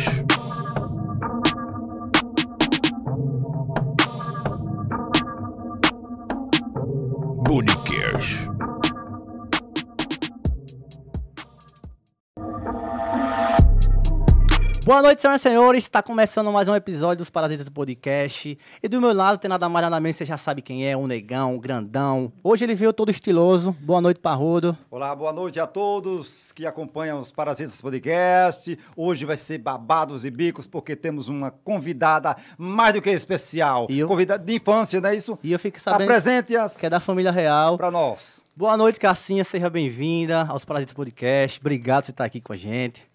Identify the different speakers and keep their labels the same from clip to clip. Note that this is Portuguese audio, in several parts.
Speaker 1: Bonicast. Bonicast.
Speaker 2: Boa noite, senhoras e senhores. Está começando mais um episódio dos Parasitas do Podcast. E do meu lado tem nada mais nada menos, você já sabe quem é, um negão, um grandão. Hoje ele veio todo estiloso. Boa noite, Parrudo.
Speaker 3: Olá, boa noite a todos que acompanham os Parasitas Podcast. Hoje vai ser babados e bicos, porque temos uma convidada mais do que especial.
Speaker 2: E eu?
Speaker 3: Convidada de infância, não é isso?
Speaker 2: E eu fico sabendo
Speaker 3: Apresente-as
Speaker 2: que é da família real.
Speaker 3: para nós.
Speaker 2: Boa noite, Cassinha. Seja bem-vinda aos Parasitas do Podcast. Obrigado por você estar aqui com a gente.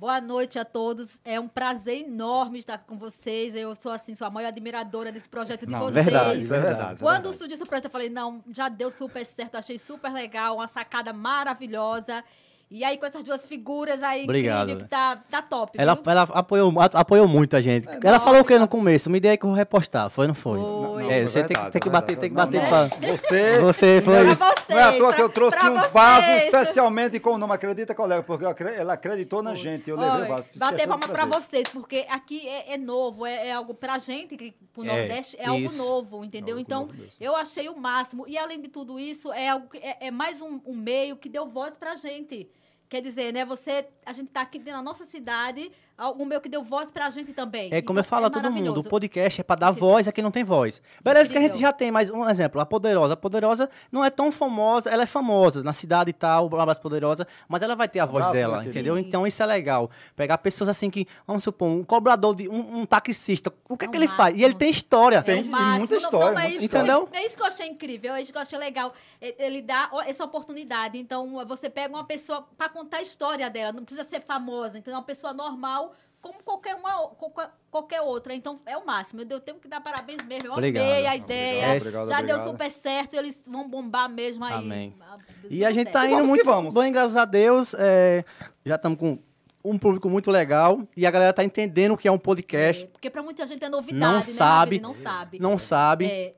Speaker 4: Boa noite a todos. É um prazer enorme estar com vocês. Eu sou assim, sou a maior admiradora desse projeto de vocês.
Speaker 3: verdade, isso é verdade, isso é
Speaker 4: Quando
Speaker 3: verdade.
Speaker 4: surgiu esse projeto, eu falei, não, já deu super certo, achei super legal, uma sacada maravilhosa. E aí, com essas duas figuras aí,
Speaker 2: Obrigado,
Speaker 4: incrível,
Speaker 2: velho.
Speaker 4: que tá, tá top.
Speaker 2: Ela,
Speaker 4: viu?
Speaker 2: ela apoiou, a- apoiou muito a gente.
Speaker 3: É,
Speaker 2: Ela
Speaker 4: nossa,
Speaker 2: falou o que no
Speaker 4: obrigado.
Speaker 2: começo? Uma ideia que eu vou repostar. Foi ou não foi?
Speaker 4: Foi.
Speaker 2: É,
Speaker 3: foi
Speaker 2: você tem que-
Speaker 3: verdade,
Speaker 2: tem que
Speaker 3: foi
Speaker 2: bater,
Speaker 3: verdade.
Speaker 2: tem que
Speaker 3: Não, né?
Speaker 2: bater
Speaker 3: não.
Speaker 2: pra-
Speaker 3: Você.
Speaker 2: Você foi-
Speaker 3: Não é-
Speaker 4: Pra vocês,
Speaker 3: Não é à toa que eu
Speaker 4: pra-
Speaker 3: trouxe
Speaker 4: pra
Speaker 3: um vaso
Speaker 4: vocês.
Speaker 3: especialmente com o nome Acredita, colega, porque eu acre- ela acreditou na gente. Eu levei o
Speaker 4: Olha,
Speaker 3: vaso. Fiz
Speaker 4: Bater
Speaker 3: questão de
Speaker 4: palma pra
Speaker 3: trazer.
Speaker 4: vocês, porque aqui é, é novo, é, é algo pra gente, que, pro
Speaker 2: É,
Speaker 4: Nordeste, é
Speaker 2: isso.
Speaker 4: algo novo, entendeu?
Speaker 3: Algo
Speaker 4: então,
Speaker 3: novo mesmo.
Speaker 4: eu achei o máximo. E além de tudo isso, é, algo que- é, é mais um, um meio que deu voz pra gente. Quer dizer, né, você, a gente tá aqui dentro da nossa cidade, algo meio que deu voz pra gente também.
Speaker 2: É como
Speaker 4: Então,
Speaker 2: eu falo a todo mundo, o
Speaker 4: maravilhoso.
Speaker 2: podcast é pra dar voz a quem não tem voz. Beleza que a gente
Speaker 4: Incrível.
Speaker 2: já tem, mas um exemplo, a Poderosa. A Poderosa não é tão famosa, ela é famosa na cidade e tal, um abraço Poderosa, mas ela vai ter a voz
Speaker 3: Um Abraço,
Speaker 2: dela,
Speaker 3: minha querida.
Speaker 2: entendeu?
Speaker 4: Sim.
Speaker 2: Então isso é legal. Pegar pessoas assim que, vamos supor, um cobrador, de um, um taxista, o que é,
Speaker 4: É
Speaker 2: que
Speaker 4: o
Speaker 2: ele faz? E ele
Speaker 4: máximo. É,
Speaker 2: tem história.
Speaker 3: Tem
Speaker 4: o
Speaker 3: muita
Speaker 4: máximo. Não,
Speaker 3: história,
Speaker 4: não, é
Speaker 3: muita
Speaker 4: isso que eu-
Speaker 2: história.
Speaker 4: É isso que eu achei incrível, é isso que eu achei legal. E- Ele dá ó, essa oportunidade. Então, você pega uma pessoa para contar a história dela, não precisa ser famosa, então é uma pessoa normal. Como qualquer, uma, o- qualquer, qualquer outra. Então, é o máximo. Eu tenho que dar parabéns mesmo. Eu
Speaker 2: Obrigado.
Speaker 4: amei a ideia.
Speaker 3: obrigado,
Speaker 4: Já deu
Speaker 3: obrigado.
Speaker 4: super certo. Eles vão bombar mesmo aí.
Speaker 2: Amém.
Speaker 4: Ah, deu
Speaker 2: E a
Speaker 4: super
Speaker 2: gente tá
Speaker 4: certo.
Speaker 2: indo
Speaker 3: Vamos
Speaker 2: muito
Speaker 3: que vamos.
Speaker 2: bem, graças a Deus. é, já estamos com um público muito legal e a galera tá entendendo o que é um podcast.
Speaker 4: É, Porque para muita gente é novidade,
Speaker 2: Não
Speaker 4: né,
Speaker 2: sabe.
Speaker 4: Rafael? Não sabe.
Speaker 2: Não sabe.
Speaker 4: É,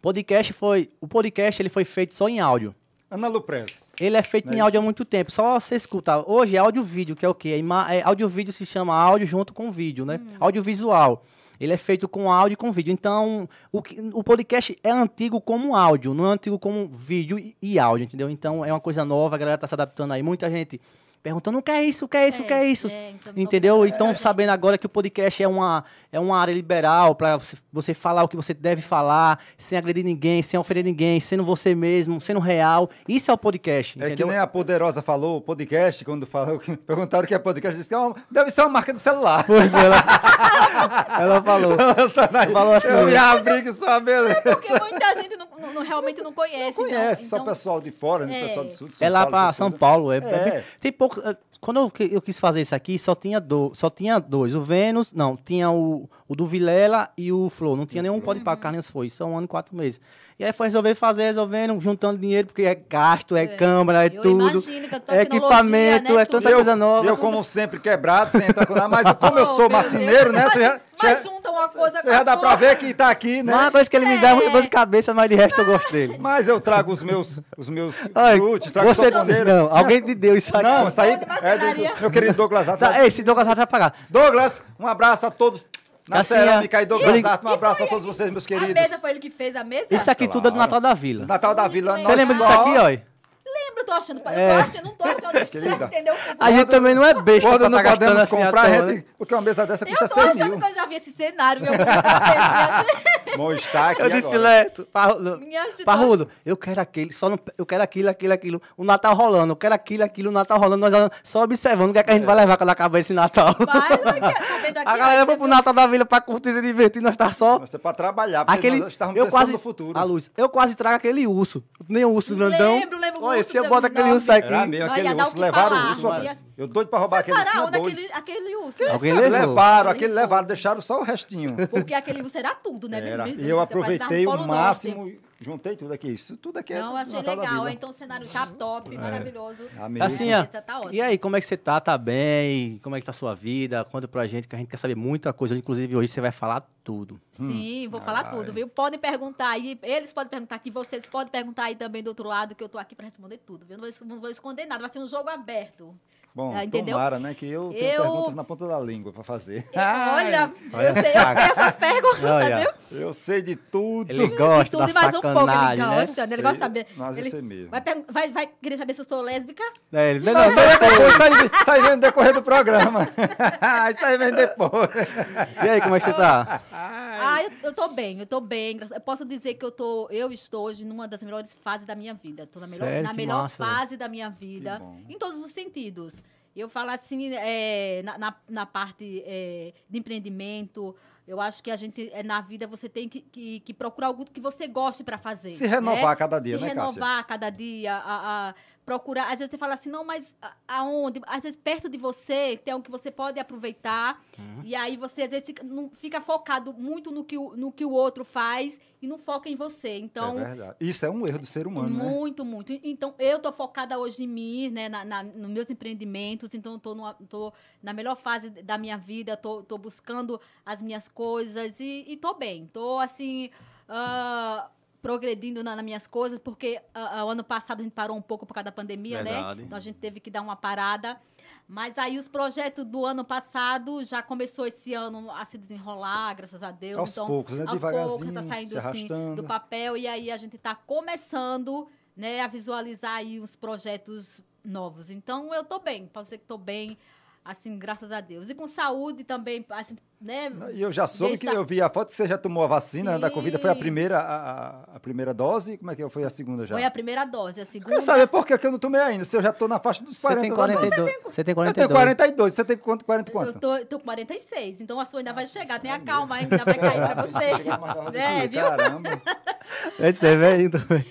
Speaker 2: Podcast foi, o podcast ele foi feito só em áudio.
Speaker 3: Ana Luprez.
Speaker 2: Ele é feito
Speaker 3: Não é
Speaker 2: em áudio há muito tempo, só você escuta. Hoje é áudio-vídeo, que é o quê? É ima- é, áudio-vídeo se chama áudio junto com vídeo, né?
Speaker 4: Hum.
Speaker 2: Audiovisual. Ele é feito com áudio e com vídeo. Então, o, que- o podcast é antigo como áudio, não é antigo como vídeo e, e áudio, entendeu? Então, é uma coisa nova, a galera tá se adaptando aí. Muita gente perguntando, o que é isso, o que é isso, o que é isso?
Speaker 4: é, então não-
Speaker 2: Entendeu? Então,
Speaker 4: É.
Speaker 2: sabendo agora que o podcast é uma, é uma área liberal para você, você falar o que você deve falar, sem agredir ninguém, sem ofender ninguém, sendo você mesmo, sendo real. Isso é o podcast,
Speaker 3: É que
Speaker 2: entendeu?
Speaker 3: nem a Poderosa falou, o podcast, quando falou, perguntaram o que é podcast, disse que é uma- deve ser uma marca de celular.
Speaker 2: Foi, ela, ela falou. Falou assim,
Speaker 3: eu
Speaker 2: né?
Speaker 3: já abri que só beleza.
Speaker 4: Porque muita gente não- não- não- realmente não conhece. então-
Speaker 3: Conhece, só
Speaker 4: então-
Speaker 3: pessoal de fora, né?
Speaker 4: É.
Speaker 3: Pessoal do sul, de São
Speaker 2: É lá
Speaker 3: Paulo,
Speaker 2: pra
Speaker 3: essas
Speaker 2: São
Speaker 3: coisas.
Speaker 2: Paulo. É,
Speaker 3: É.
Speaker 2: Tem pouco. é, Quando eu, que- eu quis fazer isso aqui, só tinha, do, só tinha dois. O Vênus, não, tinha o, o do Vilela e o Flor. Não tinha
Speaker 3: Uhum.
Speaker 2: nenhum pode pagar Carlinhos foi. Isso é um ano e quatro meses. E aí foi resolver fazer, resolvendo, juntando dinheiro, porque é gasto, é, câmara, é
Speaker 4: Eu
Speaker 2: tudo.
Speaker 4: imagino que a
Speaker 2: É equipamento,
Speaker 4: tecnologia, né,
Speaker 2: é tanta
Speaker 4: tudo.
Speaker 2: coisa nova.
Speaker 3: Eu, como sempre, quebrado, sem entrar com nada, mas como eu
Speaker 4: Oh,
Speaker 3: sou
Speaker 4: meu
Speaker 3: marceneiro,
Speaker 4: Deus. um
Speaker 3: né? Você já,
Speaker 4: Mas
Speaker 3: já-
Speaker 4: junta uma coisa
Speaker 3: você já
Speaker 4: a
Speaker 3: dá pra
Speaker 4: outra.
Speaker 3: ver que tá aqui, né?
Speaker 2: Uma coisa que ele me dá é muita dor de cabeça, mas de resto eu gosto dele.
Speaker 3: Mas eu trago os meus, os meus
Speaker 2: Ai,
Speaker 3: frutos, trago
Speaker 2: você,
Speaker 3: sanfoneiro.
Speaker 2: não, alguém te deu isso aqui.
Speaker 3: Não, isso aí
Speaker 4: Douglas
Speaker 3: é
Speaker 4: Macenaria.
Speaker 3: do, meu querido Douglas Arthur.
Speaker 2: Tá, Ei, se Douglas Rato vai pagar.
Speaker 3: Douglas, um abraço a todos na
Speaker 2: Cassinha,
Speaker 3: cerâmica e Douglas
Speaker 2: obrigado.
Speaker 3: Arthur. Um abraço a todos vocês, meus
Speaker 4: A
Speaker 3: queridos.
Speaker 4: mesa foi ele que fez a mesa?
Speaker 2: Isso aqui tudo é do Natal da Vila.
Speaker 3: Natal da Vila.
Speaker 2: Você lembra disso aqui, ó?
Speaker 4: Lembro, tô achando.
Speaker 2: É.
Speaker 4: Eu tô achando, não tô achando estranho,
Speaker 3: Querida.
Speaker 4: entendeu?
Speaker 2: A gente também não é besta pra
Speaker 3: Quando
Speaker 2: tá
Speaker 3: não
Speaker 2: gastando
Speaker 3: podemos
Speaker 2: assim à
Speaker 3: comprar,
Speaker 2: toa,
Speaker 3: a
Speaker 2: né?
Speaker 3: gente, porque uma mesa dessa
Speaker 4: Eu
Speaker 3: custa
Speaker 4: tô
Speaker 3: 100
Speaker 4: achando
Speaker 3: mil.
Speaker 4: que eu né? já vi esse cenário, meu Deus.
Speaker 3: Bom, está aqui
Speaker 2: Eu disse,
Speaker 3: agora.
Speaker 2: Leto, Parrudo,
Speaker 4: Me ajuda.
Speaker 2: Parrudo, eu quero aquele, só não, eu quero aquilo, aquilo, aquilo, o Natal rolando, eu quero aquilo, aquilo, o Natal rolando, nós olhando, só observando o que, é que a gente vai levar quando acabar esse Natal.
Speaker 4: Mas, olha, tá vendo aqui,
Speaker 2: a
Speaker 4: ó,
Speaker 2: galera
Speaker 4: você
Speaker 2: foi pro
Speaker 4: viu?
Speaker 2: Natal da Vila pra curtir e divertir, nós tá só...
Speaker 3: Nós temos para é trabalhar, porque
Speaker 2: Aquele,
Speaker 3: nós estávamos
Speaker 2: eu
Speaker 3: pensando
Speaker 2: quase,
Speaker 3: no futuro.
Speaker 2: a luz, eu quase trago aquele urso, nem o urso grandão.
Speaker 4: Lembro, lembro,
Speaker 2: Olha,
Speaker 4: urso
Speaker 2: se eu boto
Speaker 4: grandão.
Speaker 2: aquele urso aqui,
Speaker 3: Era mesmo,
Speaker 4: Olha,
Speaker 3: aquele
Speaker 4: dá o
Speaker 3: urso,
Speaker 4: que
Speaker 3: levaram o
Speaker 4: falar,
Speaker 3: urso.
Speaker 4: Maria.
Speaker 3: rapaz. Eu doido pra roubar
Speaker 4: Foi
Speaker 3: aquele urso,
Speaker 4: parar
Speaker 3: tinha
Speaker 4: onde
Speaker 3: dois.
Speaker 4: aquele, aquele urso. né?
Speaker 2: Alguém
Speaker 3: Sabe,
Speaker 2: levou.
Speaker 3: Levaram, aquele levaram, deixaram só o restinho.
Speaker 4: Porque aquele urso era tudo, né?
Speaker 3: Era.
Speaker 4: menino?
Speaker 3: E eu
Speaker 4: Você parece
Speaker 3: aproveitei
Speaker 4: dar um
Speaker 3: o
Speaker 4: polo
Speaker 3: máximo, e juntei tudo aqui. Isso tudo aqui
Speaker 4: norte.
Speaker 3: é
Speaker 4: Não,
Speaker 3: do
Speaker 4: achei
Speaker 3: Natal da
Speaker 4: legal.
Speaker 3: Vila.
Speaker 4: Então o cenário tá top, maravilhoso.
Speaker 3: Amei.
Speaker 2: Assim,
Speaker 4: A
Speaker 2: ó,
Speaker 4: mesa tá
Speaker 2: e
Speaker 4: ótima.
Speaker 2: aí, como é que você tá? Tá bem? Como é que tá a sua vida? Conta pra gente, que a gente quer saber muita coisa. Inclusive, hoje você vai falar tudo.
Speaker 4: Sim, vou
Speaker 2: Ah,
Speaker 4: falar
Speaker 2: é.
Speaker 4: tudo, viu? Podem perguntar aí, eles podem perguntar aqui, vocês podem perguntar aí também do outro lado, que eu tô aqui pra responder tudo, viu? Não vou, es- não vou esconder nada, vai ser um jogo aberto.
Speaker 3: Bom,
Speaker 4: Ah, entendeu?
Speaker 3: tomara, né? Que eu tenho
Speaker 4: Eu-
Speaker 3: perguntas na ponta da língua pra fazer.
Speaker 4: Olha, eu sei,
Speaker 2: olha
Speaker 4: eu sei essas perguntas,
Speaker 2: Olha,
Speaker 4: Tá, viu?
Speaker 3: Eu sei de tudo.
Speaker 2: Ele gosta
Speaker 4: tudo
Speaker 2: da
Speaker 4: e mais um pouco, ele
Speaker 2: sacanagem, né?
Speaker 4: gosta. Ele gosta de saber.
Speaker 3: Mas
Speaker 4: Ele-
Speaker 3: isso é mesmo.
Speaker 4: Vai, pergun- vai, vai querer saber se eu sou lésbica?
Speaker 2: É, ele- não,
Speaker 3: Não,
Speaker 2: não,
Speaker 3: isso
Speaker 4: né?
Speaker 3: aí depois, sai, sai vendo no decorrer do programa. isso aí vem depois.
Speaker 2: E aí, como é que você tá?
Speaker 4: Ah, eu, eu tô bem, eu tô bem. graças- Eu posso dizer que eu tô, eu estou hoje numa das melhores fases da minha vida. Tô na melhor,
Speaker 2: Sério?
Speaker 4: na
Speaker 2: Que
Speaker 4: melhor
Speaker 2: massa,
Speaker 4: fase da minha vida,
Speaker 3: Que bom.
Speaker 4: em todos os sentidos. Eu falo assim, é, na, na, na parte é, de empreendimento, eu acho que a gente, é, na vida, você tem que, que, que procurar algo que você goste para fazer.
Speaker 3: Se renovar
Speaker 4: né?
Speaker 3: a cada dia,
Speaker 4: se
Speaker 3: né, Cássia?
Speaker 4: renovar a cada dia, a, a procurar. Às vezes você fala assim, não, mas a- aonde? Às vezes perto de você tem algo que você pode aproveitar.
Speaker 3: Uhum.
Speaker 4: E aí você, às vezes, fica, não, fica focado muito no que, o- no que o outro faz e não foca em você. Então,
Speaker 3: é verdade. Isso é um erro do ser humano, né?
Speaker 4: muito, muito. Então, eu tô focada hoje em mim, né, na, na- nos meus empreendimentos, então eu tô, numa- tô na melhor fase da minha vida, tô, tô buscando as minhas coisas e, e tô bem. Tô, assim, ah, progredindo na- nas minhas coisas, porque ah, ah, o ano passado a gente parou um pouco por causa da pandemia,
Speaker 2: Verdade.
Speaker 4: né? Então, a gente teve que dar uma parada. Mas aí os projetos do ano passado já começou esse ano a se desenrolar, graças a Deus.
Speaker 3: Aos
Speaker 4: então,
Speaker 3: poucos, né?
Speaker 4: aos
Speaker 3: Devagarzinho,
Speaker 4: poucos, tá saindo
Speaker 3: se
Speaker 4: assim,
Speaker 3: arrastando.
Speaker 4: do papel e aí a gente está começando né, a visualizar aí os projetos novos. Então eu tô bem, posso dizer que tô bem, assim, graças a Deus. E com saúde também, a gente, né?
Speaker 3: E eu já soube que
Speaker 4: Deixa-
Speaker 3: eu vi a foto que você já tomou a vacina da
Speaker 4: Sim.
Speaker 3: Covid. Foi a primeira, a, a- a primeira dose? Como é que foi a segunda já?
Speaker 4: Foi a primeira dose, a
Speaker 3: Eu quero
Speaker 4: segunda.
Speaker 3: saber por que que eu não tomei ainda, se eu já tô na faixa dos
Speaker 2: Você
Speaker 3: 40
Speaker 2: tem
Speaker 3: também.
Speaker 2: 42. Você tem
Speaker 3: Eu tenho
Speaker 2: 42.
Speaker 3: 42, você tem quanto? 40 e
Speaker 4: Eu
Speaker 3: quanto? Ah, tá
Speaker 4: tô, tô com 46, então a sua ainda vai chegar. Tenha calma, ainda vai cair pra você. né, viu?
Speaker 3: um Caramba.
Speaker 2: É de ser velho também.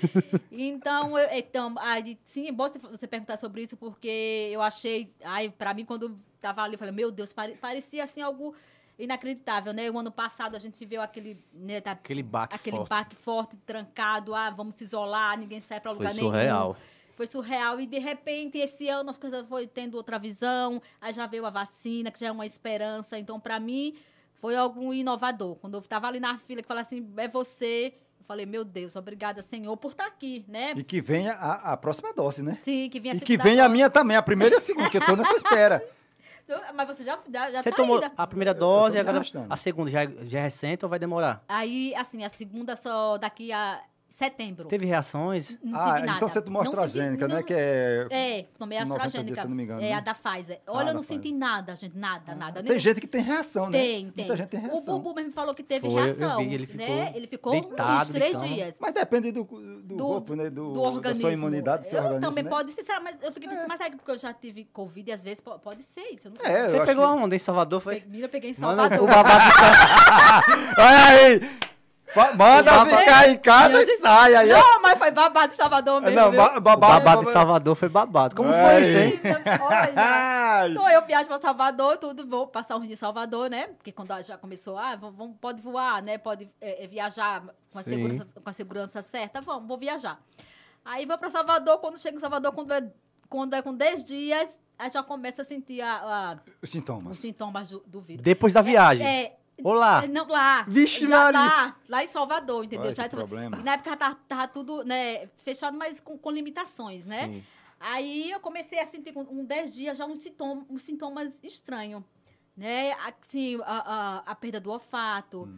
Speaker 4: Então, eu, então aí, sim, é bom você- você perguntar sobre isso, porque eu achei, ai, pra mim, quando eu tava ali, eu falei, meu Deus, pare- parecia assim algo inacreditável, né? O ano passado a gente viveu aquele, né, da-
Speaker 2: Aquele baque
Speaker 4: aquele
Speaker 2: forte.
Speaker 4: baque forte, trancado, ah, vamos se isolar, ninguém sai pra
Speaker 2: Foi
Speaker 4: lugar nenhum.
Speaker 2: surreal.
Speaker 4: Foi surreal. E de repente, esse ano as coisas foi tendo outra visão. Aí já veio a vacina, que já é uma esperança. Então, para mim, foi algo inovador. Quando eu estava ali na fila, que falava assim, é você. Eu falei, meu Deus, obrigada, Senhor, por estar aqui, né?
Speaker 3: E que venha a, a próxima dose, né?
Speaker 4: Sim, que vinha
Speaker 3: E que venha a minha também, a primeira e a segunda, que eu tô nessa espera.
Speaker 4: Mas você já, já, já
Speaker 2: Você
Speaker 4: tá
Speaker 2: tomou
Speaker 4: aí, né?
Speaker 2: a primeira dose
Speaker 3: me
Speaker 2: e agora
Speaker 3: arrastando.
Speaker 2: a segunda já, é- já é recente ou vai demorar?
Speaker 4: Aí, assim, a segunda só daqui a setembro.
Speaker 2: Teve reações?
Speaker 4: Não
Speaker 3: ah,
Speaker 4: tive nada.
Speaker 3: então você tomou
Speaker 4: Não
Speaker 3: AstraZênica,
Speaker 4: senti-
Speaker 3: né?
Speaker 4: não-
Speaker 3: Que é...
Speaker 4: É, tomei a
Speaker 3: 90 dias,
Speaker 4: AstraZeneca.
Speaker 3: se eu não me engano,
Speaker 4: é,
Speaker 3: né?
Speaker 4: a da Pfizer. Olha,
Speaker 3: da
Speaker 4: eu não
Speaker 3: Pfizer. Ah,
Speaker 4: senti nada, gente. Nada, nada.
Speaker 3: Tem
Speaker 4: Nem-
Speaker 3: gente que tem reação, né?
Speaker 4: Tem, tem.
Speaker 3: Muita gente tem
Speaker 4: o
Speaker 3: reação.
Speaker 4: Bubu mesmo falou que teve
Speaker 2: Foi, eu
Speaker 4: reação.
Speaker 2: vi, ele
Speaker 4: né?
Speaker 2: ficou
Speaker 4: ele ficou
Speaker 2: deitado,
Speaker 4: uns três
Speaker 2: então.
Speaker 4: dias.
Speaker 3: Mas depende do, do, corpo, né? Do, da
Speaker 4: organismo.
Speaker 3: sua imunidade, do seu
Speaker 4: eu
Speaker 3: organismo,
Speaker 4: também
Speaker 3: né?
Speaker 4: pode ser, será? Mas eu fiquei pensando, mas é que porque eu já tive Covid e às vezes po- pode ser isso. Eu não
Speaker 3: É,
Speaker 2: Você
Speaker 3: eu acho
Speaker 2: pegou
Speaker 3: que-
Speaker 2: aonde? Em Salvador? Foi?
Speaker 4: sei. Menina, eu peguei em
Speaker 2: Manda
Speaker 4: Salvador.
Speaker 2: o babado de Salvador.
Speaker 3: Olha aí! Fa- Manda
Speaker 2: Baba-
Speaker 3: ficar em casa e sai aí.
Speaker 4: Não, mas foi babado em Salvador mesmo.
Speaker 3: Ah, Não,
Speaker 4: viu?
Speaker 3: ba-
Speaker 2: O
Speaker 3: babado,
Speaker 2: babado de Salvador foi babado. Como foi
Speaker 3: Ai.
Speaker 2: isso, hein?
Speaker 4: Olha.
Speaker 3: Ai.
Speaker 4: Então eu viajo para Salvador, tudo, vou passar uns dias em Salvador, né? Porque quando já começou, ah, vamos, vamos- pode voar, né? Pode eh, eh, viajar com a,
Speaker 2: Sim.
Speaker 4: segurança, com a segurança certa, vamos, vou viajar. Aí vou para Salvador, quando chego em Salvador, quando é, quando é com 10 dias, aí já começa a sentir a- a-
Speaker 3: Os
Speaker 4: os
Speaker 3: sintomas.
Speaker 4: sintomas do, do vírus.
Speaker 2: Depois da viagem.
Speaker 4: É,
Speaker 2: Olá.
Speaker 4: é, não, lá.
Speaker 2: Vixe,
Speaker 4: já
Speaker 2: Maria.
Speaker 4: lá, lá em Salvador, entendeu?
Speaker 3: Olha
Speaker 4: Já
Speaker 3: que
Speaker 4: em Salvador.
Speaker 3: problema.
Speaker 4: E na época tava, tava tudo né, fechado, mas com, com limitações, né?
Speaker 2: Sim.
Speaker 4: Aí eu comecei a sentir com uns 10 dias já uns sintoma, uns sintomas estranhos. Né? Assim, a, a, a perda do olfato,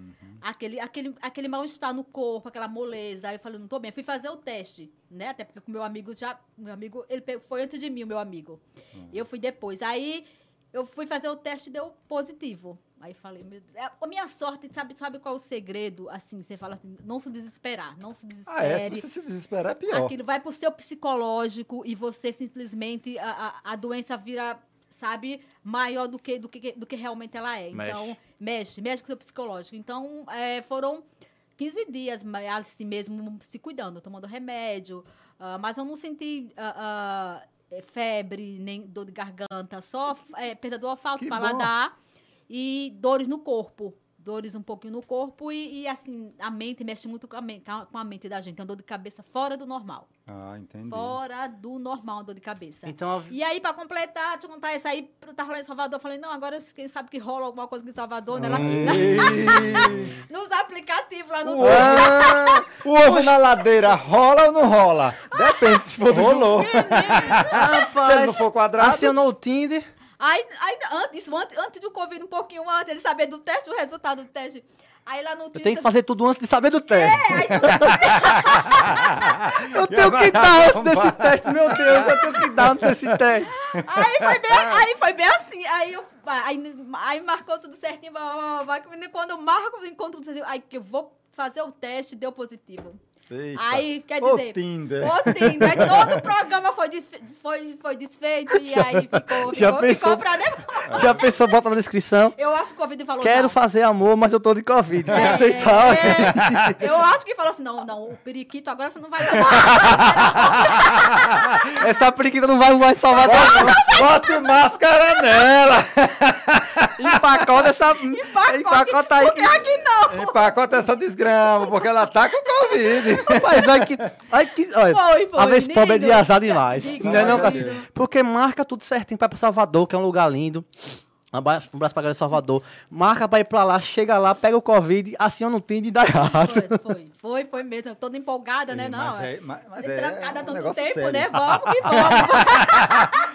Speaker 4: aquele, aquele, aquele mal-estar no corpo, aquela moleza. Aí eu falei, não tô bem. Fui fazer o teste, né? Até porque o meu amigo já. Meu amigo, ele pe- foi antes de mim, o meu amigo.
Speaker 3: Uhum.
Speaker 4: Eu fui depois. Aí eu fui fazer o teste e deu positivo. Aí falei, meu Deus. É, A minha sorte, sabe, sabe qual é o segredo? Assim, você fala assim, não se desesperar, não se desespere.
Speaker 3: Ah, é? Se você se desesperar, é pior.
Speaker 4: Aquilo vai pro seu psicológico e você simplesmente a, a, a doença vira, sabe, maior do que, do que, do que realmente ela é.
Speaker 2: Mexe.
Speaker 4: Então, mexe, mexe com o seu psicológico. Então, é, foram 15 dias ma- assim mesmo se cuidando, tomando remédio. ah, mas eu não senti ah, ah, eh, febre, nem dor de garganta, só eh, é, perda do olfato,
Speaker 3: Que bom.
Speaker 4: paladar e dores no corpo. dores um pouquinho no corpo e, e, assim, a mente mexe muito com a mente, com a mente da gente. Então, dor de cabeça fora do normal.
Speaker 3: Ah, entendi.
Speaker 4: Fora do normal, dor de cabeça.
Speaker 2: Então, a-
Speaker 4: E aí, pra completar, deixa eu contar isso aí, eu tava lá em Salvador, eu falei, não, agora quem sabe que rola alguma coisa aqui em Salvador, né? Lá-
Speaker 3: Ei,
Speaker 4: nos aplicativos lá no...
Speaker 3: Ah. Ué, Ah, o ovo na ladeira rola ou não rola? Depende se for rolou. Se ele
Speaker 2: Rapaz,
Speaker 3: não for quadrado.
Speaker 2: acionou o Tinder.
Speaker 4: Aí, aí antes, isso antes, antes do Covid, um pouquinho antes, ele saber do teste, o resultado do teste. Aí lá no É,
Speaker 2: Eu tenho que fazer tudo antes de
Speaker 3: É.
Speaker 2: saber do teste. eu tenho
Speaker 3: agora
Speaker 2: que dar antes
Speaker 3: vamos
Speaker 2: desse
Speaker 3: lá.
Speaker 2: teste, meu Deus, eu tenho que dar antes desse teste.
Speaker 4: Aí foi bem, aí foi bem assim. Aí, eu, aí, aí marcou tudo certinho. blá, blá, blá, blá, blá. Quando eu marco o encontro, vocês- aí que eu vou fazer o teste, deu positivo.
Speaker 3: Eita.
Speaker 4: Aí, quer
Speaker 3: Ô,
Speaker 4: dizer.
Speaker 3: Tinder.
Speaker 4: Ô, Tinder. Aí todo o programa foi, desfe- foi, foi desfeito e aí ficou,
Speaker 2: Já
Speaker 4: ficou,
Speaker 2: pensou?
Speaker 4: ficou pra depois.
Speaker 2: Já pensou, bota na descrição.
Speaker 4: Eu acho que o Covid falou
Speaker 2: Quero
Speaker 4: não.
Speaker 2: fazer amor, mas eu tô de Covid. Tem que
Speaker 4: É,
Speaker 2: aceitar.
Speaker 4: é. eu acho que falou assim: não, não, o periquito agora você não vai tomar.
Speaker 2: Essa periquita não vai mais salvar nós, não.
Speaker 3: Bote máscara nela.
Speaker 2: Empacota essa.
Speaker 4: Pacote,
Speaker 2: Empacota aí.
Speaker 4: Porque é aqui não.
Speaker 3: É Empacota essa desgrama, porque ela tá com Covid.
Speaker 2: Mas olha é que. Olha que olha,
Speaker 4: Foi, foi,
Speaker 2: a vez pobre é de
Speaker 4: lindo.
Speaker 2: azar demais.
Speaker 4: Diga.
Speaker 2: Não é não,
Speaker 3: Olha,
Speaker 2: Cassi?
Speaker 3: Deus.
Speaker 2: Porque marca tudo certinho pra ir pra Salvador, que é um lugar lindo. Um abraço um abraço pra galera de Salvador. Marca pra ir pra lá, chega lá, pega o Covid, aciona o Tinder e dá errado.
Speaker 4: Foi, foi, foi, foi mesmo. Eu tô toda empolgada, né? Não,
Speaker 3: Mas
Speaker 4: é.
Speaker 3: é, mas, mas é,
Speaker 4: Trancada há
Speaker 3: um
Speaker 4: tanto tempo,
Speaker 3: negócio sério.
Speaker 4: né? Vamos que vamos.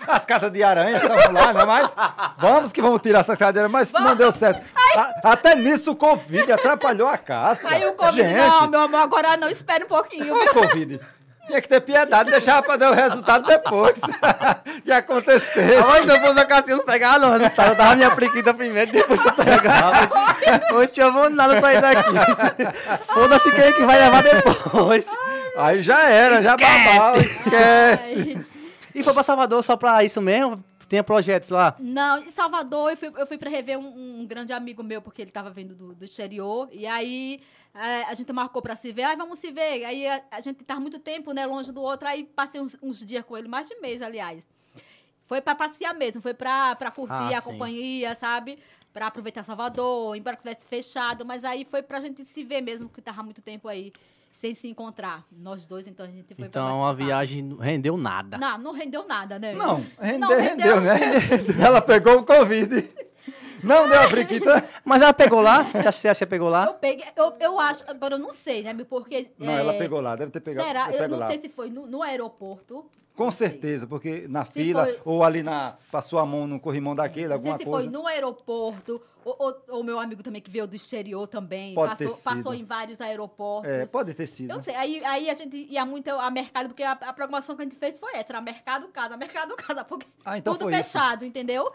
Speaker 3: As casas de aranha estavam lá, né? Mas vamos que vamos tirar essas cadeiras, mas não deu certo. A- até nisso o Covid atrapalhou a caça.
Speaker 4: Aí o Covid,
Speaker 3: É Gente,
Speaker 4: não, meu amor, agora não, espere um pouquinho.
Speaker 3: Ô, Covid, tinha que ter piedade, deixar pra dar o resultado depois. que acontecesse.
Speaker 2: Mas eu vou a Cassi não pegar, não, não tá? Eu dava minha prequita primeiro, depois eu pegava. Hoje eu vou nada sair daqui. Foda-se quem é que vai levar depois.
Speaker 3: Aí já era, já babau, esquece.
Speaker 4: Ai.
Speaker 2: E foi pra Salvador só pra isso mesmo? Tem projetos lá?
Speaker 4: Não, em Salvador eu fui, eu fui para rever um, um grande amigo meu, porque ele estava vindo do, do exterior. E aí eh, a gente marcou para se ver, aí vamos se ver. Aí a, a gente tá muito tempo, né, longe do outro. Aí passei uns, uns dias com ele, mais de mês, aliás. Foi para passear mesmo, foi para
Speaker 2: Ah,
Speaker 4: curtir a
Speaker 2: sim.
Speaker 4: companhia, sabe? Para aproveitar Salvador, embora tivesse fechado, mas aí foi pra gente se ver mesmo, porque tava muito tempo aí sem se encontrar. Nós dois, então a gente foi pra
Speaker 2: Então a
Speaker 4: participar.
Speaker 2: viagem não rendeu nada.
Speaker 4: Não, não rendeu nada, né?
Speaker 3: Não, rendeu, rendeu, né? Ela pegou o Covid. Não deu a friquita.
Speaker 2: Mas ela pegou lá? A Cécia pegou
Speaker 4: Eu
Speaker 2: lá?
Speaker 4: peguei, eu, eu acho, agora eu não sei, né, meu, porque...
Speaker 3: Não,
Speaker 4: é,
Speaker 3: ela pegou lá, deve ter pegado.
Speaker 4: Será?
Speaker 3: ter
Speaker 4: Eu
Speaker 3: pego
Speaker 4: não
Speaker 3: lá.
Speaker 4: sei se foi no, no aeroporto.
Speaker 3: Com
Speaker 4: Não sei.
Speaker 3: certeza, porque na
Speaker 4: Se
Speaker 3: fila,
Speaker 4: foi-
Speaker 3: ou ali na. Passou a mão no corrimão daquele,
Speaker 4: Não sei
Speaker 3: alguma
Speaker 4: se
Speaker 3: coisa.
Speaker 4: foi no aeroporto, ou, ou- ou meu amigo também que veio do exterior também.
Speaker 3: Pode ter
Speaker 4: passou, passou
Speaker 3: sido.
Speaker 4: em vários aeroportos.
Speaker 3: É, pode ter sido.
Speaker 4: Eu não sei, aí, aí a gente ia muito a mercado, porque a, a programação que a gente fez foi essa, era mercado, casa, mercado, casa, porque
Speaker 3: Ah, então
Speaker 4: tudo
Speaker 3: foi isso.
Speaker 4: fechado, entendeu?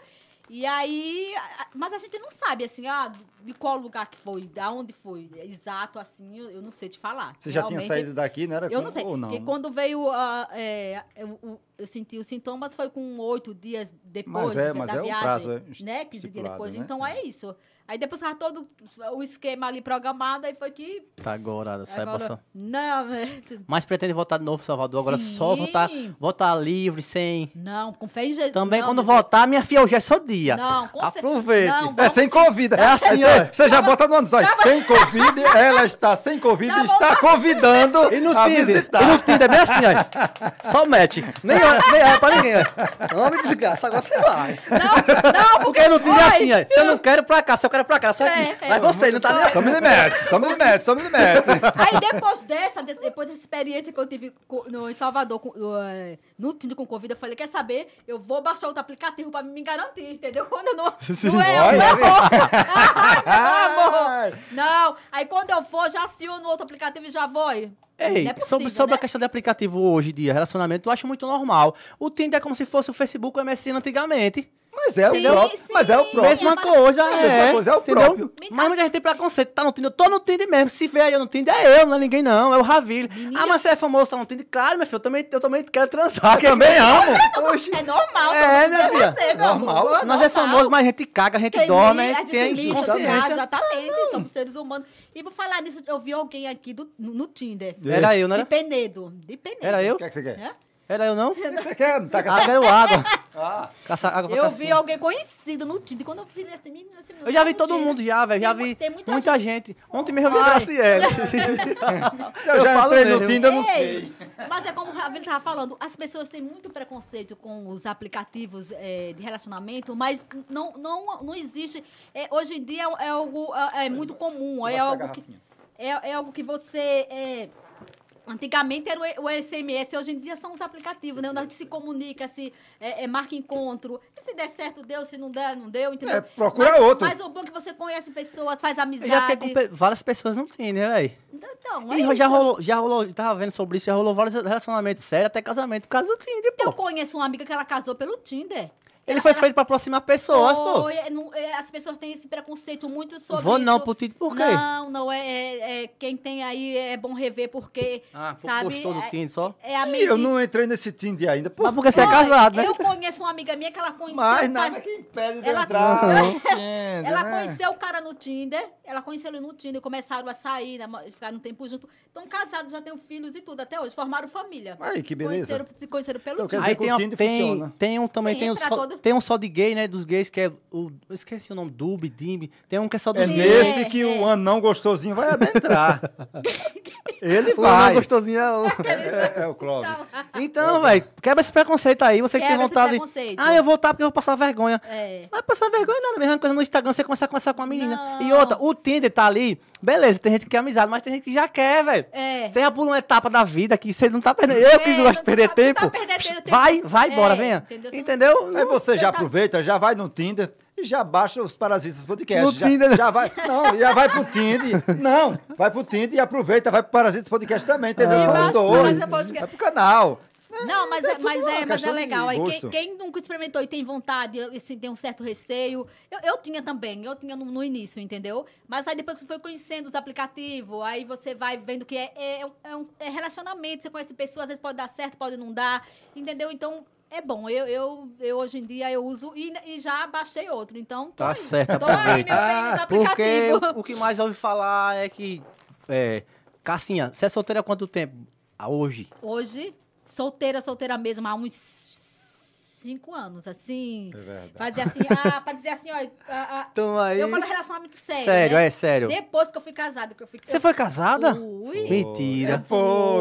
Speaker 4: E aí, a- a- mas a gente não sabe, assim, ah, de qual lugar que foi, de onde foi, exato, assim, eu, eu não sei te falar.
Speaker 3: Você já tinha
Speaker 4: Realmente-
Speaker 3: saído daqui, não era?
Speaker 4: Eu
Speaker 3: com-
Speaker 4: não sei,
Speaker 3: Ou não?
Speaker 4: porque quando veio, a- é, eu, o- eu senti os sintomas, foi com oito dias depois
Speaker 3: Mas é,
Speaker 4: da
Speaker 3: mas é o
Speaker 4: viagem,
Speaker 3: prazo, é,
Speaker 4: né? 15 dias
Speaker 3: estipulado,
Speaker 4: depois,
Speaker 3: né?
Speaker 4: então é. isso. Aí depois tava todo o esquema ali programado, aí foi que...
Speaker 2: Tá agora,
Speaker 4: aí
Speaker 2: sai
Speaker 4: falou,
Speaker 2: passou.
Speaker 4: Não, é-
Speaker 2: Mas pretende voltar de novo, Salvador? Agora só
Speaker 4: Sim.
Speaker 2: voltar, voltar livre, sem.
Speaker 4: não, com fé em Jesus.
Speaker 2: Também
Speaker 4: não,
Speaker 2: quando
Speaker 4: meu
Speaker 2: voltar, minha filha, hoje é seu dia.
Speaker 4: Não, com certeza.
Speaker 2: Aproveite.
Speaker 4: Não,
Speaker 3: É
Speaker 4: vamos
Speaker 3: sem
Speaker 4: sim.
Speaker 3: Covid. É
Speaker 2: assim, ó.
Speaker 3: Você já bota no ônibus, ó, sem Covid, ela está sem Covid
Speaker 4: Já
Speaker 3: e está convidando
Speaker 2: E no
Speaker 3: a
Speaker 2: Tinder,
Speaker 3: visitar.
Speaker 2: e no Tinder, é bem assim, ó. Só mete. Nem olha, nem olha pra ninguém, ó. Homem desgraça, agora você vai.
Speaker 4: Não, não,
Speaker 2: Porque no Tinder é assim, ó.
Speaker 4: Oi.
Speaker 2: Se eu não quero pra cá, se eu quero pra cá, só aqui.
Speaker 4: É, é.
Speaker 2: Mas você, ele não tá nem...
Speaker 3: Toma de mete, toma de mete, toma de mete.
Speaker 4: Aí depois dessa, de- depois dessa experiência que eu tive co- no, em Salvador, com, no, eh, no Tinder com Covid, eu falei, quer saber? Eu vou baixar outro aplicativo pra me garantir, entendeu? Quando eu não... Não é,
Speaker 3: Olha,
Speaker 4: meu amor! Ah, meu
Speaker 3: Ai.
Speaker 4: amor! Não, aí quando eu for, já assino outro aplicativo e já vou. é Ei,
Speaker 3: é
Speaker 2: Ei,
Speaker 3: né?
Speaker 4: né?
Speaker 2: sobre, sobre a questão de aplicativo hoje, de relacionamento, eu acho muito normal. O Tinder é como se fosse o Facebook o MSN antigamente.
Speaker 3: Mas é o
Speaker 4: Sim,
Speaker 3: próprio.
Speaker 4: sim.
Speaker 3: Mas é o próprio.
Speaker 2: mesma
Speaker 4: mas-
Speaker 2: coisa, é.
Speaker 4: é.
Speaker 3: Mesma coisa, é o
Speaker 2: entendeu?
Speaker 3: próprio.
Speaker 2: Mas muita gente tem preconceito. Tá no Tinder, eu tô no Tinder mesmo. Se vê aí eu no Tinder, é eu, não é ninguém não, é o Raville. Ah, mas você é famoso, tá no Tinder? Claro, meu filho, eu também, eu também quero transar.
Speaker 3: Eu também amo.
Speaker 2: Oxi.
Speaker 4: É normal,
Speaker 2: É,
Speaker 4: todo mundo
Speaker 2: minha
Speaker 4: vê
Speaker 2: filha,
Speaker 4: Você, meu amor.
Speaker 3: normal.
Speaker 4: Normal.
Speaker 2: Nós é famoso, mas a gente caga, a gente
Speaker 4: Tem
Speaker 2: dorme,
Speaker 4: li-
Speaker 2: a gente tem
Speaker 4: lixo,
Speaker 3: tá
Speaker 2: consciência.
Speaker 4: nada, Exatamente, somos seres humanos. E por falar nisso, eu vi alguém aqui do- no, no Tinder.
Speaker 2: Era É, eu, não
Speaker 4: De
Speaker 2: era?
Speaker 4: Penedo. De Penedo.
Speaker 2: Era eu?
Speaker 3: O que é que você quer?
Speaker 4: Né?
Speaker 2: Era eu não?
Speaker 3: O que você quer? Tá
Speaker 2: Ah,
Speaker 3: caçando?
Speaker 2: quero água.
Speaker 3: Ah,
Speaker 2: Caça água pra
Speaker 4: Eu
Speaker 2: caçar.
Speaker 4: vi alguém conhecido no Tinder. Quando eu fiz esse menino, esse menino
Speaker 2: Eu já
Speaker 4: tá
Speaker 2: vi
Speaker 4: no
Speaker 2: todo
Speaker 4: Tinder.
Speaker 2: mundo já, velho. Já
Speaker 4: Tem mu-
Speaker 2: vi
Speaker 4: tem muita
Speaker 2: muita gente. Ontem mesmo eu vi a Graciele.
Speaker 3: se eu, já
Speaker 2: falo
Speaker 3: entrei no
Speaker 2: mesmo.
Speaker 3: Tinder, eu não sei.
Speaker 4: Ei, mas é como o Ravel estava falando, as pessoas têm muito preconceito com os aplicativos eh, de relacionamento, mas não, não, não existe. eh, hoje em dia é, algo é, é muito comum, é
Speaker 3: Basta a
Speaker 4: algo, que,
Speaker 3: garrafinha.
Speaker 4: é, é algo que você. eh, Antigamente era o E- o SMS, hoje em dia são os aplicativos, né? Onde a gente se comunica, se eh, eh, marca encontro. E se der certo, deu. Se não der, não deu, entendeu?
Speaker 3: É, procura
Speaker 4: mas,
Speaker 3: outro.
Speaker 4: Mas o bom é que você conhece pessoas, faz
Speaker 2: Eu
Speaker 4: amizade.
Speaker 2: já fiquei com pe- várias pessoas não tem, né, velho?
Speaker 4: Então, então, é
Speaker 2: E já
Speaker 4: isso.
Speaker 2: rolou, já rolou, tava vendo sobre isso, já rolou vários relacionamentos sérios, até casamento, por causa do Tinder,
Speaker 4: Eu
Speaker 2: pô.
Speaker 4: conheço uma amiga que ela casou pelo Tinder.
Speaker 2: Ele foi feito pra aproximar pessoas, pô.
Speaker 4: Foi, é, não, é, as pessoas têm esse preconceito muito sobre
Speaker 2: Vou não
Speaker 4: isso.
Speaker 2: pro Tinder, por quê?
Speaker 4: Não, não, é, é- é- quem tem aí é bom rever, porque,
Speaker 2: Ah, pô,
Speaker 4: sabe?
Speaker 2: postou no
Speaker 4: é,
Speaker 2: Tinder só.
Speaker 4: é a
Speaker 3: Ih,
Speaker 4: mesma.
Speaker 3: eu não entrei nesse Tinder ainda. Pô,
Speaker 2: Mas porque você é casado, né?
Speaker 4: Eu conheço uma amiga minha que ela conheceu...
Speaker 3: mas
Speaker 4: o
Speaker 3: nada
Speaker 4: cara-
Speaker 3: que impede de eu
Speaker 4: Ela-
Speaker 3: entrar.
Speaker 4: Não.
Speaker 3: no Tinder,
Speaker 4: Ela
Speaker 3: né?
Speaker 4: conheceu o cara no Tinder, ela conheceu ele no Tinder, começaram a sair, namo- ficaram um tempo junto. Estão casados, já têm filhos e tudo até hoje, formaram família.
Speaker 3: Ai, que beleza.
Speaker 4: Conheceram, se conheceram pelo
Speaker 3: Então, quer
Speaker 4: Tinder.
Speaker 2: Aí
Speaker 3: que o
Speaker 2: tem, uma-
Speaker 3: Tinder
Speaker 2: tem,
Speaker 3: funciona.
Speaker 2: tem um também,
Speaker 4: é. Sim,
Speaker 2: tem, um
Speaker 4: pra
Speaker 2: só,
Speaker 4: todo-
Speaker 2: tem um só de gay, né? Dos gays que é. O, eu esqueci o nome, Dub, Dimb. Tem um que é só
Speaker 3: É
Speaker 2: dos
Speaker 4: Sim,
Speaker 2: gays.
Speaker 3: nesse
Speaker 4: é,
Speaker 3: que
Speaker 4: é.
Speaker 3: o anão gostosinho vai adentrar. Ele
Speaker 2: O anão
Speaker 3: vai.
Speaker 2: gostosinho é o-
Speaker 3: É, é o Clóvis.
Speaker 2: Então, velho, quebra esse preconceito aí. Você que tem
Speaker 4: Quebra esse
Speaker 2: vontade. De...
Speaker 4: preconceito.
Speaker 2: Ah, eu vou estar porque eu vou passar vergonha.
Speaker 4: É.
Speaker 2: Não vai passar vergonha, não. A mesma coisa no Instagram, você começar a conversar com a menina.
Speaker 4: Não.
Speaker 2: E outra, o Tinder tá ali. Beleza, tem gente que quer amizade, mas tem gente que já quer, velho.
Speaker 4: É.
Speaker 2: Você já pula uma etapa da vida que você não tá perdendo. Eu que
Speaker 4: É,
Speaker 2: gosto de
Speaker 4: você
Speaker 2: perder
Speaker 4: tá- você
Speaker 2: tempo.
Speaker 4: tá perdendo
Speaker 2: psh,
Speaker 4: tempo.
Speaker 2: Vai, vai
Speaker 4: É,
Speaker 2: embora, venha.
Speaker 4: entendeu? Você não-
Speaker 2: Entendeu?
Speaker 3: Aí você já
Speaker 4: tá-
Speaker 3: aproveita, já vai no Tinder e já baixa os Parasitas Podcast.
Speaker 2: No
Speaker 3: já,
Speaker 2: Tinder, né?
Speaker 3: já vai, não, já vai pro Tinder. Não, vai pro Tinder e aproveita, vai pro Parasitas Podcast também, entendeu?
Speaker 4: E
Speaker 3: São os
Speaker 4: baixa o
Speaker 3: dois.
Speaker 4: Parasitas Podcast.
Speaker 3: Vai pro canal.
Speaker 4: Não, mas é, mas
Speaker 3: uma
Speaker 4: é, mas
Speaker 3: questão
Speaker 4: é
Speaker 3: de
Speaker 4: legal. Aí,
Speaker 3: gosto.
Speaker 4: quem, quem nunca experimentou e tem vontade, eu- assim, tem um certo receio. Eu, eu tinha também, eu tinha no, no início, entendeu? Mas aí depois você foi conhecendo os aplicativos, aí você vai vendo que é, é, um- é um é relacionamento, você conhece pessoas, às vezes pode dar certo, pode não dar, entendeu? Então. É bom, eu, eu, eu hoje em dia eu uso e, e já baixei outro, então... tô
Speaker 2: Tá
Speaker 4: aí.
Speaker 2: certo,
Speaker 4: Tô aí, meu bem,
Speaker 2: aproveita.
Speaker 4: nos
Speaker 2: Porque
Speaker 4: aplicativos.
Speaker 2: o, o que mais ouve falar é que. É, Cassinha, você é solteira há quanto tempo? Ah, Hoje.
Speaker 4: Hoje, solteira, solteira mesmo, há uns cinco anos, assim.
Speaker 3: É verdade.
Speaker 4: Pra dizer assim, ah, pra dizer assim, ó. ah, ah,
Speaker 2: Tamo Então aí.
Speaker 4: eu falo relacionamento sério.
Speaker 2: Sério,
Speaker 4: né?
Speaker 2: é sério.
Speaker 4: Depois que eu fui casada, que eu fui.
Speaker 2: Você foi casada?
Speaker 4: Fui.
Speaker 2: Mentira.
Speaker 3: É, Foi,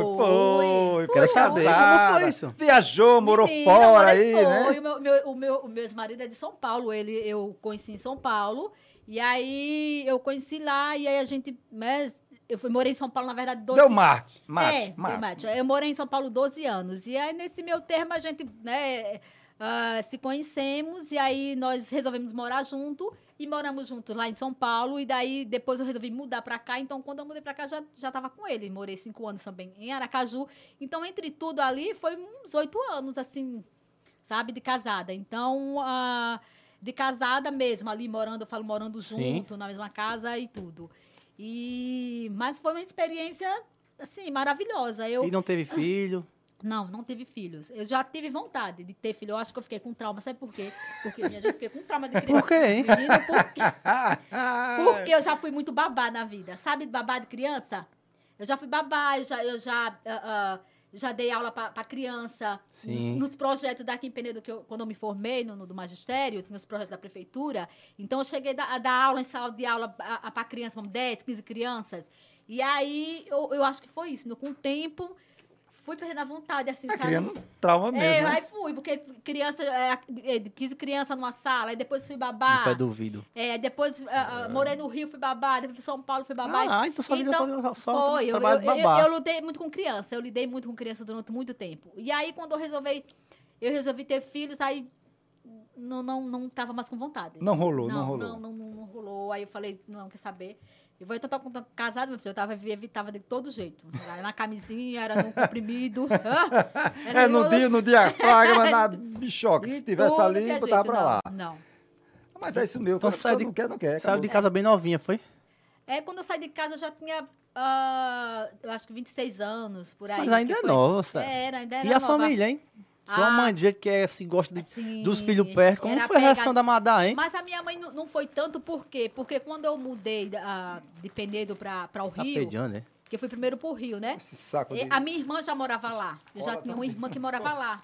Speaker 4: Foi.
Speaker 3: foi.
Speaker 4: Foi.
Speaker 2: Quero saber.
Speaker 3: casada,
Speaker 2: Como foi isso?
Speaker 3: Viajou, morou
Speaker 4: Menina,
Speaker 3: fora
Speaker 4: agora
Speaker 3: aí,
Speaker 4: foi.
Speaker 3: né?
Speaker 4: O meu, meu- o meu, o meu ex-marido é de São Paulo, ele eu conheci em São Paulo. E aí eu conheci lá, e aí a gente. né, eu fui, morei em São Paulo, na verdade, 12
Speaker 3: Deu mate,
Speaker 4: é,
Speaker 3: mate,
Speaker 4: foi
Speaker 3: mate.
Speaker 4: mate. Eu morei em São Paulo 12 anos. E aí, nesse meu termo, a gente né, ah, se conhecemos. E aí, nós resolvemos morar junto. E moramos juntos lá em São Paulo. E daí, depois eu resolvi mudar pra cá. Então, quando eu mudei pra cá, já, já tava com ele. Morei cinco anos também em Aracaju. Então, entre tudo ali, foi uns oito anos, assim, sabe, de casada. Então, ah, de casada mesmo, ali morando, eu falo morando
Speaker 2: Sim.
Speaker 4: junto, na mesma casa e tudo. E... Mas foi uma experiência assim, maravilhosa. Eu
Speaker 2: E não teve filho.
Speaker 4: não, não tive filhos. Eu já tive vontade de ter filho. Eu acho que eu fiquei com trauma, sabe por quê? Porque minha gente eu fiquei com trauma de criança.
Speaker 2: É Por quê, hein?
Speaker 4: Menina, por quê?
Speaker 3: Por
Speaker 4: Porque eu já fui muito babá na vida. Sabe babá de criança? Eu já fui babá, eu já, eu já, ah, ah, já dei aula para criança.
Speaker 2: Sim.
Speaker 4: Nos, nos projetos daqui em Penedo, que eu- quando eu me formei no, no- do magistério, tinha os projetos da prefeitura. Então, eu cheguei da- a dar aula em sala de aula para criança, vamos, 10, 15 crianças. E aí, eu, eu acho que foi isso. meu, Com o tempo, fui perdendo a vontade, assim, sabe?
Speaker 3: Criando um trauma mesmo.
Speaker 4: É,
Speaker 3: né?
Speaker 4: aí fui, porque criança, é, é, 15 crianças numa sala, aí depois fui
Speaker 2: Meu
Speaker 4: babá.
Speaker 2: pai duvido.
Speaker 4: É, depois ah, ah, morei no Rio, fui babá, depois fui São Paulo, fui babá.
Speaker 2: Ah, então sua vida foi
Speaker 3: tá
Speaker 2: só
Speaker 4: tá, foi, eu, eu,
Speaker 2: trabalho de
Speaker 4: eu-
Speaker 2: babá.
Speaker 4: eu lidei muito com criança, eu lidei muito com criança durante muito tempo. E aí, quando eu resolvi, eu resolvi ter filhos, aí não, não, não tava mais com vontade.
Speaker 3: Não rolou, não rolou.
Speaker 4: Não, não, não, não rolou. Aí eu falei, não, quer saber? Eu vou então tá com- tá casado, meu filho, eu tava, evitava de todo jeito. Era na camisinha, era no comprimido. Era
Speaker 3: É, no
Speaker 4: eu-
Speaker 3: dia, no diafragma, na bichoca. que Se
Speaker 4: de
Speaker 3: estivesse
Speaker 4: tudo
Speaker 3: ali,
Speaker 4: que é
Speaker 3: botava
Speaker 4: jeito.
Speaker 3: pra lá.
Speaker 4: Não, não.
Speaker 3: Mas é isso mesmo.
Speaker 2: Então
Speaker 3: Quando a
Speaker 2: sai
Speaker 3: pessoa
Speaker 2: de-
Speaker 3: não quer, não quer.
Speaker 2: Saiu de
Speaker 3: acabou.
Speaker 2: casa bem novinha, foi?
Speaker 4: É, quando eu saí de casa eu já tinha, ah, eu acho que 26 anos, por aí.
Speaker 2: Mas ainda
Speaker 4: que
Speaker 2: é
Speaker 4: foi-
Speaker 2: nova, sério.
Speaker 4: É, era, ainda era
Speaker 2: E a
Speaker 4: nova.
Speaker 2: família, hein? Sua
Speaker 4: Ah.
Speaker 2: mãe, do jeito que é, se gosta de-
Speaker 4: Sim,
Speaker 2: dos filhos perto. Como
Speaker 4: era
Speaker 2: foi a reação
Speaker 4: pegada.
Speaker 2: da Madá, hein?
Speaker 4: Mas a minha mãe não, não foi tanto por quê? Porque quando eu mudei ah, de Penedo pra, pra o Rio,
Speaker 2: Capediano, né?
Speaker 4: Porque eu fui primeiro pro Rio, né?
Speaker 3: Esse saco
Speaker 4: E
Speaker 3: de...
Speaker 4: A minha irmã já morava lá. Eu já
Speaker 3: Escola
Speaker 4: tinha uma
Speaker 3: também.
Speaker 4: irmã que morava lá.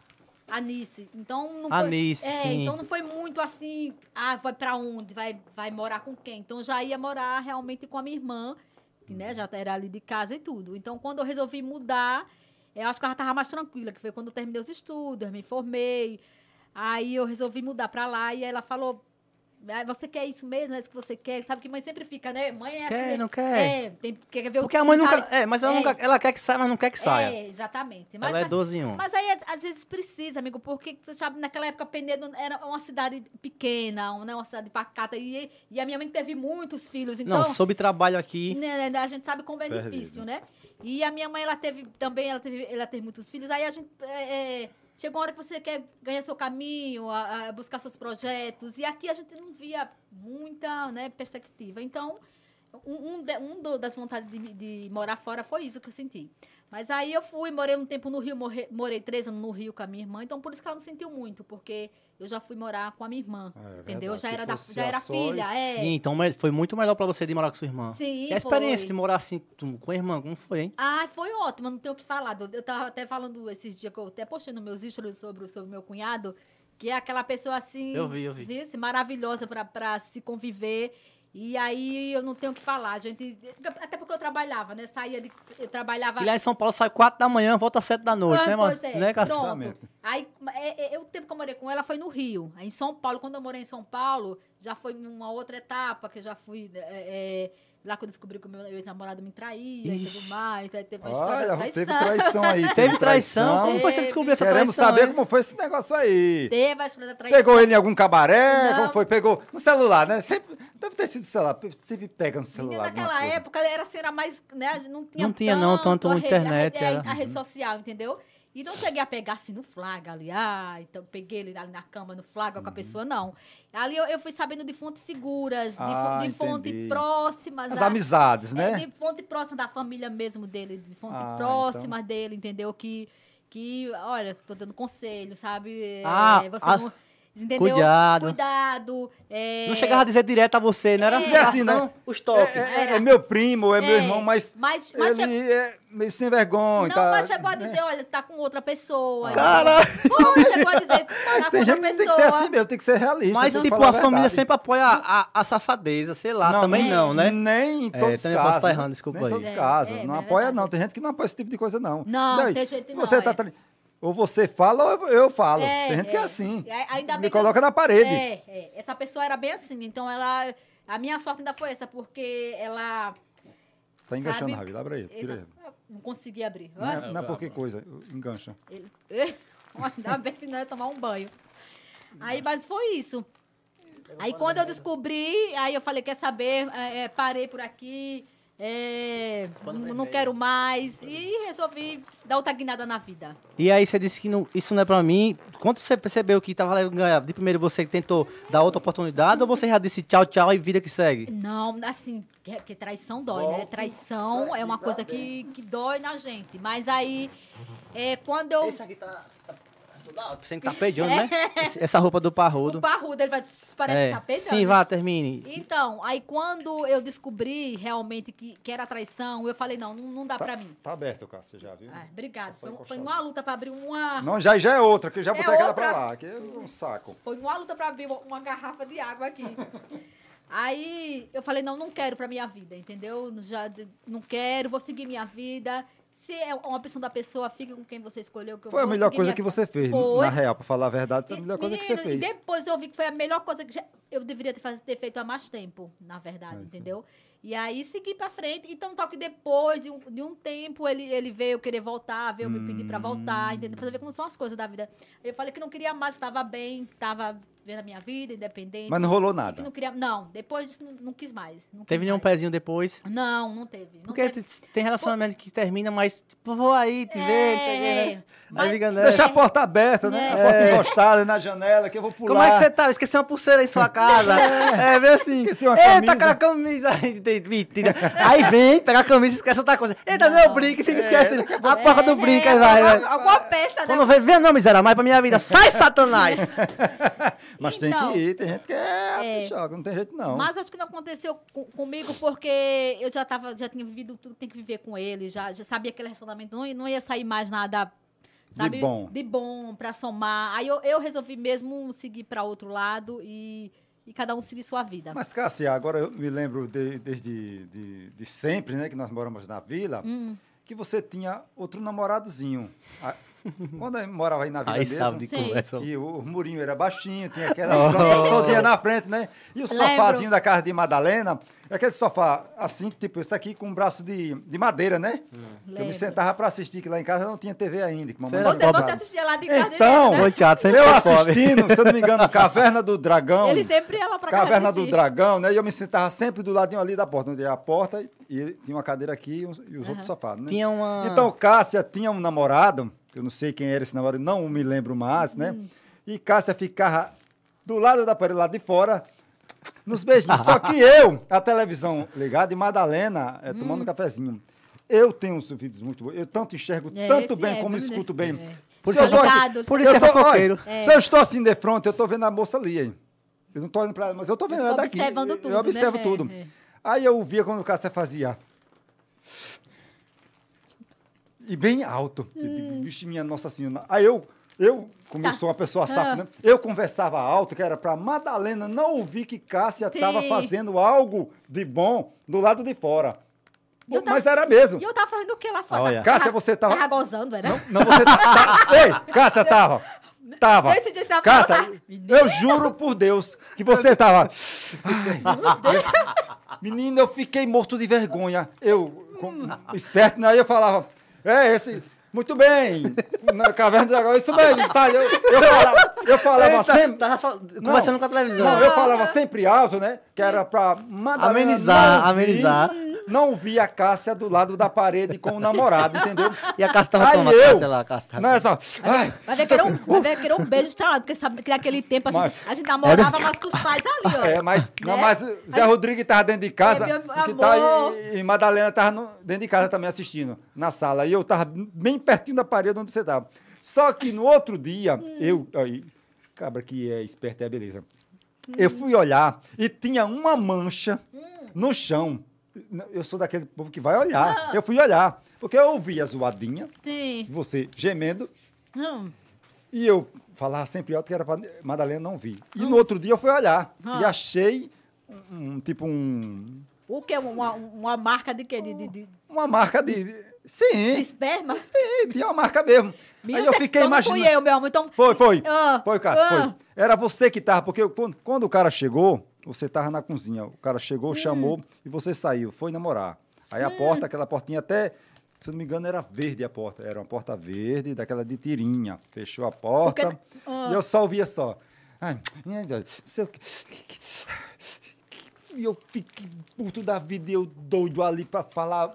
Speaker 4: Anice. Então não
Speaker 2: A
Speaker 4: foi.
Speaker 2: Nice,
Speaker 4: é,
Speaker 2: sim.
Speaker 4: então não foi muito assim, ah, vai pra onde? Vai, vai morar com quem? Então eu já ia morar realmente com a minha irmã, que né, já era ali de casa e tudo. Então quando eu resolvi mudar, eu acho que ela tava mais tranquila, que foi quando eu terminei os estudos, me formei. Aí eu resolvi mudar pra lá e ela falou. "Ah, Você quer isso mesmo? É isso que você quer? Sabe que mãe sempre fica, né? Mãe é.
Speaker 2: Quer,
Speaker 4: assim,
Speaker 2: não quer?
Speaker 4: É, tem, quer ver o
Speaker 2: Porque a mãe
Speaker 4: filho,
Speaker 2: nunca.
Speaker 4: sabe?
Speaker 2: É, mas ela
Speaker 4: É.
Speaker 2: nunca. Ela quer que saia, mas não quer que saia.
Speaker 4: É, exatamente. Mas
Speaker 2: Ela é
Speaker 4: a-
Speaker 2: 12 em 1.
Speaker 4: mas aí, às- às vezes, precisa, amigo, porque, você sabe, naquela época, Penedo era uma cidade pequena, um- né, uma cidade pacata, e, e a minha mãe teve muitos filhos, então...
Speaker 2: Não, sob trabalho aqui.
Speaker 4: né, né, a gente sabe como é
Speaker 3: Perdido.
Speaker 4: difícil, né? E a minha mãe, ela teve também, ela teve, ela teve muitos filhos, aí a gente... é, é, chegou uma hora que você quer ganhar seu caminho, a- a buscar seus projetos, e aqui a gente não via muita né, perspectiva. Então, um, um, de- um do- das vontades de, de morar fora foi isso que eu senti. Mas aí eu fui, morei um tempo no Rio, morre- morei três anos no Rio com a minha irmã, então por isso que ela não sentiu muito, porque eu já fui morar com a minha irmã.
Speaker 3: É verdade.
Speaker 4: entendeu? Já
Speaker 3: Se
Speaker 4: era, da,
Speaker 3: fosse
Speaker 4: já era
Speaker 3: Açores,
Speaker 4: filha. É.
Speaker 2: Sim, então mas foi muito melhor pra você de morar com sua irmã.
Speaker 4: Sim,
Speaker 2: E a experiência
Speaker 4: foi.
Speaker 2: de morar assim tu- com a irmã, como foi, hein?
Speaker 4: Ah, foi ótimo, não tenho o que falar. Eu tava até falando esses dias que eu até postei nos meus stories sobre, o- sobre o meu cunhado, que é aquela pessoa assim.
Speaker 2: Eu vi, eu vi.
Speaker 4: viu? maravilhosa pra, pra se conviver. E aí eu não tenho o que falar, gente. Até porque eu trabalhava, né? Saía de. Eu trabalhava.
Speaker 2: E lá em São Paulo sai 4 da manhã, volta às 7 da noite,
Speaker 4: Ah,
Speaker 2: né, mano?
Speaker 4: pois é,
Speaker 2: Né, Cassi?
Speaker 4: pronto.
Speaker 3: Exatamente.
Speaker 4: Aí, é, é, é, o tempo que eu morei com ela foi no Rio. Aí, em São Paulo, quando eu morei em São Paulo, já foi numa outra etapa, que eu já fui... é, é, lá que eu descobri que o meu ex-namorado me traía e tudo
Speaker 2: Ixi.
Speaker 4: mais. Aí teve uma história
Speaker 3: Olha,
Speaker 4: de
Speaker 3: teve
Speaker 4: traição.
Speaker 3: traição aí.
Speaker 2: Teve traição? Como foi que você
Speaker 4: Teve.
Speaker 2: descobriu essa
Speaker 3: Queremos
Speaker 2: traição?
Speaker 3: saber
Speaker 2: hein?
Speaker 3: como foi esse negócio aí.
Speaker 4: Teve a história da traição.
Speaker 3: Pegou ele em algum cabaré?
Speaker 4: Não.
Speaker 3: Como foi? Pegou no celular, né? Sempre, deve ter sido celular. pe- Sempre pega no
Speaker 4: Menina,
Speaker 3: celular. alguma
Speaker 4: naquela
Speaker 3: coisa.
Speaker 4: época era assim, era mais. Né, não tinha
Speaker 2: Não tinha, não, tanto
Speaker 4: a rede-
Speaker 2: internet,
Speaker 4: A rede,
Speaker 2: era.
Speaker 4: a- a
Speaker 3: Uhum.
Speaker 4: rede social, entendeu? E não cheguei a pegar assim no flagra ali. Ah, então peguei ele ali na cama, no flagra
Speaker 3: Uhum.
Speaker 4: com a pessoa, não. Ali eu, eu fui sabendo de fontes seguras, de, fo-
Speaker 3: Ah,
Speaker 4: de fontes
Speaker 3: entendi.
Speaker 4: próximas.
Speaker 3: As
Speaker 4: a-
Speaker 3: amizades,
Speaker 4: é,
Speaker 3: né?
Speaker 4: de fonte próxima da família mesmo dele, de fonte
Speaker 3: Ah,
Speaker 4: próxima dele, entendeu? Que, que, olha, tô dando conselho, sabe?
Speaker 2: Ah,
Speaker 4: É, você
Speaker 2: ah,
Speaker 4: não- entendeu?
Speaker 2: cuidado.
Speaker 4: Cuidado. é,
Speaker 2: Não chegava a dizer direto a você, não era
Speaker 3: Dizer assim,
Speaker 2: não,
Speaker 3: né?
Speaker 2: Os
Speaker 3: É,
Speaker 2: toques.
Speaker 3: é-
Speaker 4: era.
Speaker 3: é meu primo, é, meu
Speaker 4: é,
Speaker 3: irmão, mas,
Speaker 4: Mas, mas
Speaker 3: ele
Speaker 4: chegou-
Speaker 3: é meio sem vergonha.
Speaker 4: Não,
Speaker 3: tá-
Speaker 4: mas chegou a dizer, olha, tá com outra pessoa.
Speaker 3: Caralho!
Speaker 4: Foi, chegou a dizer,
Speaker 3: Mas
Speaker 4: tá com
Speaker 3: tem
Speaker 4: outra
Speaker 3: gente que tem que
Speaker 4: pessoa.
Speaker 3: ser assim mesmo, tem que ser realista.
Speaker 2: Mas,
Speaker 3: tem que
Speaker 2: tipo,
Speaker 3: falar
Speaker 2: a família
Speaker 3: verdade.
Speaker 2: sempre apoia a, a- a safadeza, sei lá, também não, né?
Speaker 3: Nem em
Speaker 2: É,
Speaker 3: todos os
Speaker 2: também
Speaker 3: casos. né?
Speaker 2: posso estar errando, desculpa
Speaker 3: Nem em
Speaker 2: aí.
Speaker 3: todos os
Speaker 4: É,
Speaker 3: casos.
Speaker 4: é,
Speaker 3: não
Speaker 4: é
Speaker 3: apoia,
Speaker 4: verdade.
Speaker 3: não. Tem gente que não apoia esse tipo de coisa, não.
Speaker 4: Não,
Speaker 3: Diz aí,
Speaker 4: tem gente
Speaker 3: se
Speaker 4: não,
Speaker 3: você tá
Speaker 4: é.
Speaker 3: tra- Ou você fala, ou eu- eu falo.
Speaker 4: É,
Speaker 3: tem gente que é
Speaker 4: é.
Speaker 3: assim.
Speaker 4: E aí- ainda
Speaker 3: Me
Speaker 4: bem que-
Speaker 3: coloca na parede.
Speaker 4: É, é, essa pessoa era bem assim, então ela... A minha sorte ainda foi essa, porque ela...
Speaker 3: Tá enganchando,
Speaker 4: sabe- tá-
Speaker 3: Ravi. Dá pra ele. Tira ele.
Speaker 4: Eita, Não consegui abrir.
Speaker 3: Não é, não é por que coisa. Engancha.
Speaker 4: Ele... Ainda bem que não ia tomar um banho. Aí, mas foi isso. Aí quando eu descobri, aí eu falei, quer saber, é, é, parei por aqui, é, n- não quero mais. E resolvi dar outra guinada na vida.
Speaker 2: E aí você disse que não- isso não é pra mim. Quando você percebeu que tava levando ganhar, de primeiro você tentou dar outra oportunidade ou você já disse tchau, tchau e vida que segue?
Speaker 4: Não, assim, é porque traição dói, né? Traição é uma coisa que, que dói na gente. Mas aí, é, quando eu...
Speaker 2: aqui tá... Você tá pedindo, né?
Speaker 4: É.
Speaker 2: Esse- Essa roupa do parrudo.
Speaker 4: O parrudo, ele vai... "Tss, Parece
Speaker 2: É.
Speaker 4: que tá peidando.
Speaker 2: Sim, vá, termine.
Speaker 4: Então, aí quando eu descobri realmente que, que era traição, eu falei, não, não, não dá pra mim.
Speaker 3: Tá aberto, cara. Você já viu?
Speaker 4: Ah, obrigado.
Speaker 3: Só
Speaker 4: Foi, foi
Speaker 3: encostado.
Speaker 4: uma luta pra abrir uma...
Speaker 3: É. Não, já, já é outra. Que eu já
Speaker 4: Ah. É
Speaker 3: botei aquela pra
Speaker 4: outra.
Speaker 3: lá. Que é um saco.
Speaker 4: Foi uma luta pra abrir uma- uma garrafa de água aqui. Aí eu falei, não, não quero pra minha vida, entendeu? Não- Já, de- não quero, vou seguir minha vida. Se é uma opção da pessoa, fica com quem você escolheu. Que eu
Speaker 3: Foi a
Speaker 4: vou
Speaker 3: melhor
Speaker 4: seguir
Speaker 3: coisa
Speaker 4: minha
Speaker 3: que
Speaker 4: vida.
Speaker 3: você fez.
Speaker 4: Foi.
Speaker 3: Na real, pra falar a verdade, foi a melhor coisa que você
Speaker 4: Menino,
Speaker 3: fez.
Speaker 4: e depois eu vi que foi a melhor coisa que já- eu deveria ter, faz- ter feito há mais tempo, na verdade, entendeu? E aí segui pra frente. Então, tal que depois de um, de um tempo ele, ele veio querer voltar, veio me pedir pra
Speaker 3: Hum.
Speaker 4: voltar, entendeu? Pra você ver como são as coisas da vida. Eu falei que não queria mais, tava bem, tava vendo a minha vida, independente.
Speaker 3: Mas não rolou
Speaker 4: que
Speaker 3: nada.
Speaker 4: não queria. Não, depois disso não, não quis mais. não quis
Speaker 2: Teve nenhum
Speaker 4: mais.
Speaker 2: pezinho depois?
Speaker 4: Não, não teve. Não
Speaker 2: Porque
Speaker 4: teve.
Speaker 2: t- tem relacionamento que termina, mas tipo, vou aí te ver, não sei o quê, né?
Speaker 4: É. mas-
Speaker 2: Aí fica, né?
Speaker 3: Deixa a porta aberta, né? A porta
Speaker 4: É.
Speaker 3: encostada na janela, que eu vou pular.
Speaker 2: Como é que você tá? Eu esqueci uma pulseira aí em sua casa. é, vem assim.
Speaker 3: Esqueci uma
Speaker 2: Eita,
Speaker 3: camisa.
Speaker 2: aquela camisa. aí, tem- Mentira. Aí vem, pega a camisa e esquece outra coisa. Eita, meu brinco, fica esquecendo. É, a porra
Speaker 4: É.
Speaker 2: do brinco, aí vai.
Speaker 4: alguma,
Speaker 2: vai.
Speaker 4: alguma peça, né?
Speaker 2: Quando vem, vem não, miserável, mas pra minha vida. Sai, Satanás!
Speaker 3: Mas tem
Speaker 4: Então,
Speaker 3: que ir, tem gente que é,
Speaker 4: é.
Speaker 3: pichoca, não tem jeito não.
Speaker 4: Mas acho que não aconteceu co- comigo porque eu já tava, já tinha vivido tudo que tem que viver com ele, já, já sabia que aquele relacionamento não, ia- não ia sair mais nada sabe,
Speaker 3: bom.
Speaker 4: de bom pra somar. Aí eu, eu resolvi mesmo seguir pra outro lado e, e cada um seguir sua vida.
Speaker 3: Mas, Cássia, agora eu me lembro de- desde de, de sempre, né, que nós moramos na vila,
Speaker 4: Hum.
Speaker 3: que você tinha outro namoradozinho. Ah, Quando eu morava aí na vila
Speaker 2: Aí
Speaker 3: mesmo,
Speaker 2: sabe de
Speaker 4: Sim.
Speaker 2: conversa.
Speaker 3: que o murinho era baixinho, tinha aquelas
Speaker 2: Oh.
Speaker 3: plantas todinha na frente, né? E o
Speaker 4: Lembro.
Speaker 3: sofazinho da casa de Madalena, é aquele sofá assim, tipo esse aqui, com um braço de, de madeira, né? Que eu me
Speaker 4: Lembro.
Speaker 3: sentava para assistir, que lá em casa não tinha TV ainda. Que mamãe
Speaker 2: Será?
Speaker 3: não
Speaker 4: Você, você
Speaker 3: comprava.
Speaker 4: assistia lá de casa
Speaker 3: Então,
Speaker 4: dele, né?
Speaker 2: Foi teatro, sempre
Speaker 3: eu
Speaker 2: foi pobre.
Speaker 3: assistindo, se eu não me engano, Caverna do Dragão.
Speaker 4: Ele sempre ia lá pra casa
Speaker 3: Caverna do
Speaker 4: assistir.
Speaker 3: Dragão, né? E eu me sentava sempre do ladinho ali da porta, onde é a porta, e- e tinha uma cadeira aqui e, uns- e os outros sofás, né?
Speaker 2: Tinha uma-
Speaker 3: Então, Cássia tinha um namorado, que eu não sei quem era esse namorado, não me lembro mais, né?
Speaker 4: Uhum.
Speaker 3: E Cássia ficava do lado da parede, lá de fora, nos beijinhos. Só que eu, a televisão ligada, e Madalena eh, tomando
Speaker 4: Hum.
Speaker 3: um cafezinho. Eu tenho uns ouvidos muito bons. Eu tanto enxergo
Speaker 4: É,
Speaker 3: tanto
Speaker 4: esse
Speaker 3: bem,
Speaker 4: é,
Speaker 3: como
Speaker 4: viu, né?
Speaker 3: escuto bem.
Speaker 4: É.
Speaker 2: Por
Speaker 3: Se eu
Speaker 2: isso
Speaker 3: tô
Speaker 2: é
Speaker 3: aqui-
Speaker 4: fofo-
Speaker 2: por isso
Speaker 3: eu
Speaker 2: é
Speaker 3: tô- olha,
Speaker 2: fofoqueiro.
Speaker 3: Se eu estou assim de frente, eu tô vendo a moça ali, hein? Eu não tô olhando pra ela, mas eu tô vendo
Speaker 4: Tô
Speaker 3: ela daqui.
Speaker 4: observando
Speaker 3: Eu-
Speaker 4: tudo,
Speaker 3: eu observo
Speaker 4: né?
Speaker 3: tudo.
Speaker 4: É, é.
Speaker 3: Aí eu via quando o Cássio fazia. E bem alto. Eu digo, Vixe, minha nossa senhora. Aí eu, eu como eu
Speaker 4: Hum. Tá.
Speaker 3: sou uma pessoa safa,
Speaker 4: Ah.
Speaker 3: né? Eu conversava alto, que era pra Madalena não ouvir que Cássia
Speaker 4: Sim.
Speaker 3: estava fazendo algo de bom do lado de fora.
Speaker 4: E eu tava-
Speaker 3: Mas era mesmo.
Speaker 4: E eu tava fazendo o que lá fora?
Speaker 2: Olha.
Speaker 4: Tava-
Speaker 3: Cássia, você tava-
Speaker 4: Tava gozando, era?
Speaker 3: Não, você tá, tá- Ei, Cássia, tava. Tava.
Speaker 4: Esse dia você tava
Speaker 3: Cássia,
Speaker 4: falando, tá?
Speaker 3: eu juro por Deus que você tava. Ai, menina, eu fiquei morto de vergonha. Eu, com-
Speaker 4: Hum.
Speaker 3: esperto, né? Aí eu falava, é, esse. Muito bem, na caverna do dragão, isso mesmo, está. Eu, eu falava, eu falava
Speaker 2: Eita,
Speaker 3: sempre.
Speaker 2: tava só
Speaker 3: Não.
Speaker 2: conversando com a televisão.
Speaker 3: Não, eu falava sempre alto, né? Que era pra Madalena
Speaker 2: Amenizar,
Speaker 3: não vir-
Speaker 2: amenizar.
Speaker 3: Não vi a Cássia do lado da parede com o namorado, entendeu?
Speaker 2: E a Cássia tava
Speaker 3: Aí
Speaker 2: tomando
Speaker 3: eu-
Speaker 2: Cássia lá, a Cássia tava-
Speaker 3: Não, é só. Ai,
Speaker 4: Vai ver que era um, vai ver que era um beijo estralado, porque sabe que naquele tempo a gente,
Speaker 3: Mas-
Speaker 4: a gente namorava mais com os pais ali, ó.
Speaker 3: É, mas, não,
Speaker 4: Né?
Speaker 3: mas Zé Rodrigues tava dentro de casa.
Speaker 4: É, meu
Speaker 3: que tá,
Speaker 4: amor.
Speaker 3: e, e Madalena tava no- dentro de casa também assistindo, na sala. E eu tava bem pertinho da parede onde você tava. Só que no outro dia,
Speaker 2: Hum.
Speaker 3: eu. Aí, cabra que é esperto, é beleza. Eu fui olhar e tinha uma mancha
Speaker 2: Hum.
Speaker 3: no chão. Eu sou daquele povo que vai olhar.
Speaker 2: Ah.
Speaker 3: Eu fui olhar. Porque eu ouvi a zoadinha,
Speaker 4: Sim.
Speaker 3: você gemendo,
Speaker 4: Hum.
Speaker 3: e eu falava sempre alto que era pra Madalena não vir. E no outro dia eu fui olhar
Speaker 4: Ah.
Speaker 3: e achei um, um- tipo um
Speaker 4: O que? Uma, uma marca de quê? De, de, de-
Speaker 3: uma marca de, de-
Speaker 4: de
Speaker 3: sim,
Speaker 4: esperma?
Speaker 3: sim, tinha uma marca mesmo.
Speaker 4: Meu
Speaker 3: Aí eu
Speaker 4: Deus,
Speaker 3: fiquei
Speaker 4: então não
Speaker 3: imaginando.
Speaker 4: Fui eu, meu amor. Então...
Speaker 3: Foi, foi.
Speaker 4: Ah,
Speaker 3: foi, Cássio,
Speaker 4: ah.
Speaker 3: foi. Era você que tava, porque quando, quando o cara chegou, você tava na cozinha. O cara chegou,
Speaker 4: Hum.
Speaker 3: chamou e você saiu, foi namorar. Aí a porta, aquela portinha até, se eu não me engano, era verde a porta. Era uma porta verde, daquela de tirinha. Fechou a porta
Speaker 4: Porque- ah.
Speaker 3: e eu só ouvia só. Ai, ai, ai, não sei o quê. E eu fiquei puto da vida e eu doido ali pra falar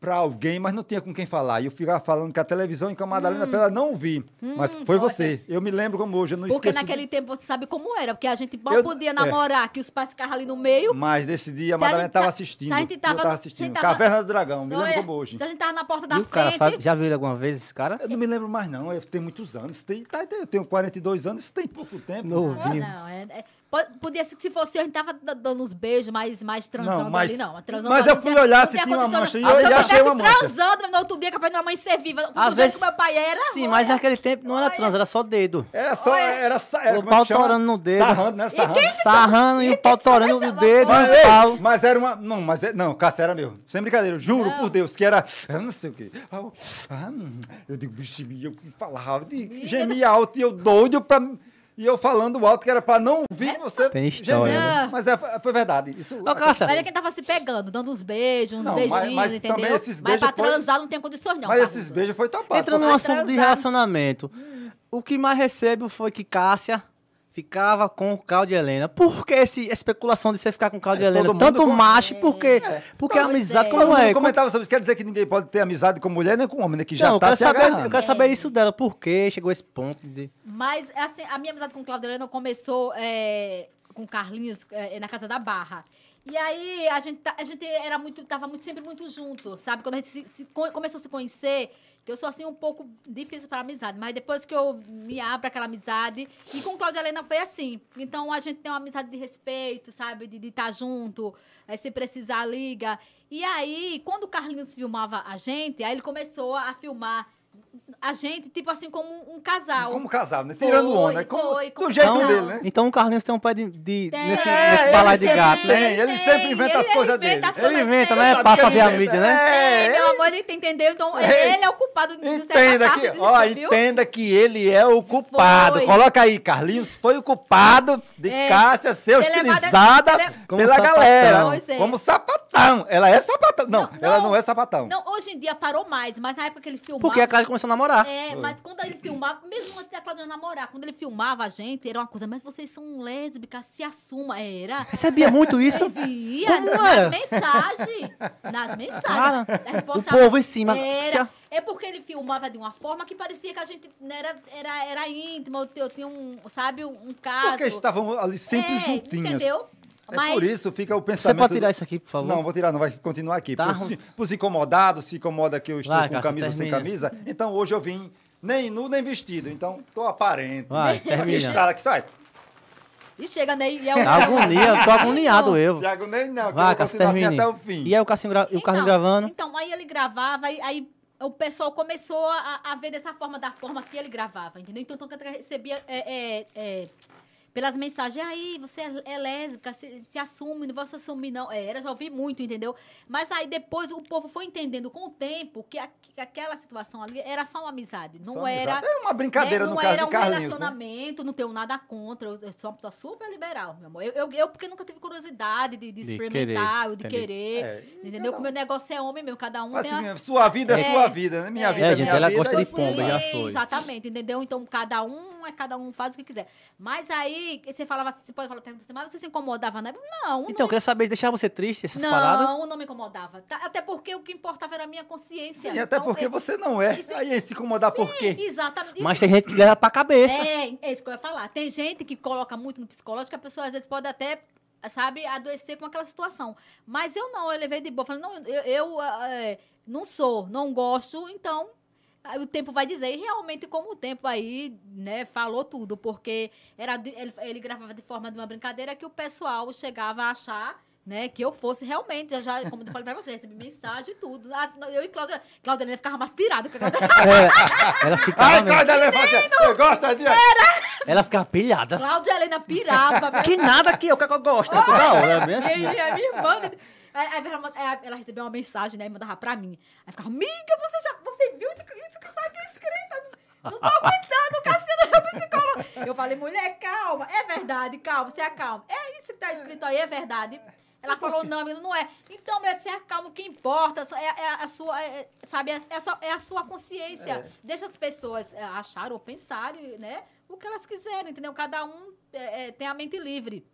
Speaker 3: pra alguém, mas não tinha com quem falar. E eu ficava falando com a televisão e com a Madalena
Speaker 4: Hum.
Speaker 3: pra ela não ouvir. mas foi você. Eu me lembro como hoje, eu não
Speaker 4: Porque
Speaker 3: esqueço.
Speaker 4: naquele tempo você sabe como era, porque a gente mal
Speaker 3: Eu-
Speaker 4: podia
Speaker 3: é.
Speaker 4: namorar, que os pais ficavam ali no meio.
Speaker 3: Mas nesse dia a
Speaker 4: Se a
Speaker 3: Madalena
Speaker 4: gente-
Speaker 3: estava
Speaker 4: se a-
Speaker 3: assistindo.
Speaker 4: se a gente
Speaker 3: e eu
Speaker 4: tava no-
Speaker 3: tava
Speaker 4: se a
Speaker 3: assistindo.
Speaker 4: gente tava-
Speaker 3: Caverna do Dragão, me lembro
Speaker 4: Olha,
Speaker 3: como hoje.
Speaker 4: Se a gente tava na porta da
Speaker 2: E o
Speaker 4: frente.
Speaker 2: cara, sabe, já viu ele alguma vez, esse cara?
Speaker 3: Eu não me lembro mais, não. Eu tenho muitos anos. Tem, tá, eu tenho 42 anos, isso tem pouco tempo.
Speaker 4: Ah,
Speaker 2: Novinho.
Speaker 4: não, é, é- po- podia ser que se fosse eu, a gente tava da- dando uns beijos, mas mais transando
Speaker 3: mas-
Speaker 4: ali, não. Transando
Speaker 3: mas
Speaker 4: ali,
Speaker 3: eu
Speaker 4: não
Speaker 3: fui
Speaker 4: tinha-
Speaker 3: olhar
Speaker 4: não
Speaker 3: se
Speaker 4: tinha
Speaker 3: tinha uma
Speaker 4: condição
Speaker 3: mancha,
Speaker 4: de-
Speaker 3: e
Speaker 4: Se
Speaker 3: eu
Speaker 4: eu
Speaker 3: já achei uma
Speaker 4: tivesse
Speaker 3: mancha.
Speaker 4: transando no outro dia, capaz minha mãe ser viva.
Speaker 2: Às
Speaker 4: Às vezes
Speaker 2: vezes-
Speaker 4: que meu pai era.
Speaker 2: Sim, mas
Speaker 3: é
Speaker 4: olha.
Speaker 2: naquele tempo não era trans, era só dedo.
Speaker 3: Era só. Era, sa- era,
Speaker 2: O
Speaker 3: como é que
Speaker 2: pau
Speaker 3: chama?
Speaker 2: torando no dedo.
Speaker 3: Sarrando, né? Sarrando.
Speaker 2: Sarrando e o pau torando o dedo
Speaker 3: Mas,
Speaker 2: e
Speaker 3: ei,
Speaker 2: o pau.
Speaker 3: mas era uma. Não, mas é- não, Cássio era meu. Sem brincadeira, eu juro por Deus que era. Eu não sei o quê. Ah, eu- ah, hum. eu digo, vixe, eu falava, de, gemia alto e eu doido pra. E eu falando alto que era pra não ouvir você.
Speaker 2: Tem história,
Speaker 3: gemendo.
Speaker 4: né?
Speaker 3: Mas é- foi verdade. Isso.
Speaker 2: Ô, Cássia,
Speaker 4: Mas é quem tava se pegando, dando uns beijos, uns
Speaker 3: Não, mas-
Speaker 4: beijinhos,
Speaker 3: mas
Speaker 4: entendeu?
Speaker 3: também esses
Speaker 4: mas pra
Speaker 3: beijos foi-
Speaker 4: transar não tem condições, não.
Speaker 3: mas
Speaker 4: Barroso.
Speaker 3: esses beijos foi tapado.
Speaker 2: entrando no
Speaker 4: vai
Speaker 2: assunto de
Speaker 4: transar.
Speaker 2: relacionamento, o que mais recebo foi que Cássia ficava com o Caldo de Helena. Por que essa especulação de você ficar com o Caldo de
Speaker 3: É,
Speaker 2: Helena?
Speaker 3: todo mundo
Speaker 2: Tanto
Speaker 3: com-
Speaker 2: macho, porque, porque a
Speaker 4: Pois
Speaker 2: amizade,
Speaker 4: é.
Speaker 2: como
Speaker 3: Todo mundo
Speaker 2: é? Como-
Speaker 3: comentava sobre isso. Quer dizer que ninguém pode ter amizade com mulher nem com homem, né? Que já
Speaker 2: Não, eu
Speaker 3: tá
Speaker 2: quero
Speaker 3: se
Speaker 2: saber, eu
Speaker 3: agarrando.
Speaker 2: quero saber isso dela. Por que chegou esse ponto de...
Speaker 4: Mas, assim, a minha amizade com Claudio Helena começou é, com Carlinhos é, na é, Casa da Barra. E aí a gente, tá- a gente era muito, tava muito, sempre muito junto, sabe? Quando a gente se- se co- começou a se conhecer, que eu sou assim um pouco difícil para amizade, mas depois que eu me abro aquela amizade, e com Cláudia Helena foi assim. Então a gente tem uma amizade de respeito, sabe? De estar junto, aí se precisar liga. E aí, quando o Carlinhos filmava a gente, aí ele começou a filmar a gente, tipo assim, como um- um casal.
Speaker 3: Como casado, né? Tirando
Speaker 4: Foi,
Speaker 3: onda. Como,
Speaker 4: foi,
Speaker 3: do
Speaker 4: como
Speaker 3: jeito
Speaker 4: casado.
Speaker 3: dele, né?
Speaker 2: então o Carlinhos tem um pé de, de-
Speaker 4: Tem.
Speaker 2: nesse,
Speaker 4: É,
Speaker 2: nesse
Speaker 3: ele
Speaker 2: balaio de
Speaker 3: sempre
Speaker 2: gato, né?
Speaker 3: Tem, ele sempre inventa as coisas dele.
Speaker 4: as
Speaker 3: Ele é
Speaker 4: coisas
Speaker 2: Ele inventa,
Speaker 4: dele.
Speaker 2: né?
Speaker 3: Sabe
Speaker 2: Pra
Speaker 3: que ele
Speaker 2: fazer a
Speaker 3: inventa.
Speaker 2: mídia, né?
Speaker 4: É,
Speaker 3: É,
Speaker 4: meu amor, ele entendeu? Então,
Speaker 3: É.
Speaker 4: ele é o culpado do do
Speaker 3: Entenda
Speaker 4: Zeca
Speaker 3: aqui,
Speaker 4: Pato,
Speaker 3: ó,
Speaker 4: viu?
Speaker 3: entenda que ele é o culpado.
Speaker 4: Foi.
Speaker 3: Coloca aí, Carlinhos foi o culpado de
Speaker 4: É.
Speaker 3: Cássia ser
Speaker 4: Ter levado
Speaker 3: utilizada
Speaker 4: essa-
Speaker 2: Como
Speaker 3: pela
Speaker 2: sapatão.
Speaker 3: galera.
Speaker 4: é Pois é.
Speaker 3: Como sapatão. Ela é sapatão. Não,
Speaker 4: Não,
Speaker 3: ela
Speaker 4: não.
Speaker 3: não é sapatão.
Speaker 4: Não, hoje em dia parou mais, mas na época que ele filmava.
Speaker 2: Porque a Cláudia começou a namorar.
Speaker 4: É, mas quando ele filmava, mesmo antes da Cláudia namorar, quando ele filmava a gente, era uma coisa, mas vocês são lésbicas, se assuma. Era.
Speaker 2: Recebia muito isso.
Speaker 4: Via
Speaker 2: Como
Speaker 4: nas
Speaker 2: era?
Speaker 4: mensagens. Nas mensagens.
Speaker 2: Cara,
Speaker 4: A
Speaker 2: o
Speaker 4: gente postava-
Speaker 2: povo em cima, se a-
Speaker 4: Era, é porque ele filmava de uma forma que parecia que a gente né, era, era, era íntimo, eu, eu tinha um, sabe, um caso.
Speaker 3: Porque estavam ali sempre
Speaker 4: É,
Speaker 3: juntinhas.
Speaker 4: Entendeu?
Speaker 3: É por isso fica o
Speaker 2: Você
Speaker 3: pensamento...
Speaker 2: pode tirar isso aqui, por favor?
Speaker 3: Não, vou tirar, não vai continuar aqui.
Speaker 2: Tá
Speaker 3: Por
Speaker 2: arrum-
Speaker 3: si- por se incomodados, se incomoda que eu estou
Speaker 2: Vai,
Speaker 3: com
Speaker 2: Cássio,
Speaker 3: camisa ou sem
Speaker 2: termina.
Speaker 3: camisa. Então hoje eu vim nem nu nem vestido. Então tô aparente.
Speaker 2: Vai,
Speaker 3: Aqui
Speaker 2: termina.
Speaker 3: estrada que sai.
Speaker 4: E chega, né? E é
Speaker 2: Tá agonia, eu tô agoniado eu.
Speaker 3: Tiago nem não, que eu
Speaker 2: Vai,
Speaker 3: vou
Speaker 2: Cássio,
Speaker 3: continuar assim
Speaker 2: termine.
Speaker 3: até o fim.
Speaker 2: E é- aí o Cassinho, gra... e o Carlinhos gravando.
Speaker 4: Então, aí ele gravava, aí, aí o pessoal começou a, a ver dessa forma, da forma que ele gravava, entendeu? Então, tanto que eu recebia é, é, é, pelas mensagens, aí, você é, é lésbica, se, se assume, não vou se assumir, não. É, era, já ouvi muito, entendeu? Mas aí depois o povo foi entendendo com o tempo que, a- que aquela situação ali era só uma amizade, não
Speaker 3: Só
Speaker 4: era...
Speaker 3: amizade. É uma brincadeira
Speaker 4: né?
Speaker 3: no
Speaker 4: não
Speaker 3: caso
Speaker 4: era
Speaker 3: de
Speaker 4: um
Speaker 3: Carlinhos, né?
Speaker 4: relacionamento, não tenho nada contra. Eu eu sou uma pessoa super liberal, meu amor. Eu, eu, eu porque nunca tive curiosidade de, de
Speaker 2: De
Speaker 4: experimentar,
Speaker 2: querer,
Speaker 4: ou de
Speaker 2: entendi.
Speaker 4: querer.
Speaker 3: É,
Speaker 4: entendeu? Que o meu negócio é homem meu, cada um
Speaker 3: Mas,
Speaker 4: tem uma...
Speaker 3: assim, sua vida é,
Speaker 4: É.
Speaker 3: sua vida, né? Minha
Speaker 4: É.
Speaker 3: vida é
Speaker 4: É,
Speaker 3: minha
Speaker 4: gente,
Speaker 3: vida.
Speaker 2: ela gosta de
Speaker 3: então,
Speaker 2: pomba, já
Speaker 4: Sim,
Speaker 2: foi.
Speaker 4: Exatamente, entendeu? Então, cada um é cada um, faz o que quiser. Mas aí, você falava, você pode falar, pergunta assim, mas você se incomodava na época? Não,
Speaker 2: Então, eu queria saber, deixar você triste essas
Speaker 4: um não,
Speaker 2: paradas?
Speaker 4: não me incomodava. Tá, Até porque o que importava era a minha consciência.
Speaker 3: Sim, até
Speaker 4: Então,
Speaker 3: porque
Speaker 4: eu-
Speaker 3: você não é.
Speaker 4: Isso-
Speaker 3: Aí se incomodar por quê?
Speaker 4: Exatamente.
Speaker 2: Mas tem gente que leva pra cabeça.
Speaker 4: É, é isso que eu ia falar. Tem gente que coloca muito no psicológico, a pessoa às vezes pode até, sabe, adoecer com aquela situação. Mas eu não, eu levei de boa. Falei, não, eu, eu, ah, é, não sou, não gosto, então aí o tempo vai dizer. E realmente, como o tempo aí, né, falou tudo, porque era, de- ele, ele gravava de forma de uma brincadeira que o pessoal chegava a achar. Né, que eu fosse realmente, eu já, como eu falei pra você, recebi mensagem e tudo. Ah, não, Eu e Cláudia, Cláudia Helena ficava mais pirada que a Cláudia.
Speaker 2: É, ela ficava,
Speaker 3: Ai,
Speaker 2: mesmo.
Speaker 3: Cláudia, levanta. Eu gosto de...
Speaker 4: É,
Speaker 2: ela ficava pilhada.
Speaker 4: Cláudia Helena pirava, meu
Speaker 2: Que nada que eu, que eu gosto. É toda hora, é bem assim.
Speaker 4: E aí, a minha irmã. Aí, aí ela, manda- aí ela recebeu uma mensagem, né? E mandava pra mim. Aí ficava, amiga, você já. Você viu isso que isso que tá aqui escrito? Não tô aguentando, Cassino é psicólogo. Eu falei, mulher, calma. É verdade, calma, se acalma. É isso que tá escrito aí, é verdade. Ela falou, não, ele não é. Então, mulher, se acalma, o que importa é, é a sua, é- sabe, é, é só- é a sua consciência. Deixa as pessoas é, acharem ou pensarem, né, o que elas quiserem, entendeu? Cada um é, é, tem a mente livre.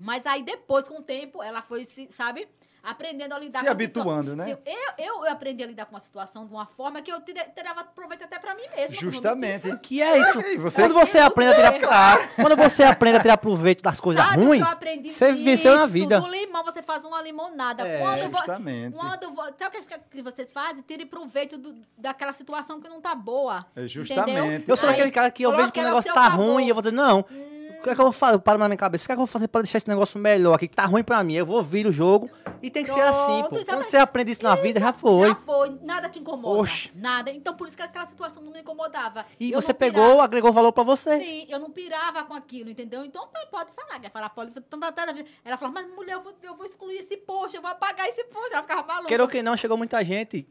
Speaker 4: Mas aí depois, com o tempo, ela foi, se, sabe, aprendendo a lidar
Speaker 3: Se
Speaker 4: com a
Speaker 3: habituando,
Speaker 4: situa-
Speaker 3: né?
Speaker 4: Se- Eu, eu, eu aprendi a lidar com a situação de uma forma que eu tira- tirava proveito até pra mim mesma. como eu não
Speaker 3: É, Justamente. É
Speaker 2: Que é isso?
Speaker 3: E você-
Speaker 2: Quando você aprende a
Speaker 4: é,
Speaker 2: tirar... Quando você aprende a tirar proveito das coisas
Speaker 4: Sabe o que
Speaker 2: ruins,
Speaker 4: eu aprendi?
Speaker 2: você venceu na
Speaker 4: Isso,
Speaker 2: vida.
Speaker 4: Do limão você faz uma limonada.
Speaker 2: É,
Speaker 4: quando eu vou,
Speaker 3: Justamente.
Speaker 4: quando vo- sabe o que- que vocês fazem? Tire proveito do- daquela situação que não tá boa.
Speaker 3: É,
Speaker 4: entendeu?
Speaker 3: justamente.
Speaker 2: Eu sou
Speaker 4: Aí,
Speaker 2: daquele cara que eu vejo que o
Speaker 4: coloca ela ao
Speaker 2: negócio
Speaker 4: seu Hum.
Speaker 2: tá
Speaker 4: favor.
Speaker 2: ruim e eu vou dizer, não, o que é que eu vou fazer? Eu paro na minha cabeça, o que é que eu vou fazer pra deixar esse negócio melhor aqui, que tá ruim pra mim? Eu vou vir o jogo e tem que ser assim,
Speaker 4: Pronto,
Speaker 2: pô. Quando
Speaker 4: exatamente.
Speaker 2: você aprende isso na vida, já foi.
Speaker 4: Já foi, nada te incomoda.
Speaker 2: Oxe.
Speaker 4: Nada. Então por isso que aquela situação não me incomodava.
Speaker 2: E
Speaker 4: Eu
Speaker 2: você
Speaker 4: não
Speaker 2: pegou,
Speaker 4: pirava.
Speaker 2: agregou valor pra você.
Speaker 4: Sim, eu não pirava com aquilo, entendeu? Então pô, pode falar, quer falar pode. Tanta, tanta, vez. ela falava, mas mulher, eu vou, eu vou excluir esse post, eu vou apagar esse post. Ela ficava maluca.
Speaker 2: Queira ou que não, chegou muita gente.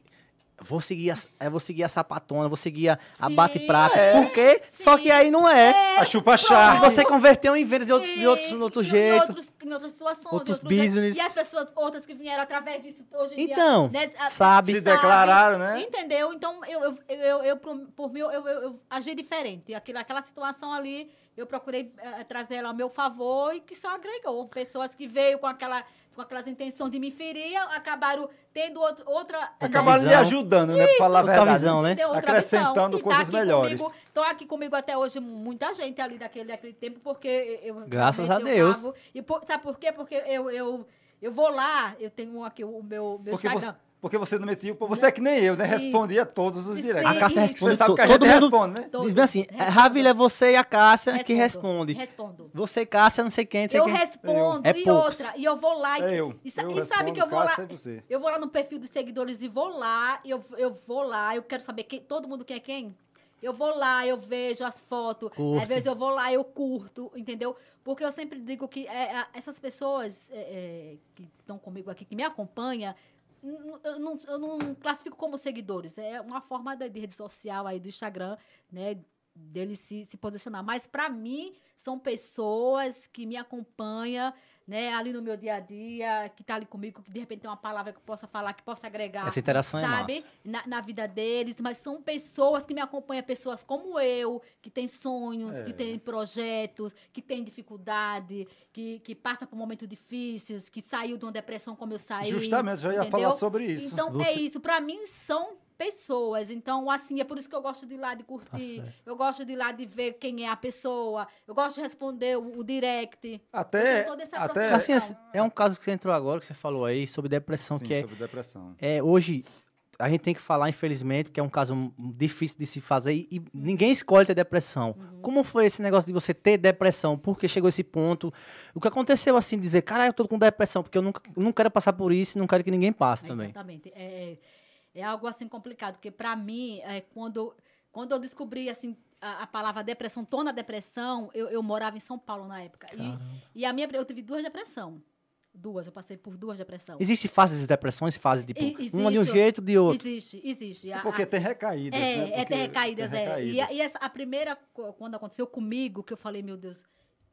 Speaker 2: Vou seguir a, eu vou seguir a sapatona, vou seguir a, a
Speaker 4: Sim.
Speaker 2: bate-prata.
Speaker 4: É.
Speaker 2: Por quê? Só que
Speaker 4: Sim.
Speaker 2: aí não é.
Speaker 3: A chupa
Speaker 2: E
Speaker 3: chá.
Speaker 2: você converteu em vez de outros, de outros,
Speaker 4: Sim,
Speaker 2: de outro
Speaker 4: em- Em,
Speaker 2: jeito.
Speaker 4: outros- em outras situações.
Speaker 2: Outros business.
Speaker 4: E as pessoas, outras que vieram através disso hoje em
Speaker 2: Então,
Speaker 4: dia. né, a-
Speaker 2: sabe.
Speaker 3: Se declararam, né?
Speaker 4: Entendeu? Então, eu, eu, eu, eu- eu, por- por mim, eu, eu, eu agi diferente. Aquela, aquela situação ali, eu procurei eh, trazer ela ao meu favor e que só agregou. Pessoas que veio com, aquela, com aquelas intenções de me ferir, acabaram tendo outro, outra...
Speaker 3: Acabaram lhe
Speaker 2: visão.
Speaker 3: ajudando, né? Pra falar a
Speaker 2: Outra
Speaker 3: verdade.
Speaker 2: visão, né?
Speaker 4: Deu outra
Speaker 3: Acrescentando
Speaker 4: visão. E tá
Speaker 3: coisas
Speaker 4: aqui
Speaker 3: melhores.
Speaker 4: Comigo, tô aqui comigo até hoje muita gente ali daquele, daquele tempo, porque eu. eu-
Speaker 2: Graças
Speaker 4: realmente
Speaker 2: a
Speaker 4: eu
Speaker 2: Deus.
Speaker 4: tava- e por- sabe por quê? Porque eu. eu eu Eu vou lá, eu tenho aqui o meu, meu
Speaker 3: Porque você,
Speaker 4: Instagram.
Speaker 3: porque você não metia. Você é que nem eu, né?
Speaker 4: Sim.
Speaker 3: Respondia todos os
Speaker 4: Sim.
Speaker 3: diretos.
Speaker 2: A Cássia
Speaker 4: Você
Speaker 2: responde.
Speaker 3: Você sabe
Speaker 2: to-
Speaker 3: que a
Speaker 2: todo
Speaker 3: gente
Speaker 2: mundo
Speaker 3: responde, né?
Speaker 4: Todo-
Speaker 2: Diz bem assim,
Speaker 4: Respondo.
Speaker 2: Ravilha, é você e a Cássia que
Speaker 4: Respondo,
Speaker 2: responde.
Speaker 4: Respondo.
Speaker 2: Você, Cássia, não sei quem, não sei
Speaker 4: eu
Speaker 2: quem.
Speaker 4: respondo
Speaker 2: É
Speaker 4: e
Speaker 2: poucos.
Speaker 4: outra. E eu vou lá. E,
Speaker 3: É eu.
Speaker 4: e sa-
Speaker 3: Eu
Speaker 4: e sabe
Speaker 3: respondo,
Speaker 4: que eu vou
Speaker 3: Cássia,
Speaker 4: lá.
Speaker 3: é você.
Speaker 4: Eu vou lá no perfil dos seguidores e vou lá. Eu, eu vou lá. Eu quero saber quem, todo mundo quem é quem. Eu vou lá, eu vejo as fotos.
Speaker 2: Curte.
Speaker 4: Às vezes eu vou lá, eu curto, entendeu? Porque eu sempre digo que é, a- essas pessoas é, é, que estão comigo aqui, que me acompanham, n- eu não, eu não classifico como seguidores. É uma forma da de rede social aí do Instagram, né? Dele se, se posicionar. Mas para mim, são pessoas que me acompanham, né? Ali no meu dia a dia, que tá ali comigo, que de repente tem uma palavra que eu possa falar, que possa agregar
Speaker 2: Essa interação é
Speaker 4: Ah, sabe?
Speaker 2: massa.
Speaker 4: Na, na vida deles, mas são pessoas que me acompanham, pessoas como eu, que têm sonhos, que têm projetos, que têm dificuldade, que, que passa por momentos difíceis, que saiu de uma depressão como eu saí.
Speaker 3: Justamente, eu já ia
Speaker 4: entendeu?
Speaker 3: falar sobre isso.
Speaker 4: Então,
Speaker 2: Você-
Speaker 4: é isso. Pra mim, são pessoas. Então, assim, é por isso que eu gosto de ir lá de curtir.
Speaker 2: Tá certo.
Speaker 4: eu gosto de ir lá de ver quem é a pessoa. Eu gosto de responder o, o direct. Eu
Speaker 3: Até.
Speaker 4: tenho toda essa
Speaker 3: até
Speaker 4: É,
Speaker 2: assim,
Speaker 4: não.
Speaker 2: assim, é um caso que você entrou agora, que você falou aí, sobre depressão,
Speaker 3: Sim,
Speaker 2: que é,
Speaker 3: sobre depressão.
Speaker 2: é, hoje a gente tem que falar, infelizmente, que é um caso m- difícil de se fazer e, e ninguém escolhe ter depressão.
Speaker 4: Uhum.
Speaker 2: Como foi esse negócio de você ter depressão? Por que chegou esse ponto? O que aconteceu assim, dizer, cara, eu tô com depressão, porque eu nunca, não quero passar por isso e não quero que ninguém passe também.
Speaker 4: Exatamente. É, é- é algo assim complicado, porque para mim, é, quando, quando eu descobri assim a, a palavra depressão, tô na depressão, eu, eu morava em São Paulo na época.
Speaker 2: Caramba.
Speaker 4: E, e a minha, eu tive duas depressão. Duas, eu passei por duas depressão.
Speaker 2: Existe fases de depressões, fases, tipo,
Speaker 4: E-
Speaker 2: uma de um
Speaker 4: existe.
Speaker 2: jeito, de outro. É
Speaker 4: Existe, existe. A-
Speaker 3: Porque
Speaker 4: a-
Speaker 3: tem recaídas,
Speaker 4: é,
Speaker 3: né?
Speaker 4: é
Speaker 3: Porque
Speaker 4: ter recaídas,
Speaker 3: tem
Speaker 4: é. E, a-
Speaker 3: recaídas.
Speaker 4: e essa, a primeira, co- quando aconteceu comigo, que eu falei, meu Deus,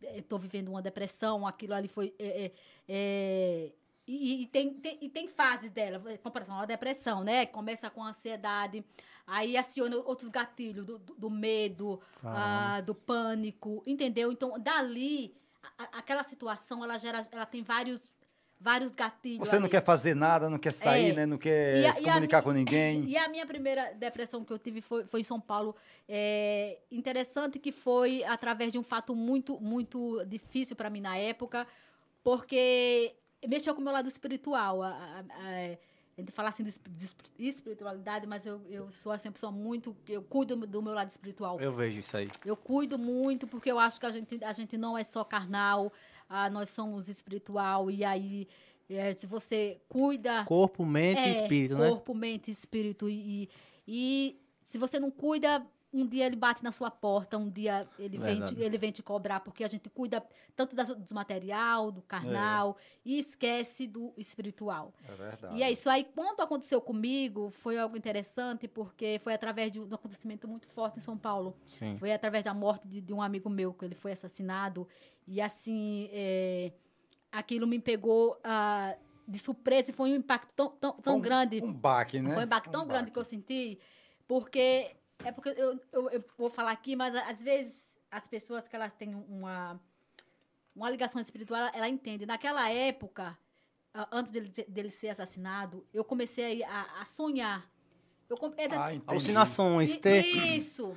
Speaker 4: eu tô vivendo uma depressão, aquilo ali foi. é, é, é, e, e tem, tem- e tem fases dela, em comparação à depressão, né? Começa com a ansiedade, aí aciona outros gatilhos do, do- do medo,
Speaker 2: Caramba.
Speaker 4: ah, do pânico, entendeu? Então, dali, a- a- aquela situação, ela gera, ela tem vários, vários gatilhos.
Speaker 3: Você não
Speaker 4: ali.
Speaker 3: quer fazer nada, não quer sair,
Speaker 4: É.
Speaker 3: né? Não
Speaker 4: E
Speaker 3: quer
Speaker 4: a-
Speaker 3: se
Speaker 4: e a
Speaker 3: comunicar
Speaker 4: mi-
Speaker 3: com ninguém.
Speaker 4: E a minha primeira depressão que eu tive foi, foi em São Paulo. É, interessante que foi através de um fato muito, muito difícil para mim na época, porque mexeu com o meu lado espiritual. A, a, a, é, a gente fala assim de esp- de esp- espiritualidade, mas eu, eu sou assim, uma pessoa muito. Eu cuido do meu lado espiritual.
Speaker 2: Eu vejo isso aí.
Speaker 4: Eu cuido muito, porque eu acho que a gente, a gente não é só carnal, ah, nós somos espiritual. E aí, eh, se você cuida
Speaker 2: Corpo, mente e
Speaker 4: é,
Speaker 2: espírito, né?
Speaker 4: Corpo, mente, espírito. E, e se você não cuida, um dia ele bate na sua porta, um dia ele, vem te,
Speaker 2: Verdade.
Speaker 4: ele vem te cobrar, porque a gente cuida tanto das- do material, do carnal,
Speaker 2: É.
Speaker 4: e esquece do espiritual.
Speaker 3: É
Speaker 2: Tá.
Speaker 3: verdade.
Speaker 4: E é isso. Aí, quando aconteceu comigo, foi algo interessante, porque foi através de um acontecimento muito forte em São Paulo.
Speaker 2: Sim.
Speaker 4: Foi através da morte de, de um amigo meu, que ele foi assassinado. E assim, é, aquilo me pegou ah, de surpresa e foi um impacto tão, tão, tão
Speaker 3: Foi um-
Speaker 4: grande.
Speaker 3: Um baque, né?
Speaker 4: Foi um impacto tão
Speaker 3: Um
Speaker 4: grande que eu senti, porque é porque eu, eu, eu vou falar aqui, mas a- às vezes as pessoas que elas têm uma uma ligação espiritual, ela, ela entende. Naquela época, ah, antes dele, ser- dele ser assassinado, eu comecei a, a sonhar. Eu, com- é era-
Speaker 3: Ah, entendi.
Speaker 2: Alucinações,
Speaker 4: I-
Speaker 2: ter.
Speaker 4: Isso.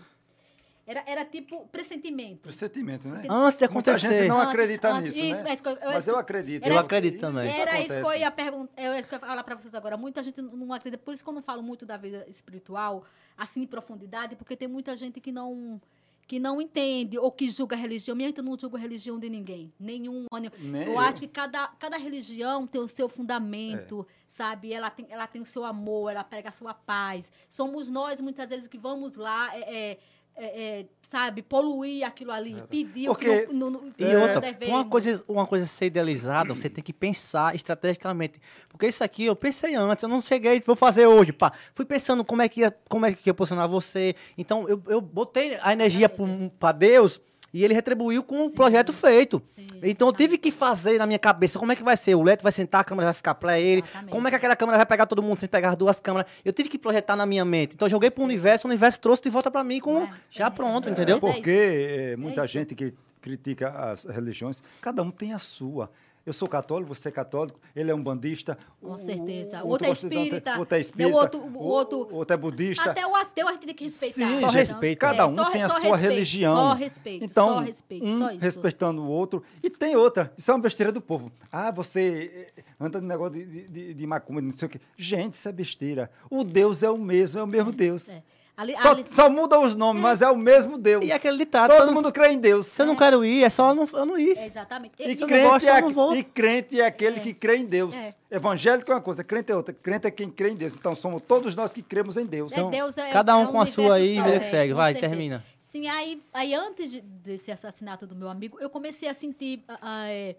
Speaker 4: Era, era tipo pressentimento.
Speaker 3: Pressentimento, né?
Speaker 2: Antes de
Speaker 3: Muita
Speaker 2: acontecer.
Speaker 3: gente não
Speaker 4: Antes-
Speaker 3: acredita
Speaker 4: antes-
Speaker 3: nisso,
Speaker 4: isso,
Speaker 3: né?
Speaker 4: é isso que eu- eu-
Speaker 3: Mas eu acredito.
Speaker 4: Era- Eu
Speaker 2: acredito também.
Speaker 3: Isso
Speaker 4: Era isso que eu
Speaker 3: acontece.
Speaker 4: ia perguntar, era isso que eu ia falar pra vocês agora. Muita gente não acredita, por isso que eu não falo muito da vida espiritual, assim, em profundidade, porque tem muita gente que não que não entende ou que julga a religião. Minha gente eu não julga a religião de ninguém, nenhum. nem-
Speaker 3: Nem
Speaker 4: eu,
Speaker 3: eu.
Speaker 4: acho que cada, cada religião tem o seu fundamento,
Speaker 2: É.
Speaker 4: sabe? Ela tem, ela tem o seu amor, ela prega a sua paz. Somos nós, muitas vezes, que vamos lá, é, é, é, é, sabe, poluir aquilo ali, pedir o
Speaker 3: Porque-
Speaker 4: que não, não, não,
Speaker 2: E
Speaker 4: não
Speaker 2: outra, pra uma
Speaker 4: devemos.
Speaker 2: coisa, uma coisa ser idealizada, você tem que pensar estrategicamente. Porque isso aqui eu pensei antes, eu não cheguei, vou fazer hoje, pá. Fui pensando como é que ia, como é que ia posicionar você. Então, eu, eu botei a energia pro- pra Deus e ele retribuiu com o projeto feito.
Speaker 4: Sim,
Speaker 2: então, eu tive que fazer na minha cabeça como é que vai ser. O Leto vai sentar, a câmera vai ficar pra ele.
Speaker 4: Exatamente.
Speaker 2: Como é que aquela câmera vai pegar todo mundo sem pegar as duas câmeras. Eu tive que projetar na minha mente. Então, eu joguei pro universo, o universo trouxe de volta pra mim com
Speaker 4: É,
Speaker 2: já
Speaker 4: é,
Speaker 2: pronto,
Speaker 4: é.
Speaker 2: entendeu?
Speaker 4: Mas é
Speaker 3: Porque eh, muita
Speaker 4: isso.
Speaker 3: gente que, critica as religiões, cada um tem a sua. Eu sou católico, você é católico, ele é um bandista.
Speaker 4: Com certeza. O outro é espírita.
Speaker 3: Outro é
Speaker 4: Não,
Speaker 3: espírita.
Speaker 4: o outro- o
Speaker 3: o-
Speaker 4: outro-
Speaker 3: outro é budista.
Speaker 4: Até o ateu a gente tem que respeitar.
Speaker 3: Sim,
Speaker 2: Só
Speaker 4: então.
Speaker 3: gente,
Speaker 2: respeito.
Speaker 3: Cada
Speaker 4: É,
Speaker 3: um
Speaker 4: só-
Speaker 3: tem a
Speaker 4: só
Speaker 3: sua
Speaker 4: respeito,
Speaker 3: religião.
Speaker 4: Só respeito,
Speaker 3: então,
Speaker 4: só respeito,
Speaker 3: um
Speaker 4: só isso.
Speaker 3: respeitando o outro. E tem outra, isso é uma besteira do povo. Ah, você eh, anda no negócio de, de, de macumba, de não sei o quê. Gente, isso é besteira. O Deus é o mesmo, é o mesmo Deus.
Speaker 4: É. Ali-
Speaker 3: Só,
Speaker 4: ali-
Speaker 3: só muda os nomes, mas é o mesmo Deus.
Speaker 2: E aquele ditado, se eu
Speaker 3: Todo
Speaker 2: não,
Speaker 3: mundo crê em Deus.
Speaker 2: se eu não quero ir, é só eu não, eu não ir.
Speaker 4: é, Exatamente.
Speaker 3: E
Speaker 4: E-
Speaker 2: eu não
Speaker 3: crente,
Speaker 2: gosto,
Speaker 3: é,
Speaker 2: eu não
Speaker 3: aqu-
Speaker 2: vou.
Speaker 3: e crente é aquele que crê em Deus.
Speaker 4: É.
Speaker 3: Evangélico é uma coisa, crente é outra. Crente é quem crê em Deus. Então somos todos nós que cremos em Deus. Então,
Speaker 4: É, Deus é-
Speaker 2: cada um
Speaker 4: é
Speaker 2: com a sua aí,
Speaker 4: universo
Speaker 2: vida
Speaker 4: só,
Speaker 2: que
Speaker 4: é,
Speaker 2: segue.
Speaker 4: com
Speaker 2: Vai,
Speaker 4: certeza.
Speaker 2: termina.
Speaker 4: Sim, aí, aí antes de- desse assassinato do meu amigo, eu comecei a sentir, ah, ah, é,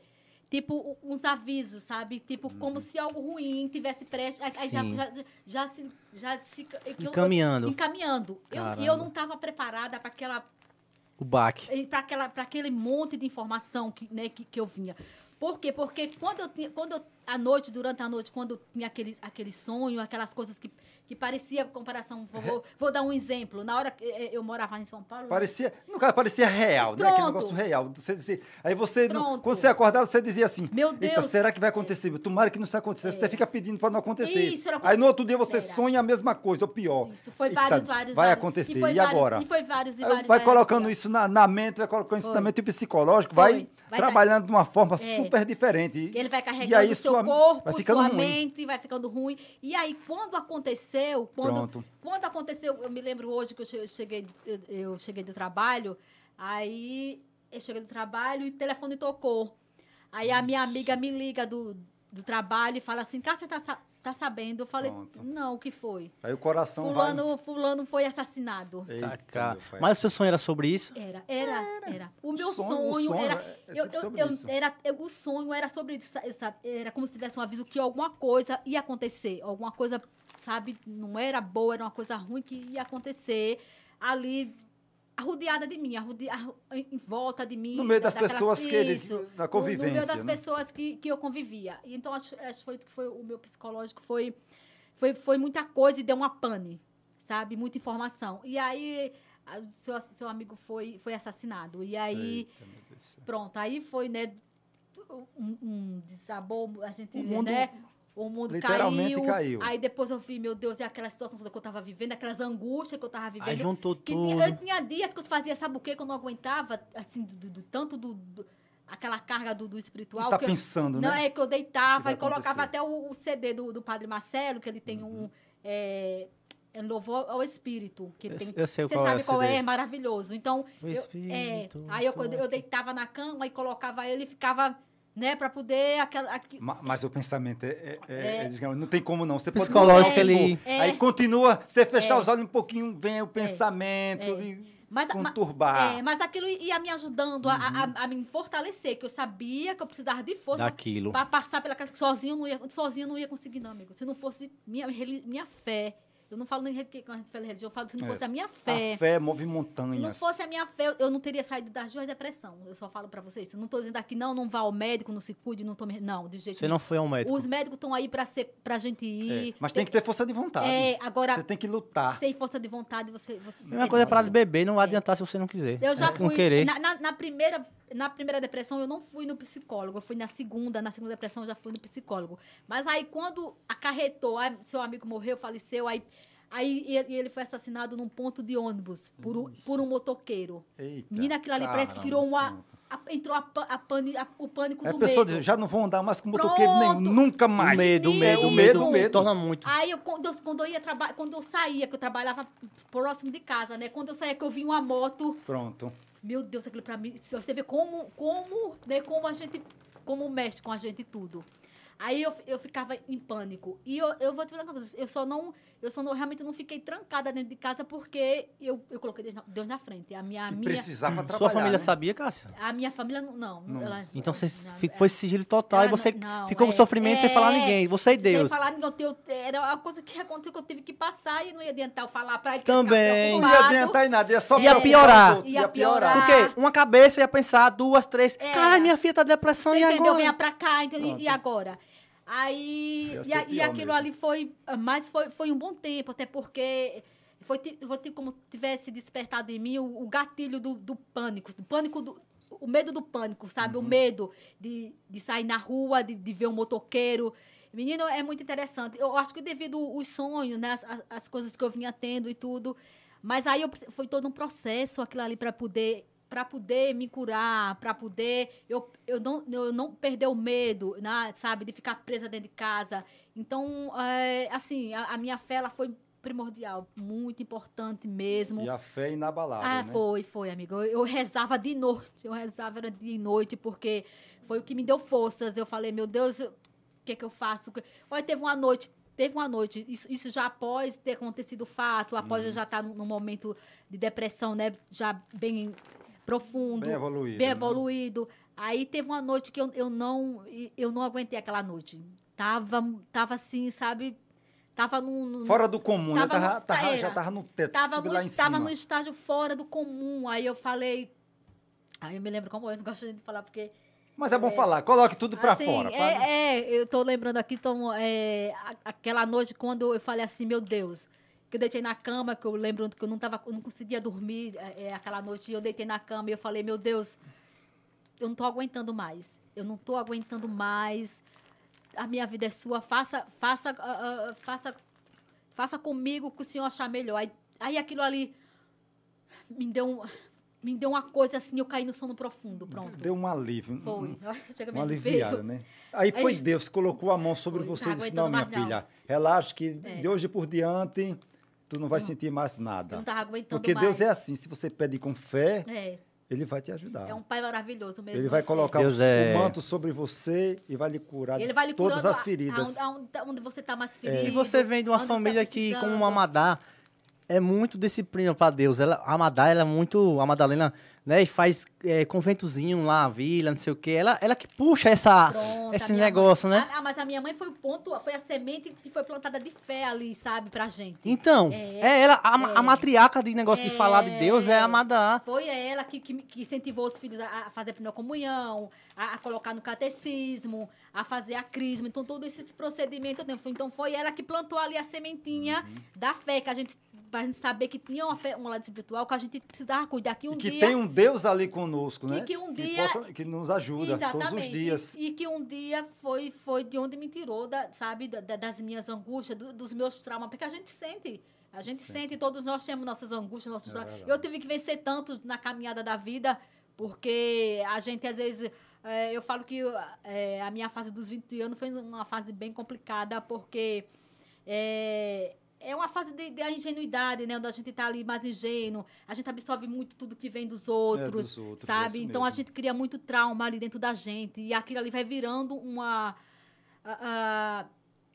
Speaker 4: tipo, u- uns avisos, sabe? Tipo, como se algo ruim tivesse prestes. Aí, aí já,
Speaker 2: Sim.
Speaker 4: já, já se. Já se é que eu-
Speaker 2: Encaminhando.
Speaker 4: eu- encaminhando. Eu- E eu
Speaker 2: Caramba.
Speaker 4: não estava preparada para aquela
Speaker 2: O baque.
Speaker 4: para aquela para aquele monte de informação que, né, que, que eu vinha. Por quê? Porque quando eu tinha, quando eu, à noite, durante a noite, quando eu tinha aquele, aquele sonho, aquelas coisas que, que parecia comparação, vou, vou, vou dar um exemplo. Na hora que eh, eu morava em São Paulo,
Speaker 3: Parecia, no caso, parecia real, né? Aquele
Speaker 4: Pronto.
Speaker 3: negócio real. Você dizia, aí você, não-
Speaker 4: Pronto.
Speaker 3: quando você acordava, você dizia assim:
Speaker 4: Meu
Speaker 3: Eita,
Speaker 4: Deus." É.
Speaker 3: será que vai acontecer? Tomara que não isso aconteça. Você fica pedindo para não acontecer.
Speaker 4: Isso, era-
Speaker 3: Aí no outro dia você
Speaker 4: Era.
Speaker 3: sonha a mesma coisa, ou pior.
Speaker 4: isso foi
Speaker 3: Eita,
Speaker 4: vários, vários,
Speaker 3: Vai
Speaker 4: vários.
Speaker 3: acontecer.
Speaker 4: E, foi
Speaker 3: E,
Speaker 4: vários,
Speaker 3: agora?
Speaker 4: E foi vários, e
Speaker 3: Aí
Speaker 4: vários.
Speaker 3: vai
Speaker 4: vários,
Speaker 3: colocando
Speaker 4: vários.
Speaker 3: isso na, na mente, vai colocando isso na
Speaker 4: Foi.
Speaker 3: mente e o psicológico,
Speaker 4: Foi.
Speaker 3: vai,
Speaker 4: Vai
Speaker 3: trabalhando de uma forma
Speaker 4: É.
Speaker 3: super diferente.
Speaker 4: Ele vai
Speaker 3: E
Speaker 4: carregando
Speaker 3: aí
Speaker 4: o seu
Speaker 3: sua- vai
Speaker 4: corpo,
Speaker 3: ficando
Speaker 4: sua
Speaker 3: ruim.
Speaker 4: mente, vai ficando ruim. E aí, quando aconteceu,
Speaker 3: Pronto.
Speaker 4: quando, quando aconteceu, eu me lembro hoje que eu che- eu cheguei, eu, eu cheguei do trabalho, aí eu cheguei do trabalho e o telefone tocou. Aí a minha amiga me liga do, do trabalho e fala assim, Cássia, tá, sa- tá sabendo? Eu falei,
Speaker 3: Pronto. Então
Speaker 4: não, o que foi?
Speaker 3: Aí o coração
Speaker 4: Fulano, fulano foi assassinado.
Speaker 3: vai. Eita,
Speaker 2: Saca.
Speaker 3: meu pai.
Speaker 2: Mas o seu sonho era sobre isso?
Speaker 4: Era, era, era, O meu
Speaker 3: sonho-
Speaker 4: sonho,
Speaker 3: o sonho
Speaker 4: era.
Speaker 3: é- é
Speaker 4: eu,
Speaker 3: tipo
Speaker 4: eu-
Speaker 3: sobre
Speaker 4: eu-
Speaker 3: isso.
Speaker 4: era eu- o sonho era sobre isso, sa- sabe? Era como se tivesse um aviso que alguma coisa ia acontecer. Alguma coisa, sabe, não era boa, era uma coisa ruim que ia acontecer ali, rodeada de mim, arrode- arro- em em volta de mim.
Speaker 3: No meio
Speaker 4: da-
Speaker 3: das
Speaker 4: daquelas-
Speaker 3: pessoas que ele-
Speaker 4: Isso.
Speaker 3: na
Speaker 4: No- No
Speaker 3: convivência,
Speaker 4: meio das
Speaker 3: né?
Speaker 4: pessoas que, que eu convivia. E Então, acho, acho que foi, que foi o meu psicológico foi, foi, foi muita coisa e deu uma pane, sabe? Muita informação. E aí, a- seu, seu amigo foi, foi assassinado. E aí,
Speaker 3: Eita, meu Deus do céu.
Speaker 4: pronto, aí foi, né, um, um desabou, a gente,
Speaker 3: O mundo-
Speaker 4: né, o mundo
Speaker 3: literalmente
Speaker 4: caiu,
Speaker 3: caiu.
Speaker 4: Aí depois eu vi, meu Deus, e aquela situação toda que eu tava vivendo, aquelas angústias que eu tava vivendo.
Speaker 2: Aí juntou
Speaker 4: que
Speaker 2: tudo.
Speaker 4: tinha- eu tinha dias que eu fazia, sabe o quê? Que eu não aguentava, assim, do, do- do- tanto do, do- aquela carga do, do espiritual.
Speaker 3: E tá
Speaker 4: que eu-
Speaker 3: pensando,
Speaker 4: não,
Speaker 3: né?
Speaker 4: é que eu deitava
Speaker 3: vai
Speaker 4: e colocava
Speaker 3: acontecer.
Speaker 4: até o, o CD do, do Padre Marcelo, que ele tem
Speaker 2: Uhum.
Speaker 4: um... É, é louvor ao espírito. Que
Speaker 2: Eu-
Speaker 4: tem,
Speaker 2: eu sei
Speaker 4: Você
Speaker 2: qual é
Speaker 4: sabe
Speaker 2: o
Speaker 4: qual
Speaker 2: CD.
Speaker 4: é, é maravilhoso. Então,
Speaker 2: O
Speaker 4: eu- é,
Speaker 2: espírito
Speaker 4: aí eu,
Speaker 2: toca.
Speaker 4: eu deitava na cama e colocava ele e ficava, né, pra poder aquela... aqui-
Speaker 3: Ma- Mas o pensamento é, é- é- é desgraçado. não tem como não. Você pode
Speaker 2: Psicológico,
Speaker 3: colocar o que
Speaker 2: ele-
Speaker 3: for.
Speaker 4: É.
Speaker 3: Aí continua, você fechar os olhos um pouquinho, vem o pensamento
Speaker 4: É.
Speaker 3: e
Speaker 4: Mas, ma-
Speaker 3: conturbar.
Speaker 4: é, mas aquilo ia me ajudando a, a- a me fortalecer, que eu sabia que eu precisava de força
Speaker 2: Daquilo.
Speaker 4: pra passar pela casa. Sozinho eu não ia, sozinho eu não ia conseguir, não, amigo. Se não fosse minha, reli- minha fé. Eu não falo nem que- com a religião, eu falo se não
Speaker 3: É.
Speaker 4: fosse a minha
Speaker 3: A fé move montanhas.
Speaker 4: Se não fosse a minha fé, eu não teria saído das duas depressão. Eu só falo pra vocês. Eu não tô dizendo aqui, não, não vá ao médico, não se cuide, não tome. Não, de jeito
Speaker 2: Você não foi ao médico.
Speaker 4: Os médicos estão aí pra, ser, pra gente
Speaker 3: É,
Speaker 4: ir.
Speaker 3: Mas tem que ter força de vontade.
Speaker 4: É, agora,
Speaker 3: Você tem que lutar.
Speaker 4: sem força de vontade, você. você
Speaker 2: A mesma coisa é parar de
Speaker 4: Isso.
Speaker 2: beber, não vai adiantar se você não quiser.
Speaker 4: Eu já
Speaker 2: É,
Speaker 4: fui.
Speaker 2: Não querer.
Speaker 4: Na, na- na primeira, na primeira depressão, eu não fui no psicólogo. Eu fui na segunda. Na segunda depressão, eu já fui no psicólogo. Mas aí, quando acarretou, aí seu amigo morreu, faleceu, aí, aí ele, ele foi assassinado num ponto de ônibus por um, por um motoqueiro.
Speaker 3: Eita.
Speaker 4: Menina, aquilo ali parece que
Speaker 3: caramba.
Speaker 4: criou uma. a- entrou a, pan- a pane- a- o pânico
Speaker 3: É
Speaker 4: do
Speaker 3: pessoa
Speaker 4: medo.
Speaker 3: dizendo, já não vão andar mais com motoqueiro nenhum,
Speaker 4: Pronto.
Speaker 3: nunca mais.
Speaker 2: O medo, o
Speaker 4: Sim,
Speaker 2: medo,
Speaker 3: é,
Speaker 2: o
Speaker 3: o
Speaker 2: medo,
Speaker 3: medo,
Speaker 2: se torna muito.
Speaker 4: Aí, eu, quando, eu, quando eu ia trabalhar, quando eu saía, que eu trabalhava próximo de casa, né? Quando eu saía, que eu vi uma moto.
Speaker 3: Pronto.
Speaker 4: Meu Deus, aquilo pra mim. Você vê como, como, né, como a gente, como mexe com a gente e tudo. Aí eu, eu ficava em pânico. E eu, eu vou te falar uma coisa, eu só não, eu só não, realmente não fiquei trancada dentro de casa porque eu, eu coloquei Deus na, Deus na frente. A minha, a
Speaker 3: E
Speaker 4: minha,
Speaker 3: precisava trabalhar.
Speaker 2: Sua família
Speaker 3: né?
Speaker 2: sabia, Cássia?
Speaker 4: a minha família, não, não. ela-
Speaker 2: Então você
Speaker 4: não,
Speaker 2: fi-
Speaker 4: é,
Speaker 2: foi sigilo total e
Speaker 4: Ela
Speaker 2: você
Speaker 4: não- não,
Speaker 2: ficou com
Speaker 4: é-
Speaker 2: sofrimento sem falar a
Speaker 4: é,
Speaker 2: ninguém. Você e
Speaker 4: Sem
Speaker 2: Deus.
Speaker 4: falar, ninguém, eu tenho- era uma coisa que aconteceu que eu tive que passar e não ia adiantar eu falar pra ele. que
Speaker 2: Também.
Speaker 3: Não
Speaker 4: eu tava
Speaker 3: ia
Speaker 4: preocupado.
Speaker 3: adiantar em nada, ia só
Speaker 2: Ia
Speaker 3: preocupar os
Speaker 2: piorar.
Speaker 3: outros,
Speaker 4: Ia
Speaker 3: Ia piorar.
Speaker 4: piorar.
Speaker 2: Porque uma cabeça ia pensar, duas, três.
Speaker 4: É.
Speaker 2: Caralho, minha filha tá de depressão
Speaker 4: Você
Speaker 2: e
Speaker 4: entendeu?
Speaker 2: agora?
Speaker 4: Venha pra cá, entendeu? E- E
Speaker 2: Pronto.
Speaker 4: agora? Aí.
Speaker 3: Ia
Speaker 4: E,
Speaker 3: ser
Speaker 4: a- e
Speaker 3: pior
Speaker 4: aquilo
Speaker 3: mesmo.
Speaker 4: ali foi. Mas foi, foi um bom tempo, até porque. Foi ti- foi tipo como se tivesse despertado em mim o, o gatilho do, do pânico, do pânico do. pânico, o medo do pânico, sabe? O medo de, de sair na rua, de, de ver um motoqueiro. Menino, é muito interessante. Eu acho que devido os sonhos, né? As, as- as coisas que eu vinha tendo e tudo. Mas aí eu preci- foi todo um processo aquilo ali para poder para poder me curar, para poder eu, eu não eu não perder o medo, né, sabe, de ficar presa dentro de casa. Então, é, assim, a, a minha fé ela foi primordial, muito importante mesmo.
Speaker 3: E a fé inabalável,
Speaker 4: Ah,
Speaker 3: né?
Speaker 4: foi, foi, amigo. Eu, eu rezava de noite, eu rezava era de noite, porque foi o que me deu forças. Eu falei, meu Deus, o que é que eu faço? Olha, teve uma noite, teve uma noite, isso, isso já após ter acontecido o fato, após
Speaker 3: Uhum.
Speaker 4: eu já estar num, num momento de depressão, né, já bem profundo
Speaker 3: Bem evoluído.
Speaker 4: bem
Speaker 3: né?
Speaker 4: evoluído. Aí teve uma noite que eu, eu não eu não aguentei aquela noite. Tava tava assim, sabe? Tava num, num-
Speaker 3: Fora do comum, né?
Speaker 4: Tava
Speaker 3: Tava-
Speaker 4: no-
Speaker 3: tava-
Speaker 4: era.
Speaker 3: já tava no teto,
Speaker 4: tava
Speaker 3: subi
Speaker 4: no,
Speaker 3: lá em
Speaker 4: tava
Speaker 3: cima.
Speaker 4: no estágio fora do comum. Aí eu falei, aí eu me lembro como eu não gosto de falar porque
Speaker 3: Mas é bom falar, coloque tudo pra
Speaker 4: assim,
Speaker 3: fora.
Speaker 4: É,
Speaker 3: pra-
Speaker 4: é, eu tô lembrando aqui, então, é, a- aquela noite quando eu falei assim, meu Deus, que eu deitei na cama, que eu lembro que eu não, tava, eu não conseguia dormir é, é, aquela noite, eu deitei na cama e eu falei, meu Deus, eu não tô aguentando mais, eu não tô aguentando mais, a minha vida é sua, faça, faça, ah, ah, faça, faça comigo o que o senhor achar melhor. Aí, aí aquilo ali me deu, um- me deu uma coisa assim, eu caí no sono profundo, pronto.
Speaker 3: Deu um alívio.
Speaker 4: Foi. Chega a me
Speaker 3: Uma aliviada,
Speaker 4: arrepio.
Speaker 3: né? Aí foi
Speaker 4: Aí-
Speaker 3: Deus que colocou a mão sobre
Speaker 4: Foi,
Speaker 3: você
Speaker 4: tá
Speaker 3: e disse: Não,
Speaker 4: aguentando
Speaker 3: minha
Speaker 4: mais
Speaker 3: filha,
Speaker 4: não."
Speaker 3: relaxa que de hoje por diante tu não vai sentir mais nada.
Speaker 4: Eu não tava aguentando
Speaker 3: Tá. Porque
Speaker 4: mais.
Speaker 3: Deus é assim: se você pede com fé,
Speaker 4: É,
Speaker 3: Ele vai te ajudar.
Speaker 4: é um pai maravilhoso mesmo.
Speaker 3: Ele vai colocar
Speaker 2: Deus
Speaker 3: o,
Speaker 2: é-
Speaker 3: o manto sobre você e vai lhe curar
Speaker 4: Ele vai lhe
Speaker 3: todas
Speaker 4: curando
Speaker 3: as
Speaker 4: a-
Speaker 3: feridas. É.
Speaker 4: aonde- aonde você tá mais ferido.
Speaker 2: E você vem de uma
Speaker 4: aonde
Speaker 2: família
Speaker 4: tá
Speaker 2: que, como
Speaker 4: precisando.
Speaker 2: uma Amadá, é muito disciplina pra Deus. Ela, a Amadá, ela é muito. A Madalena, né? E faz é, conventozinho lá, a vila, não sei o quê. Ela, ela que puxa essa,
Speaker 4: Pronto, a
Speaker 2: esse
Speaker 4: minha
Speaker 2: negócio,
Speaker 4: mãe-
Speaker 2: né?
Speaker 4: Ah, mas a minha mãe foi o ponto, foi a semente que foi plantada de fé ali, sabe, pra gente.
Speaker 2: Então, é, ela, a, ma- a matriarca de negócio de falar de Deus é a Amadá.
Speaker 4: Foi ela que, que, que incentivou os filhos a, a fazer a primeira comunhão, a, a colocar no catecismo, a fazer a crisma. Então, todo esse procedimento. né, foi- Então, foi ela que plantou ali a sementinha
Speaker 3: Uhum.
Speaker 4: da fé, que a gente, pra gente saber que tinha uma, fé, um lado espiritual, que a gente precisava cuidar. Que um
Speaker 3: e que
Speaker 4: dia.
Speaker 3: tem um Deus ali conosco,
Speaker 4: E
Speaker 3: né?
Speaker 4: que um dia-
Speaker 3: possa- que nos ajuda todos os
Speaker 4: Exatamente.
Speaker 3: dias.
Speaker 4: E, e que um dia foi, foi de onde me tirou, da, sabe, da- da- das minhas angústias, do- dos meus traumas, porque a gente sente. A gente sente, todos nós temos nossas angústias, nossos
Speaker 3: É
Speaker 4: traumas.
Speaker 3: verdade.
Speaker 4: Eu tive que vencer tanto na caminhada da vida, porque a gente às vezes. é, eu falo que é, a minha fase dos 20 anos foi uma fase bem complicada, porque é, é uma fase de- da ingenuidade, né? Onde a gente tá ali mais ingênuo, a gente absorve muito tudo que vem dos outros,
Speaker 3: dos outros, é isso
Speaker 4: sabe? Então a
Speaker 3: mesmo.
Speaker 4: gente cria muito trauma ali dentro da gente e aquilo ali vai virando uma. a- a-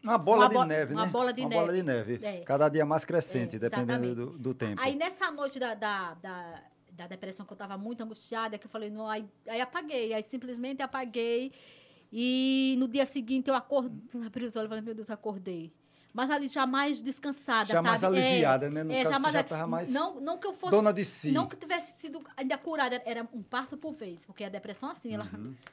Speaker 3: Uma bola
Speaker 4: Uma
Speaker 3: de
Speaker 4: bo-
Speaker 3: neve,
Speaker 4: uma
Speaker 3: né?
Speaker 4: bola de
Speaker 3: uma bola de neve.
Speaker 4: É.
Speaker 3: Cada dia mais crescente,
Speaker 4: É,
Speaker 3: dependendo
Speaker 4: exatamente.
Speaker 3: do, do tempo.
Speaker 4: Aí nessa noite da, da, da, da depressão que eu tava muito angustiada, que eu falei, não, aí, aí apaguei, aí simplesmente apaguei. E no dia seguinte eu acordei, abri os olhos e falei, meu Deus, acordei. Mas ali já mais descansada,
Speaker 3: Já mais
Speaker 4: sabe? É,
Speaker 3: aliviada, né? No caso,
Speaker 4: já
Speaker 3: você
Speaker 4: mais-
Speaker 3: já tava mais
Speaker 4: Não, não que eu fosse
Speaker 3: Dona de si.
Speaker 4: Não que tivesse sido ainda curada, era um passo por vez, porque a depressão assim, ela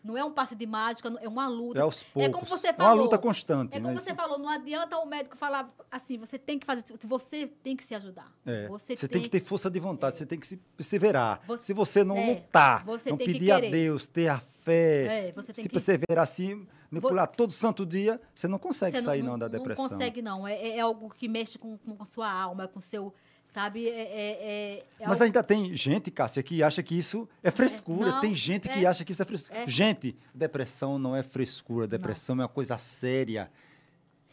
Speaker 4: não é um passe de mágica, não- é uma luta.
Speaker 3: Uhum. É aos poucos.
Speaker 4: É como você
Speaker 3: uma
Speaker 4: falou.
Speaker 3: luta constante,
Speaker 4: É
Speaker 3: né?
Speaker 4: como você
Speaker 3: Isso-
Speaker 4: falou, não adianta o médico falar assim, você tem que fazer, isso, você tem que se ajudar.
Speaker 3: é.
Speaker 4: Você, É.
Speaker 3: tem que ter força de vontade, você tem que se perseverar.
Speaker 4: Você-
Speaker 3: se você não
Speaker 4: é,
Speaker 3: lutar,
Speaker 4: você
Speaker 3: não
Speaker 4: tem que
Speaker 3: pedir a
Speaker 4: querer.
Speaker 3: Deus, ter a fé,
Speaker 4: É, você tem
Speaker 3: se
Speaker 4: que-
Speaker 3: perseverar assim, manipular todo santo dia, você não consegue
Speaker 4: Você
Speaker 3: sair não, da depressão.
Speaker 4: Não consegue não, é, é- é algo que mexe com, com, com sua alma, com seu, sabe, é, é- é- é
Speaker 3: Mas
Speaker 4: algo-
Speaker 3: ainda tem gente, Cássia, que acha que isso é frescura.
Speaker 4: não,
Speaker 3: tem gente que
Speaker 4: é,
Speaker 3: acha que isso é frescura.
Speaker 4: é.
Speaker 3: Gente, depressão não é frescura. Depressão é uma coisa séria.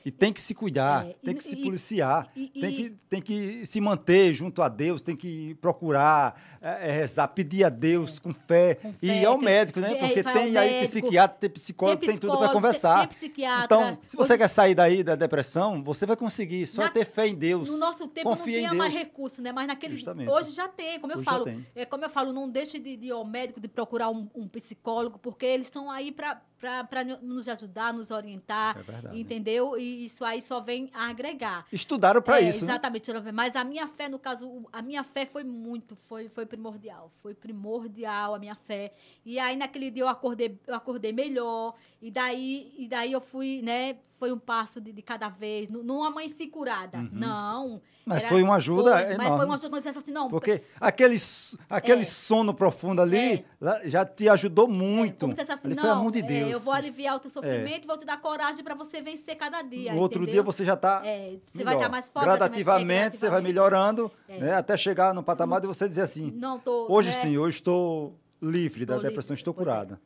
Speaker 3: E tem que se cuidar,
Speaker 4: É,
Speaker 3: tem
Speaker 4: e-
Speaker 3: que se
Speaker 4: e-
Speaker 3: policiar,
Speaker 4: e- e-
Speaker 3: tem, que, tem que se manter junto a Deus, tem que procurar é, é, rezar, pedir a Deus com fé.
Speaker 4: É. Com
Speaker 3: e
Speaker 4: fé,
Speaker 3: ir ao
Speaker 4: que-
Speaker 3: médico, né?
Speaker 4: é,
Speaker 3: Porque
Speaker 4: vai ao
Speaker 3: tem aí
Speaker 4: médico,
Speaker 3: psiquiatra, tem
Speaker 4: é
Speaker 3: psicólogo, tem, tudo para
Speaker 4: psicólogo, tem-
Speaker 3: conversar.
Speaker 4: tem é psiquiatra.
Speaker 3: Então, se você
Speaker 4: Hoje-
Speaker 3: quer sair daí da depressão, você vai conseguir. Só é
Speaker 4: Na-
Speaker 3: ter fé em Deus.
Speaker 4: No nosso tempo
Speaker 3: Confia em
Speaker 4: não tinha mais
Speaker 3: Deus.
Speaker 4: recurso, né? Mas naquele
Speaker 3: Justamente.
Speaker 4: hoje já tem, como eu
Speaker 3: Hoje já
Speaker 4: falo.
Speaker 3: tem.
Speaker 4: É como eu falo, não deixe de, de ir ao médico de procurar um, um psicólogo, porque eles estão aí para para nos ajudar, nos orientar,
Speaker 3: É verdade.
Speaker 4: entendeu? E isso aí só vem a agregar.
Speaker 3: Estudaram para
Speaker 4: É,
Speaker 3: isso. né?
Speaker 4: Exatamente, Ana Paula. mas a minha fé, no caso, o- a minha fé foi muito, foi, foi primordial. Foi primordial a minha fé. E aí naquele dia eu acordei, eu acordei melhor. E daí, e daí eu fui, né? Foi um passo de, de cada vez. Não, não amanheci curada. Não.
Speaker 3: Uhum. Mas foi uma ajuda
Speaker 4: foi, Mas
Speaker 3: enorme.
Speaker 4: foi uma ajuda quando eu dissesse assim, não,
Speaker 3: Porque aquele, s- aquele
Speaker 4: É.
Speaker 3: sono profundo ali
Speaker 4: É.
Speaker 3: lá, já te ajudou muito.
Speaker 4: Como se dissesse assim,
Speaker 3: ali
Speaker 4: não,
Speaker 3: foi amor de
Speaker 4: é,
Speaker 3: Deus.
Speaker 4: eu vou aliviar o teu sofrimento e vou te dar coragem para você vencer cada dia.
Speaker 3: no outro dia
Speaker 4: entendeu?
Speaker 3: você já tá está.
Speaker 4: É, você vai É. estar mais forte.
Speaker 3: Gradativamente você vai
Speaker 4: gradativamente.
Speaker 3: melhorando né, até chegar no patamar de você dizer assim:
Speaker 4: Não, tô,
Speaker 3: hoje
Speaker 4: né?
Speaker 3: sim, eu estou livre da
Speaker 4: Estou
Speaker 3: depressão,
Speaker 4: livre,
Speaker 3: estou
Speaker 4: pois é.
Speaker 3: curada.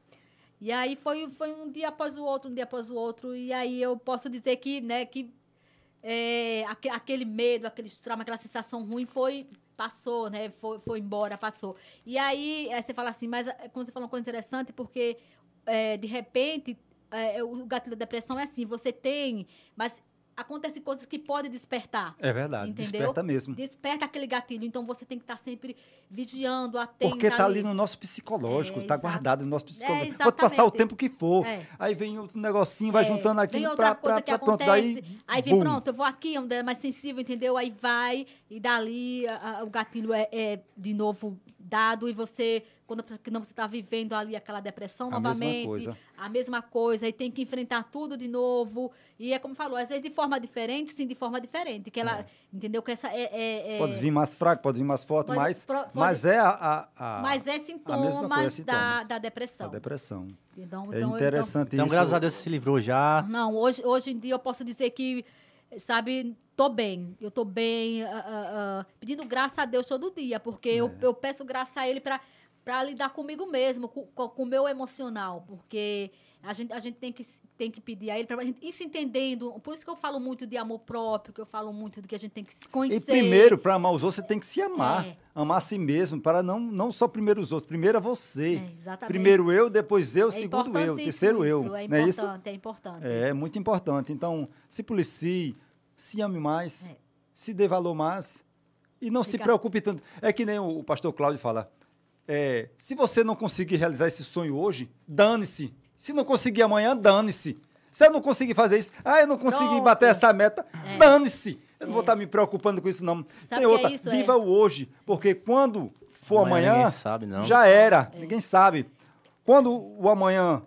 Speaker 4: E aí foi, foi um dia após o outro, um dia após o outro. E aí eu posso dizer que, né, que é, aque- aquele medo, aquele trauma, aquela sensação ruim foi passou, né? Foi, foi embora, passou. E aí é, você fala assim, mas é, como você falou uma coisa interessante, porque é, de repente é, o gatilho da depressão é assim, você tem, mas acontecem coisas que podem despertar.
Speaker 3: É verdade,
Speaker 4: Entendeu?
Speaker 3: desperta mesmo.
Speaker 4: Desperta aquele gatilho, então você tem que estar sempre vigiando, atento.
Speaker 3: Porque está ali no nosso psicológico,
Speaker 4: É,
Speaker 3: está
Speaker 4: exato.
Speaker 3: guardado no nosso psicológico. Pode
Speaker 4: exatamente.
Speaker 3: passar o tempo que for.
Speaker 4: É.
Speaker 3: Aí vem outro negocinho, vai
Speaker 4: É,
Speaker 3: juntando
Speaker 4: vem
Speaker 3: aquilo
Speaker 4: outra
Speaker 3: para
Speaker 4: coisa que
Speaker 3: pronto.
Speaker 4: acontece.
Speaker 3: Daí,
Speaker 4: Aí vem,
Speaker 3: bum.
Speaker 4: pronto, eu vou aqui, onde é mais sensível, entendeu? Aí vai, e dali a- a- o gatilho é, é de novo dado, e você, quando que não você está vivendo ali aquela depressão
Speaker 3: A mesma
Speaker 4: novamente,
Speaker 3: coisa.
Speaker 4: a mesma coisa, e tem que enfrentar tudo de novo. E é como falou, às vezes de forma diferente, sim, de forma diferente. Que ela, entendeu? Que essa é. é- é-
Speaker 3: Pode vir mais fraco, pode vir mais forte,
Speaker 4: Pode-
Speaker 3: mas,
Speaker 4: pro- pode-
Speaker 3: mas é a, a- a-
Speaker 4: mas é sintomas, da,
Speaker 3: sintomas.
Speaker 4: da
Speaker 3: a
Speaker 4: depressão.
Speaker 3: depressão. É
Speaker 4: Então, então- então-
Speaker 3: interessante
Speaker 2: Então,
Speaker 3: isso.
Speaker 2: graças a Deus, você se livrou já.
Speaker 4: Não, hoje, hoje em dia eu posso dizer que, sabe, tô bem. Eu tô bem, ah, ah, ah, pedindo graça a Deus todo dia, porque
Speaker 3: É.
Speaker 4: eu, eu peço graça a Ele para para lidar comigo mesmo, com, com- com o meu emocional, porque a gente, a gente tem, que, se- tem que pedir a Ele para gente ir se entendendo. Por isso que eu falo muito de amor próprio, que eu falo muito do que a gente tem que se conhecer.
Speaker 3: E primeiro, para amar os outros, você tem que se amar.
Speaker 4: É.
Speaker 3: Amar a si mesmo, para não, não só primeiro os outros, primeiro é você.
Speaker 4: É, exatamente.
Speaker 3: primeiro eu, depois eu,
Speaker 4: É
Speaker 3: segundo eu,
Speaker 4: importantíssimo
Speaker 3: terceiro eu.
Speaker 4: isso, É
Speaker 3: não é isso?
Speaker 4: importante, é importante.
Speaker 3: É, muito importante. Então, se policie, se ame mais,
Speaker 4: É.
Speaker 3: se dê valor mais e não se
Speaker 4: Fica-
Speaker 3: preocupe tanto. É que nem o pastor Cláudio fala, é, se você não conseguir realizar esse sonho hoje, dane-se. Se não conseguir amanhã, dane-se. Se eu não conseguir fazer isso, ah, eu não consegui
Speaker 4: Pronto.
Speaker 3: bater essa meta,
Speaker 4: É.
Speaker 3: dane-se. Eu não vou estar me preocupando com isso, não.
Speaker 4: Sabe
Speaker 3: Tem
Speaker 4: o que é
Speaker 3: outra,
Speaker 4: isso? É.
Speaker 3: viva o hoje, porque quando for
Speaker 2: Amanhã
Speaker 3: amanhã,
Speaker 2: ninguém sabe, não.
Speaker 3: já era,
Speaker 4: É.
Speaker 3: ninguém sabe. Quando o amanhã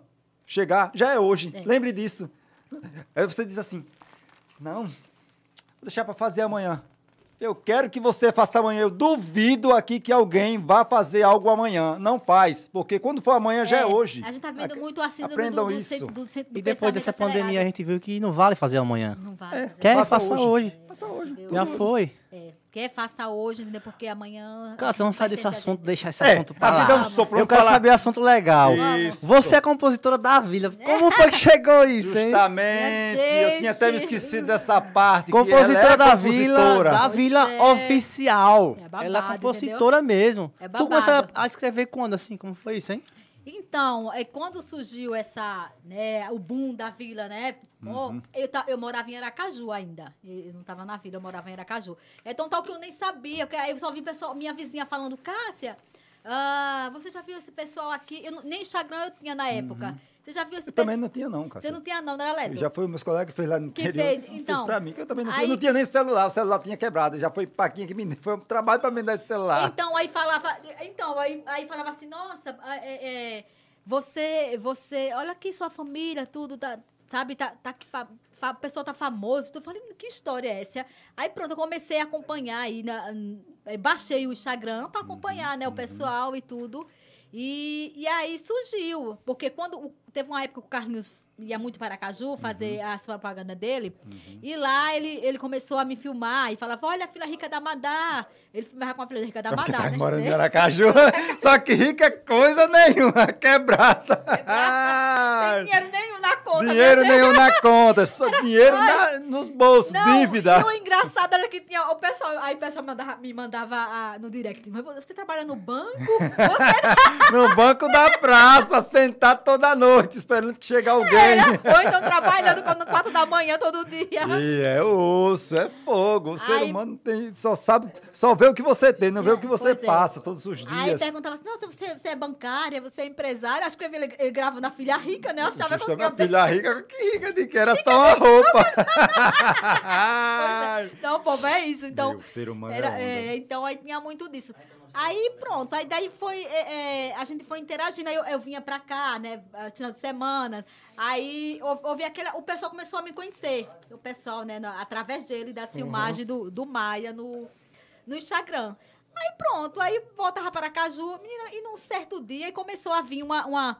Speaker 3: chegar, já é hoje. Lembre disso. Aí você diz assim: Não, vou deixar para fazer amanhã. Eu quero que você faça amanhã. Eu duvido aqui que alguém vá fazer algo amanhã. Não faz, porque quando for amanhã já é, hoje.
Speaker 4: A gente tá vendo
Speaker 3: Aque-
Speaker 4: muito a síndrome do,
Speaker 3: Aprendam
Speaker 4: do,
Speaker 3: isso.
Speaker 4: do, do, do
Speaker 2: E depois
Speaker 4: pensamento
Speaker 2: dessa
Speaker 4: acelerado.
Speaker 2: pandemia, a gente viu que não vale fazer amanhã.
Speaker 4: Não vai. fazer
Speaker 2: Quer?
Speaker 3: Faça
Speaker 2: Faça,
Speaker 3: hoje.
Speaker 2: hoje.
Speaker 3: Faça hoje.
Speaker 4: Meu
Speaker 2: Já
Speaker 4: Deus.
Speaker 2: foi.
Speaker 4: É, quer faça hoje, entendeu? Porque amanhã.
Speaker 2: Cara, você vamos
Speaker 4: vai
Speaker 2: sair desse
Speaker 4: ter que
Speaker 2: assunto, deixar esse
Speaker 3: É,
Speaker 2: assunto pra
Speaker 3: a
Speaker 2: lá.
Speaker 3: vida é um sopro.
Speaker 2: Eu
Speaker 3: vamos
Speaker 2: quero
Speaker 3: falar
Speaker 2: saber assunto legal.
Speaker 3: Isso.
Speaker 2: Você é compositora da vila.
Speaker 4: Né?
Speaker 2: Como foi que chegou isso, hein?
Speaker 3: Justamente.
Speaker 4: Minha
Speaker 3: Eu tinha até me
Speaker 4: gente.
Speaker 3: esquecido dessa parte. que ela é
Speaker 2: Compositora da vila,
Speaker 3: compositora.
Speaker 2: da vila oficial.
Speaker 4: É babado,
Speaker 2: Ela é compositora mesmo.
Speaker 4: É
Speaker 2: tu começou a-
Speaker 4: babado.
Speaker 2: a escrever quando, assim? Como foi isso, hein?
Speaker 4: Então, é quando surgiu essa, né, o boom da vila, né? Ó,
Speaker 3: Uhum.
Speaker 4: eu, ta- eu morava em Aracaju ainda. Eu eu não tava na vila, eu morava em Aracaju. Então, tal que eu nem sabia, porque aí eu só vi pessoal, minha vizinha falando, Cássia, ah, você já viu esse pessoal aqui? Eu não- nem Instagram eu tinha na época. Você já viu esse
Speaker 3: Uhum. Eu também
Speaker 4: pessoal?
Speaker 3: não tinha, não,
Speaker 4: Você
Speaker 3: Cássio.
Speaker 4: não tinha não, né, não era Ledo?
Speaker 3: Já foi meus colegas que fez lá no
Speaker 4: Que
Speaker 3: interior.
Speaker 4: fez,
Speaker 3: fez
Speaker 4: então.
Speaker 3: pra mim, que eu também não tinha.
Speaker 4: Aí-
Speaker 3: Eu não tinha nem celular, o celular tinha quebrado. Já foi Paquinha que me deu. Foi um trabalho pra me dar esse celular.
Speaker 4: Então, aí falava, então, aí, aí falava assim, nossa, ah, é, é, você, você, olha aqui sua família, tudo, tá, sabe, tá, tá que fa, fa- o pessoal tá famoso. tudo. Eu falei, que história é essa? Aí pronto, eu comecei a acompanhar aí, na- eh, baixei o Instagram pra acompanhar, né, o pessoal e tudo. E, e aí surgiu, porque quando o- teve uma época que o Carlinhos ia muito para Caju fazer a propaganda dele, e lá ele, ele começou a me filmar e falava, olha a filha rica da Madá. Ele filmava com a filha rica da
Speaker 3: Porque
Speaker 4: Madá,
Speaker 3: tá
Speaker 4: né?
Speaker 3: morando em Aracaju. Só que rica é coisa nenhuma. Quebrada.
Speaker 4: Sem dinheiro nenhum na conta. conta. né?
Speaker 3: Dinheiro
Speaker 4: mas-
Speaker 3: nenhum na conta, só dinheiro na- nos bolsos,
Speaker 4: Não,
Speaker 3: dívida.
Speaker 4: e o engraçado era que tinha o pessoal, aí o pessoal mandava- me mandava ah, no direct, mas você trabalha no banco? Você
Speaker 3: No banco da praça, sentar toda noite, esperando que chegue alguém.
Speaker 4: trabalha? Ou então trabalhando quando- quatro da manhã todo dia.
Speaker 3: E é osso, é fogo. O ser
Speaker 4: Aí-
Speaker 3: humano tem, só sabe, só vê o que você tem, não vê o que você
Speaker 4: Pois é.
Speaker 3: passa todos os
Speaker 4: Aí
Speaker 3: dias.
Speaker 4: perguntava assim, nossa, você, você é bancária, você é empresária? Acho que ele, ele grava na filha rica, né? Eu achava que eu
Speaker 3: Justa,
Speaker 4: tinha
Speaker 3: minha filha rica, que rica de que era só uma roupa.
Speaker 4: Pois é. Então, pô, é isso. Então,
Speaker 3: Meu, o ser humano é
Speaker 4: era,
Speaker 3: onda.
Speaker 4: é, então aí tinha muito disso. Aí pronto, aí daí foi. é, é, a gente foi interagindo, aí eu, eu vinha pra cá, né? ah, Final de semana. Aí hou- houve aquela. O pessoal começou a me conhecer. O pessoal, né? na- Através dele,
Speaker 3: Uhum.
Speaker 4: da filmagem do, do Maia no, no Instagram. Aí pronto, aí voltava para Caju, menina, e num certo dia aí começou a vir uma. uma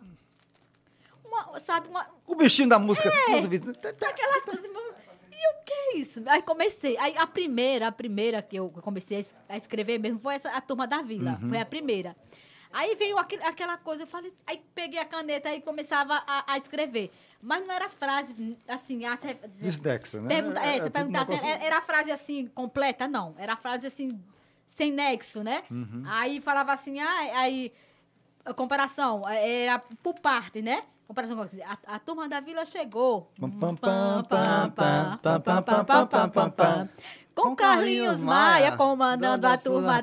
Speaker 4: uma, sabe, uma,
Speaker 3: O bichinho da música.
Speaker 4: É.
Speaker 3: Nossa, vida, tá- tá-
Speaker 4: aquelas coisas. mano, E o que é isso? Aí comecei. Aí a primeira, a primeira que eu comecei a es- a escrever mesmo foi essa, a turma da vila. Foi a primeira. Aí veio aquele- aquela coisa, eu falei, aí peguei a caneta e começava a, a escrever. Mas não era frase assim, a,
Speaker 3: Dislexa, né?
Speaker 4: Pergunta, é,
Speaker 3: É,
Speaker 4: você
Speaker 3: é tudo
Speaker 4: perguntar
Speaker 3: uma
Speaker 4: assim,
Speaker 3: coisa-
Speaker 4: era a frase assim, completa? Não. Era a frase assim, sem nexo, né? Aí falava assim, ah, aí. a Comparação, eh, era por parte, né? Comparação com a, a turma da vila chegou. Hum,
Speaker 3: Pam, pam,
Speaker 4: Pam,
Speaker 3: pam,
Speaker 4: pam, pam, pam, pam, pam, pam, pam, pam, pam. Com
Speaker 2: Com
Speaker 4: Carlinhos
Speaker 2: Carlinhos
Speaker 4: Maia
Speaker 2: Maia,
Speaker 4: comandando a turma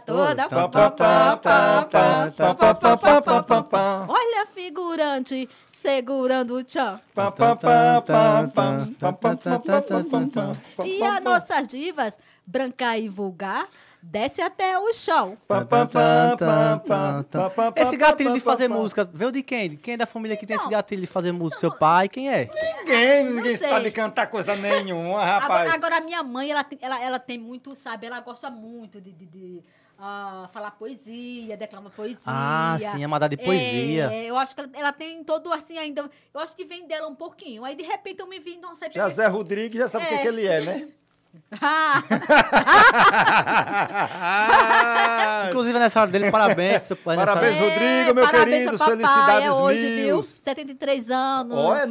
Speaker 2: toda.
Speaker 4: toda.
Speaker 3: Pá, pá, pá, pá, pá, pá, pá, pá, pá, pá, pá, pá.
Speaker 4: Olha a figurante segurando o tchan.
Speaker 3: Pá, pá, pá, pá, pá, pá, pá, pá, pá, pá, pá, pá,
Speaker 4: E
Speaker 3: pá,
Speaker 4: as
Speaker 3: pá.
Speaker 4: nossas divas, branca e vulgar, desce até o chão.
Speaker 3: Pá, pá, pá, pá, pá, pá, pá, pá,
Speaker 2: Esse gatilho
Speaker 3: pá,
Speaker 2: de
Speaker 3: pá,
Speaker 2: fazer
Speaker 3: pá.
Speaker 2: música veio de quem? Quem é da família que tem esse
Speaker 4: Então,
Speaker 2: gatilho de fazer música? Seu pai? Quem é?
Speaker 3: Então, Ninguém, ninguém
Speaker 4: sei.
Speaker 3: sabe cantar coisa nenhuma,
Speaker 4: Agora,
Speaker 3: rapaz.
Speaker 4: agora a minha mãe, ela, tem- ela, ela tem muito, sabe? Ela gosta muito de, de- de, ah, falar poesia, declamar poesia.
Speaker 2: Ah, sim, é uma dada de poesia.
Speaker 4: É, eu acho que ela, ela tem todo assim ainda. Eu acho que vem dela um pouquinho. Aí de repente eu me vi, nossa, é aí
Speaker 3: Já
Speaker 4: peguei-
Speaker 3: Zé Rodrigues já sabe o que
Speaker 4: É.
Speaker 3: que ele é, né?
Speaker 4: Ah,
Speaker 2: Inclusive, nessa hora dele, parabéns. seu pai, nessa hora-
Speaker 3: Parabéns, Rodrigo, meu querido,
Speaker 4: é, papai,
Speaker 3: felicidades
Speaker 4: é hoje, viu?
Speaker 3: mil.
Speaker 4: 73 anos.
Speaker 3: Ó, é
Speaker 4: parabéns,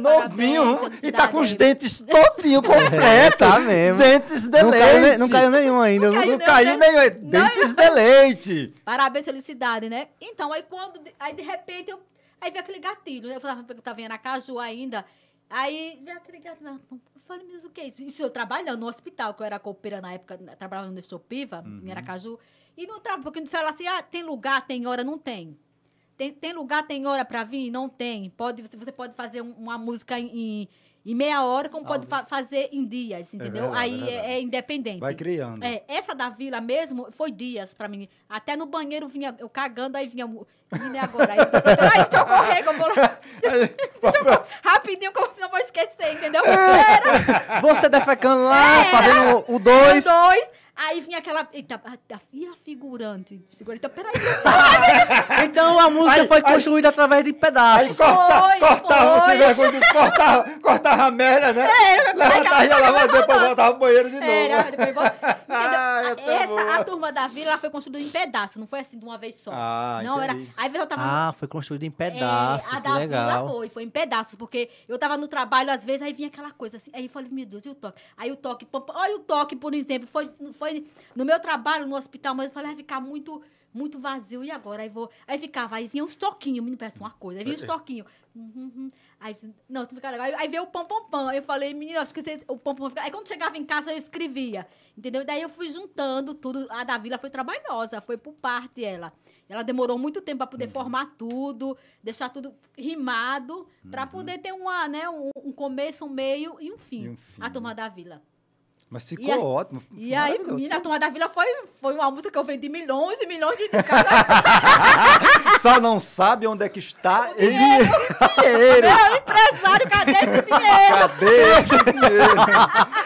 Speaker 3: novinho e tá com os dentes
Speaker 4: felicidades.
Speaker 3: todinho completo.
Speaker 2: tá mesmo.
Speaker 3: Dentes de
Speaker 2: Não caiu,
Speaker 3: leite.
Speaker 2: ne- não caiu nenhum ainda.
Speaker 4: Não
Speaker 2: viu?
Speaker 4: caiu
Speaker 3: Não caiu
Speaker 4: Não,
Speaker 3: nenhum. é
Speaker 4: não.
Speaker 3: Dentes de leite.
Speaker 4: Parabéns, felicidade, né? Então, aí quando. Aí de repente eu. Aí veio aquele gatilho, né? Eu falava que eu tava em Aracaju ainda. Aí veio aquele gatilho. Eu falei, mas o que é isso? Isso eu trabalhando no hospital, que eu era copeira na época, né, trabalhava no Estopiva,
Speaker 3: Uhum.
Speaker 4: em Aracaju. E não trabalho, porque fala assim, ah, tem lugar, tem hora, não tem. Tem, tem lugar, tem hora pra vir? Não tem. Pode, você- você pode fazer um- uma música em, em- em meia hora, como pode fa- fazer em dias, entendeu?
Speaker 3: verdade,
Speaker 4: aí
Speaker 3: é
Speaker 4: é-
Speaker 3: verdade.
Speaker 4: é independente.
Speaker 3: Vai criando.
Speaker 4: É, essa da vila mesmo foi dias pra mim. Até no banheiro vinha eu cagando, aí vinha. o- Menina, e agora. Aí, peraí, deixa eu correr, que eu vou lá. Deixa eu correr, rapidinho, como senão eu vou esquecer, entendeu?
Speaker 3: É.
Speaker 4: Era
Speaker 2: Você defecando
Speaker 4: É.
Speaker 2: lá, fazendo o dois.
Speaker 4: dois. dois. Aí vinha aquela. Eita, a, a, e a figurante? Segura, então, peraí.
Speaker 2: Então a música
Speaker 3: Aí-
Speaker 2: foi
Speaker 3: aí-
Speaker 2: construída através de
Speaker 3: Aí
Speaker 2: pedaços.
Speaker 4: Tá
Speaker 3: corta,
Speaker 4: Foi,
Speaker 3: cortava,
Speaker 4: foi. É,
Speaker 3: sem vergonha, cortava, cortava a merda, né?
Speaker 4: Era,
Speaker 3: Levantava, ia lavar, depois voltava pro banheiro de novo.
Speaker 4: Era, depois volta. Entendeu?
Speaker 3: Ah, essa é
Speaker 4: essa, a
Speaker 3: boa.
Speaker 4: turma da vila ela foi construída em pedaço, não foi assim de uma vez só.
Speaker 3: Ah,
Speaker 4: não, era.
Speaker 3: entendi.
Speaker 4: Aí às vezes eu tava no
Speaker 2: Ah, foi construída em
Speaker 4: É,
Speaker 2: pedaços.
Speaker 4: a
Speaker 2: que
Speaker 4: da
Speaker 2: legal.
Speaker 4: Vila foi, foi em pedaços, porque eu tava no trabalho, às vezes, aí vinha aquela coisa assim, aí eu falei, meu Deus, e o toque? Aí o toque, pam, pam, olha o toque, por exemplo, foi, foi no meu trabalho, no hospital, mas eu falei, "Ah, vai ficar muito, muito vazio, e agora? Aí vou, aí ficava, aí vinha uns toquinhos, menino, parece uma coisa, aí vinha uns toquinhos, Hum, hum, hum. aí, não, isso fica legal, aí, aí veio o pam, pam, pam, aí eu falei, menino, acho que vocês, o pam, pam, fica- aí quando chegava em casa, eu escrevia, entendeu? Daí eu fui juntando tudo, a da Vila foi trabalhosa, foi por parte ela, ela demorou muito tempo para poder
Speaker 3: Uhum.
Speaker 4: formar tudo, deixar tudo rimado, para poder ter uma, né, um, um começo, um meio e um fim.
Speaker 3: Uhum. E um fim.
Speaker 4: A Turma da Vila.
Speaker 3: Mas
Speaker 4: E
Speaker 3: ficou
Speaker 4: aí-
Speaker 3: ótimo.
Speaker 4: E aí,
Speaker 3: maravilhoso.
Speaker 4: menina, a Turma da Vila foi, foi uma música que eu vendi milhões e milhões de casas.
Speaker 3: Só não sabe onde é que está esse dinheiro.
Speaker 4: Meu empresário, cadê esse dinheiro?
Speaker 3: Cadê esse dinheiro?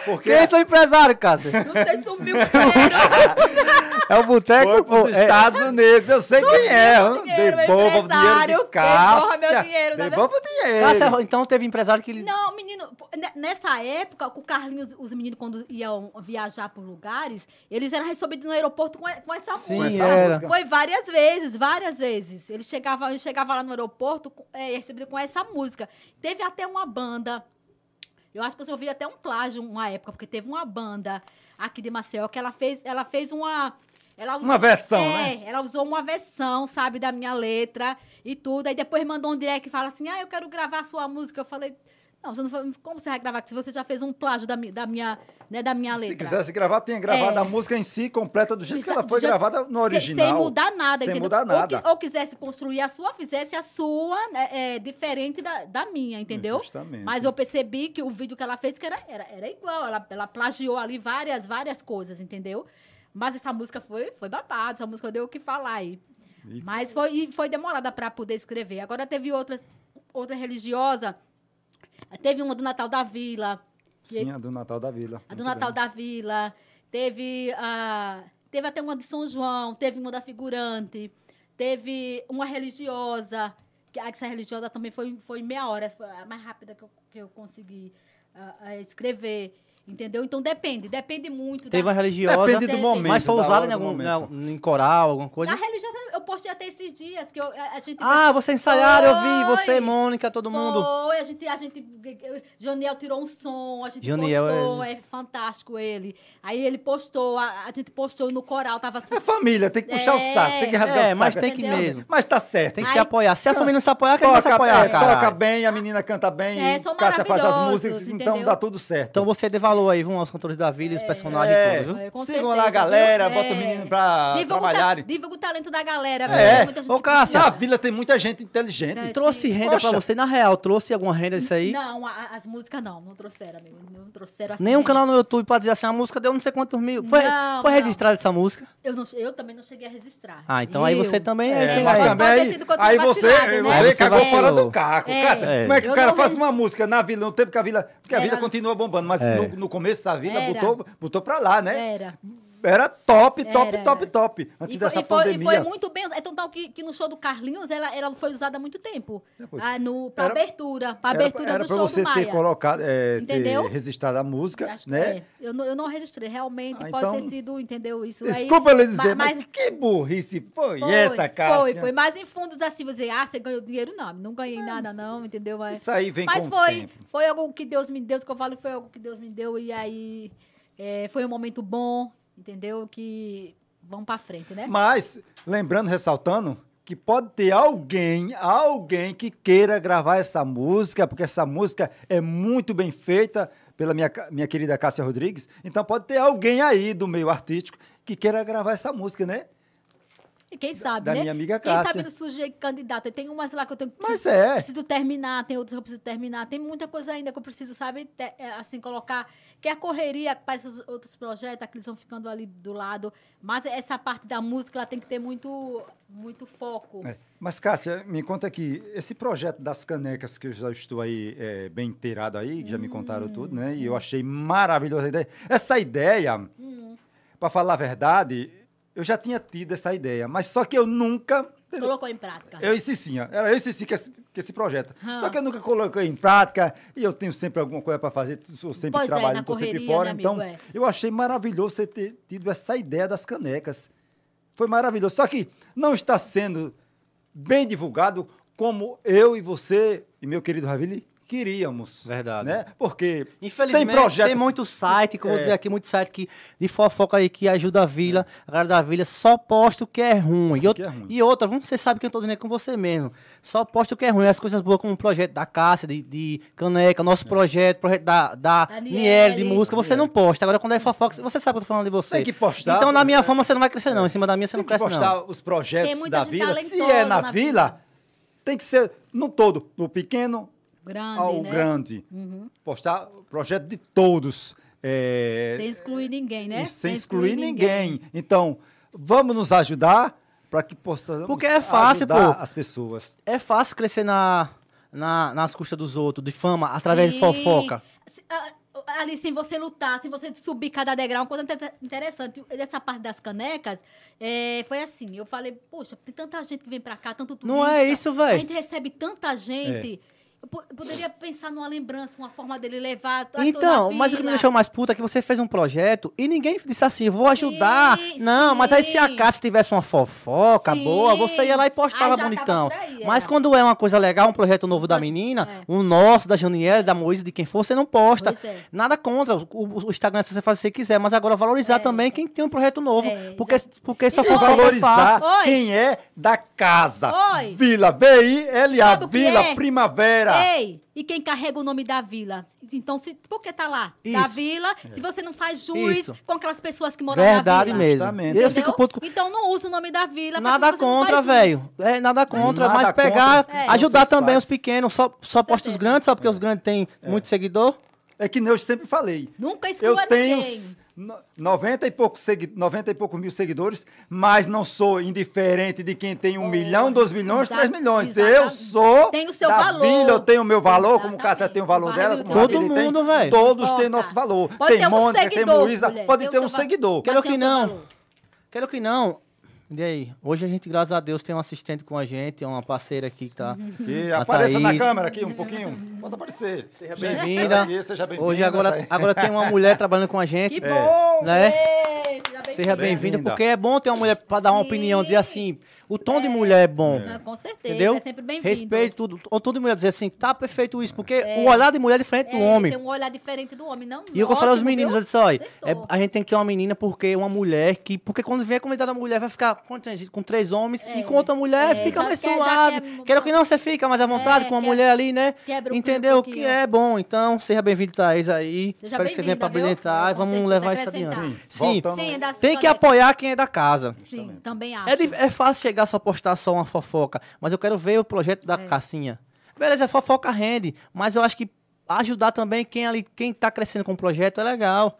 Speaker 3: Porque
Speaker 2: Quem é seu empresário, Cássio?
Speaker 4: Não sei, sumiu o dinheiro.
Speaker 2: É o
Speaker 3: foi
Speaker 2: boteco?
Speaker 3: para os
Speaker 2: pô, é-
Speaker 3: Estados Unidos. Eu sei quem é.
Speaker 4: meu
Speaker 3: hã?
Speaker 4: dinheiro, meu
Speaker 3: Devolva o dinheiro
Speaker 4: empresário,
Speaker 3: de Cássia.
Speaker 4: devolva meu dinheiro, tá vendo?
Speaker 3: Devolva o dinheiro.
Speaker 2: Cássio, então teve empresário que.
Speaker 4: Não, menino, pô, ne- nessa época, com o Carlinhos, os meninos, quando iam viajar por lugares, eles eram recebidos no aeroporto com, e- com essa
Speaker 2: Sim,
Speaker 4: música.
Speaker 2: era.
Speaker 4: Foi várias vezes, várias vezes. Eles chegavam, eles chegavam lá no aeroporto é, recebido com essa música. Teve até uma banda Eu acho que eu ouvi até um plágio uma época, porque teve uma banda aqui de Maceió que ela fez, ela fez uma. Ela usou,
Speaker 3: Uma versão,
Speaker 4: é,
Speaker 3: né?
Speaker 4: ela usou uma versão, sabe, da minha letra e tudo. Aí depois mandou um direct e fala assim: Ah, eu quero gravar a sua música. Eu falei. Não, você não vai- como você vai gravar? Se você já fez um plágio da, mi- da minha, né, da minha
Speaker 3: Se
Speaker 4: letra.
Speaker 3: quisesse gravar, tinha gravado
Speaker 4: É.
Speaker 3: a música em si, completa, do jeito que
Speaker 4: Exa-
Speaker 3: ela foi
Speaker 4: já-
Speaker 3: gravada no
Speaker 4: sem-
Speaker 3: original.
Speaker 4: Sem mudar nada,
Speaker 3: Sem
Speaker 4: entendeu?
Speaker 3: mudar
Speaker 4: Ou
Speaker 3: nada.
Speaker 4: que- Ou, quisesse construir a sua, fizesse a sua, né, é, diferente da, da minha, entendeu?
Speaker 3: Justamente.
Speaker 4: Mas eu percebi que o vídeo que ela fez que era, era, era igual, ela, ela plagiou ali várias, várias coisas, entendeu? Mas essa música foi, foi babada, essa música deu o que falar aí.
Speaker 3: E-
Speaker 4: Mas foi, e foi demorada para poder escrever. Agora teve outras, outra religiosa, teve uma do Natal da Vila,
Speaker 3: Sim, a do Natal da Vila.
Speaker 4: a
Speaker 3: Muito
Speaker 4: do Natal
Speaker 3: bem.
Speaker 4: da Vila, teve a teve até uma de São João, teve uma da figurante, teve uma religiosa, que a- essa religiosa também foi foi em meia hora, foi a mais rápida que eu, que eu consegui ah, ah, escrever, entendeu? Então depende, depende muito
Speaker 2: Teve
Speaker 4: da
Speaker 2: uma religiosa.
Speaker 3: Depende do
Speaker 4: Depende.
Speaker 3: momento.
Speaker 2: mas foi
Speaker 3: da
Speaker 2: usada
Speaker 3: hora
Speaker 2: em,
Speaker 3: do
Speaker 2: algum,
Speaker 3: momento.
Speaker 2: na- em coral, alguma coisa?
Speaker 4: da religiosa, eu postei até esses dias que eu, a, a gente
Speaker 2: Ah, você ensaiaram, eu vi. Você,
Speaker 4: Foi.
Speaker 2: Mônica, todo mundo.
Speaker 4: Foi, a gente, a gente. Janiel tirou um som, a gente
Speaker 2: Janiel
Speaker 4: postou, é... fantástico ele. Aí ele postou, a, a gente postou no coral, tava assim.
Speaker 3: É família, tem que puxar o
Speaker 4: É.
Speaker 3: saco, tem que rasgar o
Speaker 2: É,
Speaker 3: saco.
Speaker 2: mas tem
Speaker 4: que mesmo.
Speaker 3: Mas tá certo.
Speaker 2: Tem que
Speaker 4: Ai,
Speaker 2: se apoiar. Se a família não se apoiar, quem vai se
Speaker 3: Toca,
Speaker 2: apoiar,
Speaker 3: é, toca
Speaker 2: cara?
Speaker 3: bem, a menina canta bem,
Speaker 4: É,
Speaker 3: e
Speaker 4: são
Speaker 3: Cássia faz as
Speaker 4: maravilhosos,
Speaker 3: músicas, então
Speaker 4: entendeu?
Speaker 3: dá tudo certo.
Speaker 2: Então você dê valor aí, vão aos cantores da vila, os personagens
Speaker 3: é,
Speaker 2: todos, viu?
Speaker 4: É, com
Speaker 3: sigam
Speaker 4: certeza,
Speaker 3: lá a galera,
Speaker 4: viu?
Speaker 3: bota o
Speaker 4: É.
Speaker 3: menino pra
Speaker 4: Divulga o ta-
Speaker 3: trabalharem.
Speaker 4: Divulga o talento da galera.
Speaker 3: É.
Speaker 4: porque
Speaker 2: Ô, Cássia,
Speaker 3: Na vila tem muita gente inteligente.
Speaker 4: É.
Speaker 2: Trouxe renda
Speaker 3: Poxa.
Speaker 2: pra você, na real, trouxe alguma renda isso aí?
Speaker 4: Não, a- a- as músicas não, não trouxeram, amigo. Não trouxeram assim.
Speaker 2: Nenhum
Speaker 4: né?
Speaker 2: canal no YouTube pra dizer assim, a música deu não sei quantos mil. Foi,
Speaker 4: Não,
Speaker 2: foi
Speaker 4: não.
Speaker 2: registrada essa música?
Speaker 4: Eu, não- eu também não cheguei a registrar.
Speaker 2: Ah, então aí
Speaker 4: Eu.
Speaker 2: você também...
Speaker 3: É,
Speaker 2: tem
Speaker 3: mas
Speaker 2: aí.
Speaker 3: também
Speaker 4: Pode ter
Speaker 3: aí,
Speaker 4: sido contra
Speaker 3: aí
Speaker 4: uma
Speaker 3: você,
Speaker 4: vacilada, né?
Speaker 3: você
Speaker 2: Aí você
Speaker 3: cagou
Speaker 2: vacilou.
Speaker 3: fora do carro.
Speaker 4: É.
Speaker 3: Cássio.
Speaker 2: É.
Speaker 3: Como é que
Speaker 4: Eu
Speaker 3: o cara
Speaker 4: não
Speaker 3: faz
Speaker 4: vi.
Speaker 3: uma música na vila, no tempo que a vila. Porque a
Speaker 4: Era.
Speaker 3: vila continua bombando, mas
Speaker 2: É.
Speaker 3: no, no começo a vila
Speaker 4: Era.
Speaker 3: botou, botou pra lá, né?
Speaker 4: É, Era.
Speaker 3: Era top, top,
Speaker 4: Era,
Speaker 3: top,
Speaker 4: era.
Speaker 3: top. Antes
Speaker 4: E foi-
Speaker 3: dessa
Speaker 4: e foi, e
Speaker 3: pandemia.
Speaker 4: foi muito bem. É tão tal que, que no show do Carlinhos ela, ela foi usada há muito tempo.
Speaker 3: Depois.
Speaker 4: Ah, no, pra
Speaker 3: Era-
Speaker 4: abertura. Pra
Speaker 3: Era,
Speaker 4: abertura
Speaker 3: era
Speaker 4: do
Speaker 3: pra
Speaker 4: show
Speaker 3: você
Speaker 4: do Maia.
Speaker 3: ter colocado, é, ter
Speaker 4: Entendeu?
Speaker 3: registrado a música,
Speaker 4: Acho que
Speaker 3: né?
Speaker 4: é. eu, não, eu não registrei, realmente.
Speaker 3: Ah,
Speaker 4: pode
Speaker 3: então-
Speaker 4: ter sido, entendeu? Isso aí.
Speaker 3: Desculpa ele dizer,
Speaker 4: Ma-
Speaker 3: mas, que burrice foi, essa, Cássia?
Speaker 4: Foi, foi. Mas em fundos assim, você, ah, você ganhou dinheiro? Não, não ganhei nada, não, entendeu? Mas,
Speaker 3: Isso aí vem
Speaker 4: mas
Speaker 3: com o
Speaker 4: foi,
Speaker 3: tempo.
Speaker 4: foi algo que Deus me deu, que eu falo, foi algo que Deus me deu, e aí é, foi um momento bom, entendeu? Que vamos pra frente, né?
Speaker 3: Mas, lembrando, ressaltando, que pode ter alguém, alguém que queira gravar essa música, porque essa música é muito bem feita pela minha, ca- minha querida Cássia Rodrigues. Então pode ter alguém aí do meio artístico que queira gravar essa música, né?
Speaker 4: E quem sabe,
Speaker 3: da
Speaker 4: né?
Speaker 3: minha amiga
Speaker 4: quem
Speaker 3: Cássia.
Speaker 4: sabe não surgir candidato. Tem umas lá que eu tenho que
Speaker 3: Mas
Speaker 4: preciso,
Speaker 3: é.
Speaker 4: preciso terminar, tem outras que eu preciso terminar. Tem muita coisa ainda que eu preciso, sabe, te- é, assim, colocar. Que é a correria para esses outros projetos, que eles vão ficando ali do lado. Mas essa parte da música, ela tem que ter muito, muito foco.
Speaker 3: É. Mas, Cássia, me conta aqui, esse projeto das canecas que eu já estou aí é, bem inteirado aí, que já me contaram tudo, né? E eu achei maravilhosa a ideia. Essa ideia, para falar a verdade, eu já tinha tido essa ideia, mas só que eu nunca.
Speaker 4: Colocou em prática.
Speaker 3: Ah. Eu esse sim, ó, era esse sim que esse, que esse projeto.
Speaker 4: Ah.
Speaker 3: Só que eu nunca coloquei em prática e eu tenho sempre alguma coisa para fazer, sou sempre
Speaker 4: Pois é,
Speaker 3: trabalhando,
Speaker 4: na
Speaker 3: estou sempre
Speaker 4: correria,
Speaker 3: fora.
Speaker 4: né, amigo?
Speaker 3: então,
Speaker 4: É.
Speaker 3: eu achei maravilhoso você ter tido essa ideia das canecas. Foi maravilhoso. Só que não está sendo bem divulgado como eu e você e meu querido Ravili queríamos.
Speaker 2: Verdade.
Speaker 3: Né? Porque
Speaker 2: Infelizmente,
Speaker 3: tem
Speaker 2: tem,
Speaker 3: projeto.
Speaker 2: muito site, como eu
Speaker 3: É.
Speaker 2: vou dizer aqui, muito site que, de fofoca aí que ajuda a vila, a galera da vila, só posta o que é ruim. E, outra-
Speaker 3: é ruim.
Speaker 2: e outra, vamos- você sabe que eu tô dizendo com você mesmo, só posta o que é ruim. As coisas boas, como o projeto da Cássia, de, de Caneca,
Speaker 3: É.
Speaker 2: nosso projeto, projeto da, da
Speaker 4: Da
Speaker 2: Niele, de
Speaker 4: Niele.
Speaker 2: música, você não posta. Agora, quando é fofoca, você sabe que eu tô falando de você.
Speaker 3: Tem que postar,
Speaker 2: Então, na minha
Speaker 3: né?
Speaker 2: fama, você não vai crescer, não. Em cima da minha, você
Speaker 3: Tem
Speaker 2: não
Speaker 3: que
Speaker 2: cresce,
Speaker 3: postar
Speaker 2: não.
Speaker 3: os
Speaker 4: Tem
Speaker 3: projetos
Speaker 4: muita
Speaker 3: da
Speaker 4: gente
Speaker 3: vila. Se é na,
Speaker 4: talentosa na
Speaker 3: vila,
Speaker 4: vila.
Speaker 3: tem que ser no todo, no pequeno
Speaker 4: Grande,
Speaker 3: ao
Speaker 4: né?
Speaker 3: grande. Postar o projeto de todos. é,
Speaker 4: Sem excluir ninguém, né?
Speaker 3: e sem excluir ninguém. Então, vamos nos ajudar para que possamos
Speaker 2: Porque é fácil,
Speaker 3: ajudar
Speaker 2: pô.
Speaker 3: as pessoas.
Speaker 2: É fácil crescer na, na- nas custas dos outros, de fama, através de
Speaker 4: Sim.
Speaker 2: fofoca.
Speaker 4: Se- ah, Ali, sem você lutar, sem você subir cada degrau, uma coisa inte- interessante. Dessa parte das canecas, eh, foi assim: eu falei, poxa, tem tanta gente que vem pra cá, tanto turista.
Speaker 2: Não é isso, véi. É.
Speaker 4: A gente recebe tanta gente. po- poderia pensar numa lembrança, uma forma dele levar. a
Speaker 2: Então,
Speaker 4: toda a
Speaker 2: mas o que me
Speaker 4: vila.
Speaker 2: deixou mais puto é que você fez um projeto e ninguém disse assim, vou ajudar.
Speaker 4: Sim,
Speaker 2: não, mas aí se a
Speaker 4: sim.
Speaker 2: casa tivesse uma fofoca
Speaker 4: Sim.
Speaker 2: boa, você ia lá e
Speaker 4: Aí
Speaker 2: postava
Speaker 4: já tava
Speaker 2: bonitão.
Speaker 4: por aí,
Speaker 2: mas
Speaker 4: é.
Speaker 2: quando é uma coisa legal, um projeto novo da
Speaker 4: Mas-
Speaker 2: menina,
Speaker 4: é.
Speaker 2: o nosso, da Janiele, da Moise, de quem for, você não posta.
Speaker 4: Pois é.
Speaker 2: Nada contra. O, o- o Instagram é se você faz o que você quiser, mas agora valorizar também quem tem um projeto novo.
Speaker 4: É,
Speaker 2: porque, porque só
Speaker 4: E
Speaker 2: for
Speaker 4: outra-
Speaker 2: valorizar.
Speaker 3: valorizar
Speaker 4: é Oi.
Speaker 3: quem é da casa.
Speaker 4: Oi.
Speaker 3: Vila, V-I-L-A,
Speaker 4: Sabe o que
Speaker 3: Vila
Speaker 4: é?
Speaker 3: Primavera.
Speaker 4: Ei, e quem carrega o nome da vila? Então, se, por que tá lá? Da
Speaker 2: Isso. É.
Speaker 4: vila, se você não faz jus
Speaker 2: Isso.
Speaker 4: com aquelas pessoas que moram
Speaker 2: Verdade
Speaker 4: na vila.
Speaker 2: mesmo.
Speaker 3: Justamente.
Speaker 2: E Eu
Speaker 4: entendeu?
Speaker 2: fico puto. com-
Speaker 4: Então não usa o nome da vila. pra
Speaker 2: Nada
Speaker 4: que você não
Speaker 2: contra,
Speaker 4: faz jus.
Speaker 2: velho. É, nada contra,
Speaker 3: Nada
Speaker 2: mas
Speaker 3: contra.
Speaker 2: pegar,
Speaker 4: um. É.
Speaker 2: ajudar
Speaker 3: Vocês É.
Speaker 2: também
Speaker 3: sabem.
Speaker 2: os pequenos, só, só posta os
Speaker 4: certeza.
Speaker 2: grandes, só porque os grandes têm muito seguidor.
Speaker 3: É que nem eu sempre falei.
Speaker 4: Nunca exclua
Speaker 3: Eu tenho
Speaker 4: ninguém.
Speaker 3: s- no- 90 e, poucos segui- 90 e poucos mil seguidores, mas não sou indiferente de quem tem um
Speaker 4: Oh,
Speaker 3: milhão, dois milhões,
Speaker 4: exa-
Speaker 3: três milhões.
Speaker 4: exatamente.
Speaker 3: Eu sou
Speaker 4: Tem o seu
Speaker 3: da
Speaker 4: valor.
Speaker 3: Vila, eu tenho o meu valor, como o
Speaker 4: Exatamente.
Speaker 3: Cássia tem o valor
Speaker 4: O
Speaker 3: dela,
Speaker 4: Wagner
Speaker 3: como
Speaker 4: tem.
Speaker 3: a Adele
Speaker 2: Todo
Speaker 3: tem,
Speaker 2: mundo, velho.
Speaker 3: Todos
Speaker 4: Importa.
Speaker 3: têm nosso valor.
Speaker 4: Pode
Speaker 3: tem
Speaker 4: ter um
Speaker 3: Mônica, tem
Speaker 4: seguidor,
Speaker 3: Luísa,
Speaker 4: mulher.
Speaker 3: pode
Speaker 4: Tem
Speaker 3: ter
Speaker 4: o
Speaker 3: um
Speaker 4: seu va-
Speaker 3: seguidor.
Speaker 2: Quero
Speaker 4: Mas
Speaker 2: que
Speaker 4: tem o seu
Speaker 2: não.
Speaker 4: valor.
Speaker 2: Quero que não. E aí? Hoje a gente, graças a Deus, tem um assistente com a gente, uma parceira aqui que tá.
Speaker 3: Que
Speaker 2: A
Speaker 3: apareça na
Speaker 2: Thaís.
Speaker 3: câmera aqui um pouquinho. Pode aparecer. Seja
Speaker 2: Bem-vinda.
Speaker 3: Seja bem-vinda.
Speaker 2: Hoje agora,
Speaker 3: Thaís. É.
Speaker 2: agora tem uma mulher trabalhando com a gente.
Speaker 4: Que bom!
Speaker 2: Né?
Speaker 4: ei, seja bem-vindo.
Speaker 2: Seja bem-vinda,
Speaker 3: Bem-vinda.
Speaker 2: porque é bom ter uma mulher pra dar uma
Speaker 4: Sim.
Speaker 2: opinião, dizer assim, o tom de mulher é bom.
Speaker 4: Ah, Com certeza,
Speaker 2: Entendeu?
Speaker 4: é sempre bem-vindo.
Speaker 2: Respeito tudo. O tom de mulher dizer assim, tá perfeito isso, porque o olhar de mulher é diferente do
Speaker 4: É,
Speaker 2: homem.
Speaker 4: Tem um olhar diferente do homem, não?
Speaker 2: E o que eu falei aos
Speaker 4: Ótimo,
Speaker 2: meninos,
Speaker 4: viu?
Speaker 2: eu disse, olha, é,
Speaker 4: Acertou.
Speaker 2: a gente tem que ter uma menina porque uma mulher que... Porque quando vem a comunidade da mulher, vai ficar com, com três homens e com outra mulher
Speaker 4: É,
Speaker 2: fica
Speaker 4: já
Speaker 2: mais
Speaker 4: quer- já
Speaker 2: suave.
Speaker 4: quer-
Speaker 2: Quero que não, você fica mais à vontade
Speaker 4: É,
Speaker 2: com uma
Speaker 4: quer-
Speaker 2: mulher ali, né?
Speaker 4: quebra o clima
Speaker 2: Entendeu?
Speaker 4: um
Speaker 2: que
Speaker 4: pouquinho.
Speaker 2: é bom. Então, seja bem-vindo, Thaís, aí.
Speaker 4: Seja
Speaker 2: Espero que você venha
Speaker 4: bem-vinda,
Speaker 2: para
Speaker 4: viu?
Speaker 2: brilhantar e
Speaker 4: Com
Speaker 2: vamos
Speaker 4: certeza,
Speaker 2: levar isso
Speaker 4: acrescentar.
Speaker 2: adiante. Sim,
Speaker 3: Voltando-
Speaker 4: Sim, é da
Speaker 2: tem que
Speaker 4: sua-
Speaker 2: apoiar quem é da casa.
Speaker 4: Sim, também acho.
Speaker 2: É, dif- é fácil chegar só postar só uma fofoca, mas eu quero ver o projeto da Cassinha. Beleza, fofoca rende, mas eu acho que ajudar também quem ali, quem tá crescendo com o projeto é legal.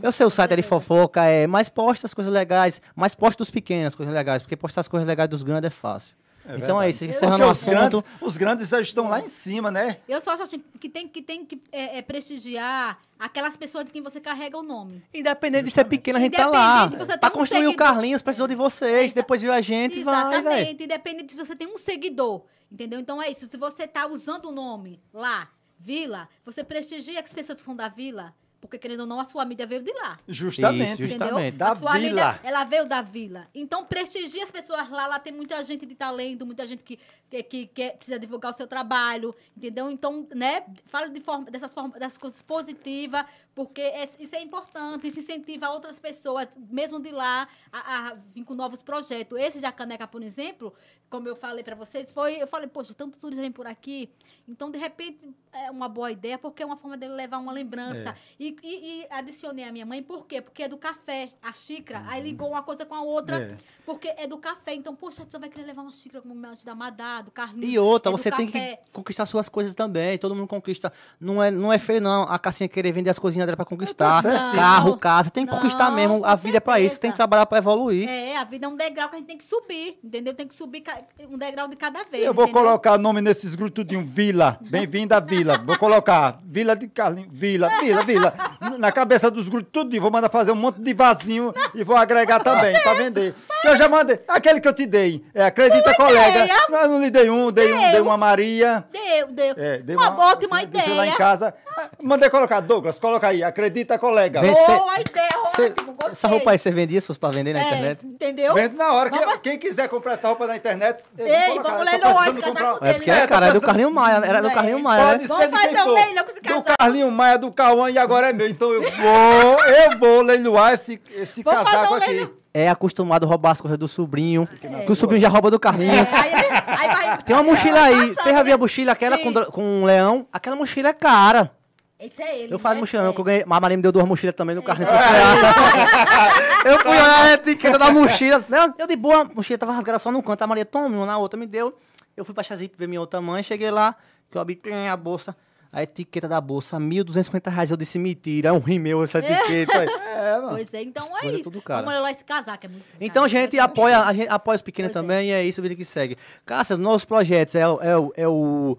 Speaker 2: eu sei o site é de fofoca, é, mas posta as coisas legais, mas posta os pequenos, as coisas legais, porque postar as coisas legais dos grandes é fácil. então é
Speaker 3: verdade.
Speaker 2: isso,
Speaker 3: Porque
Speaker 2: encerrando o
Speaker 3: os grandes,
Speaker 2: assunto.
Speaker 3: os grandes já estão lá em cima, né?
Speaker 4: Eu só acho assim, que tem que, tem que é, é, prestigiar aquelas pessoas de quem você carrega o nome.
Speaker 2: Independente de ser pequeno, a gente tá lá.
Speaker 4: Independente, você tem
Speaker 2: Pra
Speaker 4: um
Speaker 2: construir o
Speaker 4: seguidor.
Speaker 2: Carlinhos, precisou de vocês, depois viu a gente e vai, velho.
Speaker 4: Exatamente, independente se você tem um seguidor, entendeu? Então é isso, se você tá usando o nome lá, Vila, você prestigia as pessoas que são da Vila, porque querendo ou não, a sua mídia veio de lá.
Speaker 3: Justamente.
Speaker 2: Isso,
Speaker 4: Entendeu?
Speaker 2: Justamente.
Speaker 3: Da
Speaker 4: a sua
Speaker 3: vila.
Speaker 4: Amiga, ela veio da vila. Então, prestigia as pessoas lá. Lá tem muita gente de talento, muita gente que, que, que, que precisa divulgar o seu trabalho, entendeu? Então, né? Fala de forma, dessas, forma, dessas coisas positivas, porque é- isso é importante. Isso incentiva outras pessoas, mesmo de lá, a, a vir com novos projetos. Esse de A Caneca, por exemplo, como eu falei pra vocês, foi... Eu falei, poxa, tanto tudo já vem por aqui. Então, de repente, é uma boa ideia, porque é uma forma dele levar uma lembrança.
Speaker 3: É.
Speaker 4: E, e- e adicionei a minha mãe, por quê? Porque é do café, a xícara. Aí ligou uma coisa com a outra,
Speaker 3: Uhum. É.
Speaker 4: porque é do café. Então, poxa, a pessoa vai querer levar uma xícara como homenagem da Madá, do Carlinhos.
Speaker 2: E outra,
Speaker 4: é do
Speaker 2: você tem
Speaker 4: café.
Speaker 2: que conquistar suas coisas também. Todo mundo conquista. Não é, não é feio, não. A Cassinha querer vender as coisinhas dela pra conquistar.
Speaker 3: certo.
Speaker 2: Carro,
Speaker 4: Não.
Speaker 2: casa. Tem que
Speaker 4: Não,
Speaker 2: conquistar mesmo.
Speaker 4: com
Speaker 2: A vida é pra isso.
Speaker 4: certeza.
Speaker 2: Tem que trabalhar pra evoluir.
Speaker 4: É, a vida é um degrau que a gente tem que subir, entendeu? Tem que subir ca- um degrau de cada vez.
Speaker 3: Eu vou
Speaker 4: entendeu?
Speaker 3: colocar o nome nesses grupos tudinho. Vila. Bem-vinda, Vila. Vou colocar Vila de Carlinhos. Vila, Vila, Vila. Na cabeça dos grupos tudinho. Vou mandar fazer um monte de vasinho e vou agregar também pra vender. Que eu já mandei. Aquele que eu te dei. É, acredita, colega.
Speaker 4: ideia.
Speaker 3: Não, eu não lhe dei um. Dei um, dei uma Maria.
Speaker 4: Deu, deu.
Speaker 3: É, dei
Speaker 4: uma, ótima
Speaker 3: você
Speaker 4: ideia.
Speaker 3: deixou lá em casa. Ah, Mandei colocar. Douglas, coloca aí. Acredita, colega.
Speaker 2: Vem.
Speaker 4: Boa ideia,
Speaker 2: Cê-
Speaker 4: ótimo, gostei.
Speaker 2: essa roupa aí, você vendia suas pra vender na
Speaker 4: É,
Speaker 2: internet?
Speaker 4: Entendeu?
Speaker 3: Vendo na hora. que- quem quiser comprar essa roupa na internet, eu vou
Speaker 4: Ei,
Speaker 3: colocar. Eu
Speaker 4: vamos
Speaker 3: tô
Speaker 4: lá é no
Speaker 3: precisando
Speaker 4: Oscar,
Speaker 3: comprar-
Speaker 4: tá com
Speaker 2: É porque,
Speaker 4: Ele-
Speaker 2: é,
Speaker 4: É,
Speaker 2: cara, é do
Speaker 3: pensando-
Speaker 2: Carlinho Maia. Era do
Speaker 4: É.
Speaker 2: Carlinho Maia,
Speaker 3: Pode
Speaker 2: né?
Speaker 4: Vamos
Speaker 3: ser de quem
Speaker 4: fazer um
Speaker 3: for.
Speaker 4: leilão com esse
Speaker 3: Do
Speaker 4: casaco.
Speaker 3: Carlinho Maia, do Cauã e agora é meu. Então eu vou, eu vou leiloar esse, esse
Speaker 4: Vamos fazer
Speaker 3: casaco
Speaker 4: um
Speaker 3: aqui.
Speaker 4: leilão.
Speaker 2: É acostumado a roubar as coisas do sobrinho.
Speaker 4: É.
Speaker 2: Que o
Speaker 3: sua.
Speaker 2: sobrinho já rouba do Carlinhos.
Speaker 4: Aí, aí vai.
Speaker 2: Tem uma mochila aí.
Speaker 4: Passando,
Speaker 2: Você já viu a
Speaker 4: né?
Speaker 2: mochila aquela com,
Speaker 4: Sim.
Speaker 2: dra- com um leão? Aquela mochila é cara.
Speaker 4: Esse é ele.
Speaker 2: Eu falo de
Speaker 4: né?
Speaker 2: mochila, não,
Speaker 4: É.
Speaker 2: que eu ganhei. Mas a Maria me deu duas mochilas também no carrinho.
Speaker 4: É.
Speaker 2: eu fui olhar a etiqueta da mochila. Não, eu de boa, a mochila tava rasgada só num canto. A Maria toma uma na outra, me deu. Eu fui pra Chazip ver minha outra mãe, cheguei lá, que eu abri tchim, a bolsa. A etiqueta da bolsa, 1.250 reais. Eu disse, mentira, é um rim meu essa etiqueta. aí.
Speaker 3: É, mano.
Speaker 4: Pois é, então é
Speaker 2: Coisa
Speaker 4: isso.
Speaker 2: tudo cara.
Speaker 4: Vamos olhar esse casaco, é muito caro.
Speaker 2: Então, gente,
Speaker 4: Mas-
Speaker 2: apoia, a gente apoia os pequenos
Speaker 4: Pois é.
Speaker 2: também e é isso o vídeo que segue. Cássia, nossos projetos é, o- é, o- é o...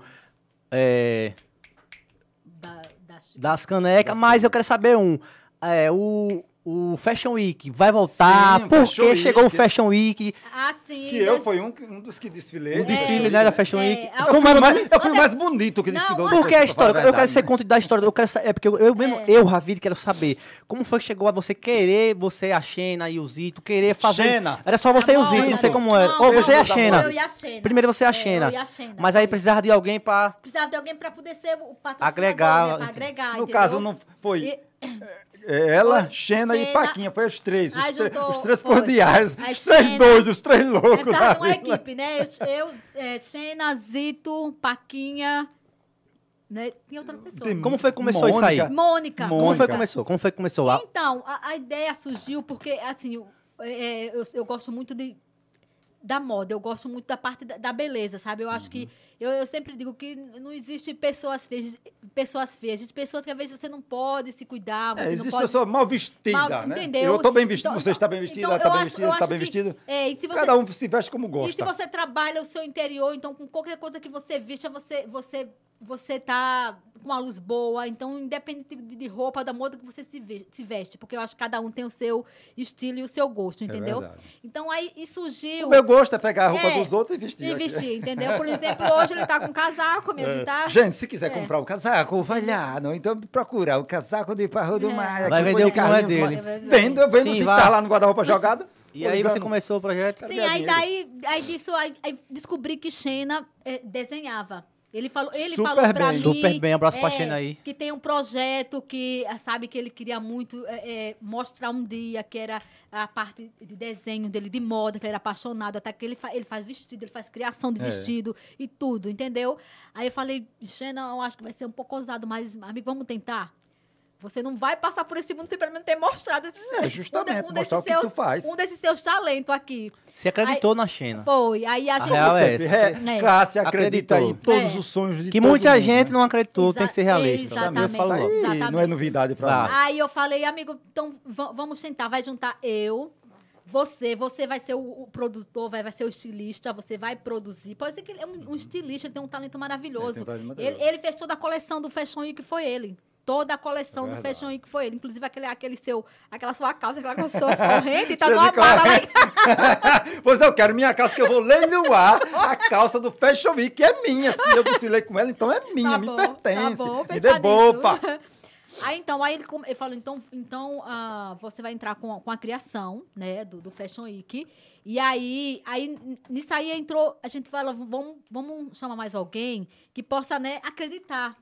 Speaker 2: É,
Speaker 4: Da, da...
Speaker 2: das canecas, mas eu quero saber um. É, o o Fashion Week vai voltar,
Speaker 3: Sim, o
Speaker 2: porque
Speaker 3: Fashion Week.
Speaker 2: chegou o Fashion Week,
Speaker 4: Ah, sim.
Speaker 3: Que eu fui um, que- um dos que desfilei.
Speaker 2: o desfile né, da Fashion
Speaker 4: é,
Speaker 2: Week.
Speaker 4: a-
Speaker 3: Eu
Speaker 2: Como
Speaker 3: fui,
Speaker 2: era
Speaker 3: o
Speaker 2: o nome?
Speaker 3: mais, eu fui o mais bonito que
Speaker 4: Não,
Speaker 3: desfilou.
Speaker 4: olha-
Speaker 3: do
Speaker 2: Porque é a
Speaker 3: festival,
Speaker 2: história,
Speaker 3: pra
Speaker 2: eu
Speaker 3: falar a
Speaker 2: quero ser
Speaker 3: verdade.
Speaker 2: conto da história, eu quero sa- é porque eu, eu mesmo,
Speaker 4: É.
Speaker 2: eu, Ravide, quero saber como foi que chegou a você querer, você, a Xena e o Zito, querer fazer.
Speaker 3: Xena.
Speaker 2: Era só você e o
Speaker 4: Amor,
Speaker 2: Zito, não sei
Speaker 3: Zito.
Speaker 2: como era.
Speaker 4: Não,
Speaker 2: Ou você e a
Speaker 3: amor,
Speaker 2: Xena.
Speaker 3: eu
Speaker 4: e a Xena.
Speaker 2: Primeiro você e a
Speaker 4: É,
Speaker 2: Xena.
Speaker 4: eu e a Xena,
Speaker 2: Mas aí
Speaker 4: foi.
Speaker 2: precisava de alguém pra.
Speaker 4: Precisava de alguém para poder ser o patrocinador,
Speaker 2: Agregar,
Speaker 4: né? Pra
Speaker 2: entendi.
Speaker 4: agregar,
Speaker 3: No
Speaker 4: entendeu?
Speaker 3: caso, não foi.
Speaker 4: E-
Speaker 3: É, Ela,
Speaker 4: Foi
Speaker 3: Xena e
Speaker 4: Xena.
Speaker 3: Paquinha, foi os três.
Speaker 4: Aí
Speaker 3: os, três-
Speaker 4: juntou-
Speaker 3: os três
Speaker 4: foi.
Speaker 3: cordiais,
Speaker 4: Aí
Speaker 3: os três
Speaker 4: Xena-
Speaker 3: doidos, os três
Speaker 4: É
Speaker 3: loucos.
Speaker 4: porque
Speaker 3: da
Speaker 4: tava uma
Speaker 3: vila.
Speaker 4: equipe, né? Eu, eu é, Xena, Zito, Paquinha, né? Tem outra pessoa.
Speaker 3: Tem-
Speaker 2: Como foi que começou isso aí?
Speaker 3: Mônica.
Speaker 4: Mônica.
Speaker 3: Mônica.
Speaker 2: Como foi que começou? Como foi que começou lá?
Speaker 4: Então, a, a ideia surgiu porque, assim, o- é, eu, eu gosto muito de, da moda, eu gosto muito da parte da, da beleza, sabe? Eu acho
Speaker 3: Uhum.
Speaker 4: que, eu, eu sempre digo que não existe pessoas feias, pessoas feias, existe pessoas que às vezes você não pode se cuidar, você
Speaker 3: É,
Speaker 4: não
Speaker 3: existe
Speaker 4: pode...
Speaker 3: pessoa mal vestida,
Speaker 4: Mal-
Speaker 3: né?
Speaker 4: entendeu?
Speaker 3: Eu tô bem vestido,
Speaker 4: Então-
Speaker 3: você está bem vestido,
Speaker 4: então
Speaker 3: ela está
Speaker 4: eu
Speaker 3: bem
Speaker 4: acho-
Speaker 3: vestida,
Speaker 4: eu
Speaker 3: ela está
Speaker 4: acho
Speaker 3: bem
Speaker 4: que-
Speaker 3: vestida.
Speaker 4: É, e se você
Speaker 3: Cada um se veste como
Speaker 4: E se
Speaker 3: gosta.
Speaker 4: você trabalha o seu interior, então com qualquer coisa que você vista, você, você, você tá com uma luz boa. Então, independente de de roupa, da moda que você se ve- se veste. Porque eu acho que cada um tem o seu estilo e o seu gosto, entendeu?
Speaker 3: É verdade.
Speaker 4: então aí e surgiu.
Speaker 3: O meu gosto é pegar a roupa
Speaker 4: É,
Speaker 3: dos outros e vestir.
Speaker 4: E vestir, entendeu? Por exemplo, hoje ele tá com casaco,
Speaker 3: É.
Speaker 4: meu, ele tá.
Speaker 3: Gente, se quiser
Speaker 4: É.
Speaker 3: comprar o casaco, vai lá. Não, então procura o casaco de Parro do
Speaker 4: É.
Speaker 3: Maia.
Speaker 2: Vai
Speaker 3: que
Speaker 2: vender
Speaker 3: foi
Speaker 2: o que não é
Speaker 3: Carlinhos
Speaker 2: dele.
Speaker 3: Maia. Vendo, eu vendo
Speaker 2: Sim,
Speaker 3: se
Speaker 2: vai.
Speaker 3: tá lá no guarda-roupa jogado.
Speaker 2: E aí você
Speaker 3: Olhando.
Speaker 2: começou o projeto?
Speaker 4: Sim,
Speaker 3: Cadê a
Speaker 4: aí
Speaker 3: minha?
Speaker 4: daí, aí disso, aí, aí descobri que Xena eh, desenhava. Ele falou, ele
Speaker 3: Super
Speaker 4: falou pra
Speaker 3: bem. um
Speaker 4: mim.
Speaker 2: Super bem, abraço pra Xena aí.
Speaker 4: Que tem um projeto que ah, sabe que ele queria muito eh, eh, mostrar um dia, que era a parte de desenho dele, de moda, que ele era apaixonado, até que ele, fa- ele faz vestido, ele faz criação de
Speaker 3: É.
Speaker 4: vestido e tudo, entendeu? Aí eu falei, Xena, eu acho que vai ser um pouco ousado, mas, amigo, vamos tentar? Você não vai passar por esse mundo sem pelo menos ter mostrado esse,
Speaker 3: É, justamente,
Speaker 4: um desses
Speaker 3: mostrar o que tu faz.
Speaker 4: Um desses seus talentos aqui.
Speaker 2: Você acreditou na Xena.
Speaker 4: Foi. Aí a gente.
Speaker 2: real é
Speaker 3: Sempre.
Speaker 2: essa.
Speaker 3: É,
Speaker 4: É.
Speaker 3: Cássia acredita em
Speaker 2: Acreditou.
Speaker 3: todos
Speaker 4: É.
Speaker 3: os sonhos de
Speaker 2: Que
Speaker 3: todo
Speaker 2: muita
Speaker 3: mundo,
Speaker 2: gente
Speaker 3: né?
Speaker 2: não acreditou, tem que ser
Speaker 4: Exa-
Speaker 2: realista. Eu
Speaker 4: Exatamente.
Speaker 2: falo logo.
Speaker 3: Isso aí não é
Speaker 4: Exatamente.
Speaker 3: novidade pra
Speaker 2: Tá.
Speaker 3: nós.
Speaker 4: Aí eu falei, amigo, então va- vamos tentar. Vai juntar eu, você, você vai ser o, o produtor, vai, vai ser o estilista, você vai produzir. Pode ser que ele é um, um estilista, ele tem um talento maravilhoso.
Speaker 3: É, tem um talento
Speaker 4: ele,
Speaker 3: maravilhoso.
Speaker 4: ele fez toda a coleção do Fashion Week, foi ele. Toda a coleção do
Speaker 3: Verdade.
Speaker 4: Fashion Week foi ele. Inclusive aquele, aquele seu, aquela sua calça, aquela com suas correntes, tá
Speaker 3: Cheio
Speaker 4: numa
Speaker 3: de
Speaker 4: bala lá em
Speaker 3: corrente. pois eu quero minha calça, que eu vou leiloar a calça do Fashion Week, que é minha. Se eu desfilei com ela, então é minha, me
Speaker 4: Tá bom,
Speaker 3: pertence.
Speaker 4: Tá bom,
Speaker 3: me
Speaker 4: pensar
Speaker 3: dê
Speaker 4: nisso.
Speaker 3: bofa.
Speaker 4: Aí então, aí ele, come- ele falou, então, então ah, você vai entrar com, a- com a criação, né, do, do Fashion Week. E aí, aí, n- nisso aí entrou, a gente falou, vamos, vamos chamar mais alguém que possa, né, acreditar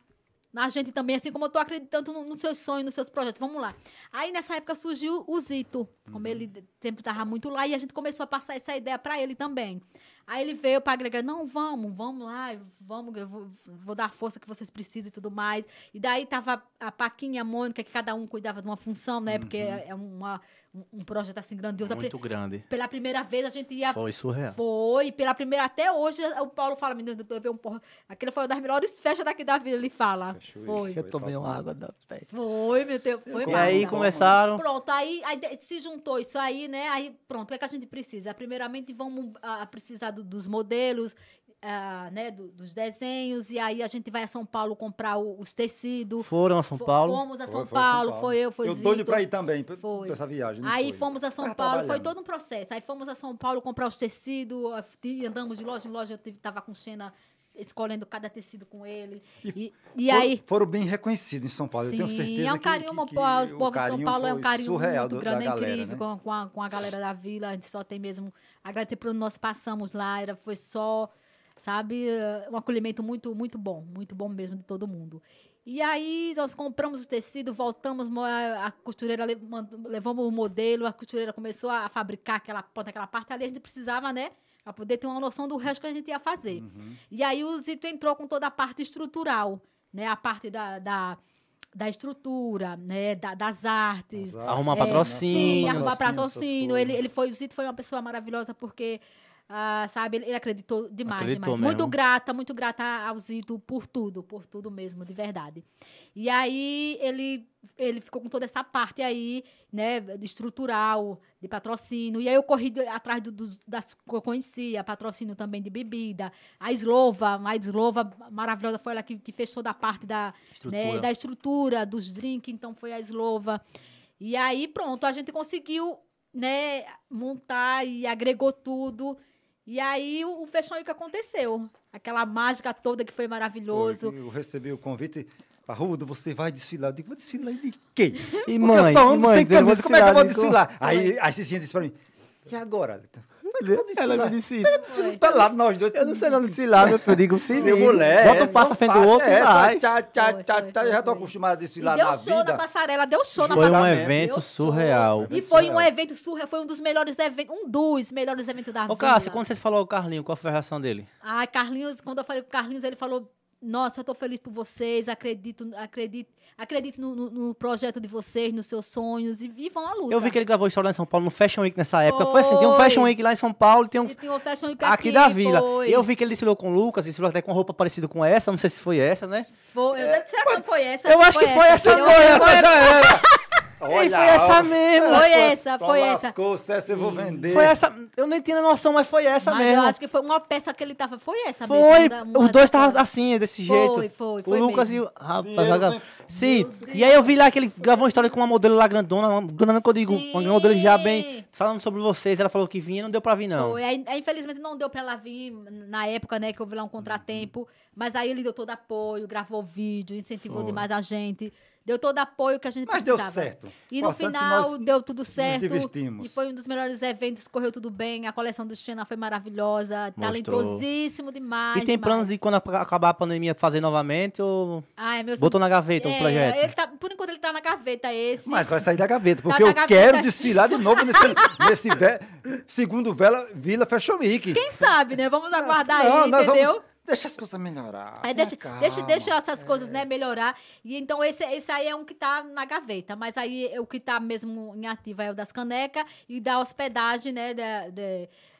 Speaker 4: na gente também, assim como eu tô acreditando no- nos seus sonhos, nos seus projetos. Vamos lá. Aí nessa época surgiu o Zito, como
Speaker 3: Uhum.
Speaker 4: ele d- sempre tava muito lá, e a gente começou a passar essa ideia para ele também. Aí ele veio para agregar, não, vamos, vamos lá, vamos, eu vou, vou dar a força que vocês precisam e tudo mais. E daí tava a Paquinha, a Mônica, que cada um cuidava de uma função, né? Porque é é uma, um, um projeto assim grandioso. A pri-
Speaker 2: Muito grande.
Speaker 4: Pela primeira vez a gente ia
Speaker 2: Foi surreal.
Speaker 4: foi, pela primeira até hoje, o Paulo fala, menino, eu tô vendo um porra. Aquele foi uma das melhores festas daqui da vida, ele fala.
Speaker 3: Fechou,
Speaker 4: Foi.
Speaker 3: foi.
Speaker 2: Eu tomei uma água da pé.
Speaker 4: Foi, meu Deus, foi
Speaker 2: E
Speaker 4: massa.
Speaker 2: aí começaram.
Speaker 4: Pronto, aí, aí de- se juntou isso aí, né? Aí pronto, o que, é que a gente precisa? Primeiramente vamos ah, precisar do- dos modelos, ah, né? do- dos desenhos, e aí a gente vai a São Paulo comprar o- os tecidos.
Speaker 2: Foram a São
Speaker 4: Fo-
Speaker 2: Paulo.
Speaker 4: Fomos
Speaker 3: Foi,
Speaker 4: a
Speaker 3: foi
Speaker 4: São, Paulo, foi eu, foi
Speaker 3: Eu
Speaker 4: Zito.
Speaker 3: doido pra ir também, pra
Speaker 4: Foi.
Speaker 3: pra essa viagem. não
Speaker 4: Aí
Speaker 3: foi. Ah, tá
Speaker 4: fomos a São
Speaker 3: Tava
Speaker 4: Paulo, foi
Speaker 3: trabalhando.
Speaker 4: todo um processo. Aí fomos a São Paulo comprar os tecidos, ó, e andamos de loja em loja, eu tive- tava com Xena escolhendo cada tecido com ele. E, e
Speaker 3: Foram-
Speaker 4: aí.
Speaker 3: Foram bem reconhecidos em São Paulo, eu tenho
Speaker 4: Sim,
Speaker 3: certeza
Speaker 4: é um
Speaker 3: que-
Speaker 4: carinho,
Speaker 3: que,
Speaker 4: uma-
Speaker 3: que,
Speaker 4: os
Speaker 3: o
Speaker 4: povos de São
Speaker 3: carinho
Speaker 4: Paulo é um
Speaker 3: foi
Speaker 4: carinho
Speaker 3: surreal
Speaker 4: muito
Speaker 3: do- da
Speaker 4: grande, é
Speaker 3: galera,
Speaker 4: incrível,
Speaker 3: né?
Speaker 4: com, com a, com a galera da vila, a gente só tem mesmo agradecer por onde nós passamos lá, era, foi só, sabe, eh, um acolhimento muito, muito bom, muito bom mesmo de todo mundo. E aí nós compramos o tecido, voltamos, mo- a costureira le- mandou- levamos o modelo, a costureira começou a fabricar aquela ponta, aquela parte ali, a gente precisava, né? Pra poder ter uma noção do resto que a gente ia fazer. E aí o Zito entrou com toda a parte estrutural, né? A parte da, da, da estrutura, né? Da- das artes.
Speaker 3: Exato.
Speaker 2: Arrumar
Speaker 3: É,
Speaker 2: patrocínio.
Speaker 4: Sim,
Speaker 3: patrocínio,
Speaker 4: arrumar
Speaker 3: essas
Speaker 4: patrocínio.
Speaker 3: coisas.
Speaker 4: Ele, ele foi, o Zito foi uma pessoa maravilhosa porque, ah, sabe, ele, ele acreditou demais,
Speaker 2: Acreditou
Speaker 4: demais. Muito
Speaker 2: mesmo.
Speaker 4: grata, muito grata ao Zito por tudo, por tudo mesmo, de verdade. E aí ele, ele ficou com toda essa parte aí, né, de estrutural, de patrocínio. E aí eu corri de- atrás do, dos- das que eu conhecia, patrocínio também de bebida. A Slova, a Slova maravilhosa, foi ela que, que fez toda a parte da, né,
Speaker 2: Estrutura.
Speaker 4: da estrutura, dos drinks, então foi a Slova. E aí, pronto, a gente conseguiu, né, montar e agregou tudo. E aí o, o Fashion Week aconteceu. Aquela mágica toda que foi maravilhoso.
Speaker 3: Eu recebi o convite. Parrudo, você vai desfilar. Eu digo, vou desfilar de quê?
Speaker 2: E
Speaker 3: Porque eu só ando sem
Speaker 2: dizendo, "Vou
Speaker 3: camisa, como é que eu vou
Speaker 2: desfilar
Speaker 3: desfilar? Aí a Cicinha disse pra mim, e agora? Alita? Como é que eu vou
Speaker 2: de cor?" Ela
Speaker 3: desfilar?
Speaker 2: me disse isso.
Speaker 3: Desfilo pelado, nós dois.
Speaker 2: Eu não sei não desfilar, meu filho. Eu digo, se
Speaker 3: Meu
Speaker 2: liga.
Speaker 3: moleque.
Speaker 2: Bota um passo à frente do outro e
Speaker 3: é, só
Speaker 2: vai.
Speaker 3: Tchá, tchá,
Speaker 4: Foi,
Speaker 3: tchá,
Speaker 4: foi,
Speaker 3: tchá. Eu
Speaker 4: foi,
Speaker 3: já tô
Speaker 4: foi.
Speaker 3: acostumado a
Speaker 4: E
Speaker 3: desfilar na
Speaker 4: deu show na
Speaker 3: vida.
Speaker 4: passarela, deu show na
Speaker 2: Foi
Speaker 4: passarela.
Speaker 2: um
Speaker 3: Exatamente.
Speaker 2: evento
Speaker 4: Deu
Speaker 2: surreal.
Speaker 4: E
Speaker 3: Evento
Speaker 4: foi um
Speaker 3: surreal.
Speaker 4: evento surreal, foi um dos melhores eventos, um dos melhores eventos da
Speaker 2: Ô,
Speaker 4: vida.
Speaker 2: Cássio, quando vocês falaram o Carlinho, qual foi a reação dele?
Speaker 4: Ai, Carlinhos, quando eu falei com o Carlinhos, ele falou: Nossa, eu tô feliz por vocês, acredito, acredito, acredito no, no- no projeto de vocês, nos seus sonhos, e, e vão à luta.
Speaker 2: Eu vi que ele gravou história lá em São Paulo, no Fashion Week nessa época. Foi, assim, tem um
Speaker 4: Foi.
Speaker 2: Fashion Week lá em São Paulo, tem um
Speaker 4: E tem uma fashion week
Speaker 2: aqui, da vila.
Speaker 4: é foi.
Speaker 2: Eu vi que ele desfilou com o Lucas, desfilou até com roupa parecida com essa, não sei se foi essa, né?
Speaker 4: Foi, eu- será que não foi essa?
Speaker 2: eu acho que foi essa
Speaker 4: Eu-
Speaker 2: mesmo.
Speaker 4: Foi,
Speaker 3: já era.
Speaker 2: Ei, foi essa mesmo.
Speaker 4: essa, foi essa. Hum,
Speaker 3: Lascou, essa eu vou vender.
Speaker 2: Foi essa, eu nem tinha noção, mas foi essa
Speaker 4: Mas
Speaker 2: mesmo.
Speaker 4: eu acho que foi uma peça que ele tava. Foi essa
Speaker 2: Foi,
Speaker 4: mesmo, da- uma
Speaker 2: os dois
Speaker 4: dessa-
Speaker 2: estavam assim, desse
Speaker 4: Foi,
Speaker 2: jeito.
Speaker 4: foi,
Speaker 2: o
Speaker 4: foi
Speaker 2: Lucas
Speaker 4: mesmo.
Speaker 2: e o. Rapaz,
Speaker 3: Dinheiro,
Speaker 2: agora-
Speaker 3: né?
Speaker 2: Sim. E aí eu vi lá que ele gravou uma história com uma modelo lá grandona, uma grandona que eu digo, uma
Speaker 4: Sim.
Speaker 2: modelo já bem. Falando sobre vocês, ela falou que vinha e não deu pra vir, não.
Speaker 4: Foi. Aí, aí, infelizmente não deu pra ela vir na época, né, que houve lá um contratempo. Mas aí ele deu todo apoio, gravou vídeo, incentivou demais a gente. Deu todo apoio que a gente
Speaker 3: Mas deu
Speaker 4: precisava.
Speaker 3: certo.
Speaker 4: E no
Speaker 3: Importante que
Speaker 4: final
Speaker 3: nós
Speaker 4: deu tudo certo.
Speaker 3: divertimos.
Speaker 4: E foi um dos melhores eventos, correu tudo bem. A coleção do Xena foi maravilhosa,
Speaker 2: Mostrou.
Speaker 4: talentosíssimo demais.
Speaker 2: e tem
Speaker 4: demais.
Speaker 2: planos de quando a- acabar a pandemia fazer novamente ou.
Speaker 4: Ai, meu
Speaker 2: Botou na gaveta o
Speaker 4: É,
Speaker 2: projeto?
Speaker 4: ele tá- por enquanto ele tá na gaveta esse.
Speaker 3: Mas vai sair da gaveta, porque
Speaker 4: Tá na
Speaker 3: eu
Speaker 4: gaveta.
Speaker 3: quero desfilar de novo nesse, nesse ve- segundo Vela, Vila Fashion Week. Ah,
Speaker 4: Quem sabe, né? Vamos aguardar
Speaker 3: Não,
Speaker 4: aí,
Speaker 3: nós vamos-
Speaker 4: entendeu?
Speaker 3: Deixa as coisas melhorar. né,
Speaker 4: Aí
Speaker 3: tenha
Speaker 4: deixa,
Speaker 3: calma.
Speaker 4: deixa, deixa essas coisas, né, melhorar. E então esse, esse aí é um que tá na gaveta, mas aí é o que tá mesmo em ativa é o das canecas e da hospedagem, né, da, da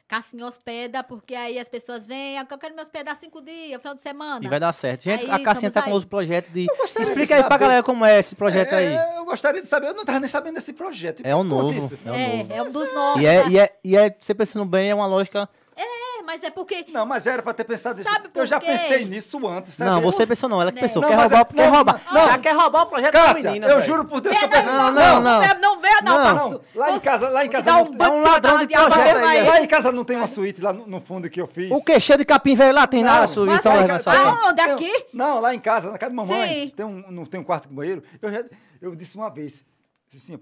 Speaker 4: Cassinha hospeda, porque aí as pessoas vêm, "Ah, eu quero me hospedar cinco dias, final de semana.
Speaker 2: E vai dar certo. Gente,
Speaker 4: Aí,
Speaker 2: a Cassinha
Speaker 4: estamos
Speaker 2: tá com
Speaker 4: aí.
Speaker 2: outro projeto de.
Speaker 3: gostaria de
Speaker 2: Explica aí pra
Speaker 3: saber.
Speaker 2: galera como é esse projeto aí.
Speaker 3: É, eu gostaria de saber, eu não tava nem sabendo desse projeto.
Speaker 2: É um
Speaker 3: Me conta
Speaker 2: novo.
Speaker 3: isso.
Speaker 2: É um novo.
Speaker 4: É, é um dos nossos.
Speaker 2: E é, e, é, e é, você pensando bem, é uma lógica.
Speaker 4: É, mas é porque
Speaker 3: Não, mas era pra ter pensado nisso.
Speaker 4: Sabe por
Speaker 3: eu já
Speaker 4: quê?
Speaker 3: pensei nisso antes. sabe?
Speaker 2: Não, você pensou não, ela que
Speaker 4: Não.
Speaker 2: pensou.
Speaker 3: Não,
Speaker 2: quer
Speaker 3: mas
Speaker 2: roubar,
Speaker 3: é-
Speaker 2: quer
Speaker 3: não,
Speaker 2: roubar.
Speaker 3: não.
Speaker 2: já quer roubar o projeto da
Speaker 3: Cássia,
Speaker 2: menina.
Speaker 3: eu
Speaker 2: velho.
Speaker 3: juro por Deus que
Speaker 4: É,
Speaker 3: eu pensei.
Speaker 2: não, não, não.
Speaker 4: Não, não é venha não,
Speaker 2: Não,
Speaker 4: Barroso.
Speaker 3: não. Lá em
Speaker 4: Você-
Speaker 3: casa, lá em
Speaker 4: Você
Speaker 3: casa
Speaker 4: dá
Speaker 3: não
Speaker 4: um
Speaker 3: tem-
Speaker 2: É um
Speaker 4: banho na
Speaker 2: ladrão
Speaker 4: cara
Speaker 2: de
Speaker 4: diabo,
Speaker 2: projeto
Speaker 4: vai
Speaker 2: aí, é
Speaker 4: aí.
Speaker 2: vai.
Speaker 3: Lá em casa não tem uma suíte lá no, no fundo que eu fiz.
Speaker 2: O que? Cheio de capim velho lá, tem nada sua,
Speaker 4: mas
Speaker 3: é
Speaker 2: então
Speaker 4: aí-
Speaker 2: vai nessa
Speaker 4: Ah,
Speaker 2: aí.
Speaker 4: Aonde?
Speaker 3: Tem um-
Speaker 4: Aqui?
Speaker 3: Não, lá em casa, na casa da mamãe.
Speaker 4: Sim.
Speaker 3: Tem um, não tem um quarto com banheiro. Eu, já, eu disse uma vez, assim,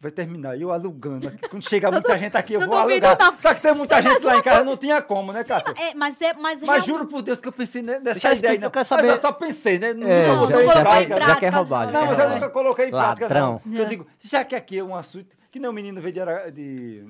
Speaker 3: vai terminar, eu alugando. aqui. Quando chegar muita gente aqui, eu
Speaker 4: não
Speaker 3: vou
Speaker 4: duvido,
Speaker 3: alugar.
Speaker 4: não.
Speaker 3: Só que tem muita
Speaker 4: Sim,
Speaker 3: gente
Speaker 4: mas
Speaker 3: lá em
Speaker 4: uma
Speaker 3: casa,
Speaker 4: coisa-
Speaker 3: não tinha como, né, Cássia?
Speaker 4: É, mas é, mas
Speaker 3: Mas
Speaker 4: realmente-
Speaker 3: juro por Deus que eu pensei ne- nessa
Speaker 2: Deixa eu
Speaker 3: ideia
Speaker 2: explicar,
Speaker 3: aí.
Speaker 2: eu quero
Speaker 3: Mas
Speaker 2: saber-
Speaker 3: eu só pensei, né? Nunca
Speaker 2: É,
Speaker 4: Não,
Speaker 2: já,
Speaker 4: não
Speaker 3: botei em
Speaker 2: já,
Speaker 4: coloquei
Speaker 2: quer-
Speaker 4: em
Speaker 3: prática.
Speaker 2: já quer
Speaker 4: prática.
Speaker 2: roubar. Já
Speaker 3: Não,
Speaker 2: quer
Speaker 3: mas eu
Speaker 2: roubar.
Speaker 3: nunca coloquei em prática,
Speaker 2: Ladrão.
Speaker 3: não. Porque Eu digo, já que aqui é uma suíte, que nem o menino veio de... Ara- de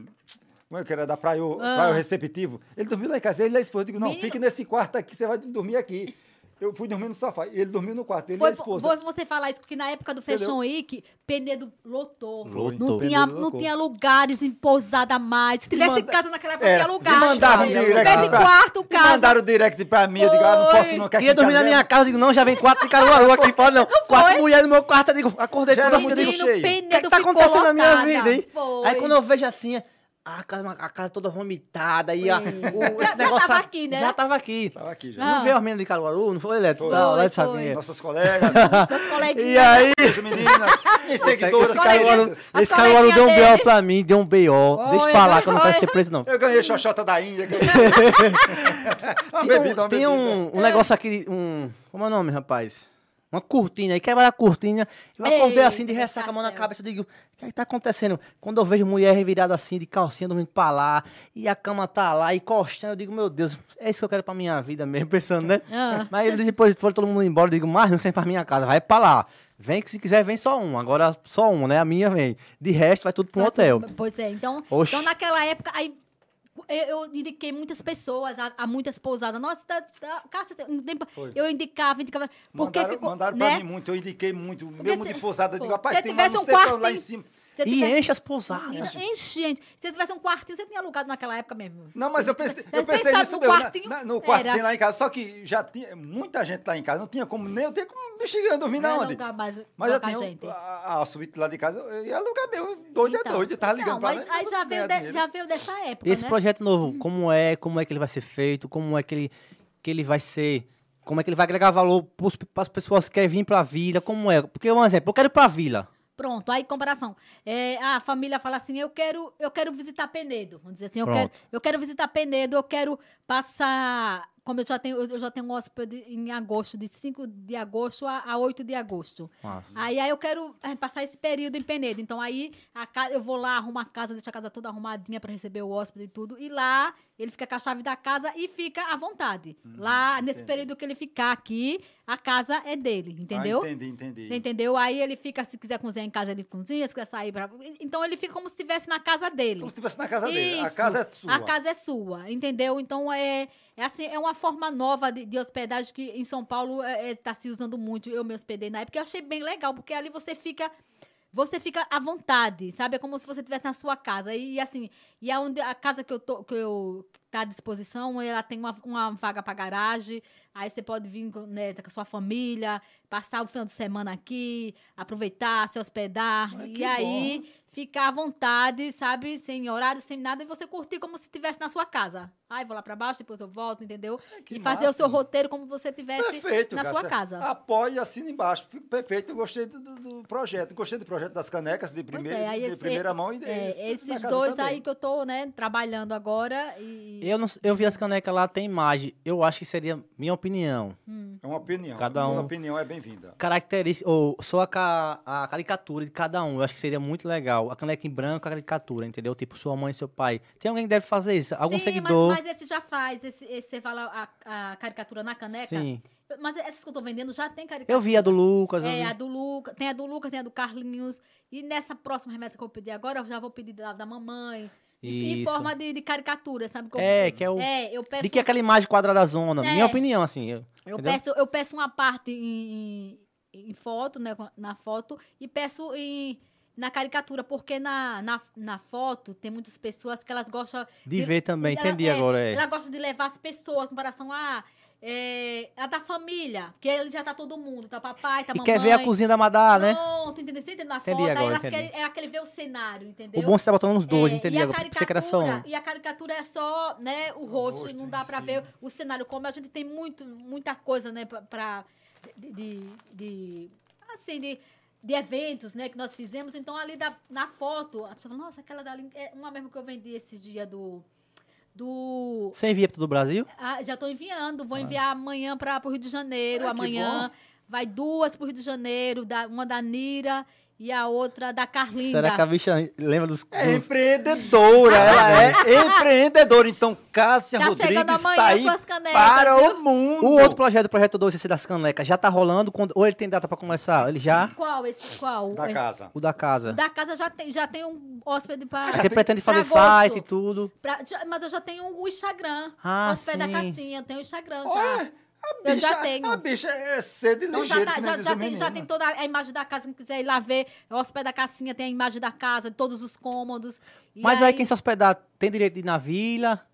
Speaker 3: como é que era? Da praia, praia receptivo. Ele dormiu lá em casa. Ele e a esposa. Eu digo, não,
Speaker 4: Ah. Menino-
Speaker 3: fique nesse quarto aqui, você vai dormir aqui. Eu fui dormir no sofá. Ele dormiu no quarto, ele e a
Speaker 4: Foi,
Speaker 3: esposa.
Speaker 4: foi você falar isso, porque na época do
Speaker 3: Entendeu?
Speaker 4: Fashion Week, Penedo lotou.
Speaker 2: Lotou.
Speaker 4: Não, tinha,
Speaker 3: Penedo
Speaker 4: não
Speaker 3: lotou.
Speaker 4: tinha lugares em pousada mais. Se tivesse
Speaker 3: manda-
Speaker 4: casa naquela época,
Speaker 3: Era.
Speaker 4: tinha
Speaker 3: E
Speaker 4: lugar.
Speaker 3: mandaram
Speaker 4: Se
Speaker 3: um
Speaker 4: tivesse
Speaker 3: direct pra-
Speaker 4: quarto,
Speaker 3: e
Speaker 4: casa.
Speaker 3: Mandaram o direct pra mim. Eu digo, ah, não
Speaker 4: Foi.
Speaker 3: posso não. que aqui
Speaker 2: Queria
Speaker 3: em
Speaker 2: dormir
Speaker 3: casa
Speaker 2: na
Speaker 3: é-
Speaker 2: minha casa, eu digo, não, já vem quatro de Caruaru aqui fora, não. Quatro mulheres no meu quarto, eu digo, acordei
Speaker 3: Já
Speaker 2: com
Speaker 3: era
Speaker 2: a
Speaker 4: Menino,
Speaker 3: muito
Speaker 2: mulher, eu digo,
Speaker 3: cheio. O que
Speaker 2: o
Speaker 4: Penedo
Speaker 2: que, é que tá
Speaker 4: ficou
Speaker 2: acontecendo na minha
Speaker 4: lotada.
Speaker 2: vida, hein?
Speaker 4: Foi.
Speaker 2: Aí quando eu vejo assim, a casa, a casa toda vomitada, e a, o,
Speaker 4: Já-
Speaker 2: esse
Speaker 4: já
Speaker 2: negócio...
Speaker 4: tava aqui, né?
Speaker 2: Já tava aqui.
Speaker 3: Tava aqui já.
Speaker 4: Ah.
Speaker 2: Não veio as meninas de Caruaru, não foi, Leto?
Speaker 3: Foi.
Speaker 2: Não, Leto
Speaker 4: Foi,
Speaker 2: sabia.
Speaker 3: Nossas colegas,
Speaker 4: Seus coleguinhas.
Speaker 2: E aí...
Speaker 3: beijo, meninas, e seguidoras.
Speaker 2: Esse é um Caruaru,
Speaker 3: queridas.
Speaker 4: As
Speaker 2: esse Caruaru deu um
Speaker 4: coleguinhas
Speaker 2: B.O. pra mim, deu um B.O.
Speaker 4: Oi,
Speaker 2: Deixa pra lá, que eu não
Speaker 4: oi.
Speaker 2: quero ser preso, não.
Speaker 3: Eu ganhei xoxota da Índia. ganhei-
Speaker 2: Tem
Speaker 3: uma
Speaker 2: um-
Speaker 3: bebida, uma
Speaker 2: tem
Speaker 3: bebida.
Speaker 2: um, um negócio aqui, um. Como é o nome, rapaz? Uma cortina aí, quebra a cortina. Eu
Speaker 4: Ei,
Speaker 2: acordei assim de
Speaker 4: meu
Speaker 2: ressaca, a mão na
Speaker 4: Deus.
Speaker 2: cabeça. Eu digo, o que é que tá acontecendo? Quando eu vejo mulher revirada assim, de calcinha, dormindo pra lá, e a cama tá lá, e encostando, eu digo, meu Deus, é isso que eu quero pra minha vida mesmo, pensando, né?
Speaker 4: Ah.
Speaker 2: Mas ele depois todo mundo embora, eu digo, mas não sei pra minha casa, vai pra lá. Vem que se quiser, vem só um. Agora só um, né? A minha vem. De resto, vai tudo pro um hotel.
Speaker 4: Pois é, então,
Speaker 2: Oxe.
Speaker 4: então naquela época, aí eu, eu indiquei muitas pessoas a, a muitas pousadas. Nossa, tá, tá, Cássia, tem um tempo- eu indicava, indicava. Porque
Speaker 3: mandaram
Speaker 4: ficou,
Speaker 3: mandaram
Speaker 4: né?
Speaker 3: pra mim muito, eu indiquei muito.
Speaker 4: Porque
Speaker 3: Mesmo
Speaker 4: se-
Speaker 3: de pousada, eu digo,
Speaker 4: Pô,
Speaker 3: rapaz,
Speaker 4: se
Speaker 3: tem
Speaker 4: tivesse
Speaker 3: um
Speaker 4: um
Speaker 3: setão
Speaker 4: quarto,
Speaker 3: lá em
Speaker 4: hein?
Speaker 3: cima.
Speaker 4: Se
Speaker 2: E
Speaker 4: tivesse-
Speaker 2: enche as
Speaker 4: E
Speaker 2: pousadas.
Speaker 4: não- Enche, gente. Se você tivesse um quartinho, você tinha alugado naquela época mesmo.
Speaker 3: Não, mas eu pensei,
Speaker 4: Vocês
Speaker 3: eu pensei
Speaker 4: pensaram
Speaker 3: nisso
Speaker 4: no
Speaker 3: mesmo, na-
Speaker 4: quartinho?
Speaker 3: na- no quarto
Speaker 4: Era.
Speaker 3: lá em casa. Só que já tinha muita gente lá em casa, não tinha como nem eu ter como bexiga dormir na
Speaker 4: Não ia
Speaker 3: onde.
Speaker 4: alugar mais-
Speaker 3: Mas eu
Speaker 4: colocar
Speaker 3: tinha
Speaker 4: gente.
Speaker 3: a, a- a suíte lá de casa, eu ia alugar mesmo, doido é
Speaker 4: Então,
Speaker 3: doido, eu tava ligando
Speaker 4: não,
Speaker 3: pra
Speaker 4: mas
Speaker 3: lá.
Speaker 4: aí já veio, de- já veio dessa época,
Speaker 2: Esse
Speaker 4: né?
Speaker 2: projeto novo, como é, como é que ele vai ser feito, como é que ele, que ele vai ser, como é que ele vai agregar valor para as pessoas que querem vir para a vila, como é? Porque, um exemplo, eu quero ir para a vila.
Speaker 4: Pronto, aí comparação. É, a família fala assim: eu quero, eu quero visitar Penedo. Vamos dizer assim, eu quero,
Speaker 2: Pronto.
Speaker 4: eu quero visitar Penedo, eu quero passar. Como eu já tenho, eu já tenho um hóspede em agosto, de 5 de agosto a, a 8 de agosto.
Speaker 2: Massa.
Speaker 4: Aí, aí eu quero eh, passar esse período em Penedo. Então aí a ca- eu vou lá, arrumo a casa, deixo a casa toda arrumadinha para receber o hóspede e tudo. E lá ele fica com a chave da casa e fica à vontade.
Speaker 2: Hum,
Speaker 4: lá, nesse período que ele ficar aqui, a casa é dele, entendeu?
Speaker 3: Ah, entendi, entendi.
Speaker 4: Entendeu? Aí ele fica, se quiser cozinhar em casa, ele cozinha, se quiser sair pra. Então ele fica como se estivesse na casa dele.
Speaker 3: Como se estivesse na casa dele. A
Speaker 4: Isso.
Speaker 3: casa é sua.
Speaker 4: A casa é sua, entendeu? Então é, é assim, é uma forma nova de, de hospedagem que em São Paulo está se usando muito. Eu me hospedei na época, eu achei bem legal, porque ali você fica. Você fica à vontade, sabe? É como se você estivesse na sua casa. E, assim, e a, onde, a casa que eu tô, que eu que tá à disposição, ela tem uma, uma vaga para garagem. Aí você pode vir com, né, com a sua família, passar o final de semana aqui, aproveitar, se hospedar.
Speaker 3: Ah, que
Speaker 4: e aí ficar à vontade, sabe? Sem horário, sem nada, e você curtir como se estivesse na sua casa. Ai, vou lá pra baixo, depois eu volto, entendeu?
Speaker 3: que
Speaker 4: e fazer o seu
Speaker 3: massa.
Speaker 4: roteiro como você tivesse na sua casa.
Speaker 3: Apoio e assina embaixo. Fico perfeito. Eu gostei do, do- do projeto. Gostei do projeto das canecas de,
Speaker 4: Pois
Speaker 3: primeira-
Speaker 4: é, aí
Speaker 3: de
Speaker 4: esse-
Speaker 3: primeira mão e
Speaker 4: é,
Speaker 3: esse- na
Speaker 4: esses
Speaker 3: casa
Speaker 4: dois
Speaker 3: também.
Speaker 4: aí que eu tô, né, trabalhando agora e
Speaker 2: Eu, não, eu vi as canecas lá, tem imagem. Eu acho que seria minha opinião.
Speaker 4: Uhum.
Speaker 3: É uma opinião.
Speaker 2: Cada
Speaker 3: Toda
Speaker 2: um.
Speaker 3: opinião é bem-vinda.
Speaker 2: Característica, ou só a, ca- a caricatura de cada um. Eu acho que seria muito legal. A caneca em branco, a caricatura, entendeu? Tipo, sua mãe, seu pai. Tem alguém que deve fazer isso? Algum
Speaker 4: Sim,
Speaker 2: seguidor.
Speaker 4: Mas, mas esse já faz, esse, esse você fala a, a caricatura na caneca.
Speaker 2: Sim.
Speaker 4: Mas essas que eu tô vendendo já tem caricatura.
Speaker 2: Eu vi a do Lucas. eu
Speaker 4: É,
Speaker 2: vi.
Speaker 4: a do Lucas, tem a do Lucas, tem a do Carlinhos. E nessa próxima remessa que eu pedir agora, eu já vou pedir da, da mamãe. E, em
Speaker 2: Isso.
Speaker 4: forma de, de caricatura, sabe? como-
Speaker 2: É, que é o-
Speaker 4: É, eu peço,
Speaker 2: De que aquela imagem quadrada zona?
Speaker 4: É.
Speaker 2: Minha opinião, assim. Eu,
Speaker 4: eu,
Speaker 2: entendeu?
Speaker 4: peço, eu peço uma parte em, em- em foto, né? com- Na foto, e peço em, na caricatura, porque na, na, na foto tem muitas pessoas que elas gostam.
Speaker 2: De ver também,
Speaker 4: ela-
Speaker 2: entendi agora. É.
Speaker 4: Ela gosta de levar as pessoas em comparação a. É, a da família, porque ele já tá todo mundo, tá papai, tá
Speaker 2: E
Speaker 4: mamãe.
Speaker 2: quer ver a cozinha da Madá, né?
Speaker 4: Pronto, entendeu? Você entendeu na
Speaker 2: Entendi
Speaker 4: foto?
Speaker 2: agora,
Speaker 4: aí ela
Speaker 2: entendi.
Speaker 4: quer, ela quer ver o cenário, entendeu?
Speaker 2: O bom é você tá botando os dois,
Speaker 4: É,
Speaker 2: entendeu?
Speaker 4: E a,
Speaker 2: Eu pensei que era só um.
Speaker 4: caricatura, e a caricatura é só, né, o rosto,
Speaker 3: um rosto
Speaker 4: não
Speaker 3: em
Speaker 4: dá pra
Speaker 3: si.
Speaker 4: ver o cenário como a gente tem muito, muita coisa, né, pra- pra de, de- de- assim, de, de eventos, né, que nós fizemos. Então ali da- na foto, a pessoa fala, nossa, aquela dali é uma mesmo que eu vendi esse dia do do
Speaker 2: Você envia pro do Brasil?
Speaker 4: ah, já estou enviando, vou enviar amanhã para o Rio de Janeiro.
Speaker 3: Ah, que
Speaker 4: amanhã vai duas para o Rio de Janeiro, da- uma da Nira e a outra da Carlinda.
Speaker 2: Será que a bicha lembra dos.
Speaker 3: É
Speaker 2: dos-
Speaker 3: empreendedora, ela é empreendedora. Então, Cássia
Speaker 4: Tá
Speaker 3: Rodrigues
Speaker 4: chegando amanhã
Speaker 3: está aí
Speaker 4: suas canecas,
Speaker 3: para
Speaker 4: viu?
Speaker 3: o mundo.
Speaker 2: O outro projeto, o projeto 2, esse das canecas, já tá rolando? Quando... Ou ele tem data pra começar? Ele já?
Speaker 4: Qual esse? Qual?
Speaker 3: da
Speaker 4: É,
Speaker 3: casa.
Speaker 2: O da casa.
Speaker 4: da casa já tem, já tem um hóspede para.
Speaker 2: Aí você pretende fazer
Speaker 4: pra agosto.
Speaker 2: site e tudo.
Speaker 4: Pra- já- mas eu já tenho o Instagram.
Speaker 2: Ah,
Speaker 4: hóspede da
Speaker 2: sim.
Speaker 4: cassinha, eu tenho o Instagram Então já.
Speaker 3: Olha, a bicha,
Speaker 4: Eu já tenho.
Speaker 3: A bicha é cedo e
Speaker 4: Então
Speaker 3: ligeira.
Speaker 4: já, tá- já, já tem,
Speaker 3: né?
Speaker 4: já tem toda a imagem da casa, quem quiser ir lá ver, é o hóspede da cassinha tem a imagem da casa, todos os cômodos. E
Speaker 2: Mas aí quem se hospedar tem direito de ir na vila?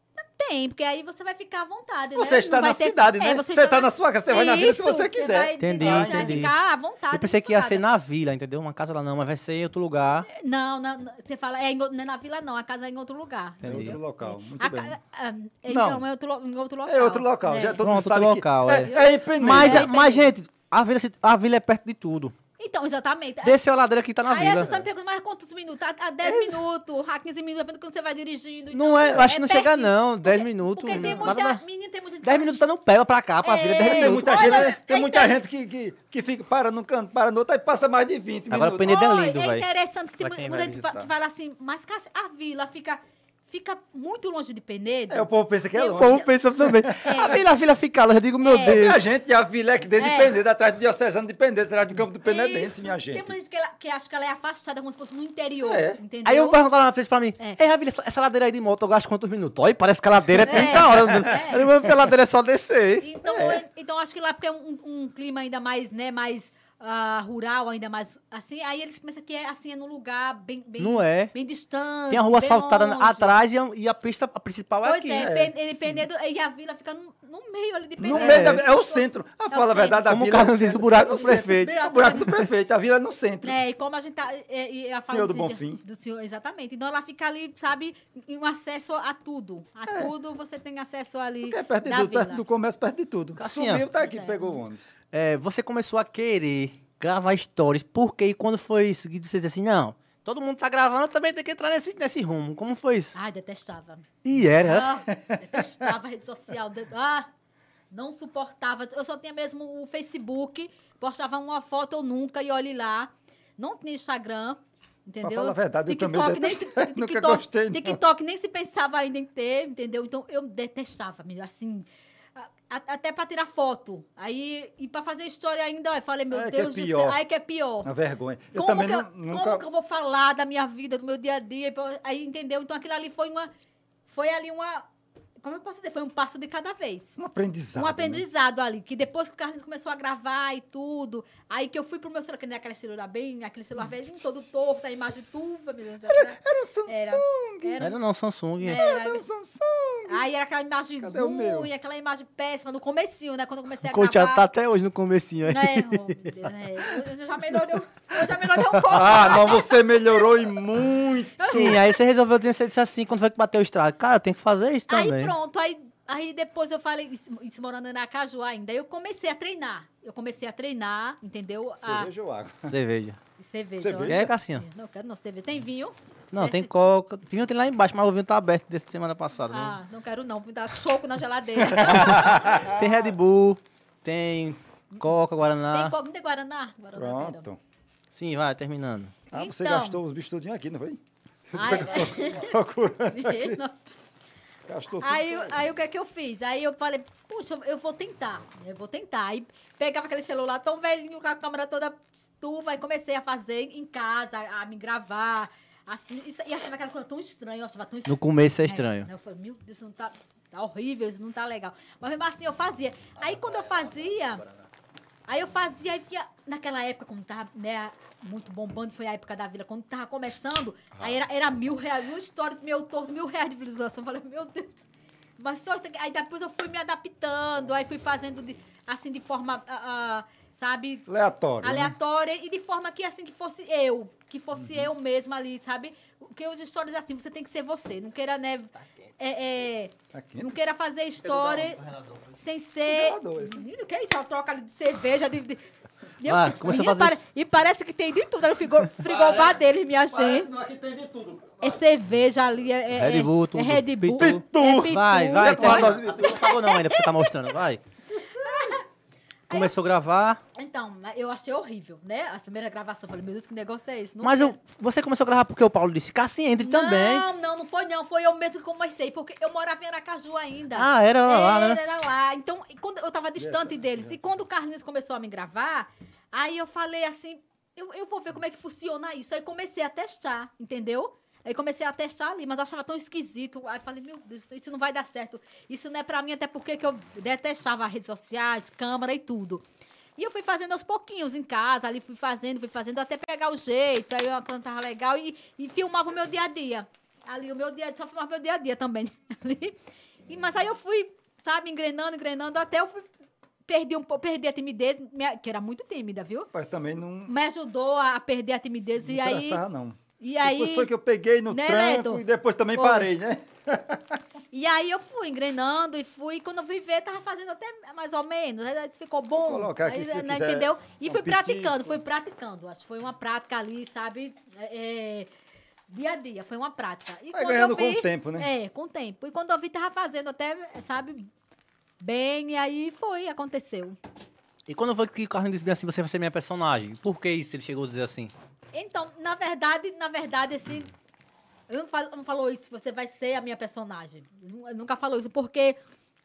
Speaker 4: Tem, porque aí você vai ficar à vontade, né?
Speaker 3: Você está
Speaker 4: Não vai
Speaker 3: na
Speaker 4: ter-
Speaker 3: cidade,
Speaker 4: É,
Speaker 3: né?
Speaker 4: você
Speaker 3: Você
Speaker 4: está
Speaker 3: está
Speaker 4: na-
Speaker 3: na sua casa, você vai na vida se
Speaker 4: Isso,
Speaker 3: você
Speaker 4: Vai,
Speaker 3: quiser.
Speaker 2: Entendi,
Speaker 4: entendeu? Você
Speaker 2: entendi.
Speaker 4: vai ficar à vontade.
Speaker 2: Eu pensei que ia ser
Speaker 4: misturada.
Speaker 2: na vila, entendeu? Uma casa lá não, mas vai ser em outro lugar.
Speaker 3: É,
Speaker 4: Não, não, não, você fala, é em outro- não é na vila não, a casa é em outro lugar.
Speaker 3: É
Speaker 2: Entendi.
Speaker 3: outro local, muito
Speaker 4: A
Speaker 3: bem.
Speaker 4: ca- ah, é,
Speaker 3: Não.
Speaker 4: não, é outro, lo- em outro local.
Speaker 3: É outro local,
Speaker 4: né?
Speaker 3: já todo
Speaker 2: Pronto,
Speaker 3: mundo
Speaker 2: outro
Speaker 3: sabe que-
Speaker 2: local,
Speaker 3: é,
Speaker 2: é.
Speaker 3: é empreendedor.
Speaker 2: Mas,
Speaker 4: é-
Speaker 2: mas, gente, a vila, se- a vila é perto de tudo.
Speaker 4: Então, exatamente.
Speaker 2: Desceu a ladeira que tá na
Speaker 4: Aí a
Speaker 2: vila. É.
Speaker 4: pessoa me pergunta, mas quantos minutos? A, a 10 minutos, a 15 minutos, depende de quando você vai dirigindo. então,
Speaker 2: Não é, eu acho que não chega
Speaker 4: pertinho.
Speaker 2: não, 10
Speaker 4: Porque-
Speaker 2: minutos.
Speaker 4: Porque tem
Speaker 2: nada
Speaker 4: muita,
Speaker 2: mais.
Speaker 4: menina, tem muita gente que
Speaker 2: 10
Speaker 4: fala,
Speaker 2: minutos tá não pega pra cá, pra vila, 10
Speaker 4: É,
Speaker 2: minutos.
Speaker 3: Tem muita
Speaker 4: Olha,
Speaker 2: né?
Speaker 3: gente, né?
Speaker 4: é
Speaker 3: tem muita
Speaker 4: inter-
Speaker 3: gente que, que, que fica para num canto, para no outro, aí passa mais de 20
Speaker 2: Agora
Speaker 3: minutos.
Speaker 2: o Penedo- Penedo é
Speaker 4: Olha,
Speaker 2: lindo,
Speaker 4: É
Speaker 2: véi.
Speaker 4: interessante que tem
Speaker 2: Pra
Speaker 4: muita
Speaker 2: quem vai
Speaker 4: muita gente fa-
Speaker 2: visitar.
Speaker 4: que fala assim, mas Cássia, a vila fica, fica muito longe de Penedo.
Speaker 3: É, o povo pensa que é
Speaker 2: O
Speaker 3: longe.
Speaker 2: povo pensa também.
Speaker 4: É.
Speaker 2: A vila, a vila fica lá, eu digo, meu
Speaker 3: É,
Speaker 2: Deus.
Speaker 3: Minha gente, e a vila é aqui dentro
Speaker 4: É.
Speaker 3: de Penedo, atrás do Diocesano de Penedo, atrás do campo do Penedense,
Speaker 4: Isso.
Speaker 3: minha
Speaker 4: Tem muita
Speaker 3: gente.
Speaker 4: gente que, ela, que acha que ela é afastada como se fosse no interior,
Speaker 3: É.
Speaker 4: entendeu?
Speaker 2: Aí eu pergunto lá na frente pra mim,
Speaker 4: É.
Speaker 2: é, Ravila, essa, essa ladeira aí de moto eu gasto quantos minutos? Olha, parece que a ladeira é
Speaker 4: É.
Speaker 2: 30 horas.
Speaker 4: É.
Speaker 2: Eu digo, meu filho, a ladeira é só descer.
Speaker 4: Então, eu- então acho que lá porque é um, um clima ainda mais, né, mais ah, rural, ainda mais assim, aí eles pensam que é assim, é num lugar bem, bem,
Speaker 2: Não é.
Speaker 4: bem distante.
Speaker 2: Tem a rua
Speaker 4: bem
Speaker 2: asfaltada
Speaker 4: longe.
Speaker 2: atrás e a, e a pista principal é
Speaker 4: Pois
Speaker 2: aqui.
Speaker 4: é,
Speaker 2: né?
Speaker 4: Pen- ele- Penedo e a vila fica no, no meio ali de Penedo.
Speaker 3: No meio da
Speaker 4: É.
Speaker 3: é o centro. A fala a
Speaker 4: centro.
Speaker 3: verdade, a
Speaker 2: Como o
Speaker 3: vila. é
Speaker 2: Carlos diz,
Speaker 3: centro,
Speaker 2: o buraco
Speaker 3: é no
Speaker 2: do
Speaker 3: centro.
Speaker 2: prefeito.
Speaker 3: O buraco do prefeito, a vila é no centro.
Speaker 4: É, e como a gente tá. é, e a
Speaker 3: Senhor do
Speaker 4: fala-
Speaker 3: Bonfim.
Speaker 4: do senhor, exatamente. Então ela fica ali, sabe, em um acesso a tudo. A tudo você tem acesso
Speaker 3: É.
Speaker 4: ali.
Speaker 3: Porque é perto de
Speaker 4: da
Speaker 3: tudo, perto
Speaker 4: vila.
Speaker 3: do comércio, perto de tudo.
Speaker 2: Cassinha.
Speaker 3: Sumiu, tá aqui,
Speaker 4: É.
Speaker 3: pegou o ônibus.
Speaker 2: É, você começou a querer gravar stories. Por quê? E quando foi isso que você disse assim, não, todo mundo tá gravando, eu também tem que entrar nesse, nesse rumo. Como foi isso?
Speaker 4: Ai, detestava.
Speaker 2: E
Speaker 3: É?
Speaker 2: era.
Speaker 4: Ah, detestava a rede social. de- Ah, não suportava. Eu só tinha mesmo o Facebook, postava uma foto ou nunca e olhe lá. Não tinha Instagram, entendeu?
Speaker 3: falar a verdade, eu também
Speaker 4: nem se,
Speaker 3: detestava, nunca
Speaker 4: TikTok-
Speaker 3: gostei, não.
Speaker 4: TikTok nem se pensava ainda em ter, entendeu? Então eu detestava, mesmo, assim. a- a- Até pra tirar foto. Aí, e pra fazer história ainda, eu falei, meu
Speaker 3: Ai, que é
Speaker 4: Deus do céu,
Speaker 3: pior.
Speaker 4: ai que é pior.
Speaker 3: Uma vergonha. Eu
Speaker 4: Como,
Speaker 3: também
Speaker 4: que, eu,
Speaker 3: nu-
Speaker 4: como
Speaker 3: nunca.
Speaker 4: que eu vou falar da minha vida, do meu dia a dia? Aí, entendeu? Então aquilo ali foi uma. Foi ali uma. Como eu posso dizer? Foi um passo de cada vez.
Speaker 3: Um aprendizado.
Speaker 4: um
Speaker 3: né?
Speaker 4: aprendizado ali. Que depois que o Carlinhos começou a gravar e tudo. Aí que eu fui pro meu celular, que não é aquele celular bem, aquele celular velho, todo torto, a imagem tuva, meu Deus. Era,
Speaker 3: Hum. Era o Samsung.
Speaker 4: era, era,
Speaker 2: Era não, Samsung.
Speaker 4: era-
Speaker 3: Era o Samsung.
Speaker 4: Aí era aquela imagem
Speaker 3: um- Cadê o
Speaker 4: ruim,
Speaker 3: meu?
Speaker 4: aquela imagem péssima, no comecinho, né? Quando eu comecei a
Speaker 2: O Coteado tá
Speaker 4: gravar.
Speaker 2: até hoje no comecinho aí.
Speaker 4: Né, irmão? Né? Eu, eu já melhorei, um- eu já melhorei um pouco.
Speaker 3: Ah, mas você melhorou e muito.
Speaker 2: Sim, aí você resolveu dizer você disse assim, quando foi que bateu o estrago. Cara, tem que fazer isso
Speaker 4: Aí
Speaker 2: também.
Speaker 4: pronto, aí, aí depois eu falei, isso, isso morando na Caju ainda, eu comecei a treinar. Eu comecei a treinar, entendeu? A
Speaker 3: Cerveja ou água?
Speaker 2: Cerveja.
Speaker 4: cerveja.
Speaker 3: Cerveja?
Speaker 4: olha.
Speaker 2: É, Cassinha?
Speaker 4: Não, eu quero não cerveja. Tem vinho?
Speaker 2: Não, tem
Speaker 4: Esse-
Speaker 2: coca. Tinha tem lá embaixo, mas o vinho tá aberto desde semana passada. né?
Speaker 4: Ah, não quero não. Vou dar soco na geladeira.
Speaker 2: Tem Red Bull, tem coca, guaraná.
Speaker 4: Tem co- não tem Guaraná? Guaraná Vera.
Speaker 3: Pronto.
Speaker 2: Sim, vai, terminando.
Speaker 3: Ah, você
Speaker 4: Então.
Speaker 3: gastou os bichos todinho aqui, não foi?
Speaker 4: Ai,
Speaker 3: Procurando.
Speaker 4: não.
Speaker 3: Gastou tudo.
Speaker 4: Aí, eu- aí o que é que eu fiz? Aí eu falei, puxa, eu vou tentar, eu vou tentar. Aí pegava aquele celular tão velhinho, com a câmera toda turva, e comecei a fazer em casa, a me gravar, assim. Isso, e achava aquela coisa tão estranha, eu achava tão
Speaker 2: No
Speaker 4: estranha.
Speaker 2: começo é estranho.
Speaker 4: eu falei, meu Deus, isso não tá, tá horrível, isso não tá legal. Mas mesmo assim eu fazia. Aí quando eu fazia, aí eu fazia, aí via, naquela época, quando tava, né, muito bombando, foi a época da vila, quando tava começando, aí era, era mil reais, uma história do meu torto, mil reais de visualização. Eu falei, meu Deus. Mas só isso aqui. Aí depois eu fui me adaptando, aí fui fazendo de- assim de forma, ah, ah, sabe,
Speaker 3: Aleatório. né?
Speaker 4: aleatória e de forma que assim que fosse eu, que fosse
Speaker 2: Uhum.
Speaker 4: eu mesma ali, sabe? Porque os stories assim, você tem que ser você, não queira né, é, é,
Speaker 3: Tá quente.
Speaker 4: não queira fazer história
Speaker 2: Um
Speaker 4: sem ser.
Speaker 3: Congelador, esse.
Speaker 4: Menino, que é isso? Uma troca ali de cerveja de, de... E eu-
Speaker 2: Ah, começou a
Speaker 4: menino,
Speaker 2: fazer
Speaker 4: pare- E parece que tem de tudo ali, frigo- frigobar dele, minha gente.
Speaker 3: aqui tem de tudo.
Speaker 4: É cerveja ali, é, é
Speaker 2: Red Bull, tudo.
Speaker 4: é Red Bull,
Speaker 2: Pitu.
Speaker 4: é Pitu.
Speaker 2: Vai, vai,
Speaker 3: Eu tô lá
Speaker 2: termina. Não acabou não ainda, pra você tá mostrando, vai. Começou a gravar,
Speaker 4: Então, eu achei horrível, né? As primeiras gravações, eu falei, meu Deus, que negócio é esse? Não
Speaker 2: mas
Speaker 4: quero.
Speaker 2: eu, você começou a gravar porque o Paulo disse, Cassi, entre também.
Speaker 4: Não, não, não foi não. Foi eu mesmo que comecei, porque eu morava em Aracaju ainda.
Speaker 2: Ah, era lá, lá,
Speaker 4: Era,
Speaker 2: né?
Speaker 4: era lá. Então, e quando eu tava distante deles. E quando o Carlinhos começou a me gravar, aí eu falei assim, eu, eu vou ver como é que funciona isso. Aí comecei a testar, entendeu? Aí comecei a testar ali, mas eu achava tão esquisito. Aí falei, meu Deus, isso não vai dar certo. Isso não é pra mim, até porque que eu detestava redes sociais, câmera e tudo. E eu fui fazendo aos pouquinhos em casa, ali fui fazendo, fui fazendo, até pegar o jeito. Aí eu cantava legal e, e filmava o meu dia a dia. Ali, o meu dia só filmava o meu dia a dia também. Ali. E, mas aí eu fui, sabe, engrenando, engrenando, até eu fui, perdi um pouco, perdi a timidez, me- que era muito tímida, viu?
Speaker 3: Mas também não
Speaker 4: Me ajudou a perder a timidez.
Speaker 3: não
Speaker 4: e aí.
Speaker 3: interessava, não.
Speaker 4: E aí.
Speaker 3: Depois foi que eu peguei no
Speaker 4: Né,
Speaker 3: tranco
Speaker 4: Neto?
Speaker 3: e depois também
Speaker 4: Foi.
Speaker 3: parei, né?
Speaker 4: E aí eu fui engrenando e fui. Quando eu fui ver, tava fazendo até mais ou menos. né? Aí ficou bom.
Speaker 3: Vou colocar aqui
Speaker 4: aí,
Speaker 3: se
Speaker 4: né,
Speaker 3: quiser
Speaker 4: Entendeu? E
Speaker 3: um
Speaker 4: fui praticando,
Speaker 3: petisco.
Speaker 4: fui praticando. Acho que foi uma prática ali, sabe? É, é, dia a dia, foi uma prática. E
Speaker 3: Vai
Speaker 4: quando eu
Speaker 3: ganhando com
Speaker 4: vi-
Speaker 3: o tempo, né?
Speaker 4: É, com o tempo. E quando eu vi, tava fazendo até, sabe? Bem, e aí foi, aconteceu.
Speaker 2: E quando foi que o Carlinhos disse bem assim, você vai ser minha personagem? Por que isso ele chegou a dizer assim?
Speaker 4: Então, na verdade, na verdade, assim. Eu não, falo, não falou isso, você vai ser a minha personagem. Nu- Nunca falou isso, porque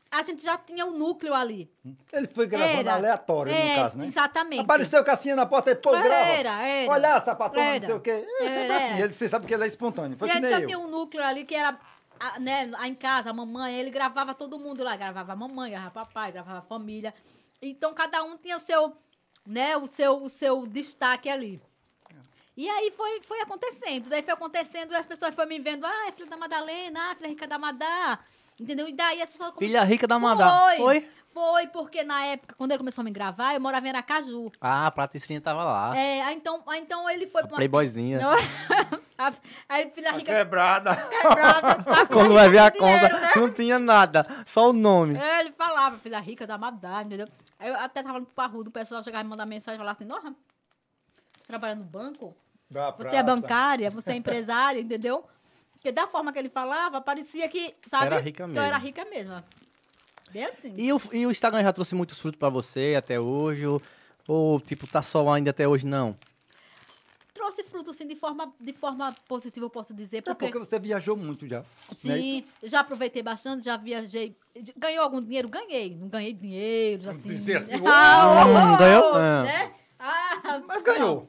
Speaker 4: a gente já tinha um núcleo ali.
Speaker 3: Ele foi gravando
Speaker 4: Era.
Speaker 3: aleatório,
Speaker 4: É,
Speaker 3: no caso, né?
Speaker 4: exatamente.
Speaker 3: Apareceu Cassinha na porta e pô,
Speaker 4: Era,
Speaker 3: grava.
Speaker 4: era.
Speaker 3: Olha, sapatão,
Speaker 4: Era.
Speaker 3: não sei o quê. É sempre
Speaker 4: Era,
Speaker 3: assim.
Speaker 4: era.
Speaker 3: Ele, você sabe que ele é espontâneo. Foi
Speaker 4: e a
Speaker 3: que
Speaker 4: gente
Speaker 3: nem
Speaker 4: já
Speaker 3: eu.
Speaker 4: tinha um núcleo ali que era, a- né, lá em casa, a mamãe, ele gravava todo mundo lá, gravava a mamãe, gravava papai, gravava a família. Então cada um tinha o seu, né, o seu, o seu destaque ali. E aí foi, foi acontecendo, daí foi acontecendo e as pessoas foram me vendo, ah, é filha da Madalena, ah, filha rica da Madá, entendeu? E daí as pessoas...
Speaker 2: Filha rica da Mandá.
Speaker 4: Foi, foi, porque na época, quando ele começou a me gravar, eu morava em Aracaju.
Speaker 2: Ah, a Patricinha tava lá.
Speaker 4: É, aí então, aí então ele foi...
Speaker 2: Ah. a
Speaker 4: pra-
Speaker 2: playboyzinha.
Speaker 4: A- Aí filha
Speaker 3: A
Speaker 4: rica
Speaker 3: Tá quebrada.
Speaker 4: quebrada. tá
Speaker 2: Quando vai ver a
Speaker 4: com dinheiro,
Speaker 2: conta,
Speaker 4: né?
Speaker 2: não tinha nada, só o nome.
Speaker 4: É, ele falava, filha rica da Madá, entendeu? Aí eu até tava falando pro Parrudo, o pessoal chegava e me mandar mensagem e falava assim, nossa, trabalha no banco,
Speaker 3: Da
Speaker 4: você
Speaker 3: praça.
Speaker 4: é bancária, você é empresária, entendeu? Porque da forma que ele falava, parecia que, sabe?
Speaker 2: Era rica
Speaker 4: Que eu era
Speaker 2: mesmo.
Speaker 4: rica mesmo. Bem assim.
Speaker 2: E o, e o Instagram já trouxe muitos frutos pra você até hoje? Ou, ou, tipo, tá só ainda até hoje, não?
Speaker 4: Trouxe fruto, assim, de forma, de forma positiva, eu posso dizer.
Speaker 3: Até porque você viajou muito já. não é isso?
Speaker 4: Sim, já aproveitei bastante, já viajei. De- Ganhou algum dinheiro? Ganhei. Não ganhei dinheiro, assim.
Speaker 3: dizer assim,
Speaker 4: Ah,
Speaker 2: "Uau!"
Speaker 4: oh,
Speaker 2: Ganhou? É.
Speaker 4: Né? Ah,
Speaker 3: Mas ganhou.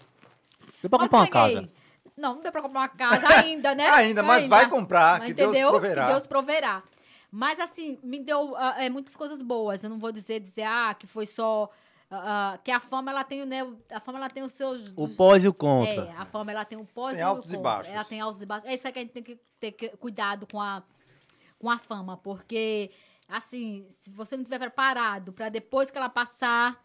Speaker 2: Deu pra
Speaker 4: mas
Speaker 2: comprar uma
Speaker 4: ganhei.
Speaker 2: casa.
Speaker 4: Não, não deu pra comprar uma casa ainda, né?
Speaker 3: Ainda, mas vai comprar,
Speaker 4: Mas
Speaker 3: que Deus proverá.
Speaker 4: Que Deus proverá. Mas assim, me deu ah, é, muitas coisas boas. Eu não vou dizer, dizer, ah, que foi só... ah, ah, que a fama, ela tem, né? A fama, ela tem os seus...
Speaker 2: O
Speaker 4: os-
Speaker 2: pós e o
Speaker 4: é,
Speaker 2: contra.
Speaker 4: a fama ela tem um pós
Speaker 3: Tem
Speaker 4: e um
Speaker 3: altos e
Speaker 4: contra.
Speaker 3: baixos.
Speaker 4: Ela tem altos e baixos. É isso aí que a gente tem que ter que- cuidado com a, com a fama, porque, assim, se você não estiver preparado para depois que ela passar,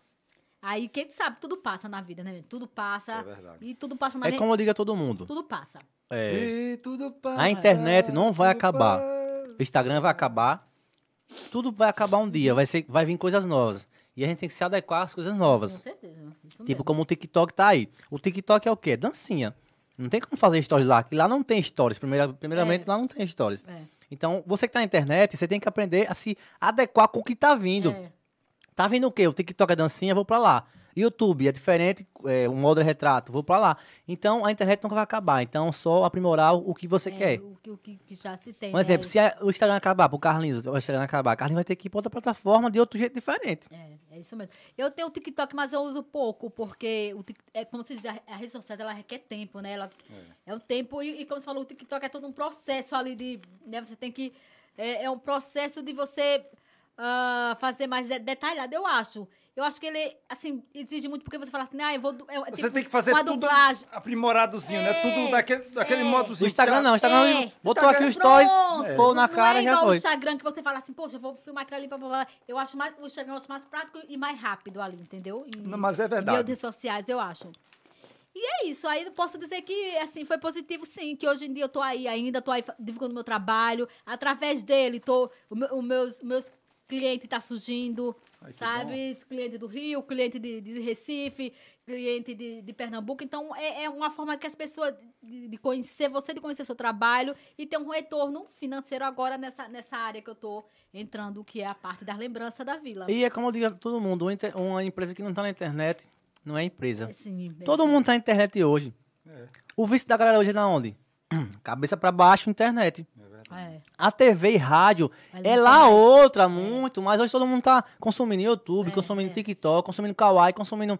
Speaker 4: aí quem sabe, tudo passa na vida, né? menino? Tudo passa.
Speaker 3: É verdade.
Speaker 4: E tudo passa na
Speaker 2: É,
Speaker 4: vida.
Speaker 2: como eu digo a todo mundo.
Speaker 4: Tudo passa.
Speaker 2: É.
Speaker 3: E tudo passa,
Speaker 2: A internet não vai
Speaker 3: tudo
Speaker 2: acabar.
Speaker 3: passa.
Speaker 2: O Instagram vai acabar. Tudo vai acabar um dia. Vai, ser, vai vir coisas novas. E a gente tem que se adequar às coisas
Speaker 4: Com
Speaker 2: novas.
Speaker 4: certeza. Isso
Speaker 2: Tipo,
Speaker 4: mesmo.
Speaker 2: como o TikTok tá aí. O TikTok é o quê? Dancinha. Não tem como fazer stories lá. Que lá não tem stories. Primeira, primeiramente,
Speaker 4: É.
Speaker 2: lá não tem stories.
Speaker 4: É,
Speaker 2: Então, você que tá na internet, você tem que aprender a se adequar com o que tá vindo.
Speaker 4: é.
Speaker 2: Tá vindo o quê? O TikTok é dancinha, vou pra lá. YouTube é diferente, é, um modo de retrato, vou pra lá. Então, a internet nunca vai acabar. Então, só aprimorar o que você
Speaker 4: É,
Speaker 2: quer.
Speaker 4: O, que- o que, que já se tem.
Speaker 2: Um exemplo,
Speaker 4: né?
Speaker 2: se a- o Instagram acabar, pro Carlinhos, o Instagram acabar, o Carlinhos vai ter que ir pra outra plataforma de outro jeito diferente.
Speaker 4: É, é isso mesmo. Eu tenho o TikTok, mas eu uso pouco, porque o Tik- é como se diz, a, a rede social ela requer tempo, né? Ela, é. um tempo, e, e como você falou, o TikTok é todo um processo ali de. Né? Você tem que. É, é um processo de você ah, fazer mais de- detalhado, eu acho. Eu acho que ele, assim, exige muito, porque você fala assim, ah, eu vou. du- é,
Speaker 3: Você
Speaker 4: tipo
Speaker 3: tem que fazer
Speaker 4: uma
Speaker 3: tudo
Speaker 4: dublagem.
Speaker 3: aprimoradozinho, né?
Speaker 4: É,
Speaker 3: Tudo daquele, daquele
Speaker 4: é.
Speaker 2: O
Speaker 3: modozinho. tá.
Speaker 2: Instagram não, o Instagram
Speaker 4: É.
Speaker 2: botou aqui os stories, pô na cara
Speaker 4: não é
Speaker 2: e já
Speaker 4: igual o
Speaker 2: foi.
Speaker 4: Instagram que você fala assim, poxa, eu vou filmar aquilo ali, blá, blá, blá. Eu acho mais, o Instagram eu acho mais prático e mais rápido ali, entendeu? E-
Speaker 3: Não, mas é
Speaker 4: e
Speaker 3: verdade.
Speaker 4: Redes sociais, eu acho. E é isso, aí eu posso dizer que, assim, foi positivo sim, que hoje em dia eu tô aí ainda, tô aí fa- divulgando meu trabalho, através dele, tô, o meu, o meus, meus clientes tá surgindo,
Speaker 3: Ai, que
Speaker 4: sabe? Cliente do Rio, cliente de, de Recife, cliente de, de Pernambuco, então é, é uma forma que as pessoas, de, de conhecer você, de conhecer seu trabalho e ter um retorno financeiro agora nessa, nessa área que eu tô entrando, que é a parte das lembranças da vila.
Speaker 2: E é como eu digo a todo mundo, uma inter- uma empresa que não tá na internet não é empresa.
Speaker 4: Assim, é-
Speaker 2: Todo mundo tá na internet hoje.
Speaker 3: É.
Speaker 2: O vício da galera hoje é na onde? Cabeça pra baixo, internet.
Speaker 3: É verdade.
Speaker 4: É.
Speaker 2: A TV e rádio
Speaker 4: Mas
Speaker 2: é
Speaker 4: não
Speaker 2: lá
Speaker 4: são
Speaker 2: outra, muito, mas hoje todo mundo tá consumindo YouTube,
Speaker 4: É,
Speaker 2: consumindo
Speaker 4: é.
Speaker 2: TikTok, consumindo Kawaii, consumindo.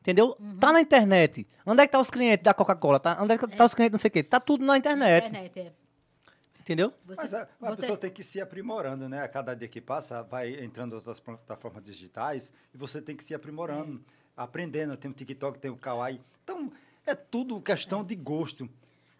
Speaker 2: Entendeu? Tá na internet. Onde é que tá os clientes da Coca-Cola? Tá, onde é que tá os clientes não sei o quê? Tá tudo na internet.
Speaker 4: Internet, é.
Speaker 2: Entendeu?
Speaker 4: Você-
Speaker 3: Mas a, a
Speaker 4: você-
Speaker 3: pessoa tem que se aprimorando, né? A cada dia que passa, vai entrando outras plataformas digitais e você tem que se aprimorando,
Speaker 4: É.
Speaker 3: aprendendo. Tem o TikTok, tem o Kawaii. Então, é tudo questão de gosto.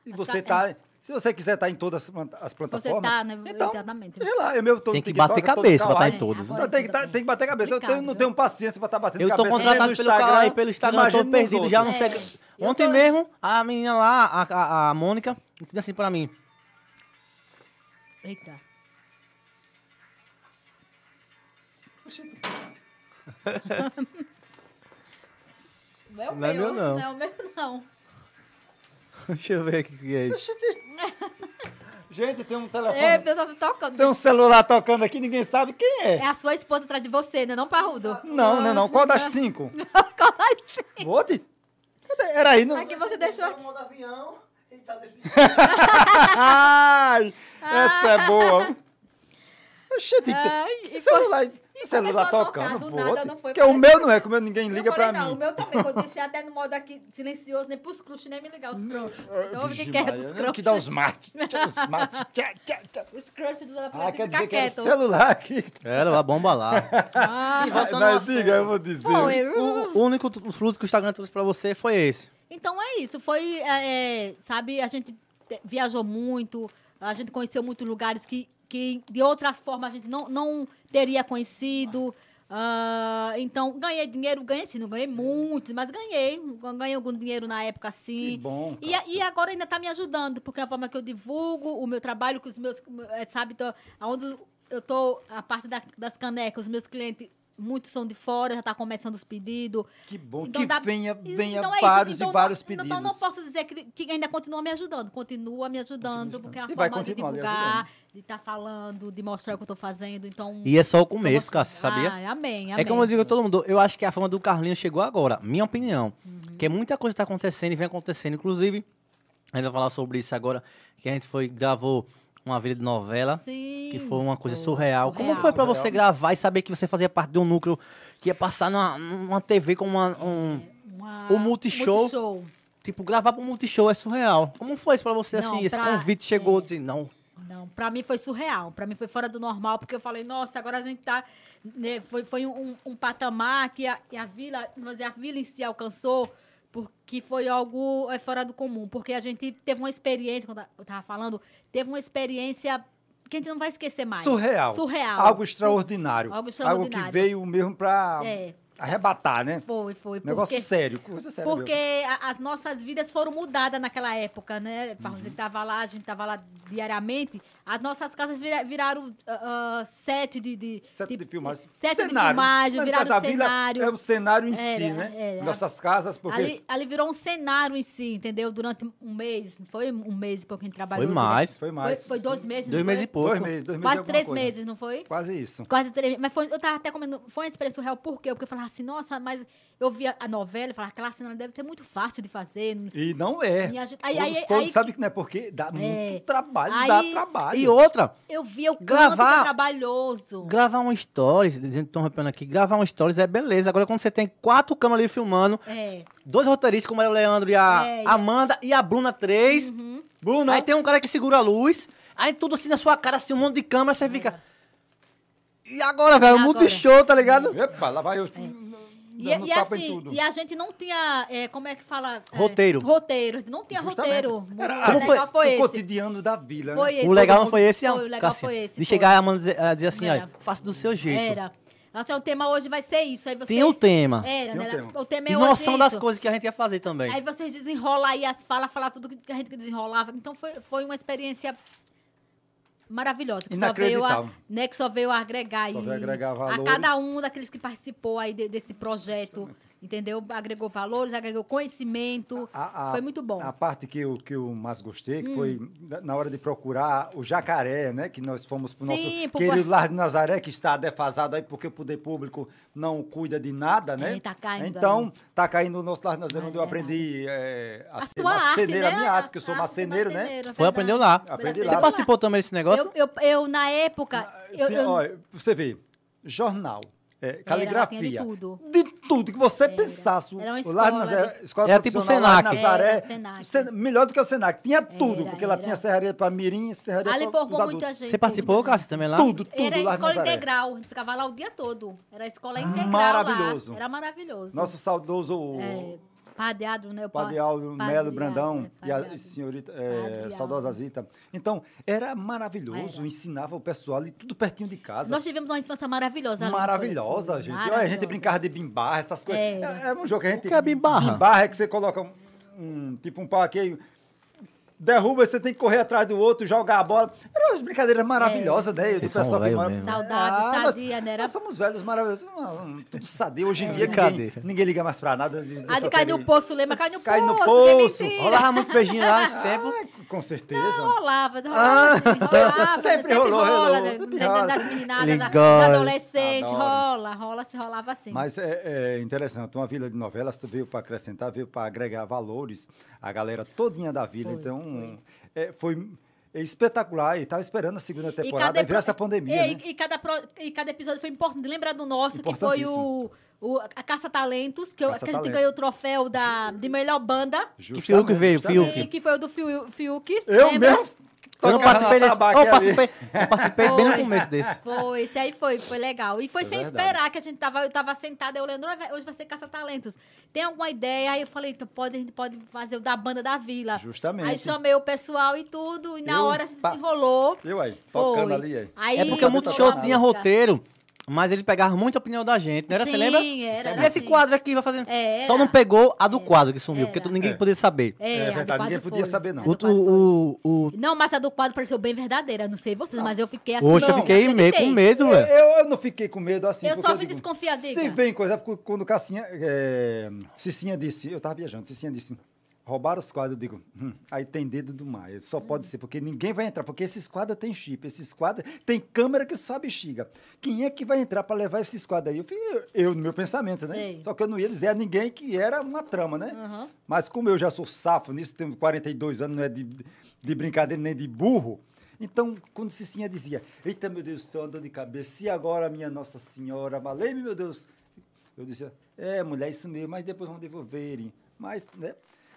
Speaker 3: E
Speaker 4: Mas
Speaker 3: você
Speaker 4: tá-
Speaker 3: tá. Se você quiser estar em todas as planta- as plataformas.
Speaker 4: tá, né?
Speaker 3: Então,
Speaker 4: Exatamente.
Speaker 3: sei lá, eu meu tô
Speaker 2: Tem
Speaker 3: no
Speaker 2: que
Speaker 3: TikTok,
Speaker 2: bater
Speaker 3: eu tô no
Speaker 2: cabeça pra estar
Speaker 3: Kawaii.
Speaker 2: em todos. né?
Speaker 4: agora-
Speaker 3: Não, tem, que tá- tem que bater cabeça. Eu tenho- não
Speaker 4: Complicado,
Speaker 3: tenho paciência pra estar batendo
Speaker 2: Eu
Speaker 3: cabeça.
Speaker 2: tô
Speaker 3: nem no
Speaker 2: contratado pelo
Speaker 3: Instagram,
Speaker 2: Kawaii, pelo Instagram, eu tô
Speaker 3: imagina nos
Speaker 2: perdido, já não
Speaker 4: outros.
Speaker 2: sei.
Speaker 4: É,
Speaker 2: que-
Speaker 4: eu
Speaker 2: Ontem
Speaker 4: tô-
Speaker 2: mesmo, a menina lá, a, a, a Mônica, disse assim pra mim:
Speaker 4: Eita. Não é o
Speaker 2: Não é meu, não.
Speaker 4: Não é o meu, não.
Speaker 2: Deixa eu ver aqui o que é isso.
Speaker 3: Gente, tem um telefone.
Speaker 4: É, eu tava tocando.
Speaker 3: Tem um celular tocando aqui, ninguém sabe quem é.
Speaker 4: É a sua esposa atrás de você, né? Não, Parrudo?
Speaker 3: Não, não, não. Qual das cinco?
Speaker 4: Qual das cinco?
Speaker 3: Onde? Cadê? Era aí, não.
Speaker 4: Aqui você deixou
Speaker 3: Tá
Speaker 4: aqui. tá.
Speaker 3: Ai, essa é boa. Oxente,
Speaker 4: Ah. Ai,
Speaker 3: que
Speaker 4: e
Speaker 3: celular,
Speaker 4: e
Speaker 3: celular
Speaker 4: começou a tocar,
Speaker 3: tocando,
Speaker 4: do
Speaker 3: vou.
Speaker 4: nada, não foi,
Speaker 3: Porque o
Speaker 4: parece-
Speaker 3: meu não é, como eu- ninguém liga
Speaker 4: eu falei,
Speaker 3: pra
Speaker 4: não, o
Speaker 3: mim.
Speaker 4: meu também. que Eu deixei até no modo aqui silencioso, nem pros crush, nem me ligar os crush. Então eu fiquei
Speaker 3: Vixe,
Speaker 4: quieto,
Speaker 3: Ah, Maria,
Speaker 4: os
Speaker 3: né?
Speaker 4: crush.
Speaker 3: Que dá os mate. Tchá, Os mate. Tchá, tchá, tchá.
Speaker 4: Os crush do lado pra
Speaker 3: Ah,
Speaker 4: frente
Speaker 3: quer
Speaker 4: ficar
Speaker 3: dizer que era o
Speaker 4: quieto.
Speaker 3: celular aqui.
Speaker 2: Era lá, bomba lá.
Speaker 4: Ah.
Speaker 2: Se voltando ao
Speaker 3: Mas
Speaker 2: assunto.
Speaker 3: diga, eu vou dizer.
Speaker 4: Foi.
Speaker 2: O, o único t- fruto que o Instagram trouxe pra você foi esse.
Speaker 4: Então é isso, foi, é, é, sabe, a gente te- viajou muito, a gente conheceu muitos lugares que, que de outras formas a gente não, não teria conhecido. Ah, então, ganhei dinheiro, ganhei sim, não ganhei muito, mas ganhei. Ganhei algum dinheiro na época, sim.
Speaker 3: Que bom,
Speaker 4: E, a-
Speaker 3: Cássia.
Speaker 4: e agora ainda tá me ajudando, porque é a forma que eu divulgo o meu trabalho, é, que os meus, eh, sabe, tô, aonde eu tô, a parte da- das canecas, os meus clientes muitos são de fora, já está começando os pedidos.
Speaker 3: Que bom
Speaker 4: Então
Speaker 3: que
Speaker 4: dá-
Speaker 3: venha, venha
Speaker 4: Então é isso,
Speaker 3: vários
Speaker 4: então
Speaker 3: e vários
Speaker 4: não,
Speaker 3: pedidos.
Speaker 4: Então não posso dizer que, que ainda continua me ajudando. Continua me ajudando, porque é uma
Speaker 3: E vai
Speaker 4: forma de
Speaker 3: continuar lhe
Speaker 4: divulgar, de estar falando, de mostrar o que eu estou fazendo. Então.
Speaker 2: E é só o
Speaker 4: então
Speaker 2: começo,
Speaker 4: você-
Speaker 2: Cássio, sabia?
Speaker 4: Ah, amém,
Speaker 2: É
Speaker 4: amém.
Speaker 2: como eu digo a todo mundo, eu acho que a fama do Carlinhos chegou agora, minha opinião.
Speaker 4: Uhum.
Speaker 2: Que é muita coisa está acontecendo e vem acontecendo. Inclusive, a gente vai falar sobre isso agora, que a gente foi gravou uma vida de novela,
Speaker 4: Sim.
Speaker 2: que foi uma coisa
Speaker 4: Pô,
Speaker 2: surreal. Como foi pra
Speaker 3: Surreal.
Speaker 2: você gravar e saber que você fazia parte de um núcleo que ia passar numa, numa TV com uma, um...
Speaker 4: Uma-
Speaker 2: O Multishow?
Speaker 4: Multishow.
Speaker 2: Tipo, gravar pra um multishow é surreal. Como foi isso pra você,
Speaker 4: Não,
Speaker 2: assim? Esse
Speaker 4: pra-
Speaker 2: convite chegou de não...
Speaker 4: Não, pra mim foi surreal. Pra mim foi fora do normal, porque eu falei, nossa, agora a gente tá. né, foi foi um, um- um patamar que a, que a vila, vamos dizer, a vila em si alcançou, porque foi algo é, fora do comum. Porque a gente teve uma experiência, quando eu tava falando, teve uma experiência que a gente não vai esquecer mais.
Speaker 3: Surreal.
Speaker 4: Surreal.
Speaker 3: Algo extraordinário.
Speaker 4: Algo
Speaker 3: Algo que
Speaker 4: extraordinário.
Speaker 3: veio mesmo para
Speaker 4: É.
Speaker 3: arrebatar, né?
Speaker 4: Foi, foi.
Speaker 3: Negócio
Speaker 4: porque-
Speaker 3: sério, coisa séria. mesmo.
Speaker 4: Porque a- as nossas vidas foram mudadas naquela época, né? Parros, Você tava lá, a gente tava lá diariamente. As nossas casas vira- viraram ah, ah, sete de, de... tipo,
Speaker 3: Sete de filmagem.
Speaker 4: Sete de
Speaker 3: Cenário.
Speaker 4: filmagem,
Speaker 3: Na
Speaker 4: viraram
Speaker 3: Casa Vila
Speaker 4: cenário.
Speaker 3: É o cenário em si,
Speaker 4: Era,
Speaker 3: né?
Speaker 4: era.
Speaker 3: Nossas casas, porque
Speaker 4: ali, ali virou um cenário em si, entendeu? Durante um mês, não foi um mês e pouco que a gente trabalhou.
Speaker 2: Foi mais.
Speaker 3: foi
Speaker 4: Foi,
Speaker 3: mais.
Speaker 4: foi dois meses, não
Speaker 2: Dois
Speaker 4: foi?
Speaker 2: meses e pouco.
Speaker 3: Dois meses, dois meses.
Speaker 4: Quase
Speaker 3: alguma
Speaker 4: três
Speaker 3: coisa.
Speaker 4: meses, né? não foi?
Speaker 3: Quase isso.
Speaker 4: Quase três Mas foi, eu tava até comendo. Foi uma experiência real, por quê? Porque eu falava assim, nossa, mas eu via a novela e falava, aquela cena deve ser muito fácil de fazer.
Speaker 3: E não é.
Speaker 4: E a gente- aí-
Speaker 3: Todos-
Speaker 4: aí-
Speaker 3: todos
Speaker 4: aí
Speaker 3: sabem que não é porque dá muito trabalho,
Speaker 4: Aí-
Speaker 3: dá trabalho.
Speaker 2: E outra,
Speaker 4: Eu via o canto
Speaker 2: Gravar-
Speaker 4: que é trabalhoso.
Speaker 2: Gravar um stories, interrompendo aqui, gravar um stories é beleza. Agora, quando você tem quatro câmeras ali filmando,
Speaker 4: É.
Speaker 2: dois roteiristas, como é o Leandro e a
Speaker 4: É, e a- Uhum.
Speaker 2: Amanda, e a Bruna, três.
Speaker 3: Bruna,
Speaker 2: Aí tem um cara que segura a luz, aí tudo assim na sua cara, assim, um monte de câmera, você fica. E agora, velho?
Speaker 4: É. E
Speaker 2: Muito
Speaker 4: agora?
Speaker 2: show, tá ligado?
Speaker 3: Epa, lá vai eu.
Speaker 4: É. E,
Speaker 3: dando
Speaker 4: e
Speaker 3: tapa em
Speaker 4: assim,
Speaker 3: tudo.
Speaker 4: e a gente não tinha, é, como é que fala? É,
Speaker 2: Roteiro.
Speaker 4: Roteiro. Não tinha
Speaker 3: Justamente.
Speaker 4: roteiro. O
Speaker 3: Era- ah,
Speaker 2: Como
Speaker 4: legal foi,
Speaker 3: o
Speaker 4: esse.
Speaker 3: cotidiano da vila,
Speaker 4: Foi
Speaker 3: né?
Speaker 4: esse.
Speaker 2: o legal
Speaker 4: todo
Speaker 2: não foi
Speaker 4: mundo-
Speaker 2: esse, não.
Speaker 4: Foi, o legal
Speaker 2: Cassinha.
Speaker 4: foi esse.
Speaker 2: De
Speaker 4: foi.
Speaker 2: chegar a Amanda dizer, a dizer assim,
Speaker 4: Era.
Speaker 2: olha, faça do seu jeito.
Speaker 4: Era. Nossa, o tema hoje vai ser isso. Aí vocês...
Speaker 2: Tem o tema.
Speaker 4: Era,
Speaker 3: Tem o
Speaker 4: né?
Speaker 3: tema.
Speaker 4: O tema é
Speaker 2: E
Speaker 4: hoje
Speaker 2: noção das
Speaker 4: isso.
Speaker 2: coisas que a gente ia fazer também.
Speaker 4: Aí vocês desenrolam aí as falas, falar tudo que a gente desenrolava. Então foi, foi uma experiência maravilhosa. Que só veio a,
Speaker 3: Inacreditável.
Speaker 4: né, que só veio a agregar
Speaker 3: Só
Speaker 4: aí
Speaker 3: veio agregar
Speaker 4: a
Speaker 3: valores.
Speaker 4: cada um daqueles que participou aí de- desse projeto. Entendeu? Agregou valores, agregou conhecimento.
Speaker 3: A- a-
Speaker 4: foi muito bom. Hum.
Speaker 3: A parte que eu, que eu mais gostei, que foi na- na hora de procurar o jacaré, né? Que nós fomos pro
Speaker 4: Sim,
Speaker 3: nosso
Speaker 4: por-
Speaker 3: querido Lar de Nazaré, que está defasado aí porque o poder público não cuida de nada, né?
Speaker 4: É, tá caindo
Speaker 3: então,
Speaker 4: aí.
Speaker 3: tá caindo o nosso Lar de Nazaré,
Speaker 4: É
Speaker 3: onde eu aprendi é, a,
Speaker 4: a
Speaker 3: ser
Speaker 4: sua arte,
Speaker 3: marceneiro,
Speaker 4: né?
Speaker 3: a minha arte, que eu
Speaker 4: A
Speaker 3: sou
Speaker 4: arte de
Speaker 3: marceneiro, né?
Speaker 4: marceneiro,
Speaker 2: Foi,
Speaker 4: é verdade.
Speaker 2: aprendeu lá.
Speaker 3: Aprendi
Speaker 2: Você
Speaker 3: lá. Ah,
Speaker 2: participou também desse negócio?
Speaker 4: Eu, eu, eu, na época, eu,
Speaker 3: Tinha-
Speaker 4: eu-
Speaker 3: olha, você vê, jornal, é, caligrafia.
Speaker 4: tinha de tudo.
Speaker 3: De tudo que você pensasse.
Speaker 4: Era uma
Speaker 3: o Lar de
Speaker 4: escola
Speaker 3: Nazaré,
Speaker 4: de-
Speaker 3: escola
Speaker 2: Era tipo
Speaker 3: profissional, Lar de
Speaker 2: Senac.
Speaker 3: Nazaré,
Speaker 4: Era, Senac.
Speaker 3: Sen- melhor do que o Senac. Tinha tudo,
Speaker 4: Era,
Speaker 3: porque ela
Speaker 4: era.
Speaker 3: tinha serraria para mirim, serraria
Speaker 4: ali
Speaker 3: para os
Speaker 4: formou muita
Speaker 3: adultos.
Speaker 4: gente.
Speaker 2: Você participou,
Speaker 4: muita gente.
Speaker 2: Cássio, também lá?
Speaker 3: Tudo, tudo
Speaker 4: Era
Speaker 3: Lar de
Speaker 4: escola
Speaker 3: Nazaré.
Speaker 4: integral, a gente ficava lá o dia todo. Era a escola integral.
Speaker 3: Maravilhoso.
Speaker 4: Lá. Era maravilhoso.
Speaker 3: Nosso saudoso
Speaker 4: assim. É, padeado, né? O pa-
Speaker 3: Padre Aldo Melo
Speaker 4: padeado,
Speaker 3: Brandão
Speaker 4: é,
Speaker 3: e a
Speaker 4: padeado.
Speaker 3: senhorita é,
Speaker 4: Padre Aldo.
Speaker 3: saudosa Zita. Então, era maravilhoso,
Speaker 4: Era.
Speaker 3: ensinava o pessoal ali tudo pertinho de casa.
Speaker 4: Nós tivemos uma infância maravilhosa. ali, não foi?
Speaker 3: Maravilhosa,
Speaker 4: Foi,
Speaker 3: gente. Olha, a
Speaker 4: maravilhosa.
Speaker 3: gente brincava de bimbarra, essas coisas. É,
Speaker 4: Era.
Speaker 3: é um jogo que a gente.
Speaker 2: que é bimbarra?
Speaker 3: Bimbarra é que você coloca um, um- tipo um pau aqui, derruba, você tem que correr atrás do outro, jogar a bola. Eram umas brincadeiras maravilhosas, né? Do
Speaker 2: Vocês são
Speaker 3: pessoal que
Speaker 2: velho
Speaker 3: mora- Ah,
Speaker 2: mesmo.
Speaker 4: É. Saudades,
Speaker 3: nós-
Speaker 4: sadia, né? Era-
Speaker 3: Nós somos velhos, maravilhosos. Hum, Tudo sadia. Hoje em dia,
Speaker 2: É.
Speaker 3: ninguém,
Speaker 2: Brincadeira.
Speaker 3: ninguém liga mais pra nada. de-
Speaker 4: Ah, de
Speaker 3: dessa
Speaker 4: cair no
Speaker 3: tele-
Speaker 4: poço, lembra? Cai no
Speaker 3: Cai no
Speaker 4: poço, que
Speaker 3: poço.
Speaker 4: mentira.
Speaker 2: Rolava muito beijinho lá nesse tempo.
Speaker 3: Ah, com certeza.
Speaker 4: Não, rolava, rolava, sim, rolava,
Speaker 3: Ah, sempre rolou,
Speaker 4: rola,
Speaker 3: rolou,
Speaker 4: né,
Speaker 3: sempre
Speaker 4: da-
Speaker 3: rola.
Speaker 4: das meninadas, da-
Speaker 2: Ligou.
Speaker 4: dos adolescentes,
Speaker 3: Adoro.
Speaker 4: rola, rola, se rolava assim.
Speaker 3: Mas é, é interessante, uma vila de novelas tu veio para acrescentar, veio para agregar valores à galera todinha da vila.
Speaker 4: Foi,
Speaker 3: então, é, foi, espetacular e estava esperando a segunda temporada e,
Speaker 4: epi-
Speaker 3: veio essa pandemia.
Speaker 4: É, e-
Speaker 3: né?
Speaker 4: e, cada pro- e cada episódio foi importante. Lembrar do nosso, que foi o,
Speaker 3: Importantíssimo.
Speaker 4: o- a Caça Talentos, que, eu- que a gente
Speaker 3: Caça-talentos.
Speaker 4: ganhou o troféu da, de melhor banda,
Speaker 2: Que Fiuk veio,
Speaker 3: Justamente,
Speaker 2: Fiuk.
Speaker 4: e que foi o do Fiu- Fiuk.
Speaker 3: Eu
Speaker 4: lembra?
Speaker 3: mesmo?
Speaker 2: Eu não
Speaker 3: tocava
Speaker 2: participei desse.
Speaker 3: tabaque
Speaker 2: Eu
Speaker 3: ali.
Speaker 2: participei, eu participei bem no
Speaker 4: Foi.
Speaker 2: começo desse.
Speaker 4: Foi, esse aí foi, foi legal. E foi
Speaker 3: É
Speaker 4: sem
Speaker 3: verdade.
Speaker 4: esperar que a gente tava, eu tava sentada, eu lembro, "Ah, hoje vai ser caça-talentos. Tem alguma ideia? Aí eu falei, então pode, a gente pode fazer o da banda da vila.
Speaker 3: Justamente.
Speaker 4: Aí chamei o pessoal e tudo, e na
Speaker 3: Eu,
Speaker 4: hora a gente
Speaker 3: pá.
Speaker 4: desenrolou.
Speaker 3: Eu aí,
Speaker 4: Foi.
Speaker 3: tocando ali aí.
Speaker 4: Aí-
Speaker 2: É porque o
Speaker 4: Não
Speaker 2: Multishow
Speaker 4: sabia
Speaker 2: tinha
Speaker 4: tocar.
Speaker 2: roteiro. Mas ele pegava muita opinião da gente, não era? Você
Speaker 4: Sim,
Speaker 2: lembra?
Speaker 4: era,
Speaker 2: E
Speaker 4: era
Speaker 2: esse
Speaker 4: assim.
Speaker 2: quadro aqui vai fazendo.
Speaker 4: É,
Speaker 2: Só
Speaker 4: era.
Speaker 2: não pegou a do quadro que sumiu,
Speaker 4: Era.
Speaker 2: porque tu- ninguém
Speaker 3: É.
Speaker 2: podia saber.
Speaker 4: É,
Speaker 3: É
Speaker 4: a do
Speaker 3: verdade, ninguém
Speaker 4: quadro
Speaker 3: podia
Speaker 4: foi.
Speaker 3: saber, não.
Speaker 4: A do
Speaker 2: O,
Speaker 4: quadro foi.
Speaker 2: o, o, o-
Speaker 4: Não, mas a do quadro pareceu bem verdadeira. Não sei vocês, mas eu fiquei assim.
Speaker 2: Poxa, eu
Speaker 4: não,
Speaker 2: fiquei meio com
Speaker 4: acreditei.
Speaker 2: medo, velho.
Speaker 3: Eu, eu não fiquei com medo assim.
Speaker 4: Eu
Speaker 3: porque
Speaker 4: só vim
Speaker 3: digo,
Speaker 4: desconfiar, diga.
Speaker 3: Se vem coisa, porque quando Cassinha, é, Cicinha disse, eu tava viajando, Cicinha disse, roubaram os quadros, eu digo, "Hum, aí tem dedo do Maia, só
Speaker 4: Hum.
Speaker 3: pode ser, porque ninguém vai entrar, porque esses quadros tem chip, esses quadros, tem câmera que só bexiga. Quem é que vai entrar para levar esses quadros aí? Eu, fui, eu no meu pensamento, né?
Speaker 4: Sei.
Speaker 3: Só que eu não ia dizer a ninguém que era uma trama, né?
Speaker 4: Aham.
Speaker 3: Mas como eu já sou safo nisso, tenho 42 anos, não é de, de brincadeira nem de burro. Então, quando Cicinha dizia, eita, meu Deus do céu, andou de cabeça, e agora, minha Nossa Senhora, valeu-me, meu Deus. Eu dizia, é, mulher, isso mesmo, mas depois vão devolverem. Mas, né?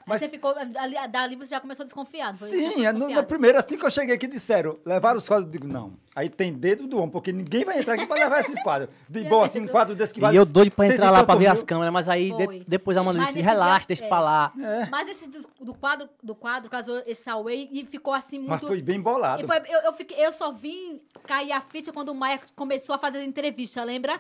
Speaker 4: Mas
Speaker 3: Mas,
Speaker 4: você ficou. Ali, dali você já começou a desconfiar, não foi? Já
Speaker 3: sim,
Speaker 4: ficou
Speaker 3: no- na
Speaker 4: desconfiado.
Speaker 3: primeira, assim que eu cheguei aqui, disseram, levaram os quadros. Eu digo, não, aí tem dedo do homem, porque ninguém vai entrar aqui para levar esses quadros. De boa, assim, um quadro desse que
Speaker 2: E
Speaker 3: vale
Speaker 2: eu doido pra
Speaker 3: cento e
Speaker 2: entrar lá pra
Speaker 3: tanto
Speaker 2: ver
Speaker 3: mil.
Speaker 2: as câmeras, mas aí de-
Speaker 4: Foi.
Speaker 2: depois a Amanda
Speaker 4: Mas
Speaker 2: disse:
Speaker 4: nesse dia-
Speaker 2: relaxa, deixa
Speaker 4: é.
Speaker 2: pra lá.
Speaker 4: Mas esse do, do quadro, do quadro casou esse away e ficou assim muito.
Speaker 3: Mas foi bem bolado.
Speaker 4: E foi- eu, eu fiquei- eu só vim cair a ficha quando o Maia começou a fazer entrevista, lembra?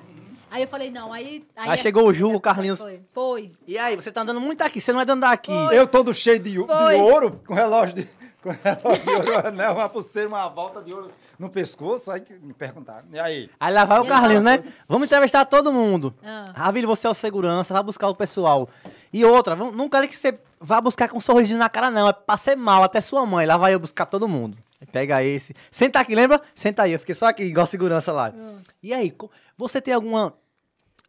Speaker 4: Aí eu falei, não, aí. é
Speaker 2: Aí chegou o Ju, o Carlinhos.
Speaker 4: Foi. foi.
Speaker 2: E aí, você tá andando muito aqui, você não é dando daqui.
Speaker 3: Eu todo cheio de, de
Speaker 4: Foi.
Speaker 3: ouro, com relógio de, com relógio de ouro, um anel, uma pulseira, uma volta de ouro no pescoço. Aí que me perguntaram, e aí?
Speaker 2: Aí lá vai o
Speaker 4: Eu
Speaker 2: Carlinhos, né? Vamos entrevistar todo mundo.
Speaker 4: Ah.
Speaker 2: Ravilho, você é o segurança, vai buscar o pessoal. E outra, vamos- não quero que você vá buscar com um sorrisinho na cara, não. É pra ser mal, até sua mãe. Lá vai eu buscar todo mundo. Aí Pega esse. Senta aqui, lembra? Senta aí. Eu fiquei só aqui, igual segurança lá.
Speaker 4: Ah.
Speaker 2: E aí, co- você tem alguma.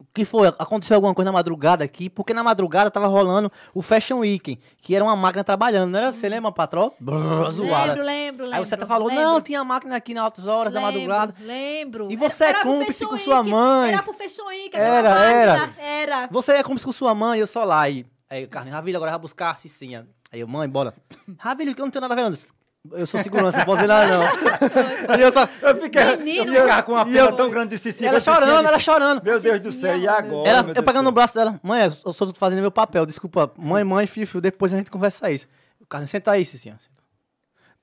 Speaker 2: O que foi? Aconteceu alguma coisa na madrugada aqui? Porque na madrugada tava rolando o Fashion Weekend, que era uma máquina trabalhando, não era? Você lembra, patrão? Brrr, zoada.
Speaker 4: Hum. Lembro, lembro, lembro.
Speaker 2: Aí você até falou,
Speaker 4: lembro.
Speaker 2: não, tinha máquina aqui nas altas horas da
Speaker 4: Lembro,
Speaker 2: madrugada.
Speaker 4: Lembro.
Speaker 2: E você é
Speaker 4: pro
Speaker 2: cúmplice
Speaker 4: Fashion
Speaker 2: com sua
Speaker 4: Week,
Speaker 2: mãe.
Speaker 4: Era pro Fashion Week.
Speaker 2: Era,
Speaker 4: uma
Speaker 2: era.
Speaker 4: máquina, Era.
Speaker 2: Você é como se com sua mãe, eu só lá. E aí, Carlinhos, Ravilho, agora vai buscar a Cicinha. Aí eu, mãe, bora. Ravilho, que eu não tenho nada a ver, não. Eu sou segurança, não posso dizer nada, não. Aí eu só...
Speaker 3: Eu fiquei,
Speaker 4: Menino,
Speaker 3: eu ficava com uma
Speaker 2: e
Speaker 3: pena
Speaker 2: eu-
Speaker 3: tão grande de Cici.
Speaker 2: Ela chorando, ela chorando.
Speaker 3: Meu Deus do céu, e agora?
Speaker 2: Ela, tá
Speaker 3: meu
Speaker 2: eu
Speaker 3: Deus
Speaker 2: pegando no
Speaker 3: do céu?
Speaker 2: braço dela, mãe, eu só tô fazendo meu papel, desculpa. Mãe, mãe, filho, filho, depois a gente conversa isso. Carlinhos, senta aí, Cicinha.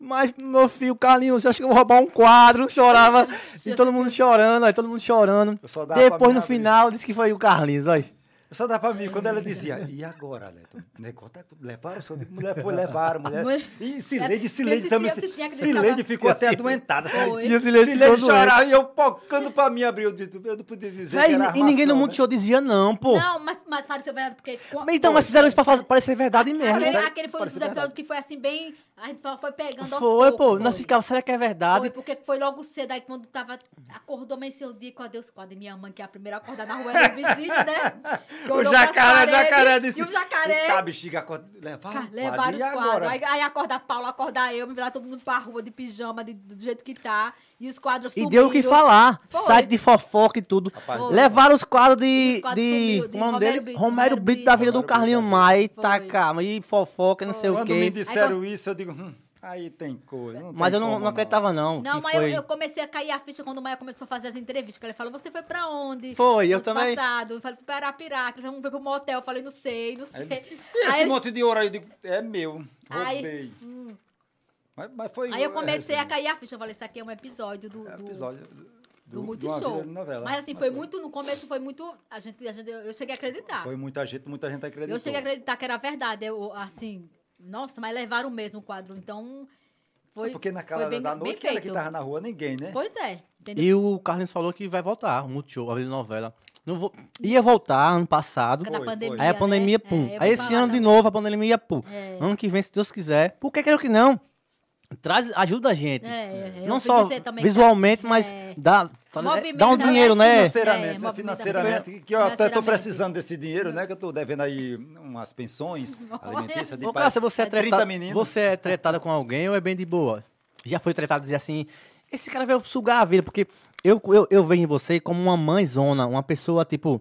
Speaker 2: Mas, meu filho, Carlinhos, você acha que eu vou roubar um quadro? Chorava. e todo mundo chorando, aí todo mundo chorando.
Speaker 3: Eu só dava pra
Speaker 2: Depois,
Speaker 3: minha
Speaker 2: no
Speaker 3: vez.
Speaker 2: final, disse que foi o Carlinhos, olha. aí.
Speaker 3: Só dá pra mim, quando ela dizia, e agora, Leto? O negócio tá- Levaram o seu mulher, foi levaram, mulher.
Speaker 4: Mulher-
Speaker 3: E Sileide,
Speaker 4: Era-
Speaker 3: Sileide
Speaker 4: Cici-
Speaker 3: também.
Speaker 4: Cici- Cici-
Speaker 3: Sileide ficou até
Speaker 2: Cici-
Speaker 3: adoentada.
Speaker 4: Foi.
Speaker 2: E o Cileide ficou doente.
Speaker 3: chorava e eu pocando pra mim abrir o dito. Eu não podia dizer.
Speaker 2: Véi,
Speaker 3: que era
Speaker 2: e ninguém no
Speaker 3: armação,
Speaker 2: mundo
Speaker 3: né?
Speaker 2: show dizia não, pô.
Speaker 4: Não, mas, mas pareceu verdade, porque...
Speaker 2: Mas então, mas fizeram isso pra fazer, parecer verdade mesmo.
Speaker 4: Aquele,
Speaker 2: né?
Speaker 4: aquele foi um dos
Speaker 3: Parece verdade.
Speaker 4: episódios que foi assim, bem... A gente foi pegando aos
Speaker 2: Foi, pô.
Speaker 4: poucos,
Speaker 2: Nós ficava, será que é
Speaker 4: Foi,
Speaker 2: verdade?
Speaker 4: porque foi logo cedo, aí quando tava... Acordou, amanheceu o dia, cadê os quadros? E Minha mãe, que é a primeira a acordar na rua, era Virgínia, né? Que
Speaker 3: O
Speaker 4: olhou pras
Speaker 3: jacaré, o jacaré
Speaker 4: paredes,
Speaker 3: disse.
Speaker 4: E o jacaré...
Speaker 3: Tá, bexiga, acorda- levaram
Speaker 4: Cara,
Speaker 3: o quadro.
Speaker 4: levaram
Speaker 3: E
Speaker 4: os quadros.
Speaker 3: agora?
Speaker 4: Aí, aí acorda a Paula, acorda eu, me virar todo mundo pra rua de pijama, de- do jeito que tá. E os quadros
Speaker 2: E
Speaker 4: sumiram.
Speaker 2: deu o que falar.
Speaker 4: Foi.
Speaker 2: Site de fofoca e tudo.
Speaker 3: Rapaz,
Speaker 4: Foi.
Speaker 2: Levaram os quadros de.
Speaker 4: Os quadros
Speaker 2: de,
Speaker 4: sumiu, de
Speaker 2: como é o nome
Speaker 4: Romero
Speaker 2: dele?
Speaker 4: Brito,
Speaker 2: Romero
Speaker 4: Romero
Speaker 2: Brito da
Speaker 4: Brito.
Speaker 2: vida do
Speaker 3: Romero
Speaker 2: Carlinho
Speaker 3: Brito.
Speaker 2: Maia.
Speaker 4: Foi.
Speaker 2: Tá, calma. E fofoca, não sei o
Speaker 3: Quando me
Speaker 2: quê.
Speaker 4: Aí
Speaker 3: disseram
Speaker 4: quando-
Speaker 3: isso, eu digo, hum, aí tem coisa. não
Speaker 2: Mas
Speaker 3: tem
Speaker 2: eu não,
Speaker 3: como,
Speaker 2: não acreditava, não.
Speaker 4: Não,
Speaker 2: que
Speaker 4: mas
Speaker 2: foi...
Speaker 4: eu, eu comecei a cair a ficha quando o Maia começou a fazer as entrevistas. que Ele falou, você foi pra onde?
Speaker 2: Foi, eu
Speaker 4: Ano
Speaker 2: também.
Speaker 4: passado. Eu falei, pra Arapiraca. Ele falou, foi pro motel. Eu falei, não sei, não sei.
Speaker 3: Aí
Speaker 4: Aí,
Speaker 3: ele disse, "E esse
Speaker 4: ele-
Speaker 3: monte de ouro aí, eu digo, é meu.
Speaker 4: Aí- hum.
Speaker 3: Roubei. Mas, mas foi.
Speaker 4: aí eu comecei a
Speaker 3: é,
Speaker 4: cair a ficha. Eu falei, isso aqui é um episódio do...
Speaker 3: é
Speaker 4: do-
Speaker 3: episódio
Speaker 4: Do,
Speaker 3: de uma
Speaker 4: Multishow.
Speaker 3: vida de novela.
Speaker 4: Mas assim, foi muito. No começo foi muito. A gente, a gente, eu cheguei a acreditar.
Speaker 3: Foi muita gente, muita gente acreditou.
Speaker 4: Eu cheguei a acreditar que era verdade. Eu, assim, nossa, mas levaram mesmo o quadro. Então, foi.
Speaker 3: É Porque naquela
Speaker 4: foi bem,
Speaker 3: da
Speaker 4: bem
Speaker 3: noite, que era que
Speaker 4: feito.
Speaker 3: tava na rua, ninguém, né?
Speaker 4: Pois é, entendeu?
Speaker 2: E o Carlinhos falou que vai voltar, o Multishow, a novela. Não vou... Ia voltar ano passado.
Speaker 4: Por causa da
Speaker 3: Foi,
Speaker 4: pandemia,
Speaker 3: foi.
Speaker 2: Aí a pandemia,
Speaker 4: né?
Speaker 2: pum.
Speaker 4: É, eu
Speaker 2: Aí
Speaker 4: vou
Speaker 2: esse
Speaker 4: falar,
Speaker 2: ano de
Speaker 4: não.
Speaker 2: novo a pandemia, pum.
Speaker 4: É.
Speaker 2: Ano que vem, se Deus quiser. Por que quero que não? Traz, ajuda a gente.
Speaker 4: É, é, eu
Speaker 2: não
Speaker 4: ouvi
Speaker 2: só
Speaker 4: dizer também que-
Speaker 2: visualmente, mas
Speaker 4: É.
Speaker 2: dá, tá-
Speaker 4: Movimenta,
Speaker 2: dá um
Speaker 4: né?
Speaker 2: dinheiro, né?
Speaker 4: É,
Speaker 3: Financeiramente, né?
Speaker 4: movimenta-
Speaker 3: financeiramente, que eu até estou
Speaker 4: Financeiramente.
Speaker 3: precisando desse dinheiro, né? Que eu estou devendo aí umas pensões alimentícias de
Speaker 2: Ô,
Speaker 3: pai-
Speaker 2: Cássia, você é,
Speaker 3: 30
Speaker 2: tretada,
Speaker 3: meninos.
Speaker 2: você é tretada com alguém ou é bem de boa? Já foi tretado dizer assim, esse cara veio sugar a vida, porque eu, eu, eu vejo em você como uma mãezona,
Speaker 4: Uhum.
Speaker 2: uma pessoa, tipo,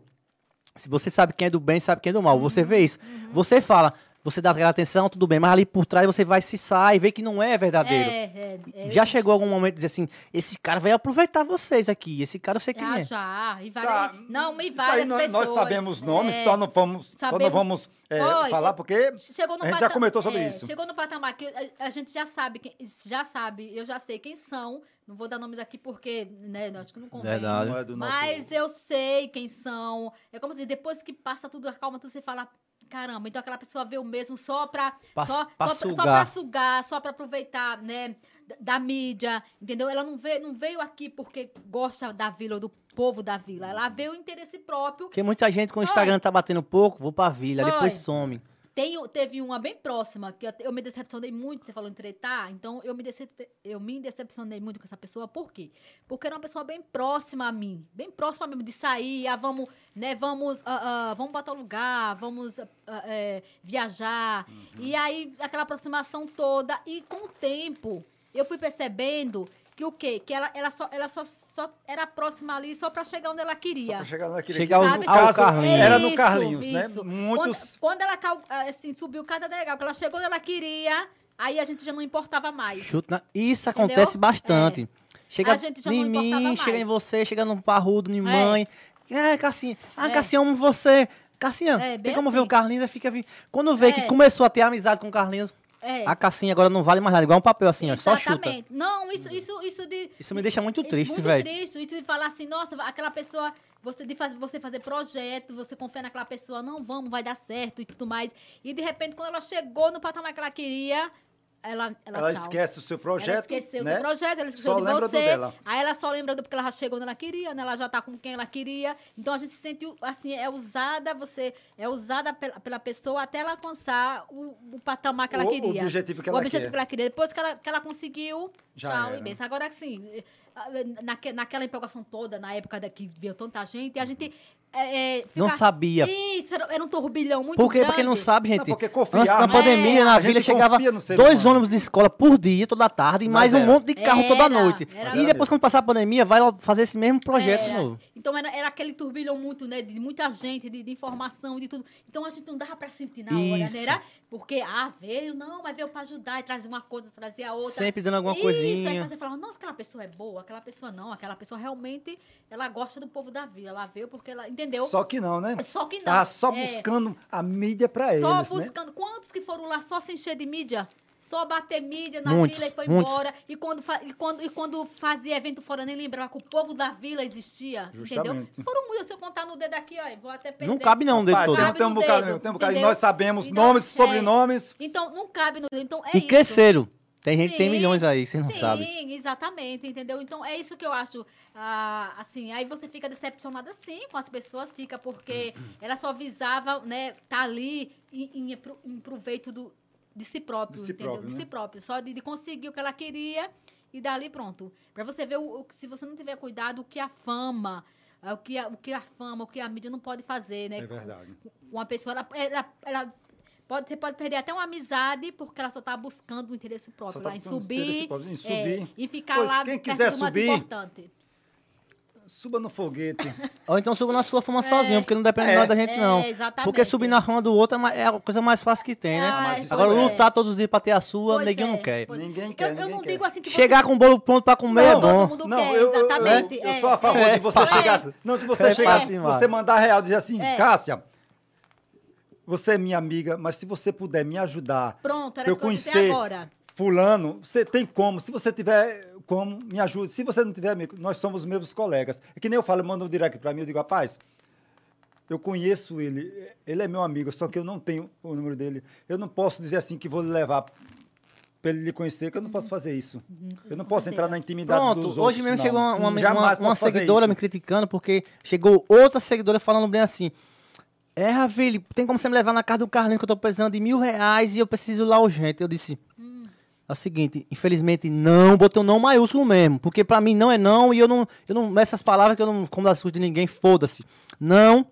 Speaker 2: se você sabe quem é do bem, sabe quem é do mal, você vê isso. Você fala, você dá aquela atenção, tudo bem, mas ali por trás você vai se sai, vê que não é verdadeiro.
Speaker 4: É, é, é.
Speaker 2: Já chegou algum momento de dizer assim, esse cara vai aproveitar vocês aqui, esse cara eu sei quem
Speaker 4: Ah,
Speaker 2: é.
Speaker 4: já. E
Speaker 3: Tá,
Speaker 4: várias, não,
Speaker 3: Isso
Speaker 4: e
Speaker 3: aí
Speaker 4: várias
Speaker 3: nós,
Speaker 4: pessoas.
Speaker 3: nós sabemos nomes,
Speaker 4: É.
Speaker 3: então não vamos, então não
Speaker 4: Sabemos-
Speaker 3: vamos é,
Speaker 4: Olha,
Speaker 3: falar, porque
Speaker 4: Chegou no
Speaker 3: a gente já
Speaker 4: pata-
Speaker 3: comentou sobre
Speaker 4: é,
Speaker 3: isso.
Speaker 4: Chegou no patamar que a, a gente já sabe, quem- já sabe, eu já sei quem são. Não vou dar nomes aqui porque, né, eu acho que não convém.
Speaker 2: Verdade.
Speaker 3: Não é do nosso-
Speaker 4: Mas eu sei quem são. É como se depois que passa tudo, acalma tudo, você fala. Caramba, então aquela pessoa vê o mesmo só pra,
Speaker 2: Pra-
Speaker 4: só,
Speaker 2: pra
Speaker 4: só, pra, só
Speaker 2: sugar.
Speaker 4: pra sugar, só pra aproveitar, né? da- Da mídia, entendeu? Ela não veio, não veio aqui porque gosta da vila ou do povo da vila. Ela veio o interesse próprio
Speaker 2: Porque muita gente com o Instagram tá batendo pouco, vou pra vila,
Speaker 4: Oi.
Speaker 2: depois some.
Speaker 4: Tem, o- teve uma bem próxima, que eu, eu me decepcionei muito, você falou em tretar, então eu me, decep, eu me decepcionei muito com essa pessoa, por quê? Porque era uma pessoa bem próxima a mim, bem próxima mesmo de sair, ah, vamos, né, vamos, ah, ah, vamos botar um lugar, vamos ah, ah, é, viajar, e aí aquela aproximação toda, e com o tempo, eu fui percebendo que o quê? Que ela, ela, só, ela só, só era próxima ali só pra chegar onde ela
Speaker 3: Só
Speaker 4: queria.
Speaker 3: pra chegar naquele
Speaker 2: Chegar aos-
Speaker 3: no
Speaker 4: ao
Speaker 3: caso, é
Speaker 2: Carlinhos.
Speaker 3: Era no
Speaker 4: é Isso,
Speaker 3: Carlinhos,
Speaker 4: isso.
Speaker 3: né? Muitos.
Speaker 4: Quando, quando ela cal- assim, subiu cada degrau, que ela chegou onde ela queria, aí a gente já não importava mais.
Speaker 2: Chute na- Isso acontece
Speaker 4: Entendeu? É.
Speaker 2: bastante. Chega
Speaker 4: A gente já não
Speaker 2: em
Speaker 4: importava
Speaker 2: mim,
Speaker 4: mais.
Speaker 2: chega em você, chega no parrudo, em
Speaker 4: É.
Speaker 2: mãe. É, Cassinha. Ah,
Speaker 4: É.
Speaker 2: Cassinha, amo você. Cassinha,
Speaker 4: É,
Speaker 2: tem
Speaker 4: bem
Speaker 2: como ver
Speaker 4: assim.
Speaker 2: o Carlinhos? Aí Fica... vi- Quando vê que
Speaker 4: É.
Speaker 2: começou a ter amizade com o Carlinhos,
Speaker 4: É,
Speaker 2: a Cassinha agora não vale mais nada. Igual um papel assim, ó, Ah, só chuta.
Speaker 4: exatamente. Não, isso, isso, isso de...
Speaker 2: Isso me deixa muito
Speaker 4: é
Speaker 2: triste,
Speaker 4: muito
Speaker 2: velho.
Speaker 4: triste. Isso de falar assim, nossa, aquela pessoa... Você, de faz, você fazer projeto, você confia naquela pessoa, não, vamos, vai dar certo e tudo mais. E de repente, quando ela chegou no patamar que ela queria, ela Ela,
Speaker 3: Ela
Speaker 4: tchau.
Speaker 3: esquece o seu
Speaker 4: Ela
Speaker 3: projeto.
Speaker 4: esqueceu
Speaker 3: né?
Speaker 4: seu projeto, ela esqueceu
Speaker 3: Só
Speaker 4: de
Speaker 3: lembra do
Speaker 4: você.
Speaker 3: dela.
Speaker 4: Aí ela só lembra do porque ela já chegou onde ela queria, né? Ela já tá com quem ela queria. Então a gente se sente assim, é usada, você é usada pela, pela pessoa até ela alcançar o, o patamar que ela
Speaker 3: O- o
Speaker 4: queria.
Speaker 3: objetivo que
Speaker 4: O
Speaker 3: ela
Speaker 4: objetivo
Speaker 3: quer.
Speaker 4: que ela queria. Depois que ela, que ela conseguiu,
Speaker 3: Já
Speaker 4: tchau
Speaker 3: era.
Speaker 4: e benção. Agora sim, naque, naquela empolgação toda, na época da, que veio tanta gente, a gente. é, é,
Speaker 2: Não
Speaker 4: fica-
Speaker 2: sabia.
Speaker 4: Isso, era, era um turbilhão muito
Speaker 2: Porque,
Speaker 4: grande.
Speaker 2: pra quem não sabe, gente,
Speaker 3: Não, porque confiar,
Speaker 2: antes da
Speaker 3: né?
Speaker 2: pandemia,
Speaker 4: É.
Speaker 2: na
Speaker 3: A gente
Speaker 2: vila chegava
Speaker 3: confia no ser
Speaker 2: dois
Speaker 3: humano.
Speaker 2: ônibus de escola por dia, toda tarde, e
Speaker 3: Mas
Speaker 2: mais um
Speaker 3: era.
Speaker 2: monte de carro toda
Speaker 4: Era,
Speaker 2: noite.
Speaker 4: era
Speaker 2: E
Speaker 3: mesmo.
Speaker 2: depois, quando passar a pandemia, vai lá fazer esse mesmo projeto de
Speaker 4: Era.
Speaker 2: novo.
Speaker 4: Então era, era aquele turbilhão muito, né? De muita gente, de, de informação, de tudo. Então a gente não dava pra sentir na hora,
Speaker 2: Isso.
Speaker 4: né? Era porque, ah, veio, não, mas veio pra ajudar e trazer uma coisa, trazer a outra.
Speaker 2: Sempre dando alguma
Speaker 4: Isso,
Speaker 2: coisinha.
Speaker 4: Aí você falava, nossa, aquela pessoa é boa, aquela pessoa não, aquela pessoa realmente, ela gosta do povo da vila. Ela veio porque ela, entendeu?
Speaker 3: Só que não, né?
Speaker 4: Só que não.
Speaker 3: Tava só
Speaker 4: É.
Speaker 3: buscando a mídia pra eles,
Speaker 4: Só
Speaker 3: né?
Speaker 4: buscando. Quantos que foram lá só se encher de mídia? Só bater mídia na
Speaker 2: Muitos,
Speaker 4: vila e foi
Speaker 2: muitos.
Speaker 4: embora. E quando, fa- e, quando, e quando fazia evento fora, nem lembrava que o povo da vila existia.
Speaker 3: Justamente.
Speaker 4: Entendeu? Foram muitos. Se eu contar no dedo aqui, ó, eu vou até perder.
Speaker 2: Não cabe não dentro
Speaker 3: Pai,
Speaker 2: todo.
Speaker 3: tem,
Speaker 4: Cabe
Speaker 3: tem um
Speaker 4: no
Speaker 3: bocado
Speaker 4: dedo,
Speaker 3: mesmo, tem um bocado. E
Speaker 4: entendeu?
Speaker 3: Nós sabemos
Speaker 4: Então,
Speaker 3: nomes,
Speaker 4: é.
Speaker 3: sobrenomes.
Speaker 4: Então, não cabe no dedo. Então, é
Speaker 2: E
Speaker 4: isso.
Speaker 2: cresceram. Tem gente que tem
Speaker 4: Sim,
Speaker 2: milhões aí, vocês não
Speaker 4: Sim,
Speaker 2: sabem.
Speaker 4: exatamente, entendeu? Então é isso que eu acho. ah, assim, aí você fica decepcionada sim com as pessoas, fica porque ela só visava, né, tá ali em, em, pro- em proveito do, de si próprio,
Speaker 3: De si
Speaker 4: entendeu?
Speaker 3: próprio,
Speaker 4: de
Speaker 3: né?
Speaker 4: si próprio, só de, de conseguir o que ela queria e dali pronto. Pra você ver o, o que- se você não tiver cuidado, o que a fama, ah, o que a, o que a fama, o que a mídia não pode fazer, né?
Speaker 3: É verdade.
Speaker 4: uma pessoa, ela, ela, ela pode, você pode perder até uma amizade porque ela só está buscando o interesse próprio
Speaker 3: tá
Speaker 4: lá, em
Speaker 3: buscando o
Speaker 4: subir,
Speaker 3: interesse próprio, em
Speaker 4: é,
Speaker 3: subir.
Speaker 4: e ficar
Speaker 3: Pois,
Speaker 4: lá
Speaker 3: quem
Speaker 4: perto
Speaker 3: quiser
Speaker 4: do mais
Speaker 3: subir,
Speaker 4: importante.
Speaker 3: Suba no foguete.
Speaker 2: Ou então suba na sua fama sozinho, porque não depende
Speaker 3: É.
Speaker 2: nada da gente,
Speaker 4: É,
Speaker 2: não.
Speaker 4: exatamente.
Speaker 2: Porque subir na fama do outro é ma- é a coisa mais fácil que tem, né?
Speaker 4: Ah, mas
Speaker 3: isso
Speaker 2: Agora,
Speaker 3: é.
Speaker 2: lutar todos os dias pra ter a sua,
Speaker 4: Pois
Speaker 2: ninguém
Speaker 4: é,
Speaker 2: não quer.
Speaker 4: pois-
Speaker 3: Ninguém
Speaker 4: Eu-
Speaker 3: quer,
Speaker 4: Eu,
Speaker 3: ninguém
Speaker 4: não
Speaker 3: quer.
Speaker 4: digo assim que
Speaker 2: Chegar com o bolo pronto pra comer é
Speaker 4: Não, todo
Speaker 2: bom.
Speaker 4: mundo- Do
Speaker 3: Não,
Speaker 4: que,
Speaker 3: eu, eu, eu,
Speaker 4: exatamente,
Speaker 3: eu
Speaker 4: é.
Speaker 3: sou a favor de
Speaker 2: É
Speaker 3: você
Speaker 2: fácil.
Speaker 3: chegar. assim. Não, de você
Speaker 2: É
Speaker 3: chegar,
Speaker 2: fácil demais.
Speaker 3: você mandar real, dizer assim,
Speaker 4: É.
Speaker 3: Cássia, você é minha amiga, mas se você puder me ajudar.
Speaker 4: Pronto, era
Speaker 3: pra eu
Speaker 4: isso que eu ia dizer
Speaker 3: conhecer
Speaker 4: agora.
Speaker 3: Fulano, você tem como? Se você tiver como, me ajude. Se você não tiver, amigo, nós somos meus colegas. É que nem eu falo, manda um direct pra mim, eu digo, rapaz, eu conheço ele, ele é meu amigo, só que eu não tenho o número dele. Eu não posso dizer assim que vou lhe levar para ele lhe conhecer, que eu não posso fazer isso. Eu não
Speaker 4: Uhum. com
Speaker 3: posso
Speaker 4: certeza.
Speaker 3: entrar na intimidade dos
Speaker 2: Pronto,
Speaker 3: outros.
Speaker 2: hoje mesmo
Speaker 3: não.
Speaker 2: chegou uma, uma, uma-
Speaker 3: Jamais
Speaker 2: uma
Speaker 3: posso fazer
Speaker 2: seguidora
Speaker 3: isso.
Speaker 2: me criticando porque chegou outra seguidora falando bem assim. É, Ravili, tem como você me levar na casa do Carlinhos que eu tô precisando de mil reais e eu preciso ir lá urgente. Eu disse, é o seguinte, infelizmente não, botei um não maiúsculo mesmo, porque pra mim não é não e eu não, eu não, essas palavras que eu não como das suas de ninguém, foda-se. Não,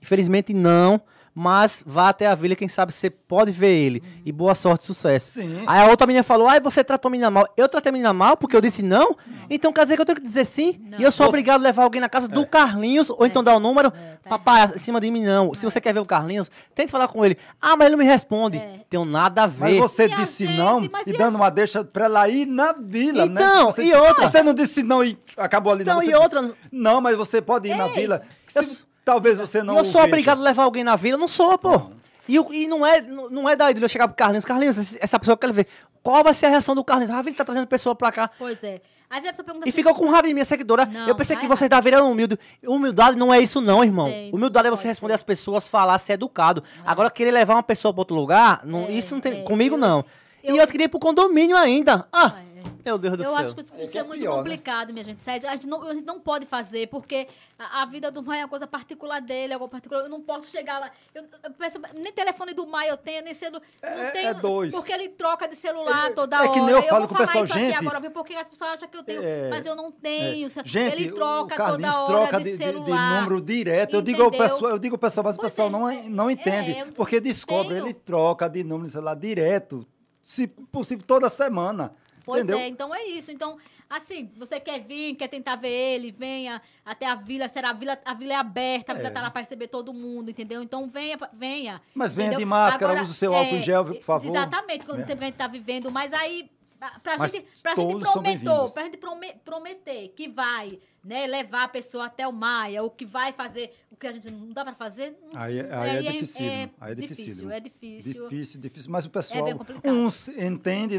Speaker 2: infelizmente não, mas vá até a vila, quem sabe você pode ver ele. E boa sorte, sucesso.
Speaker 3: Sim.
Speaker 2: Aí a outra menina falou: Ai, você tratou a menina mal. Eu tratei a menina mal porque eu disse não? Então quer dizer que eu tenho que dizer sim? E eu sou obrigado a levar alguém na casa
Speaker 3: É.
Speaker 2: do Carlinhos, ou então dar o número.
Speaker 4: tá
Speaker 2: Papai, em cima de mim não. Se você quer ver o Carlinhos, tente falar com ele. Ah, mas ele não me responde. Tenho nada a
Speaker 3: Mas
Speaker 2: ver.
Speaker 3: você
Speaker 5: E a
Speaker 3: disse
Speaker 5: gente?
Speaker 3: não
Speaker 5: Mas
Speaker 3: e
Speaker 5: e a
Speaker 3: dando uma deixa pra ela ir na vila, né?
Speaker 2: Então,
Speaker 3: Você
Speaker 2: e
Speaker 3: disse-
Speaker 2: outra?
Speaker 3: Você não disse não e acabou ali.
Speaker 2: Então,
Speaker 3: não,
Speaker 2: e
Speaker 3: Você disse,
Speaker 2: outra?
Speaker 3: Não, mas você pode ir na vila. que
Speaker 2: eu
Speaker 3: se-
Speaker 2: sou-
Speaker 3: talvez você não
Speaker 2: eu
Speaker 3: o
Speaker 2: sou
Speaker 3: veja.
Speaker 2: obrigado a levar alguém na vila? Eu Não sou, pô. E, o- e não, é, não não é daí de eu chegar pro Carlinhos. Carlinhos, esse- essa pessoa que eu quero ver. Qual vai ser a reação do Carlinhos? Ah, ele tá trazendo pessoa pra cá.
Speaker 4: Pois é. Aí a pessoa pergunta
Speaker 2: E ficou com raiva de minha seguidora.
Speaker 4: Não,
Speaker 2: eu pensei
Speaker 4: tá
Speaker 2: que vocês da vila eram humildes. Humildade não é isso, não, irmão.
Speaker 4: Tem, não
Speaker 2: Humildade é
Speaker 4: pode
Speaker 2: você responder às pessoas, falar, ser educado. Agora, querer levar uma pessoa pra outro lugar, não-
Speaker 4: É,
Speaker 2: isso não tem.
Speaker 4: é.
Speaker 2: comigo, não.
Speaker 4: eu-
Speaker 2: e eu queria ir pro condomínio ainda. Ah,
Speaker 4: É.
Speaker 2: meu Deus do
Speaker 4: Eu
Speaker 2: céu.
Speaker 4: acho que isso
Speaker 3: É que é
Speaker 4: é muito
Speaker 3: pior, né?
Speaker 4: complicado, minha gente. Sério, a gente, não, a gente não pode fazer, porque a, a vida do Maia é uma coisa particular dele, é algo particular. Eu não posso chegar lá. Eu, eu peço- nem telefone do Maia eu tenho, nem celular.
Speaker 3: é-
Speaker 4: não tenho,
Speaker 3: é dois.
Speaker 4: Porque ele troca de celular
Speaker 3: É-
Speaker 4: toda
Speaker 3: é
Speaker 4: hora.
Speaker 3: que nem eu falo
Speaker 4: vou
Speaker 3: com o pessoal,
Speaker 4: falar isso aqui
Speaker 3: gente.
Speaker 4: agora, viu? porque as pessoas acham que eu tenho,
Speaker 3: É,
Speaker 4: mas eu não tenho. sabe?
Speaker 3: Gente,
Speaker 4: ele
Speaker 3: o-
Speaker 4: troca
Speaker 3: o Carlinhos
Speaker 4: toda hora
Speaker 3: troca
Speaker 4: de,
Speaker 3: de, de- de
Speaker 4: celular.
Speaker 3: número direto. Eu digo, ao
Speaker 4: Entendeu?
Speaker 3: pessoal, eu digo ao pessoal, mas o
Speaker 4: Pois
Speaker 3: pessoal
Speaker 4: é,
Speaker 3: não, é- não
Speaker 4: é,
Speaker 3: entende.
Speaker 4: é,
Speaker 3: porque descobre,
Speaker 4: entendo.
Speaker 3: ele troca de número de celular direto, se possível, toda semana.
Speaker 4: Pois
Speaker 3: entendeu?
Speaker 4: é, então é isso. Então, assim, você quer vir, quer tentar ver ele, venha até a vila. Será a vila, a vila é aberta, a vila
Speaker 3: É.
Speaker 4: tá lá para receber todo mundo, entendeu? Então venha, pra- venha.
Speaker 3: Mas venha
Speaker 4: entendeu? é,
Speaker 3: de máscara, use o seu álcool em gel, por favor.
Speaker 4: Exatamente, quando
Speaker 3: Né?
Speaker 4: o tempo que a gente tá vivendo, mas aí. pra- Pra
Speaker 3: Mas
Speaker 4: gente, pra gente
Speaker 3: todos são
Speaker 4: prometer,
Speaker 3: bem-vindos.
Speaker 4: pra gente prome- prometer que vai, né, levar a pessoa até o Maia, ou que vai fazer o que a gente não dá pra fazer. não-
Speaker 3: Aí, é- aí é, difícil.
Speaker 4: é
Speaker 3: aí é difícil.
Speaker 4: difícil, é difícil. É
Speaker 3: Difícil, difícil. Mas o pessoal,
Speaker 4: bem complicado. É.
Speaker 3: uns entende,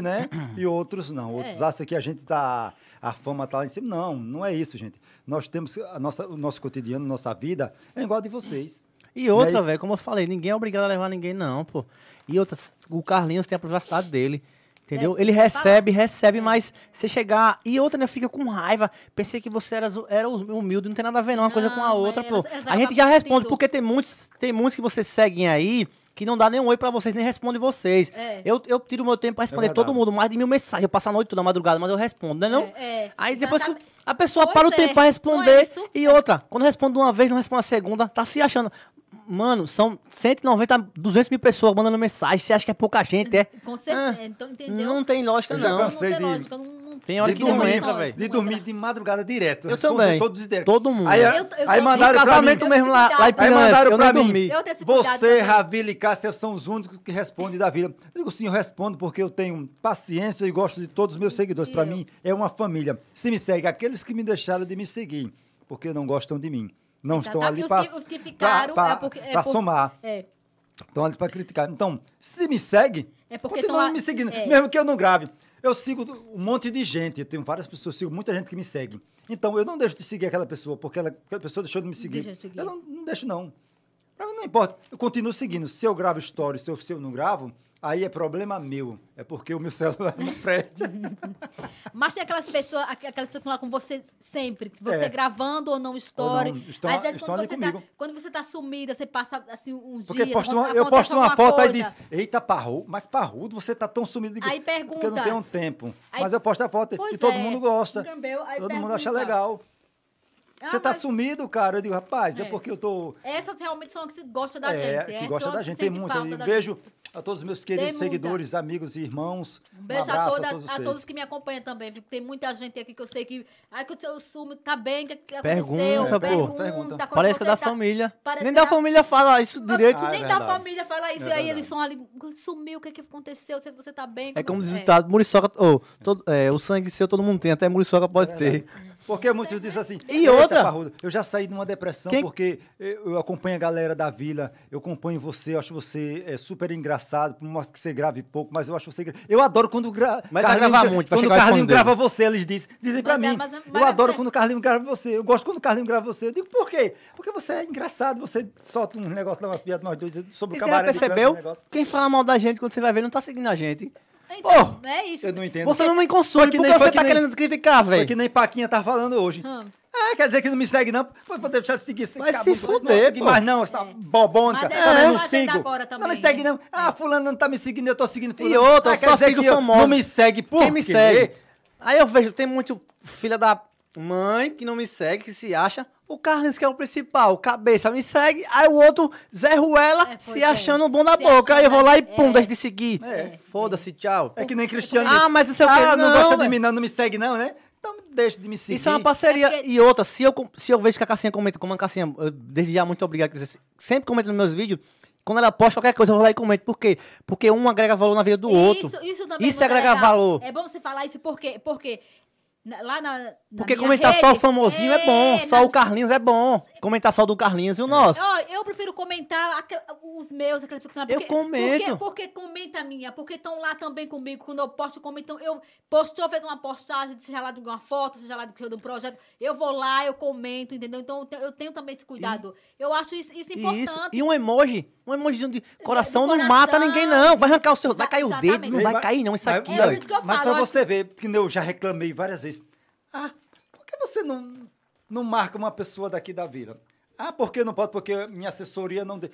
Speaker 3: né? E outros não. Outros acham que a gente tá. A fama tá lá em cima. Não, não é isso, gente. Nós temos. A nossa, o nosso cotidiano, nossa vida é igual a de vocês.
Speaker 2: E outra,
Speaker 3: Mas-
Speaker 2: velho, como eu falei, ninguém é obrigado a levar ninguém, não, pô. E outra, o Carlinhos tem a privacidade dele. Entendeu?
Speaker 4: É,
Speaker 2: Ele
Speaker 4: tem que
Speaker 2: recebe,
Speaker 4: É.
Speaker 2: recebe, mas você chegar. E outra, né? Fica com raiva. Pensei que você era, zo- era hum, humilde, não tem nada a ver, não. Uma coisa com a
Speaker 4: Não,
Speaker 2: outra,
Speaker 4: é,
Speaker 2: pô.
Speaker 4: elas- elas
Speaker 2: A gente
Speaker 4: acabam
Speaker 2: já responde,
Speaker 4: tendo-
Speaker 2: porque tem muitos, tem muitos que vocês seguem aí que não dá nem um oi pra vocês, nem responde vocês.
Speaker 4: É.
Speaker 2: Eu, eu tiro meu tempo pra responder
Speaker 3: É verdade.
Speaker 2: todo mundo, mais de mil mensagens. Eu passo a noite toda a madrugada, mas eu respondo, né? Não?
Speaker 4: É, é.
Speaker 2: aí depois que
Speaker 4: Exatamente.
Speaker 2: a pessoa
Speaker 4: Pois
Speaker 2: para o
Speaker 4: é,
Speaker 2: tempo pra
Speaker 4: não é
Speaker 2: responder.
Speaker 4: isso?
Speaker 2: E outra, quando responde uma vez, não responde a segunda, tá se achando. Mano, são 190, 200 mil pessoas mandando mensagem. Você acha que é pouca gente, é?
Speaker 4: Com certeza,
Speaker 2: Ah,
Speaker 4: então, entendeu?
Speaker 2: Não tem lógica,
Speaker 3: Eu já
Speaker 2: não.
Speaker 3: cansei. sei
Speaker 4: tem
Speaker 3: de-
Speaker 4: lógica, não, não-
Speaker 2: Tem hora
Speaker 4: não
Speaker 2: que
Speaker 4: tem
Speaker 2: não
Speaker 4: condições,
Speaker 2: entra, velho.
Speaker 4: não
Speaker 3: De
Speaker 4: entra.
Speaker 3: dormir de madrugada direto.
Speaker 2: Eu
Speaker 3: Respondo
Speaker 2: também.
Speaker 3: Todos os direitos.
Speaker 2: Todo mundo.
Speaker 3: Aí,
Speaker 4: Eu- eu
Speaker 3: aí
Speaker 4: tô-
Speaker 2: No
Speaker 3: mandaram pra mim.
Speaker 2: casamento mesmo lá, lá em
Speaker 4: Aí
Speaker 3: Aí
Speaker 2: Piranhas,
Speaker 3: mandaram
Speaker 2: eu não
Speaker 3: pra mim.
Speaker 2: dormi.
Speaker 4: Eu tenho esse cuidado
Speaker 3: Você,
Speaker 4: também.
Speaker 3: Ravila e Cássia são os únicos que respondem da vida. Eu digo sim, eu respondo porque eu tenho paciência e gosto de todos os meus seguidores. Para mim, é uma família. Se me segue, aqueles que me deixaram de me seguir, porque não gostam de mim. Não estão
Speaker 4: Exato.
Speaker 3: ali
Speaker 4: Tá, Os
Speaker 3: para
Speaker 4: que- os que ficaram é porque- é por-
Speaker 3: somar,
Speaker 4: É.
Speaker 3: estão ali para criticar. Então, se me segue,
Speaker 4: É porque
Speaker 3: continua
Speaker 4: tão a-
Speaker 3: me seguindo.
Speaker 4: é.
Speaker 3: Mesmo que eu não grave. Eu sigo um monte de gente, eu tenho várias pessoas, sigo muita gente que me segue. Então, eu não deixo de seguir aquela pessoa, porque ela- aquela pessoa deixou de me seguir.
Speaker 4: Deixa de seguir.
Speaker 3: Eu não, não deixo, não. Pra mim não importa. Eu continuo seguindo. Se eu gravo stories, se eu, se eu não gravo, aí é problema meu. É porque o meu celular não presta.
Speaker 4: Um Mas tem aquelas pessoas, aqu- aquelas pessoas que estão lá com você sempre, que você
Speaker 3: É.
Speaker 4: gravando ou não story.
Speaker 3: Ou não, estão-
Speaker 4: Às vezes,
Speaker 3: estão
Speaker 4: quando,
Speaker 3: ali
Speaker 4: você tá,
Speaker 3: comigo.
Speaker 4: quando você tá sumida, você passa assim um
Speaker 3: Porque
Speaker 4: dia.
Speaker 3: posto
Speaker 4: aconte-
Speaker 3: uma- eu
Speaker 4: acontece
Speaker 3: posto uma
Speaker 4: alguma
Speaker 3: foto aí e
Speaker 4: coisa.
Speaker 3: diz, eita, parru, mas parrudo, você tá tão sumido. Eu digo,
Speaker 4: Aí
Speaker 3: Porque eu não
Speaker 4: pergunta.
Speaker 3: tenho um tempo.
Speaker 4: Aí-
Speaker 3: mas eu posto a foto
Speaker 4: Pois
Speaker 3: e todo
Speaker 4: é.
Speaker 3: mundo gosta.
Speaker 4: Entendeu? Aí
Speaker 3: todo mundo acha
Speaker 4: pergunta.
Speaker 3: legal.
Speaker 4: Ah,
Speaker 3: você tá
Speaker 4: mas-
Speaker 3: sumido, cara. Eu digo, rapaz, é,
Speaker 4: É.
Speaker 3: porque eu tô...
Speaker 4: Essas realmente são as que gostam da
Speaker 3: é,
Speaker 4: gente.
Speaker 3: que
Speaker 4: é,
Speaker 3: gosta
Speaker 4: são
Speaker 3: da
Speaker 4: as que
Speaker 3: gente. Tem
Speaker 4: sentem
Speaker 3: muita.
Speaker 4: falta
Speaker 3: E
Speaker 4: da
Speaker 3: beijo a todos os meus queridos
Speaker 4: muita.
Speaker 3: seguidores, amigos e irmãos. Um
Speaker 4: Beijo a,
Speaker 3: abraço
Speaker 4: toda-
Speaker 3: a todos
Speaker 4: a
Speaker 3: vocês.
Speaker 4: todos que me acompanham também. viu? Tem muita gente aqui que eu sei que. Ai, que o seu sumo tá bem, que, que aconteceu.
Speaker 2: Pergunta, pô.
Speaker 3: Pergunta.
Speaker 4: quando
Speaker 2: Parece que é
Speaker 4: você
Speaker 2: da
Speaker 4: tá-
Speaker 2: família.
Speaker 4: parece
Speaker 2: Nem
Speaker 4: que
Speaker 2: da
Speaker 4: dá-
Speaker 2: família fala isso direito.
Speaker 3: Ah, é
Speaker 4: Nem
Speaker 3: verdade.
Speaker 4: da família fala isso.
Speaker 3: É
Speaker 4: e aí
Speaker 3: verdade.
Speaker 4: eles são ali. Sumiu, o que, que aconteceu? Você, você tá bem?
Speaker 2: É como diz o
Speaker 4: tá.
Speaker 2: ditado, muriçoca. ô, todo- é, o sangue seu todo mundo tem, até muriçoca pode ter.
Speaker 3: Porque muitos dizem assim.
Speaker 2: E
Speaker 3: "Eita,
Speaker 2: outra?
Speaker 3: Parrudo, eu já saí de uma depressão
Speaker 2: Quem-
Speaker 3: porque eu eu acompanho a galera da vila, eu acompanho você, eu acho você é, super engraçado, por mais que você grave pouco, mas eu acho você. engra- Eu adoro quando gra...
Speaker 2: Mas vai
Speaker 3: Carlinho
Speaker 2: gravar
Speaker 3: gra-
Speaker 2: muito, vai
Speaker 3: Quando o
Speaker 2: chegar o iPhone
Speaker 3: Carlinho
Speaker 2: dele.
Speaker 3: grava você, eles dizem, dizem pra
Speaker 4: Mas é,
Speaker 3: mim.
Speaker 4: mas é- mas
Speaker 3: eu
Speaker 4: é
Speaker 3: adoro
Speaker 4: você-
Speaker 3: quando o Carlinho grava você. Eu gosto quando o Carlinho grava você. Eu digo, por quê? Porque você é engraçado, você solta um negócio lá, umas piadas, nós dois, sobre
Speaker 2: E
Speaker 3: o
Speaker 2: você já
Speaker 3: cabaré. de graça, um
Speaker 2: percebeu?
Speaker 3: negócio.
Speaker 2: Quem fala mal da gente quando você vai ver, não tá seguindo a gente.
Speaker 4: Então, é isso.
Speaker 3: Eu não entendo.
Speaker 2: Você não um me consome,
Speaker 3: Foi que
Speaker 2: porque
Speaker 3: nem- foi
Speaker 2: você
Speaker 3: que
Speaker 2: tá
Speaker 3: nem-
Speaker 2: querendo criticar,
Speaker 3: Foi
Speaker 2: velho.
Speaker 3: que nem Paquinha tá falando hoje.
Speaker 4: Hum.
Speaker 3: Ah, quer dizer que não me segue, não? Vou vou deixar de seguir esse
Speaker 2: Vai
Speaker 3: caboclo,
Speaker 2: se
Speaker 3: não vou
Speaker 2: fuder,
Speaker 3: seguir
Speaker 2: pô.
Speaker 3: mais não, essa bobônica.
Speaker 4: Mas é,
Speaker 3: também
Speaker 4: eu
Speaker 3: não
Speaker 4: tô fazendo
Speaker 3: sigo.
Speaker 4: agora também,
Speaker 3: Não me segue,
Speaker 4: né?
Speaker 3: não. Ah, fulano não tá me seguindo, eu tô seguindo fulano.
Speaker 2: E outra,
Speaker 3: ah,
Speaker 2: eu só sigo
Speaker 3: famoso.
Speaker 2: famosos.
Speaker 3: Não me segue, por
Speaker 2: Quem me
Speaker 3: quê?
Speaker 2: segue? Aí eu vejo, tem muito filha da Mãe que não me segue, que se acha. O Carlinhos que é o principal, cabeça me segue. Aí o outro, Zé Ruela,
Speaker 4: É,
Speaker 2: se
Speaker 4: pois é.
Speaker 2: achando bom da
Speaker 4: Se
Speaker 2: boca. Aí eu vou lá e
Speaker 4: achando-
Speaker 2: pum,
Speaker 4: é.
Speaker 2: deixa de seguir.
Speaker 3: É.
Speaker 2: Foda-se, tchau.
Speaker 3: É que nem Cristiano.
Speaker 2: Ah,
Speaker 3: disse,
Speaker 2: mas isso é o quê?
Speaker 3: Ah, não,
Speaker 2: Não,
Speaker 3: gosta de
Speaker 2: velho.
Speaker 3: mim, não, não me segue, não, né? Então deixa de me seguir.
Speaker 2: Isso é uma parceria.
Speaker 4: É porque-
Speaker 2: E outra, se eu, com- se eu vejo que a Cassinha comenta, como a Cassinha, eu- desde já, muito obrigado, quer dizer, sempre comenta nos meus vídeos, quando ela posta qualquer coisa, eu vou lá e comento. Por quê? Porque um agrega valor na vida do outro.
Speaker 4: Isso, isso também.
Speaker 2: Isso
Speaker 4: é
Speaker 2: é agregar
Speaker 4: legal.
Speaker 2: valor.
Speaker 4: É bom você falar isso porque, porque na- lá na. na
Speaker 2: Porque
Speaker 4: minha
Speaker 2: comentar só o
Speaker 4: rede,
Speaker 2: famosinho é, bom, só
Speaker 4: na-
Speaker 2: o Carlinhos é bom. Comentar só o do Carlinhos e o nosso.
Speaker 4: Ó, eu prefiro comentar aquel- os meus, aquelas pessoas que não-
Speaker 2: Eu comento.
Speaker 4: Porque, porque comenta a minha, porque estão lá também comigo. Quando eu posto, comentam. Eu postou, fez uma postagem, seja lá de uma foto, seja lá de um projeto. Eu vou lá, eu comento, entendeu? Então eu te- eu tenho também esse cuidado. Eu acho isso, isso
Speaker 2: E
Speaker 4: é importante. é
Speaker 2: Isso. E um emoji, um emojizinho de coração, não
Speaker 4: coração.
Speaker 2: mata ninguém, não. Vai arrancar o seu. Vai
Speaker 4: Exa-
Speaker 2: cair o dedo,
Speaker 4: exatamente.
Speaker 2: não vai cair, não. Isso
Speaker 3: Mas-
Speaker 2: aqui.
Speaker 4: É,
Speaker 3: não,
Speaker 4: isso que eu
Speaker 3: mas
Speaker 4: falo,
Speaker 3: pra
Speaker 4: eu acho
Speaker 3: você ver, porque eu já reclamei várias vezes. Ah, por que você não, não marca uma pessoa daqui da vila? Ah, por que não pode? Porque minha assessoria não... De...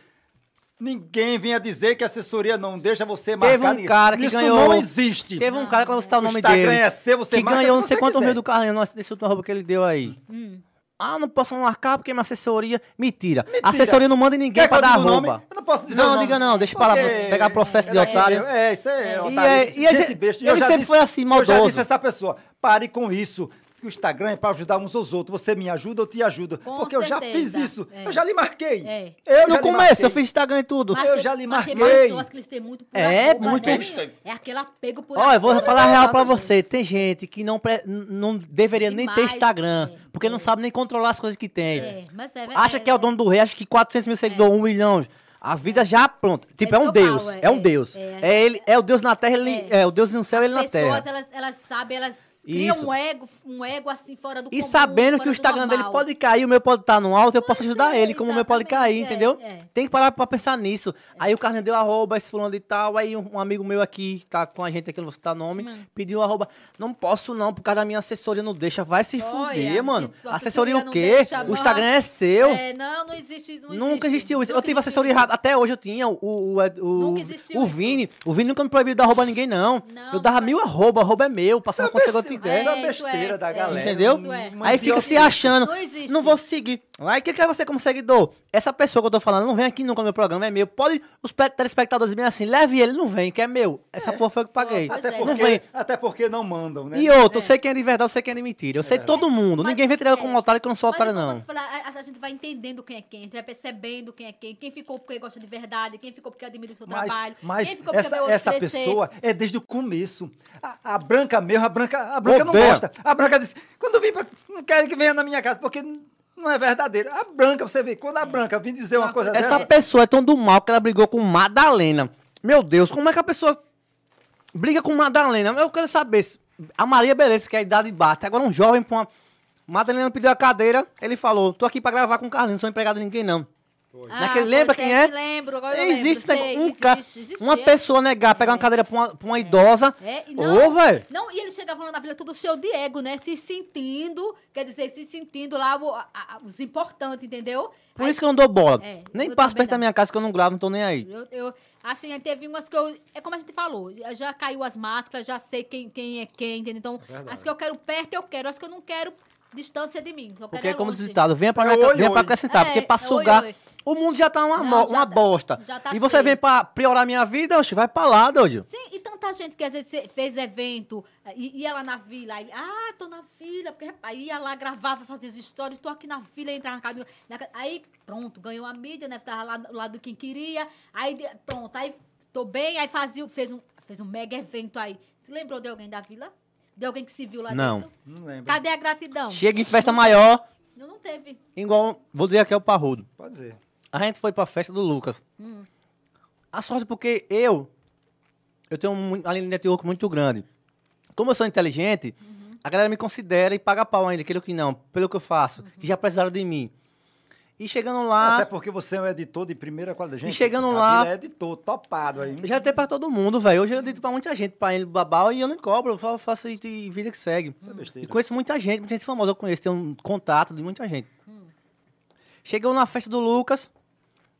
Speaker 3: Ninguém vinha dizer que a assessoria não deixa você marcar
Speaker 2: Teve um
Speaker 3: ninguém.
Speaker 2: cara que
Speaker 3: Isso
Speaker 2: ganhou.
Speaker 3: não existe.
Speaker 2: Teve um cara que eu vou citar o
Speaker 3: O
Speaker 2: nome
Speaker 3: Instagram
Speaker 2: dele.
Speaker 3: é seu, você
Speaker 2: que
Speaker 3: marca
Speaker 2: ganhou
Speaker 3: se
Speaker 2: não sei
Speaker 3: você
Speaker 2: quantos
Speaker 3: quiser.
Speaker 2: mil do carrinho nossa, desse último roubo que ele deu aí.
Speaker 4: Hum.
Speaker 2: Ah, não posso marcar porque minha assessoria. Mentira.
Speaker 3: Mentira.
Speaker 2: A assessoria não manda ninguém
Speaker 3: Quer que
Speaker 2: pra
Speaker 3: eu
Speaker 2: dar
Speaker 3: diga o nome?
Speaker 2: rouba.
Speaker 3: Eu não posso dizer
Speaker 2: Não,
Speaker 3: o nome.
Speaker 2: diga não, deixa pra lá,
Speaker 3: Porque
Speaker 2: pegar processo de
Speaker 3: ela é-
Speaker 2: otário.
Speaker 3: É, isso é,
Speaker 2: E
Speaker 3: otário.
Speaker 2: é- e a
Speaker 3: gente
Speaker 2: gente-
Speaker 3: besta.
Speaker 2: ele
Speaker 3: já
Speaker 2: sempre foi assim,
Speaker 3: Eu já
Speaker 2: maldoso.
Speaker 3: disse a essa pessoa, pare com isso. que O Instagram é para ajudar uns aos outros. Você me ajuda, eu te ajudo.
Speaker 4: Com
Speaker 3: porque eu já
Speaker 4: certeza.
Speaker 3: fiz isso.
Speaker 4: É.
Speaker 3: Eu já lhe marquei.
Speaker 4: É.
Speaker 3: Eu
Speaker 2: no
Speaker 3: já lhe
Speaker 2: começo,
Speaker 3: marquei.
Speaker 2: eu fiz Instagram e tudo.
Speaker 4: Mas
Speaker 3: Eu
Speaker 4: tem-
Speaker 3: já lhe
Speaker 4: mas tem
Speaker 3: marquei.
Speaker 4: pessoas que eles têm muito por
Speaker 2: É,
Speaker 4: arroba,
Speaker 2: muito.
Speaker 4: né, menino? É aquele apego por
Speaker 2: Ó, eu vou
Speaker 4: arroba,
Speaker 2: falar a
Speaker 4: né?
Speaker 2: real pra você. Tem gente que não, pre- n- não deveria nem ter
Speaker 4: Demais,
Speaker 2: Instagram,
Speaker 4: é,
Speaker 2: porque não sabe nem controlar as coisas que tem.
Speaker 4: É, mas é
Speaker 2: acha que é o dono do rei, acha que 400 mil seguidores, 1 milhão. A vida já pronta. Tipo, é,
Speaker 4: isso
Speaker 2: um
Speaker 4: que eu
Speaker 2: Deus.
Speaker 4: falo,
Speaker 2: é, um
Speaker 4: é,
Speaker 2: Deus.
Speaker 4: é.
Speaker 2: É, ele, é o Deus na terra, ele, é. o Deus no céu, ele na
Speaker 4: pessoas,
Speaker 2: terra.
Speaker 4: elas, elas sabem, elas criam
Speaker 2: Isso.
Speaker 4: um ego, um ego assim fora do
Speaker 2: E
Speaker 4: comum,
Speaker 2: sabendo
Speaker 4: fora
Speaker 2: que o
Speaker 4: do
Speaker 2: Instagram dele
Speaker 4: normal.
Speaker 2: pode cair, o meu pode estar no alto, eu posso ajudar
Speaker 4: é,
Speaker 2: ele, como o meu pode
Speaker 4: exatamente,
Speaker 2: cair,
Speaker 4: é,
Speaker 2: entendeu?
Speaker 4: é.
Speaker 2: Tem que parar pra pensar nisso. Aí o Carlinhos deu arroba, esse fulano e tal, aí um, um amigo meu aqui, tá com a gente aqui, não vou citar nome,
Speaker 4: Hum.
Speaker 2: pediu arroba. Não posso não, por causa da minha assessoria não deixa. Vai se
Speaker 4: Olha,
Speaker 2: fuder, mano.
Speaker 4: que sua
Speaker 2: Assessoria o
Speaker 4: assessoria não
Speaker 2: quê?
Speaker 4: deixa,
Speaker 2: o
Speaker 4: mano.
Speaker 2: Instagram é seu.
Speaker 4: É, não, não existe isso. não
Speaker 2: Nunca
Speaker 4: existe.
Speaker 2: existiu isso. eu
Speaker 4: Nunca
Speaker 2: tive
Speaker 4: existiu
Speaker 2: assessoria
Speaker 4: isso.
Speaker 2: errada. Até hoje eu tinha o, o, Ed- o,
Speaker 4: Nunca existiu
Speaker 2: o
Speaker 4: isso.
Speaker 2: Vini. O Vini nunca me proibiu de dar arroba a ninguém, não.
Speaker 4: Não,
Speaker 2: eu dava
Speaker 4: nunca.
Speaker 2: mil arroba, arroba é meu, passava
Speaker 3: Sabe
Speaker 2: quando eu
Speaker 3: esse-
Speaker 2: quiser.
Speaker 3: Essa
Speaker 4: É, isso é,
Speaker 3: besteira da
Speaker 4: é.
Speaker 3: galera.
Speaker 2: Entendeu?
Speaker 4: Isso é.
Speaker 3: Uma
Speaker 2: Aí fica
Speaker 3: idiota.
Speaker 2: se achando.
Speaker 4: Não existe.
Speaker 2: Não vou seguir. Aí o que, que você como seguidor? Essa pessoa que eu tô falando não vem aqui nunca no meu programa, é meu. Pode os pe- telespectadores bem assim, leve ele, não vem, que é meu. Essa porra foi eu que paguei.
Speaker 4: Pois
Speaker 3: Até
Speaker 4: é.
Speaker 2: Não
Speaker 3: porque,
Speaker 2: vem.
Speaker 3: até porque não mandam, né?
Speaker 2: E outro, eu sei quem é de verdade, eu sei quem é de mentira. Eu sei todo mundo.
Speaker 4: Mas-
Speaker 2: Ninguém vem tirar eu como
Speaker 4: é.
Speaker 2: um otário que eu não sou
Speaker 4: Mas
Speaker 2: otário,
Speaker 4: é como
Speaker 2: não.
Speaker 4: você fala, a, a gente vai entendendo quem é quem, a gente vai percebendo quem é quem, quem ficou porque gosta de verdade, quem ficou porque admira o seu
Speaker 3: Mas,
Speaker 4: trabalho,
Speaker 3: mas
Speaker 4: quem ficou porque
Speaker 3: essa,
Speaker 4: vê o outro
Speaker 3: essa
Speaker 4: crescer.
Speaker 3: pessoa é desde o começo. A, a branca mesmo, a branca, a branca não
Speaker 2: Odeia.
Speaker 3: gosta. A branca disse, quando eu vim pra, não quero que venha na minha casa, porque n- não é verdadeiro. A branca, você vê, quando a branca vem dizer uma
Speaker 4: Uma
Speaker 3: coisa
Speaker 4: coisa
Speaker 3: dessa,
Speaker 2: Essa pessoa é tão do mal que ela brigou com Madalena. Meu Deus, como é que a pessoa briga com Madalena? Eu quero saber. se- A Maria Beleza, que é a idade bate. Agora um jovem pra uma... Madalena pediu a cadeira, ele falou, tô aqui pra gravar com o Carlinhos, não sou empregado de ninguém, não.
Speaker 4: Ah,
Speaker 2: Naquele, lembra
Speaker 4: você,
Speaker 2: quem é?
Speaker 4: te lembro, agora eu
Speaker 2: existe
Speaker 4: lembro,
Speaker 2: né,
Speaker 4: sei,
Speaker 2: um ca-
Speaker 4: existe, existe,
Speaker 2: uma
Speaker 4: é.
Speaker 2: pessoa negar, pegar uma cadeira pra uma, pra uma idosa.
Speaker 4: É, e
Speaker 2: Ô, velho.
Speaker 4: Não, e ele chega falando na vida tudo cheio de ego, né? Se sentindo, quer dizer, se sentindo lá o- a- a- os importantes, entendeu?
Speaker 2: Por
Speaker 4: Aí-
Speaker 2: isso que eu não dou bola.
Speaker 4: É,
Speaker 2: nem
Speaker 4: eu
Speaker 2: passo
Speaker 4: também
Speaker 2: perto da
Speaker 4: não.
Speaker 2: minha casa que eu não gravo, não tô nem aí.
Speaker 4: Eu, eu- assim, aí teve umas que eu. É como a gente falou, já- já caiu as máscaras, já sei quem, quem é quem, entendeu? Então, as que eu quero perto, eu quero. As que eu não quero, distância de mim. Eu quero
Speaker 2: Porque
Speaker 4: é
Speaker 2: é como
Speaker 4: longe.
Speaker 2: ditado, venha pra,
Speaker 3: É
Speaker 2: acre-
Speaker 3: oi,
Speaker 2: venha pra
Speaker 3: oi.
Speaker 2: acrescentar,
Speaker 4: É,
Speaker 2: porque pra
Speaker 4: é oi,
Speaker 2: sugar,
Speaker 4: oi.
Speaker 2: o mundo já tá uma,
Speaker 4: Não,
Speaker 2: mo-
Speaker 4: já
Speaker 2: uma
Speaker 4: tá-
Speaker 2: bosta.
Speaker 4: já tá
Speaker 2: e você
Speaker 4: cheio.
Speaker 2: vem pra piorar minha vida, oxe, vai pra lá, doido.
Speaker 4: Sim, e tanta gente que às vezes cê- fez evento, eh, e ia lá na vila, aí, ah, tô na vila, porque rapaz, ia lá, gravava, fazia as histórias, tô aqui na vila, entrava na casa, do- na ca- aí pronto, ganhou a mídia, né, tava lá do lado de quem queria, aí de- pronto, aí tô bem, aí fazia, fez um, fez um mega evento aí. Você lembrou de alguém da vila? De alguém que se viu lá
Speaker 2: Não.
Speaker 4: dentro?
Speaker 3: não lembro.
Speaker 4: Cadê a gratidão?
Speaker 2: Chega em festa maior,
Speaker 4: Não, não teve.
Speaker 2: igual, vou dizer aqui é o parrudo.
Speaker 3: Pode dizer.
Speaker 2: A gente foi pra festa do Lucas.
Speaker 4: Hum.
Speaker 2: A sorte é porque eu, eu tenho um, além de network muito grande. Como eu sou inteligente,
Speaker 4: Uhum.
Speaker 2: a galera me considera e paga pau ainda, aquilo que não, pelo que eu faço,
Speaker 4: Uhum.
Speaker 2: que já precisaram de mim. E chegando lá...
Speaker 3: Até porque você é um editor de primeira qualidade. Gente,
Speaker 2: chegando
Speaker 3: a
Speaker 2: lá-
Speaker 3: Vila é editor, topado aí.
Speaker 2: Já tem pra todo mundo, velho. Hoje eu dito pra muita gente, pra ele babau, e eu não cobro, eu fa- faço isso e vida que segue. Hum.
Speaker 3: Isso é besteira.
Speaker 2: E conheço muita gente, muita gente famosa, eu conheço, tenho um contato de muita gente. Chegou na festa do Lucas,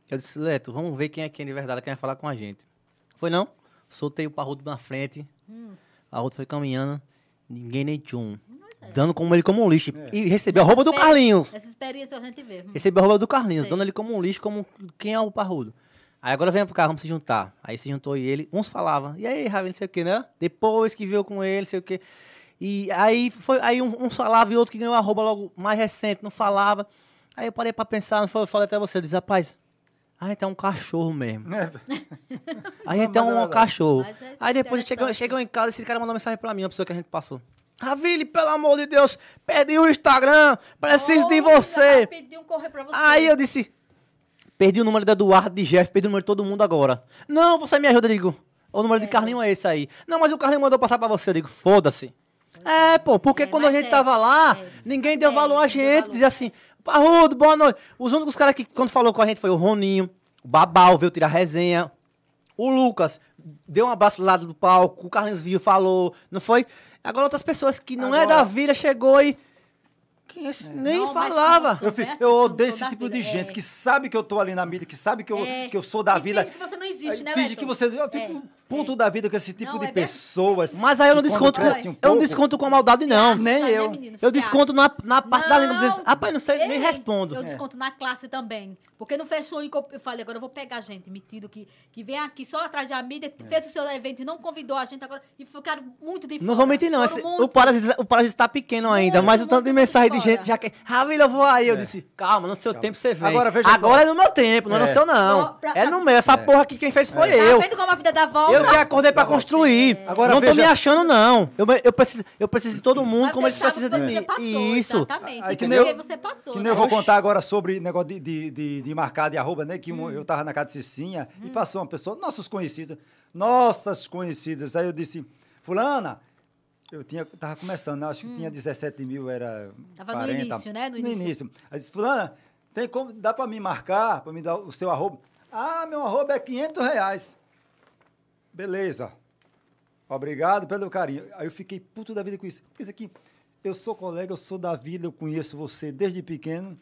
Speaker 2: eu disse, Leto, vamos ver quem é quem de verdade, quem vai falar com a gente. Foi não? Soltei o parrudo na frente, a outra foi caminhando, ninguém nem tchum.
Speaker 4: certo.
Speaker 2: dando como ele como um lixo.
Speaker 3: É.
Speaker 2: E recebeu a roupa do Carlinhos.
Speaker 4: Essa experiência a gente vê. Hum.
Speaker 2: Recebeu a roupa do Carlinhos, dando ele como um lixo, como quem é o parrudo. Aí agora vem pro carro, vamos se juntar. Aí se juntou e ele, uns falavam, e aí, Raven, não sei o que, né? Depois que veio com ele, não sei o que. E aí foi, aí um, um falava e outro que ganhou a roupa logo mais recente, não falava. Aí eu parei pra pensar, não foi, eu falei até você, eu disse, rapaz, a gente é um cachorro mesmo.
Speaker 3: Né?
Speaker 2: A gente é
Speaker 3: Não, mas é
Speaker 2: um
Speaker 3: verdade.
Speaker 2: cachorro.
Speaker 4: Mas é
Speaker 2: Aí depois chegou,
Speaker 4: interessante.
Speaker 2: chegou em casa, esse cara mandou mensagem pra mim, uma pessoa que a gente passou. Ravile, pelo amor de Deus, perdi o Instagram, preciso de
Speaker 4: Olha,
Speaker 2: você.
Speaker 4: rapidinho, um correr pra você.
Speaker 2: Aí eu disse, perdi o número da Eduardo, de Jeff, perdi o número de todo mundo agora. Não, você me ajuda, eu digo. O número de Carlinho é esse aí. Não, mas o Carlinho mandou passar pra você, eu digo, foda-se. É, pô, porque
Speaker 4: É,
Speaker 2: quando a
Speaker 4: mas
Speaker 2: gente
Speaker 4: é,
Speaker 2: tava lá,
Speaker 4: é.
Speaker 2: ninguém deu
Speaker 4: É,
Speaker 2: valor a
Speaker 4: ninguém deu
Speaker 2: gente,
Speaker 4: valor.
Speaker 2: dizia assim, Parrudo, boa noite. Os únicos caras que, quando falou com a gente, foi o Roninho, o Babal veio tirar resenha, o Lucas deu um abraço do lado do palco, o Carlinhos viu, falou, não foi? Agora outras pessoas que não é
Speaker 3: Agora-
Speaker 2: da vila chegou e... que Nem
Speaker 4: é Não, mas
Speaker 2: falava.
Speaker 4: não- é assim,
Speaker 3: Eu, fico-
Speaker 4: Conversa,
Speaker 3: eu
Speaker 4: isso
Speaker 3: odeio
Speaker 4: não
Speaker 3: esse
Speaker 4: sou da
Speaker 3: tipo de
Speaker 4: vida.
Speaker 3: gente
Speaker 4: É.
Speaker 3: que sabe que eu tô ali na mídia, que sabe que eu,
Speaker 4: É.
Speaker 3: que eu sou da
Speaker 4: E
Speaker 3: vida.
Speaker 4: Finge que você não existe, né,
Speaker 3: Finge
Speaker 4: Leto?
Speaker 3: que você. Eu fico
Speaker 4: É.
Speaker 3: puto da vida com esse tipo
Speaker 4: Não,
Speaker 3: de
Speaker 4: é verdade.
Speaker 3: pessoas.
Speaker 2: Mas aí eu não
Speaker 3: que quando
Speaker 2: desconto com,
Speaker 3: cresce um
Speaker 2: eu não
Speaker 3: pouco-
Speaker 2: desconto com a maldade, não.
Speaker 4: Se
Speaker 3: Nem
Speaker 4: acha, né,
Speaker 3: eu.
Speaker 4: menino? Se
Speaker 2: Eu
Speaker 4: acha.
Speaker 2: desconto na, na parte da língua. deles. Rapaz, não sei, nem
Speaker 4: Ei,
Speaker 2: respondo. É.
Speaker 4: Eu desconto na classe também. Porque não fechou em. co- Eu falei, agora eu vou pegar gente metido que, que vem aqui só atrás da mídia,
Speaker 2: É.
Speaker 4: fez o seu evento e não convidou a gente agora. E ficaram muito de
Speaker 2: Não
Speaker 4: fora.
Speaker 2: vou mentir, não.
Speaker 4: Foram
Speaker 2: Esse-
Speaker 4: muito.
Speaker 2: o parasita o parasita tá pequeno ainda,
Speaker 4: Muito,
Speaker 2: mas o tanto de
Speaker 4: muito,
Speaker 2: mensagem
Speaker 4: muito
Speaker 2: de gente
Speaker 4: fora.
Speaker 2: já que. Ravilha, eu vou aí. Eu disse, calma, no seu tempo você vem.
Speaker 3: É. Agora, veja só.
Speaker 2: Agora é no meu tempo, não é, no
Speaker 3: É.
Speaker 2: seu, não.
Speaker 4: Ó, pra-
Speaker 2: É no meu. Essa porra aqui quem fez foi
Speaker 4: Tá
Speaker 2: eu.
Speaker 4: vendo como tá? a vida dá volta?
Speaker 2: Eu que acordei pra construir.
Speaker 3: Tá Agora
Speaker 2: não tô
Speaker 3: veja-
Speaker 2: me achando, não. Eu, eu, preciso, eu preciso de todo mundo,
Speaker 4: Mas
Speaker 2: como eles
Speaker 4: você sabe
Speaker 2: precisam de
Speaker 4: o que
Speaker 2: mim.
Speaker 4: você passou,
Speaker 2: Isso.
Speaker 4: Exatamente.
Speaker 3: Aí que
Speaker 4: e
Speaker 3: nem
Speaker 4: por que
Speaker 3: eu-
Speaker 4: você passou.
Speaker 3: Que nem
Speaker 4: né?
Speaker 3: eu vou contar agora sobre negócio de, de, de, de marcar de arroba, né? Que um-
Speaker 4: Hum.
Speaker 3: eu tava na casa de Cicinha e passou uma pessoa, nossos conhecidos, nossas conhecidas. Aí eu disse, fulana, eu tinha, tava começando, né, acho que tinha 17 mil, era
Speaker 4: Hum. Tava no
Speaker 3: 40.
Speaker 4: início, né, no início.
Speaker 3: Aí disse, fulana, tem como, dá pra me marcar, pra me dar o seu arroba? Ah, meu arroba é 500 reais. Beleza. Obrigado pelo carinho. Aí eu fiquei puto da vida com isso. Quer dizer que eu sou colega, eu sou da vida, eu conheço você desde pequeno.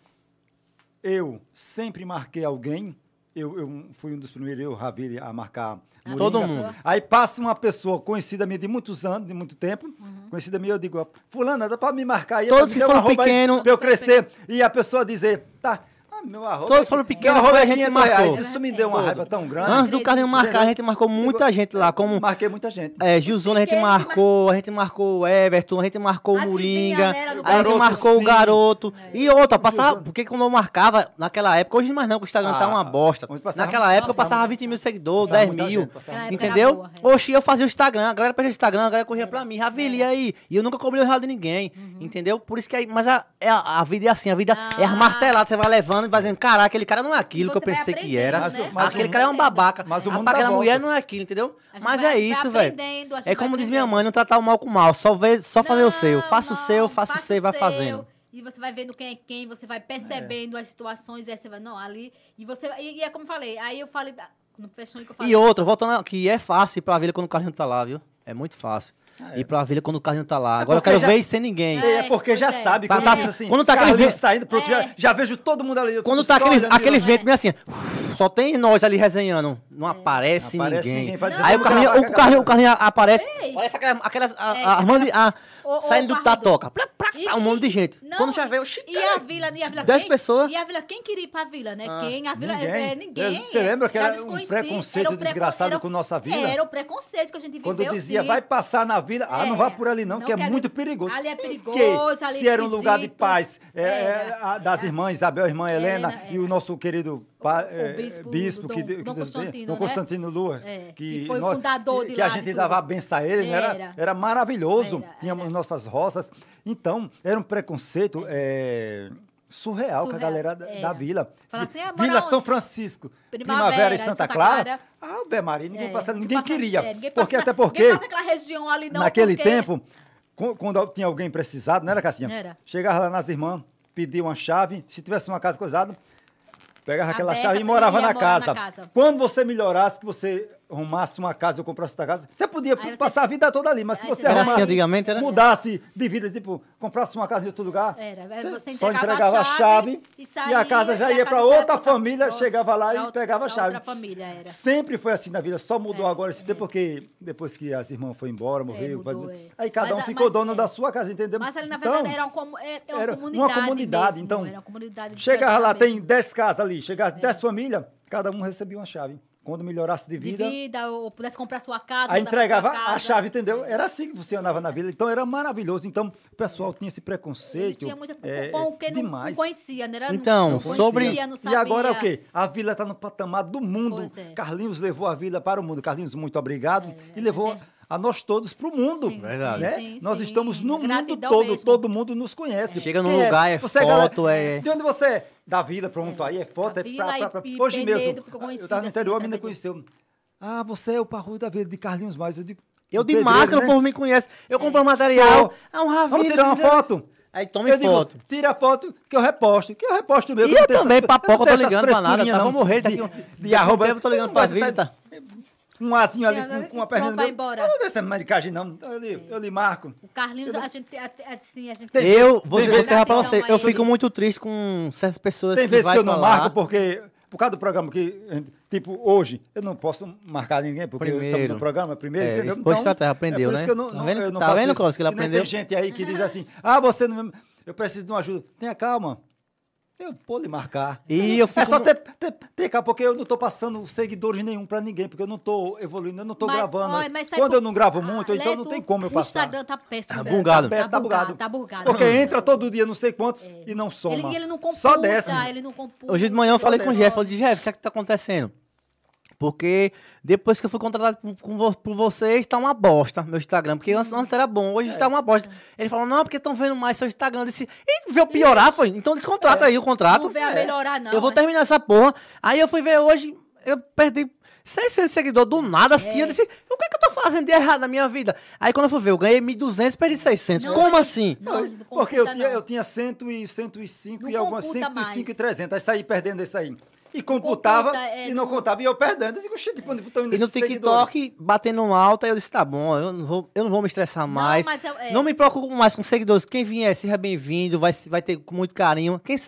Speaker 3: Eu sempre marquei alguém. Eu, eu fui um dos primeiros, eu, Ravilha, a marcar Moringa.
Speaker 2: Ah, Todo mundo.
Speaker 3: Aí passa uma pessoa conhecida minha de muitos anos, de muito tempo, conhecida minha, eu digo, ó, fulana, dá pra me marcar aí.
Speaker 2: Uhum. Todos
Speaker 3: pra me
Speaker 2: que
Speaker 3: dar um
Speaker 2: foram
Speaker 3: arroba aí
Speaker 2: pequeno-
Speaker 3: Pra eu crescer. E a pessoa dizer, tá, ah, meu arroba...
Speaker 2: Todos
Speaker 3: é-
Speaker 2: foram
Speaker 3: meu
Speaker 2: pequeno,
Speaker 3: arroba
Speaker 2: foi
Speaker 3: é
Speaker 2: a gente que
Speaker 3: 500 reais.
Speaker 2: marcou.
Speaker 3: Isso me deu uma raiva tão grande.
Speaker 2: Antes do Carlinho marcar, a gente marcou muita gente lá, como
Speaker 3: Marquei muita gente.
Speaker 2: É, Gilzona a gente
Speaker 4: Porque ele
Speaker 2: marcou, a gente marcou o Everton, a gente marcou o
Speaker 4: As que vem a
Speaker 2: Moringa,
Speaker 4: galera do
Speaker 2: a gente
Speaker 3: garoto,
Speaker 2: marcou o
Speaker 3: sim.
Speaker 2: garoto.
Speaker 4: É.
Speaker 2: E outra, passava, porque quando eu marcava, naquela época, hoje mais não, que o Instagram tá
Speaker 3: Ah,
Speaker 2: uma bosta.
Speaker 3: onde passava-
Speaker 2: Naquela época eu
Speaker 3: passava
Speaker 2: passava
Speaker 3: muita-
Speaker 2: 20 mil seguidores,
Speaker 3: passava
Speaker 2: 10
Speaker 3: muita
Speaker 2: mil,
Speaker 3: gente, passava
Speaker 4: muita gente.
Speaker 2: entendeu?
Speaker 4: Aquela época era boa, é.
Speaker 2: Oxi, eu fazia o Instagram, a galera fazia o Instagram, a galera corria pra mim, Ravili aí. E eu nunca cobri o real de ninguém, entendeu? Por isso que aí, mas a, é a- a vida é assim, a vida é
Speaker 4: Uhum. Ah.
Speaker 2: martelada, você vai levando e vai dizendo, caraca, aquele cara não é aquilo que eu
Speaker 4: você vai
Speaker 2: pensei que
Speaker 4: aprendendo,
Speaker 2: era.
Speaker 4: né?
Speaker 3: Mas o- mas o
Speaker 2: Aquele
Speaker 3: mundo-
Speaker 2: cara é um babaca,
Speaker 3: Mas o mundo
Speaker 2: rapaz,
Speaker 3: dá
Speaker 2: aquela mulher
Speaker 3: voltas.
Speaker 2: não é aquilo, entendeu?
Speaker 4: A gente
Speaker 2: Mas
Speaker 4: vai-
Speaker 2: é
Speaker 4: vai
Speaker 2: isso, velho.
Speaker 4: aprendendo, a gente
Speaker 2: É
Speaker 4: vai
Speaker 2: como diz minha
Speaker 4: aprendendo.
Speaker 2: mãe, não tratar o mal com o mal. Só, vê, só fazer o seu.
Speaker 4: Não,
Speaker 2: Faça o
Speaker 4: não,
Speaker 2: seu, faça o
Speaker 4: faça
Speaker 2: seu e vai
Speaker 4: seu.
Speaker 2: fazendo.
Speaker 4: E você vai vendo quem é quem, você vai percebendo as situações, aí você vai, não, ali. E você. E, e é como eu falei, aí eu falei. ah, No fechão que eu falei.
Speaker 2: E outra, voltando aqui, é fácil ir pra vila quando o Carlinho tá lá, viu? É muito fácil. Ir pra vila quando o Carlinho tá lá. Agora eu
Speaker 3: Ah, é. porque
Speaker 2: quero
Speaker 3: já-
Speaker 2: ver isso sem ninguém.
Speaker 3: É, porque já
Speaker 4: pois é.
Speaker 3: sabe, quando
Speaker 2: Tá-
Speaker 3: diz assim,
Speaker 2: quando tá aquele
Speaker 3: Carlinhos
Speaker 2: ve-
Speaker 3: tá indo pro outro,
Speaker 4: É.
Speaker 3: já, já vejo todo mundo ali. eu
Speaker 2: Quando
Speaker 3: fico
Speaker 2: tá
Speaker 3: só
Speaker 2: aquele,
Speaker 3: olhando,
Speaker 2: aquele
Speaker 3: eu-
Speaker 2: vento meio assim, uf, só tem nós ali resenhando. Não
Speaker 4: É.
Speaker 2: aparece,
Speaker 3: Não aparece
Speaker 2: ninguém.
Speaker 3: ninguém pra dizer tá
Speaker 2: Aí o
Speaker 3: nada.
Speaker 2: Carlinho, o
Speaker 3: Caraca,
Speaker 2: Carlinho, o Carlinho aparece. Parece aquela- aquelas. a-
Speaker 4: É,
Speaker 2: a- a mãe de- a-
Speaker 4: Ô, ô,
Speaker 2: Saindo do
Speaker 4: Parrudo.
Speaker 2: tatoca. Plá, plá,
Speaker 4: E-
Speaker 2: plá, Um monte de gente.
Speaker 4: Não,
Speaker 2: Quando já vê, oxi,
Speaker 4: E a vila, e a vila
Speaker 2: Dez
Speaker 4: quem-
Speaker 2: pessoas.
Speaker 4: E a vila, quem queria ir pra vila, né? quem? A vila
Speaker 3: Ah, ninguém.
Speaker 4: é, ninguém.
Speaker 3: Você lembra que
Speaker 4: Era
Speaker 3: era um
Speaker 4: desconhecido,
Speaker 3: preconceito
Speaker 4: era um precon-
Speaker 3: desgraçado
Speaker 4: era um-
Speaker 3: com nossa vila?
Speaker 4: Era o preconceito que a gente viveu.
Speaker 3: Quando dizia,
Speaker 4: sim.
Speaker 3: vai passar na vida, ah,
Speaker 4: É.
Speaker 3: não vá por ali não,
Speaker 4: Não,
Speaker 3: que é
Speaker 4: que ali-
Speaker 3: muito perigoso.
Speaker 4: ali é
Speaker 3: Que
Speaker 4: perigoso, ali é
Speaker 3: Se era um lugar de
Speaker 4: esquisito.
Speaker 3: paz é,
Speaker 4: É.
Speaker 3: é, a- das irmãs Isabel, irmã Helena,
Speaker 4: Helena,
Speaker 3: e
Speaker 4: é.
Speaker 3: o nosso querido pa- é,
Speaker 4: bispo,
Speaker 3: bispo,
Speaker 4: Dom-
Speaker 3: que,
Speaker 4: Dom
Speaker 3: que-
Speaker 4: Constantino,
Speaker 3: Dom
Speaker 4: né?
Speaker 3: Constantino Luas,
Speaker 4: É, que foi o fundador
Speaker 3: que,
Speaker 4: de
Speaker 3: que
Speaker 4: lá,
Speaker 3: a
Speaker 4: de
Speaker 3: gente
Speaker 4: tudo.
Speaker 3: dava a benção a ele, né? era,
Speaker 4: Era.
Speaker 3: era, maravilhoso.
Speaker 4: Era,
Speaker 3: Tínhamos
Speaker 4: era.
Speaker 3: nossas roças. Então, era um preconceito é, surreal, com a
Speaker 4: Surreal,
Speaker 3: galera da,
Speaker 4: era.
Speaker 3: da vila.
Speaker 4: Fala
Speaker 3: Se-
Speaker 4: assim, ah, bora
Speaker 3: vila
Speaker 4: onde?
Speaker 3: São Francisco,
Speaker 4: Primavera,
Speaker 3: Primavera,
Speaker 4: em
Speaker 3: e
Speaker 4: Santa
Speaker 3: Santa Clara.
Speaker 4: Clara.
Speaker 3: Ave Maria, ninguém
Speaker 4: É,
Speaker 3: passa, ninguém
Speaker 4: passa-
Speaker 3: queria.
Speaker 4: é, ninguém
Speaker 3: porque
Speaker 4: passa-
Speaker 3: até porque
Speaker 4: Ninguém passa aquela região ali, não.
Speaker 3: naquele
Speaker 4: porque-
Speaker 3: tempo, qu- quando tinha alguém precisado, não era Cassinha?
Speaker 4: Era.
Speaker 3: Chegava lá nas irmãs, pedia uma chave, se tivesse uma casa coisada, pegava aquela
Speaker 4: Aberta,
Speaker 3: chave e morava
Speaker 4: ia
Speaker 3: na
Speaker 4: morar na
Speaker 3: casa.
Speaker 4: casa.
Speaker 3: Quando você melhorasse, que você arrumasse uma casa, eu comprasse outra casa, você podia passar a vida toda ali, mas se
Speaker 4: Aí
Speaker 3: você
Speaker 4: você- Era
Speaker 2: assim
Speaker 3: arrumasse,
Speaker 2: antigamente, era?
Speaker 3: mudasse de vida, tipo, comprasse uma casa em outro lugar,
Speaker 4: Era,
Speaker 3: você,
Speaker 4: você
Speaker 3: só
Speaker 4: entregava
Speaker 3: entregava a chave e, a
Speaker 4: saía,
Speaker 3: casa já
Speaker 4: e
Speaker 3: ia para
Speaker 4: a casa já ia
Speaker 3: outra
Speaker 4: pra outra-
Speaker 3: família,
Speaker 4: pra outra-
Speaker 3: chegava lá
Speaker 4: pra
Speaker 3: e
Speaker 4: outra-
Speaker 3: pegava a
Speaker 4: pra
Speaker 3: chave.
Speaker 4: outra família, era. É,
Speaker 3: Sempre foi assim na vida, só mudou agora esse tempo, porque depois que as irmãs foram embora, morreu,
Speaker 4: mudou, é.
Speaker 3: aí cada
Speaker 4: Mas
Speaker 3: um
Speaker 4: a-
Speaker 3: ficou
Speaker 4: mas-
Speaker 3: dono
Speaker 4: é.
Speaker 3: da sua casa, entendeu?
Speaker 4: Mas ali, na
Speaker 3: Então,
Speaker 4: verdade, era, uma comu- é- é uma
Speaker 3: era uma
Speaker 4: comunidade.
Speaker 3: comunidade,
Speaker 4: mesmo,
Speaker 3: então,
Speaker 4: Era uma comunidade de
Speaker 3: Chegava lá,
Speaker 4: pessoa
Speaker 3: tem
Speaker 4: mesmo. É.
Speaker 3: 10 casas ali, chegava 10 famílias, cada um recebia uma chave. Quando melhorasse de
Speaker 4: De
Speaker 3: vida,
Speaker 4: vida, ou pudesse comprar sua casa.
Speaker 3: aí
Speaker 4: mudar pra sua
Speaker 3: entregava a
Speaker 4: casa. É.
Speaker 3: chave, entendeu? Era assim que funcionava na vila. Então era maravilhoso. Então o pessoal tinha esse
Speaker 4: Eles
Speaker 3: preconceito.
Speaker 4: tinham muita
Speaker 3: é,
Speaker 4: com quem não, não
Speaker 3: demais.
Speaker 4: conhecia, né? Era-
Speaker 2: Então,
Speaker 4: não conhecia,
Speaker 2: sobre-
Speaker 4: não
Speaker 3: E
Speaker 4: sabia.
Speaker 3: agora é o quê? A vila está no patamar do mundo.
Speaker 4: Pois é.
Speaker 3: Carlinhos levou a vila para o mundo. Carlinhos, muito obrigado. e levou a nós todos para o mundo.
Speaker 4: é. Sim,
Speaker 2: Verdade.
Speaker 3: né?
Speaker 4: sim,
Speaker 3: Nós
Speaker 4: sim.
Speaker 3: estamos no mundo
Speaker 4: Gratidão
Speaker 3: todo,
Speaker 4: mesmo.
Speaker 3: todo mundo nos conhece.
Speaker 2: Chega num
Speaker 3: Quem
Speaker 2: lugar, é
Speaker 3: Você galera-
Speaker 2: foto, é-
Speaker 3: De onde você é? Da vila, pronto, aí é foto,
Speaker 4: Da
Speaker 3: é
Speaker 4: vila
Speaker 3: pra, pra,
Speaker 4: e-
Speaker 3: pra.
Speaker 4: e
Speaker 3: Hoje
Speaker 4: Penedo
Speaker 3: mesmo,
Speaker 4: ficou
Speaker 3: eu
Speaker 4: conhecida
Speaker 3: estava no interior, a
Speaker 4: assim,
Speaker 3: menina
Speaker 4: também.
Speaker 3: conheceu. Ah, você é o parrudo da vila, de Carlinhos Mais. Eu, digo,
Speaker 2: Eu de
Speaker 3: pedreiro,
Speaker 2: máscara,
Speaker 3: né?
Speaker 2: o povo me conhece. Eu compro material.
Speaker 3: Só.
Speaker 2: É um ravinho.
Speaker 3: Vamos tirar uma foto?
Speaker 2: Aí tome
Speaker 3: eu digo,
Speaker 2: foto.
Speaker 3: tira a foto que eu reposto. Que eu reposto mesmo.
Speaker 2: E
Speaker 3: não
Speaker 2: eu
Speaker 3: tenho
Speaker 2: também,
Speaker 3: essas-
Speaker 2: papoca,
Speaker 3: não
Speaker 2: eu tô
Speaker 3: tenho essas
Speaker 2: ligando pra nada,
Speaker 3: frescurinhas,
Speaker 2: tá?
Speaker 3: não.
Speaker 2: Vou morrer daqui
Speaker 3: De-
Speaker 2: um-
Speaker 3: De
Speaker 2: daqui um
Speaker 3: arroba.
Speaker 2: tempo eu tô ligando
Speaker 3: Não
Speaker 2: pra
Speaker 3: gosto
Speaker 2: vida,
Speaker 3: dessa-
Speaker 2: tá?
Speaker 3: Um asinho ali
Speaker 4: Sim,
Speaker 3: com, com uma
Speaker 4: pronto,
Speaker 3: perna.
Speaker 4: vai
Speaker 3: dele.
Speaker 4: embora.
Speaker 3: Eu não dou essa maricagem, não. Eu lhe, eu lhe marco.
Speaker 4: O Carlinhos, a gente, a- assim, a gente...
Speaker 2: Eu vou
Speaker 3: Tem
Speaker 2: vou
Speaker 3: vezes-
Speaker 2: encerrar pra
Speaker 4: Então,
Speaker 2: você.
Speaker 4: aí-
Speaker 2: Eu fico muito triste com certas pessoas
Speaker 3: Tem
Speaker 2: que
Speaker 3: vezes
Speaker 2: vai
Speaker 3: que eu não
Speaker 2: pra lá.
Speaker 3: marco porque, por causa do programa que, tipo, hoje, eu não posso marcar ninguém porque estamos
Speaker 2: Primeiro.
Speaker 3: no programa primeiro,
Speaker 2: É,
Speaker 3: entendeu? Então,
Speaker 2: expôs estratégia, aprendeu,
Speaker 3: por isso
Speaker 2: né?
Speaker 3: que eu não,
Speaker 2: Tá
Speaker 3: não,
Speaker 2: vendo-
Speaker 3: eu não
Speaker 2: tá
Speaker 3: faço
Speaker 2: vendo,
Speaker 3: isso.
Speaker 2: Cláudio, que ele
Speaker 3: E nem
Speaker 2: aprendeu?
Speaker 3: Tem gente aí que diz assim, ah, você não... Eu preciso de uma ajuda. Tenha calma. Eu vou lhe marcar.
Speaker 2: E eu fico
Speaker 3: é só
Speaker 2: no-
Speaker 3: ter, ter, ter calma, porque eu não estou passando seguidores nenhum para ninguém, porque eu não estou evoluindo, eu não estou
Speaker 4: Mas,
Speaker 3: gravando.
Speaker 4: olha, mas sabe
Speaker 3: Quando
Speaker 4: por-
Speaker 3: eu não gravo
Speaker 4: Ah,
Speaker 3: muito, então não
Speaker 4: Leto,
Speaker 3: tem como eu
Speaker 4: O
Speaker 3: passar.
Speaker 4: Instagram tá péssimo.
Speaker 2: Tá bugado.
Speaker 3: Tá,
Speaker 4: Tá
Speaker 3: bugado.
Speaker 4: bugado, tá bugado. É.
Speaker 3: Porque entra todo dia não sei quantos e não soma.
Speaker 4: Ele, e ele não computa,
Speaker 3: Só desce.
Speaker 4: ele não computa.
Speaker 2: Hoje de manhã eu
Speaker 3: Só
Speaker 2: falei com o
Speaker 3: dessa.
Speaker 2: Jeff, falei, Jeff, o que é que tá acontecendo? Porque depois que eu fui contratado por, com vo- por vocês, tá uma bosta meu Instagram. Porque antes, antes era bom, hoje está tá uma bosta. Ele falou, não, porque estão vendo mais seu Instagram. Eu Disse, e veio piorar, foi? Então descontrata aí o contrato.
Speaker 4: Não vem a
Speaker 2: É.
Speaker 4: melhorar, não.
Speaker 2: eu vou
Speaker 4: né?
Speaker 2: terminar essa porra. Aí eu fui ver hoje, eu perdi 600 seguidores do nada, assim. Eu disse, o que é que eu tô fazendo de errado na minha vida? Aí quando eu fui ver, eu ganhei 1.200, perdi 600.
Speaker 4: Não, é.
Speaker 2: Como
Speaker 4: mas-
Speaker 2: assim?
Speaker 4: Não, não
Speaker 3: Porque eu
Speaker 4: computa,
Speaker 3: tinha,
Speaker 4: não.
Speaker 3: eu tinha 100 e 105
Speaker 4: Não
Speaker 3: e algumas
Speaker 4: computa
Speaker 3: 105 e
Speaker 4: mais.
Speaker 3: 300. Aí saí perdendo isso aí. E computava
Speaker 4: computa, é,
Speaker 3: e não
Speaker 4: não-
Speaker 3: contava. E eu perdendo. Eu digo, xixi, quando estão indo
Speaker 2: E no
Speaker 3: esses
Speaker 2: TikTok,
Speaker 3: seguidores?"
Speaker 2: batendo um alto, aí eu disse, tá bom, eu não vou, eu não vou me estressar mais.
Speaker 4: mas eu- é.
Speaker 2: Não me preocupo mais com seguidores. Quem vier, seja bem-vindo, vai, se- vai ter com muito carinho. Quem sabe